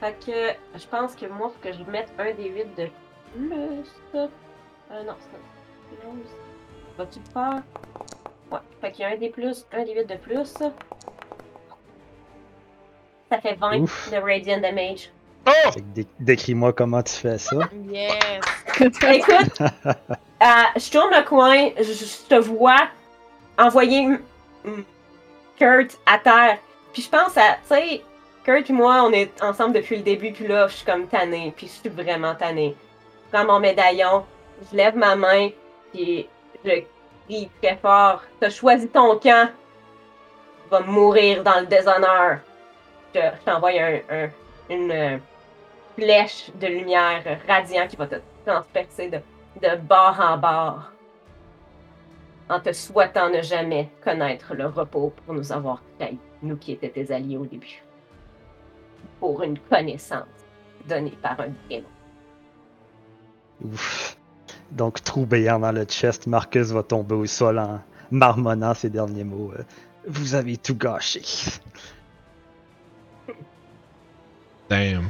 E: Fait que je pense que moi, faut que je mette un des 8 de plus. Euh, non, c'est 11. Vas-tu le faire? Ouais. Fait qu'il y a un des plus, un des 8 de plus. Ça fait 20
D: Ouf.
E: de Radiant Damage.
C: Oh!
D: Fait que dé- Décris-moi comment tu fais ça.
F: Yes!
E: Écoute, euh, je tourne le coin, je, je te vois envoyer m- m- Kurt à terre. Puis je pense à, tu sais, Kurt et moi, on est ensemble depuis le début, puis là, je suis comme tannée, puis je suis vraiment tannée. Je prends mon médaillon, je lève ma main, puis je crie très fort. T'as choisi ton camp, tu vas mourir dans le déshonneur. Je, je t'envoie un- un- une euh, flèche de lumière euh, radiant qui va te transpercé de, de bord en bord en te souhaitant ne jamais connaître le repos pour nous avoir trahi, nous qui étions tes alliés au début, pour une connaissance donnée par un démon.
D: Ouf. Donc, trou béant dans le chest, Marcus va tomber au sol en marmonnant ses derniers mots. euh, Vous avez tout gâché.
C: Damn.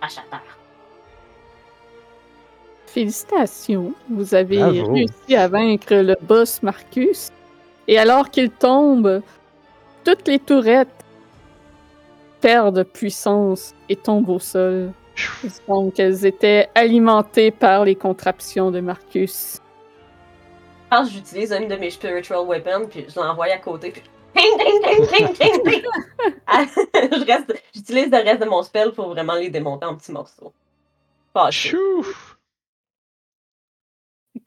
E: Crache à terre.
A: Félicitations, vous avez
D: Bravo.
A: réussi à vaincre le boss Marcus. Et alors qu'il tombe, toutes les tourettes perdent puissance et tombent au sol. Donc elles étaient alimentées par les contraptions de Marcus.
E: Je pense que j'utilise une de mes spiritual weapons, puis je l'envoie à côté, puis ding, ding, ding, ding, ding, ding. Ah, je reste- J'utilise le reste de mon spell pour vraiment les démonter en petits morceaux. Fâché.
C: Chou!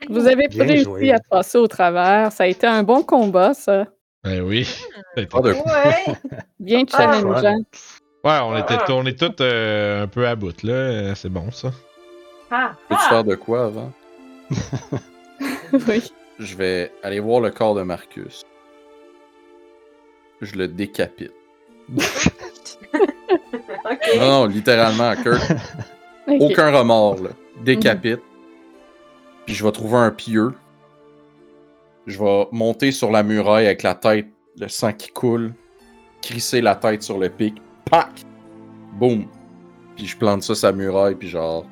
A: Vous avez
D: Bien
A: réussi
D: joué.
A: à passer au travers. Ça a été un bon combat, ça.
C: Ben oui. Ça a été-
B: Pas de
E: Ouais!
A: Bien
E: Ah,
A: challengeant.
C: Ouais, on était,
E: Ah.
C: on est tous euh, un peu à bout, là. Euh, C'est bon, ça.
E: Ah,
B: Peux-tu
E: ah.
B: faire de quoi avant?
A: oui.
B: Je vais aller voir le corps de Marcus. Je le décapite.
E: Ok.
B: Non, non, littéralement, Kurt.
A: Ok.
B: Aucun remords, là. Décapite. Puis je vais trouver un pieu. Je vais monter sur la muraille avec la tête, le sang qui coule. Crisser la tête sur le pic. Pac! Boum! Puis je plante ça sa muraille, puis genre.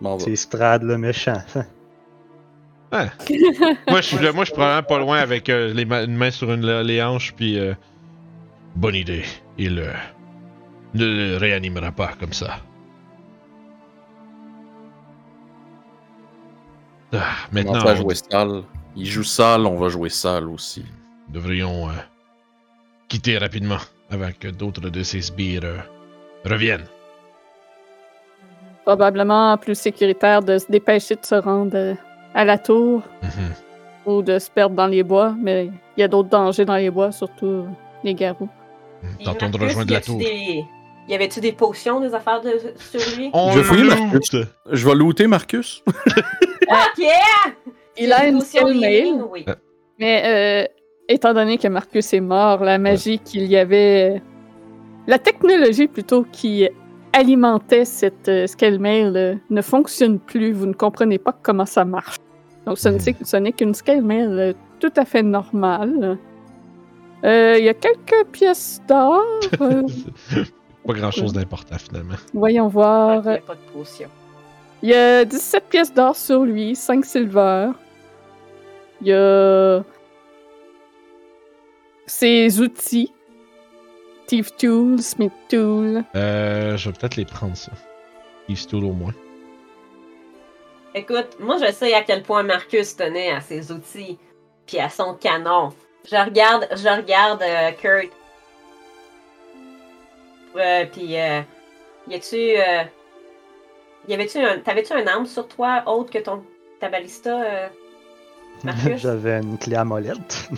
B: M'en va.
D: C'est Strad le méchant.
C: Moi, je suis là- moi, je suis probablement pas loin avec euh, les ma- une main sur une, les hanches, puis. euh, bonne idée. Il euh, ne le réanimera pas comme ça. Ah,
B: Maintenant,
C: maintenant,
B: on va
C: on-
B: jouer sale. Il joue sale, on va jouer sale aussi.
C: devrions euh, quitter rapidement avant que d'autres de ces sbires euh, reviennent.
A: Probablement plus sécuritaire de se dépêcher de se rendre euh, à la tour.
C: Mhm.
A: ou de se perdre dans les bois, mais il y a d'autres dangers dans les bois, surtout euh, les garous.
C: Quand on
E: Marcus,
C: rejoint de
E: y
C: la
E: a-tu
C: tour.
E: des- Y avait-tu des potions, des affaires de... sur lui?
C: On
B: Je vais fouiller
C: loot!
B: Marcus. Je vais looter Marcus.
E: Ah, Ok!
A: Il a
E: Des
A: une
E: potions
A: seule
E: healing,
A: mail,
C: Euh.
E: Oui.
A: mais euh, étant donné que Marcus est mort, la magie qu'il y avait, la technologie plutôt qui alimentait cette euh, scale mail euh, ne fonctionne plus. Vous ne comprenez pas comment ça marche. Donc ce ne- ce n'est qu'une scale mail euh, tout à fait normale. Euh, Il y a quelques pièces d'or. euh,
C: Pas grand chose d'important finalement.
A: voyons voir.
E: Il y a pas de potions.
A: Il y a 17 pièces d'or sur lui, 5 silver. Il y a ses outils Steve Tool, Smith Tool.
C: Euh, je vais peut-être les prendre, ça. Ils tout au moins.
E: Écoute, moi, je sais à quel point Marcus tenait à ses outils, puis à son canon. Je regarde, je regarde euh, Kurt. Euh, puis, euh, y a-tu, euh, y avait-tu un, t'avais-tu un arme sur toi autre que ton ta balista, euh, Marcus?
D: J'avais une clé à molette.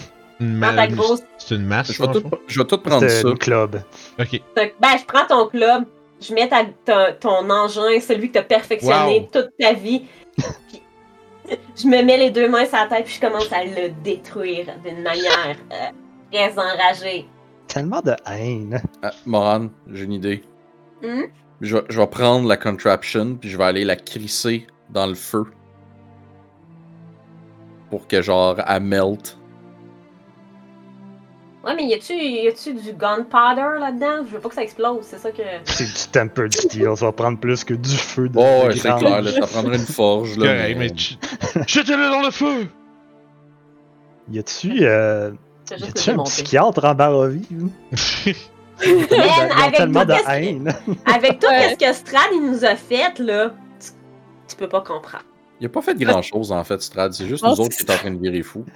C: Une
E: Prends
C: ma-
E: ta grosse.
C: C'est une mâche,
B: Je
C: ça,
B: vais
C: dans le
B: tout,
C: fond?
B: je vais tout prendre
D: C'était
B: ça.
D: une club.
C: Ok.
E: ta- ben, je prends ton club, je mets ta, ta- ton engin, celui que t'as perfectionné
C: Wow.
E: toute ta vie. puis je me mets les deux mains sur la tête, puis je commence à le détruire d'une manière euh, très enragée.
D: Tellement de haine.
B: Ah, Moran, j'ai une idée.
E: Hmm?
B: Je, vais- je vais prendre la contraption, puis je vais aller la crisser dans le feu. Pour que, genre, elle melt.
E: Ouais, mais y a-tu, y a-tu du gunpowder là-dedans? Je veux pas que ça explose, c'est ça que.
D: C'est du tempered steel. Ça va prendre plus que du feu de
B: Oh, ouais,
D: de
B: c'est
D: grande.
B: clair, là, ça prendrait une forge. Là,
C: Correct, mais. tu- Jetez-le dans le feu!
D: Y a-tu euh,
E: C'est
D: y
E: juste
D: a-tu
E: que
D: un
E: monté.
D: psychiatre en Barovie? hein? Ils ont
E: Man, avec
D: tellement
E: tout,
D: de
E: qu'est-ce que-
D: haine.
E: avec tout
A: Ouais.
E: ce que Strad il nous a fait, là, tu, tu peux pas comprendre.
B: Il a pas fait grand chose, en fait, Strad. C'est juste
A: Non,
B: nous autres qui
A: c'est
B: est en train de virer fou.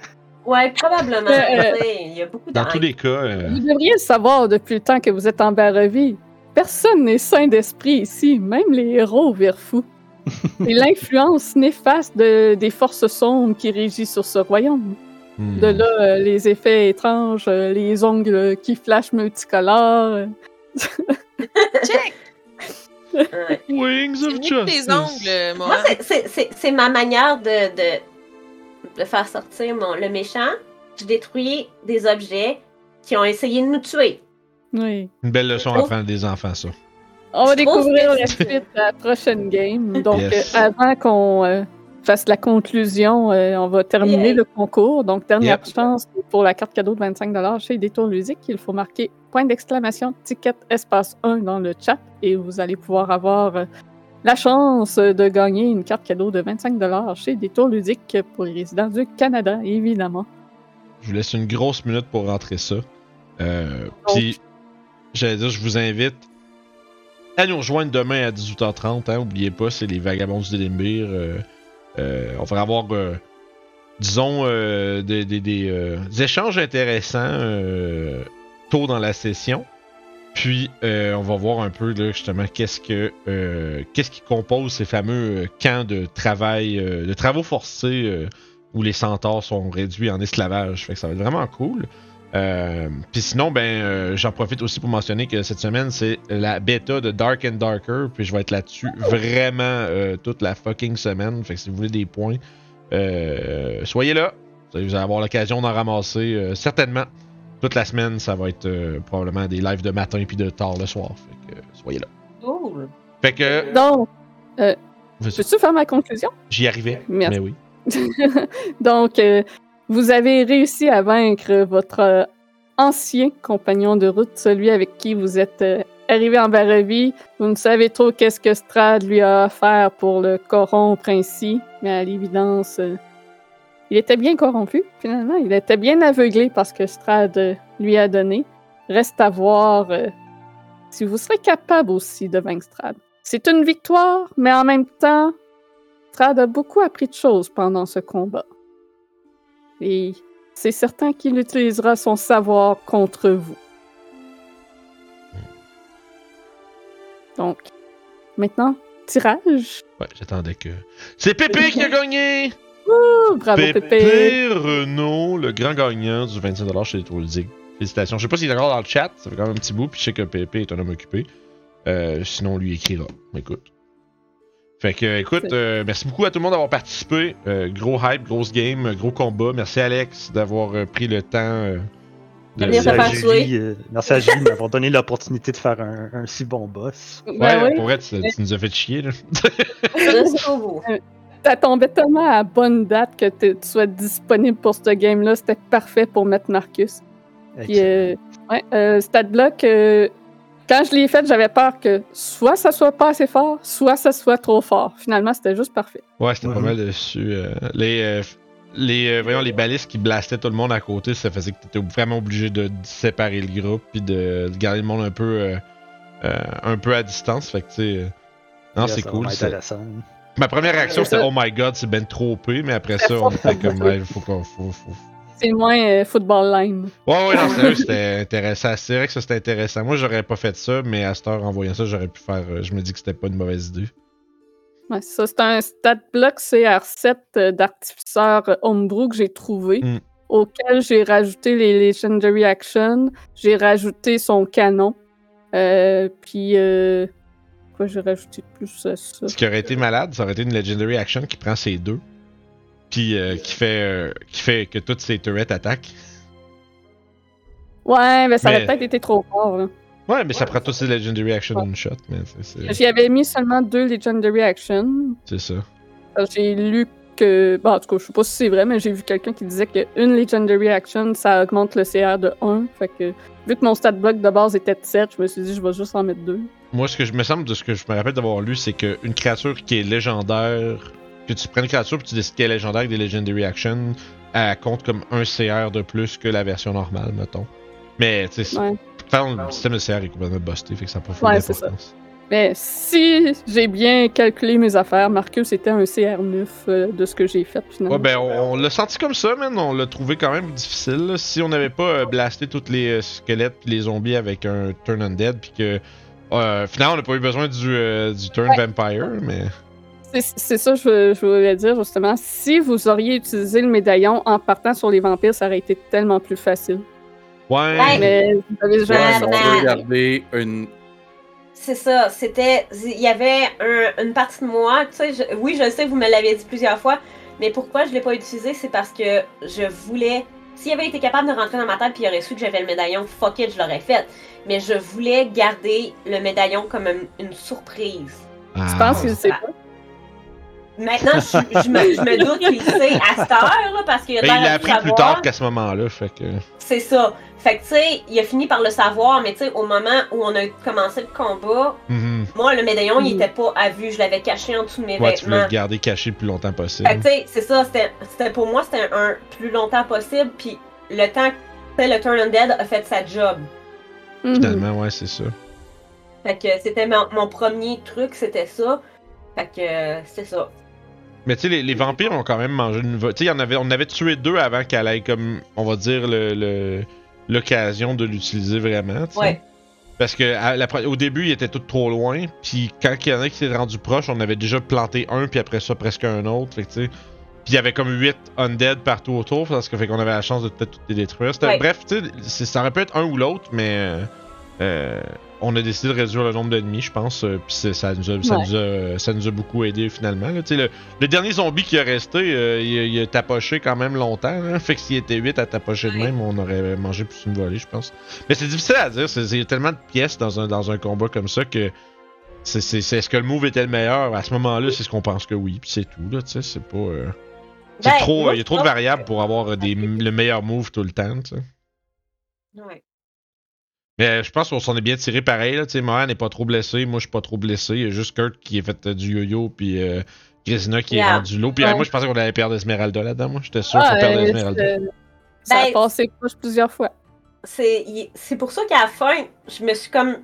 E: Ouais, probablement.
A: Euh,
E: tu sais, Il y a beaucoup de
C: Dans tous
E: haine.
C: les cas, euh,
A: Vous devriez le savoir depuis le temps que vous êtes en Barovie. Personne n'est saint d'esprit ici, même les héros virent fous. C'est l'influence néfaste de- des forces sombres qui régissent sur ce royaume.
C: hmm,
A: De là, euh, les effets étranges, euh, les ongles qui flashent multicolores. euh.
F: Check!
E: Ouais.
C: Wings
F: C'est
C: of
F: mieux que
C: Justice!
F: tes ongles, euh,
E: Moi,
F: moi.
E: c'est- c'est- c'est c'est ma manière de, de, de faire sortir mon, le méchant. Je détruis des objets qui ont essayé de nous tuer.
A: Oui.
C: Une belle leçon à prendre des enfants, ça.
A: On va
E: Je trouve
A: découvrir
E: que
A: la
E: c'est-
A: suite de la prochaine game. Donc,
C: Yes.
A: euh, avant qu'on euh, fasse la conclusion, euh, on va terminer
E: Yeah.
A: le concours. Donc, dernière
C: Yep.
A: chance pour la carte cadeau de 25 chez Détour Ludique. Il faut marquer point d'exclamation, ticket, espace 1 dans le chat et vous allez pouvoir avoir euh, la chance de gagner une carte cadeau de 25 chez Détour Ludique pour les résidents du Canada, évidemment.
C: Je vous laisse une grosse minute pour rentrer ça. Euh,
A: Donc.
C: Puis, j'allais dire, je vous invite à nous rejoindre demain à 18h30. Hein, oubliez pas, c'est les Vagabonds du Délimbir. euh, euh, on va avoir, euh, disons, euh, des, des- des, euh, des échanges intéressants euh, tôt dans la session. Puis, euh, on va voir un peu, là, justement, qu'est-ce que euh, qu'est-ce qui compose ces fameux euh, camps de travail, euh, de travaux forcés. euh, où les centaures sont réduits en esclavage. Fait que ça va être vraiment cool. Euh, Puis sinon, ben, euh, j'en profite aussi pour mentionner que cette semaine, c'est la bêta de Dark and Darker. Puis je vais être là-dessus vraiment euh, toute la fucking semaine. Fait que si vous voulez des points, euh, soyez là. Vous allez vous allez avoir l'occasion d'en ramasser euh, certainement. Toute la semaine, ça va être euh, probablement des lives de matin puis de tard le soir. Fait que euh, soyez là.
E: Cool.
C: Fait que
A: Donc, peux-tu faire ma conclusion?
C: j'y arrivais.
A: Merci.
C: Mais oui.
A: Donc, euh, vous avez réussi à vaincre votre euh, ancien compagnon de route, celui avec qui vous êtes euh, arrivé en Barovie. Vous ne savez trop qu'est-ce que Strad lui a offert pour le corrompre ainsi, mais à l'évidence, euh, il était bien corrompu, finalement. Il était bien aveuglé par ce que Strad euh, lui a donné. Reste à voir euh, si vous serez capable aussi de vaincre Strad. C'est une victoire, mais en même temps, Strad a beaucoup appris de choses pendant ce combat. Et c'est certain qu'il utilisera son savoir contre vous. Donc, maintenant, tirage.
C: Ouais, j'attendais que. C'est Pépé qui a gagné!
A: Oh, bravo,
C: Pépé,
A: Pépé.
C: Renault, le grand gagnant du 25$ chez les Tours Ludiques. Félicitations. Je sais pas s'il est encore dans le chat, ça fait quand même un petit bout, puis je sais que Pépé est un homme occupé. Euh, sinon, on lui écrira. Écoute. Fait que, euh, écoute, euh, merci beaucoup à tout le monde d'avoir participé. Euh, gros hype, grosse game, euh, gros combat. Merci Alex d'avoir euh, pris le temps euh, de.
E: Venir
D: Merci
E: se faire
D: à
C: Ouais,
E: jouer.
D: Julie, euh, merci à Julie de m'avoir donné l'opportunité de faire un, un si bon boss.
A: Ben oui,
C: pour vrai, tu, tu nous as fait chier, là.
E: Jusqu'au bout.
A: ça tombait tellement à bonne date que tu tu sois disponible pour ce game-là. C'était parfait pour mettre Marcus. Puis, euh, ouais, euh, StatBlock, euh, quand je l'ai fait, j'avais peur que soit ça soit pas assez fort, soit ça soit trop fort. Finalement, c'était juste parfait.
C: Ouais, c'était pas
D: Mhm.
C: mal dessus. euh, les, euh, les, euh, voyons, les balises qui blastaient tout le monde à côté, ça faisait que t'étais vraiment obligé de, de séparer le groupe puis de, de garder le monde un peu, euh, euh, un peu à distance. Fait que, tu sais, euh, non,
D: Yeah,
C: c'est
D: ça va
C: cool.
D: être
C: c'est-
D: intéressant.
C: Ma première réaction, c'était
A: ça.
C: Oh my god, c'est ben trop peu, mais après ça, on était comme, Ouais, faut qu'on. Faut, faut-
A: C'est moins euh, football line.
C: Ouais, ouais, non, sérieux, c'était intéressant. C'est vrai que ça, c'était intéressant. Moi, j'aurais pas fait ça, mais à cette heure, en voyant ça, j'aurais pu faire. euh, je me dis que c'était pas une mauvaise idée.
A: Ouais, c'est ça, c'est un stat block CR7 euh, d'artificeur euh, homebrew que j'ai trouvé,
C: Mm.
A: auquel j'ai rajouté les Legendary Action, j'ai rajouté son canon, euh, puis... euh, quoi j'ai rajouté de plus à ça?
C: Ce qui aurait été malade, ça aurait été une Legendary Action qui prend ses deux, puis euh, qui, fait, euh, qui fait que toutes ses turrets attaquent.
A: Ouais, mais ça
C: Mais-
A: aurait peut-être été trop fort. là.
C: Ouais, mais ça prend toutes ses Legendary Action
A: Ouais.
C: d'une shot, mais c'est- c'est
A: J'y avais mis seulement deux Legendary Action,
C: c'est ça.
A: Parce que J'ai lu que. Bon, en tout cas, je sais pas si c'est vrai, mais j'ai vu quelqu'un qui disait qu'une Legendary Action, ça augmente le CR de 1. Fait que, vu que mon stat block de base était de 7, je me suis dit, je vais juste en mettre 2.
C: Moi, ce que je me semble de ce que je me rappelle d'avoir lu, c'est qu'une créature qui est légendaire, que tu prends une créature puis tu décides qu'elle est légendaire avec des Legendary Action, elle compte comme un CR de plus que la version normale, mettons. Mais, tu sais, c'est-
A: Ouais.
C: par contre, le système de CR est complètement busté, fait que ça n'a pas fait
A: Ouais, c'est
C: d'importance.
A: Mais si j'ai bien calculé mes affaires, Marcus était un CR9 euh, de ce que j'ai fait finalement.
C: Ouais, ben, on, on l'a senti comme ça, man. On l'a trouvé quand même difficile. là. Si on n'avait pas euh, blasté tous les euh, squelettes puis les zombies avec un Turn Undead, puis que. euh, finalement, on n'a pas eu besoin du, euh, du Turn Vampire, mais.
A: C'est- C'est ça que je, je voulais dire justement. Si vous auriez utilisé le médaillon en partant sur les vampires, ça aurait été tellement plus facile.
C: Ouais.
E: Ouais.
A: Mais vous avez
B: Ouais,
A: jamais
B: mais on
A: sorti-
E: ben-
B: veut garder une.
E: C'est ça, c'était. Il y avait un- une partie de moi, tu sais, je- oui, je sais que vous me l'avez dit plusieurs fois, mais pourquoi je l'ai pas utilisé, c'est parce que je voulais. S'il avait été capable de rentrer dans ma tête puis il aurait su que j'avais le médaillon, fuck it, je l'aurais fait. Mais je voulais garder le médaillon comme une, une surprise.
A: Je
C: Ah.
A: pense qu'il sait pas.
E: Bah. Maintenant, je, je me, je me doute qu'il le sait à cette heure, là, parce qu'il a
C: Mais
E: l'air
C: Ben, il l'a
E: de
C: appris plus
E: savoir.
C: tard qu'à ce moment-là, fait que.
E: C'est ça. Fait que, tu sais, il a fini par le savoir, mais tu sais, au moment où on a commencé le combat,
C: Mhm.
E: moi, le médaillon,
A: Mm.
E: il était pas à vue. Je l'avais caché en dessous de mes
C: Ouais, tu voulais
E: vêtements.
C: le garder caché le plus longtemps possible.
E: Fait que, tu sais, c'est ça, c'était- c'était pour moi, c'était un, un plus longtemps possible, puis le temps que le Turn Undead a fait sa job.
A: Mhm.
C: Finalement, ouais, c'est ça.
E: Fait que c'était mon, mon premier truc, c'était ça. Fait que euh, c'est ça.
C: Mais tu sais, les, les vampires ont quand même mangé une. vo- Tu sais, il y en avait, on en avait tué deux avant qu'elle ait comme, on va dire, le- le- l'occasion de l'utiliser vraiment. tu sais.
E: Ouais.
C: Parce que à la pre- au début, ils étaient tous trop loin. Puis quand il y en a qui s'est rendu proche, on avait déjà planté un, puis après ça, presque un autre. Fait que, tu sais. Puis il y avait comme 8 undead partout autour, parce que fait qu'on avait la chance de peut-être tous les détruire. C'était-
E: Ouais.
C: Bref, tu sais, c'est- ça aurait pu être un ou l'autre, mais euh, euh, on a décidé de réduire le nombre d'ennemis, je pense. euh, Puis c'est- ça nous, a, ça,
A: Ouais.
C: nous a, ça nous a beaucoup aidé finalement. là. Tu sais, le, le dernier zombie qui est resté, euh, il, a- il a tapoché quand même longtemps. hein. Fait que s'il était 8 à tapocher de
F: Ouais.
C: même, on aurait mangé plus une volée, je pense. Mais c'est difficile à dire. c'est- c'est- Il y a tellement de pièces dans un, dans un combat comme ça que. c'est- c'est- c'est- Est-ce que le move était le meilleur? À ce moment-là, c'est ce qu'on pense que oui, puis c'est tout. Là, tu sais, c'est pas. euh, c'est
E: Ben,
C: trop, euh,
E: moi,
C: il y a trop de
E: je pense-
C: variables pour avoir euh, des, le meilleur move tout le temps. tu sais.
E: Ouais.
C: Mais euh, je pense qu'on s'en est bien tiré pareil. Là, tu sais, Mohan n'est pas trop blessé. Moi, je suis pas trop blessé. Il y a juste Kurt qui est fait euh, du yo-yo. Puis euh, Grisina qui est
E: Yeah.
C: rendu lourd. Puis
A: Ouais.
C: euh, moi, je pensais qu'on allait perdre Esmeralda là-dedans. Moi, j'étais sûr
A: Ah,
C: qu'on perdait
A: euh,
C: Esmeralda.
A: c'est- ça a
E: Ben,
A: passé proche plusieurs fois.
E: C'est il- c'est pour ça qu'à la fin, je me suis comme.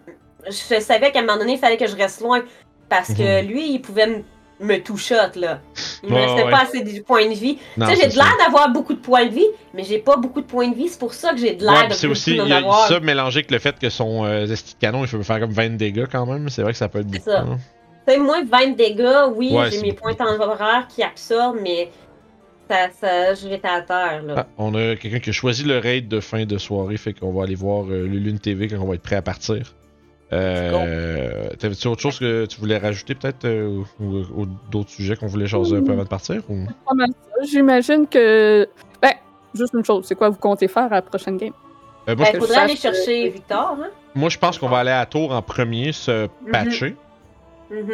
E: Je savais qu'à un moment donné, il fallait que je reste loin. Parce que lui, il pouvait me, me tout-shot, là. Il me
C: Mhm. Ouais,
E: restait
C: ouais.
E: pas assez de points de vie.
C: Non,
E: tu sais,
C: c'est
E: j'ai de
C: ça.
E: l'air d'avoir beaucoup de points de vie, mais j'ai pas beaucoup de points de vie. C'est pour ça que j'ai de l'air
C: Ouais,
E: de
C: puis c'est
E: beaucoup
C: aussi
E: d'en
C: il y a
E: avoir.
C: ça mélangé avec le fait que son euh, esti de canon, il peut faire comme 20 de dégâts quand même. C'est vrai que ça peut être
E: C'est
C: beaucoup.
E: ça.
C: hein.
E: Tu sais, moins de 20 dégâts, oui,
C: Ouais,
E: j'ai
C: c'est
E: mes
C: beaucoup.
E: points temporaires qui absorbent, mais ça, ça, j'étais à terre, là.
C: Ah, on a quelqu'un qui a choisi le raid de fin de soirée, fait qu'on va aller voir euh, le Lune TV quand on va être prêt à partir. Euh, T'avais-tu autre chose que tu voulais rajouter peut-être euh, ou, ou d'autres sujets qu'on voulait changer un peu avant de partir ou...
A: pas mal ça. J'imagine que. Ben, juste une chose, c'est quoi vous comptez faire à la prochaine game?
C: Euh, moi,
E: Ben,
C: je-
A: que
E: faudrait
A: je
E: aller
A: fasse, euh,
E: chercher Victor, hein?
C: moi, je pense qu'on va aller à Tour en premier se patcher.
E: Mhm.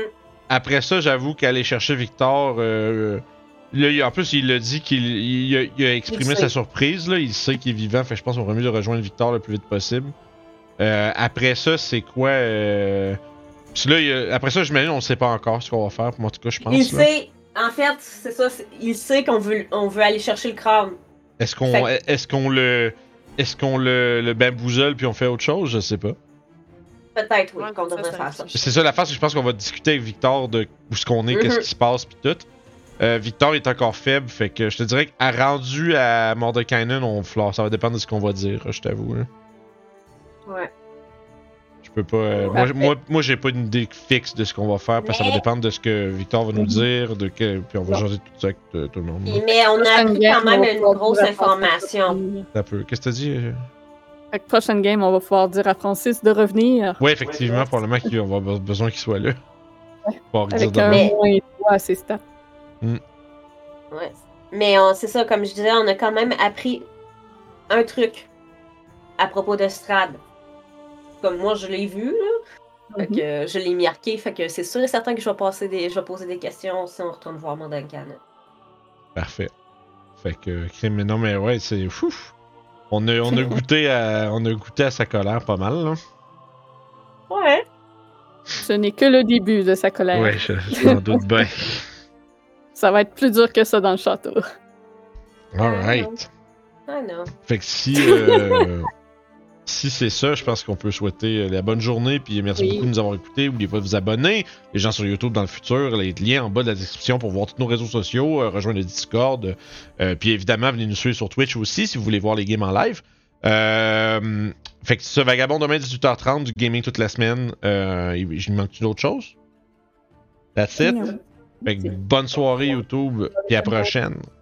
C: Après ça, j'avoue qu'aller chercher Victor. euh, là, il- en plus, il l'a dit qu'il il a, il a exprimé
E: Il
C: sa
E: sait.
C: surprise. Là. Il sait qu'il est vivant. Fait que je pense qu'on va mieux de rejoindre Victor le plus vite possible. Euh, après ça, c'est quoi. euh, puis là, il y a- après ça, j'imagine, on ne sait pas encore ce qu'on va faire. Moi, en tout cas, je pense.
E: Il
C: là.
E: sait, En fait, c'est ça, c'est- il sait qu'on veut, on veut aller chercher le crâne.
C: Est-ce qu'on
E: Fait-
C: est-ce qu'on le est-ce qu'on le, le bamboozle puis on fait autre chose, je sais pas.
E: Peut-être, oui,
F: Ouais,
E: qu'on
F: ça,
E: devrait
F: c'est
E: faire ça.
C: C'est ça la face que je pense qu'on va discuter avec Victor de où ce qu'on est,
E: Mhm.
C: qu'est-ce qui se passe puis tout. Euh, Victor est encore faible, fait que je te dirais qu'à rendu à Mordekainen, on flore, ça va dépendre de ce qu'on va dire, je t'avoue. là.
E: Ouais.
C: Je peux pas. euh, moi,
E: Parfait.
C: moi, moi, j'ai pas une idée fixe de ce qu'on va faire parce que ça va
E: Mais-
C: dépendre de ce que Victor va nous dire, de que puis on va jaser tout ça avec euh, tout le monde.
E: Puis- Mais on a
A: Prochaine
E: appris quand
A: game, on
E: même
A: va
E: une
A: pouvoir
E: grosse
A: dire à Francis de
E: information.
A: revenir.
C: Ça peut. Qu'est-ce que t'as dit? euh?
A: Fait que prochaine game, on va pouvoir dire à Francis de revenir
C: Ouais, effectivement, probablement qu'on va avoir besoin qu'il soit là. Pour dire
A: avec
C: de
A: un
C: même.
E: Mais-
A: moins trois à ses stats.
E: Ouais. Mais on- c'est ça, comme je disais, on a quand même appris un truc à propos de Strad. Comme moi, je l'ai vu, là. Fait
A: Mhm.
E: que euh, je l'ai marqué, fait que c'est sûr et certain que je vais, passer des, je vais poser des questions si on retourne voir Mordankan.
C: Parfait. Fait que, crime, mais non, mais ouais, c'est fouf. On a, on, a goûté à, on a goûté à sa colère pas mal, là.
E: Ouais.
A: Ce n'est que le début de sa colère.
C: je, j'en doute bien.
A: Ça va être plus dur que ça dans le château.
C: Alright.
E: Ah non.
C: Fait que si, euh, si c'est ça, je pense qu'on peut souhaiter euh, la bonne journée. Puis merci
A: Oui.
C: beaucoup de nous avoir écoutés. N'oubliez pas de vous abonner. Les gens sur YouTube dans le futur, les liens en bas de la description pour voir tous nos réseaux sociaux. euh, rejoindre le Discord. euh, puis évidemment, venez nous suivre sur Twitch aussi si vous voulez voir les games en live. Euh, fait que c'est ça, Vagabond, demain 18h30, du gaming toute la semaine. Euh, il- il manque-tu d'autres choses? That's it. Fait que bonne soirée YouTube, puis à la prochaine.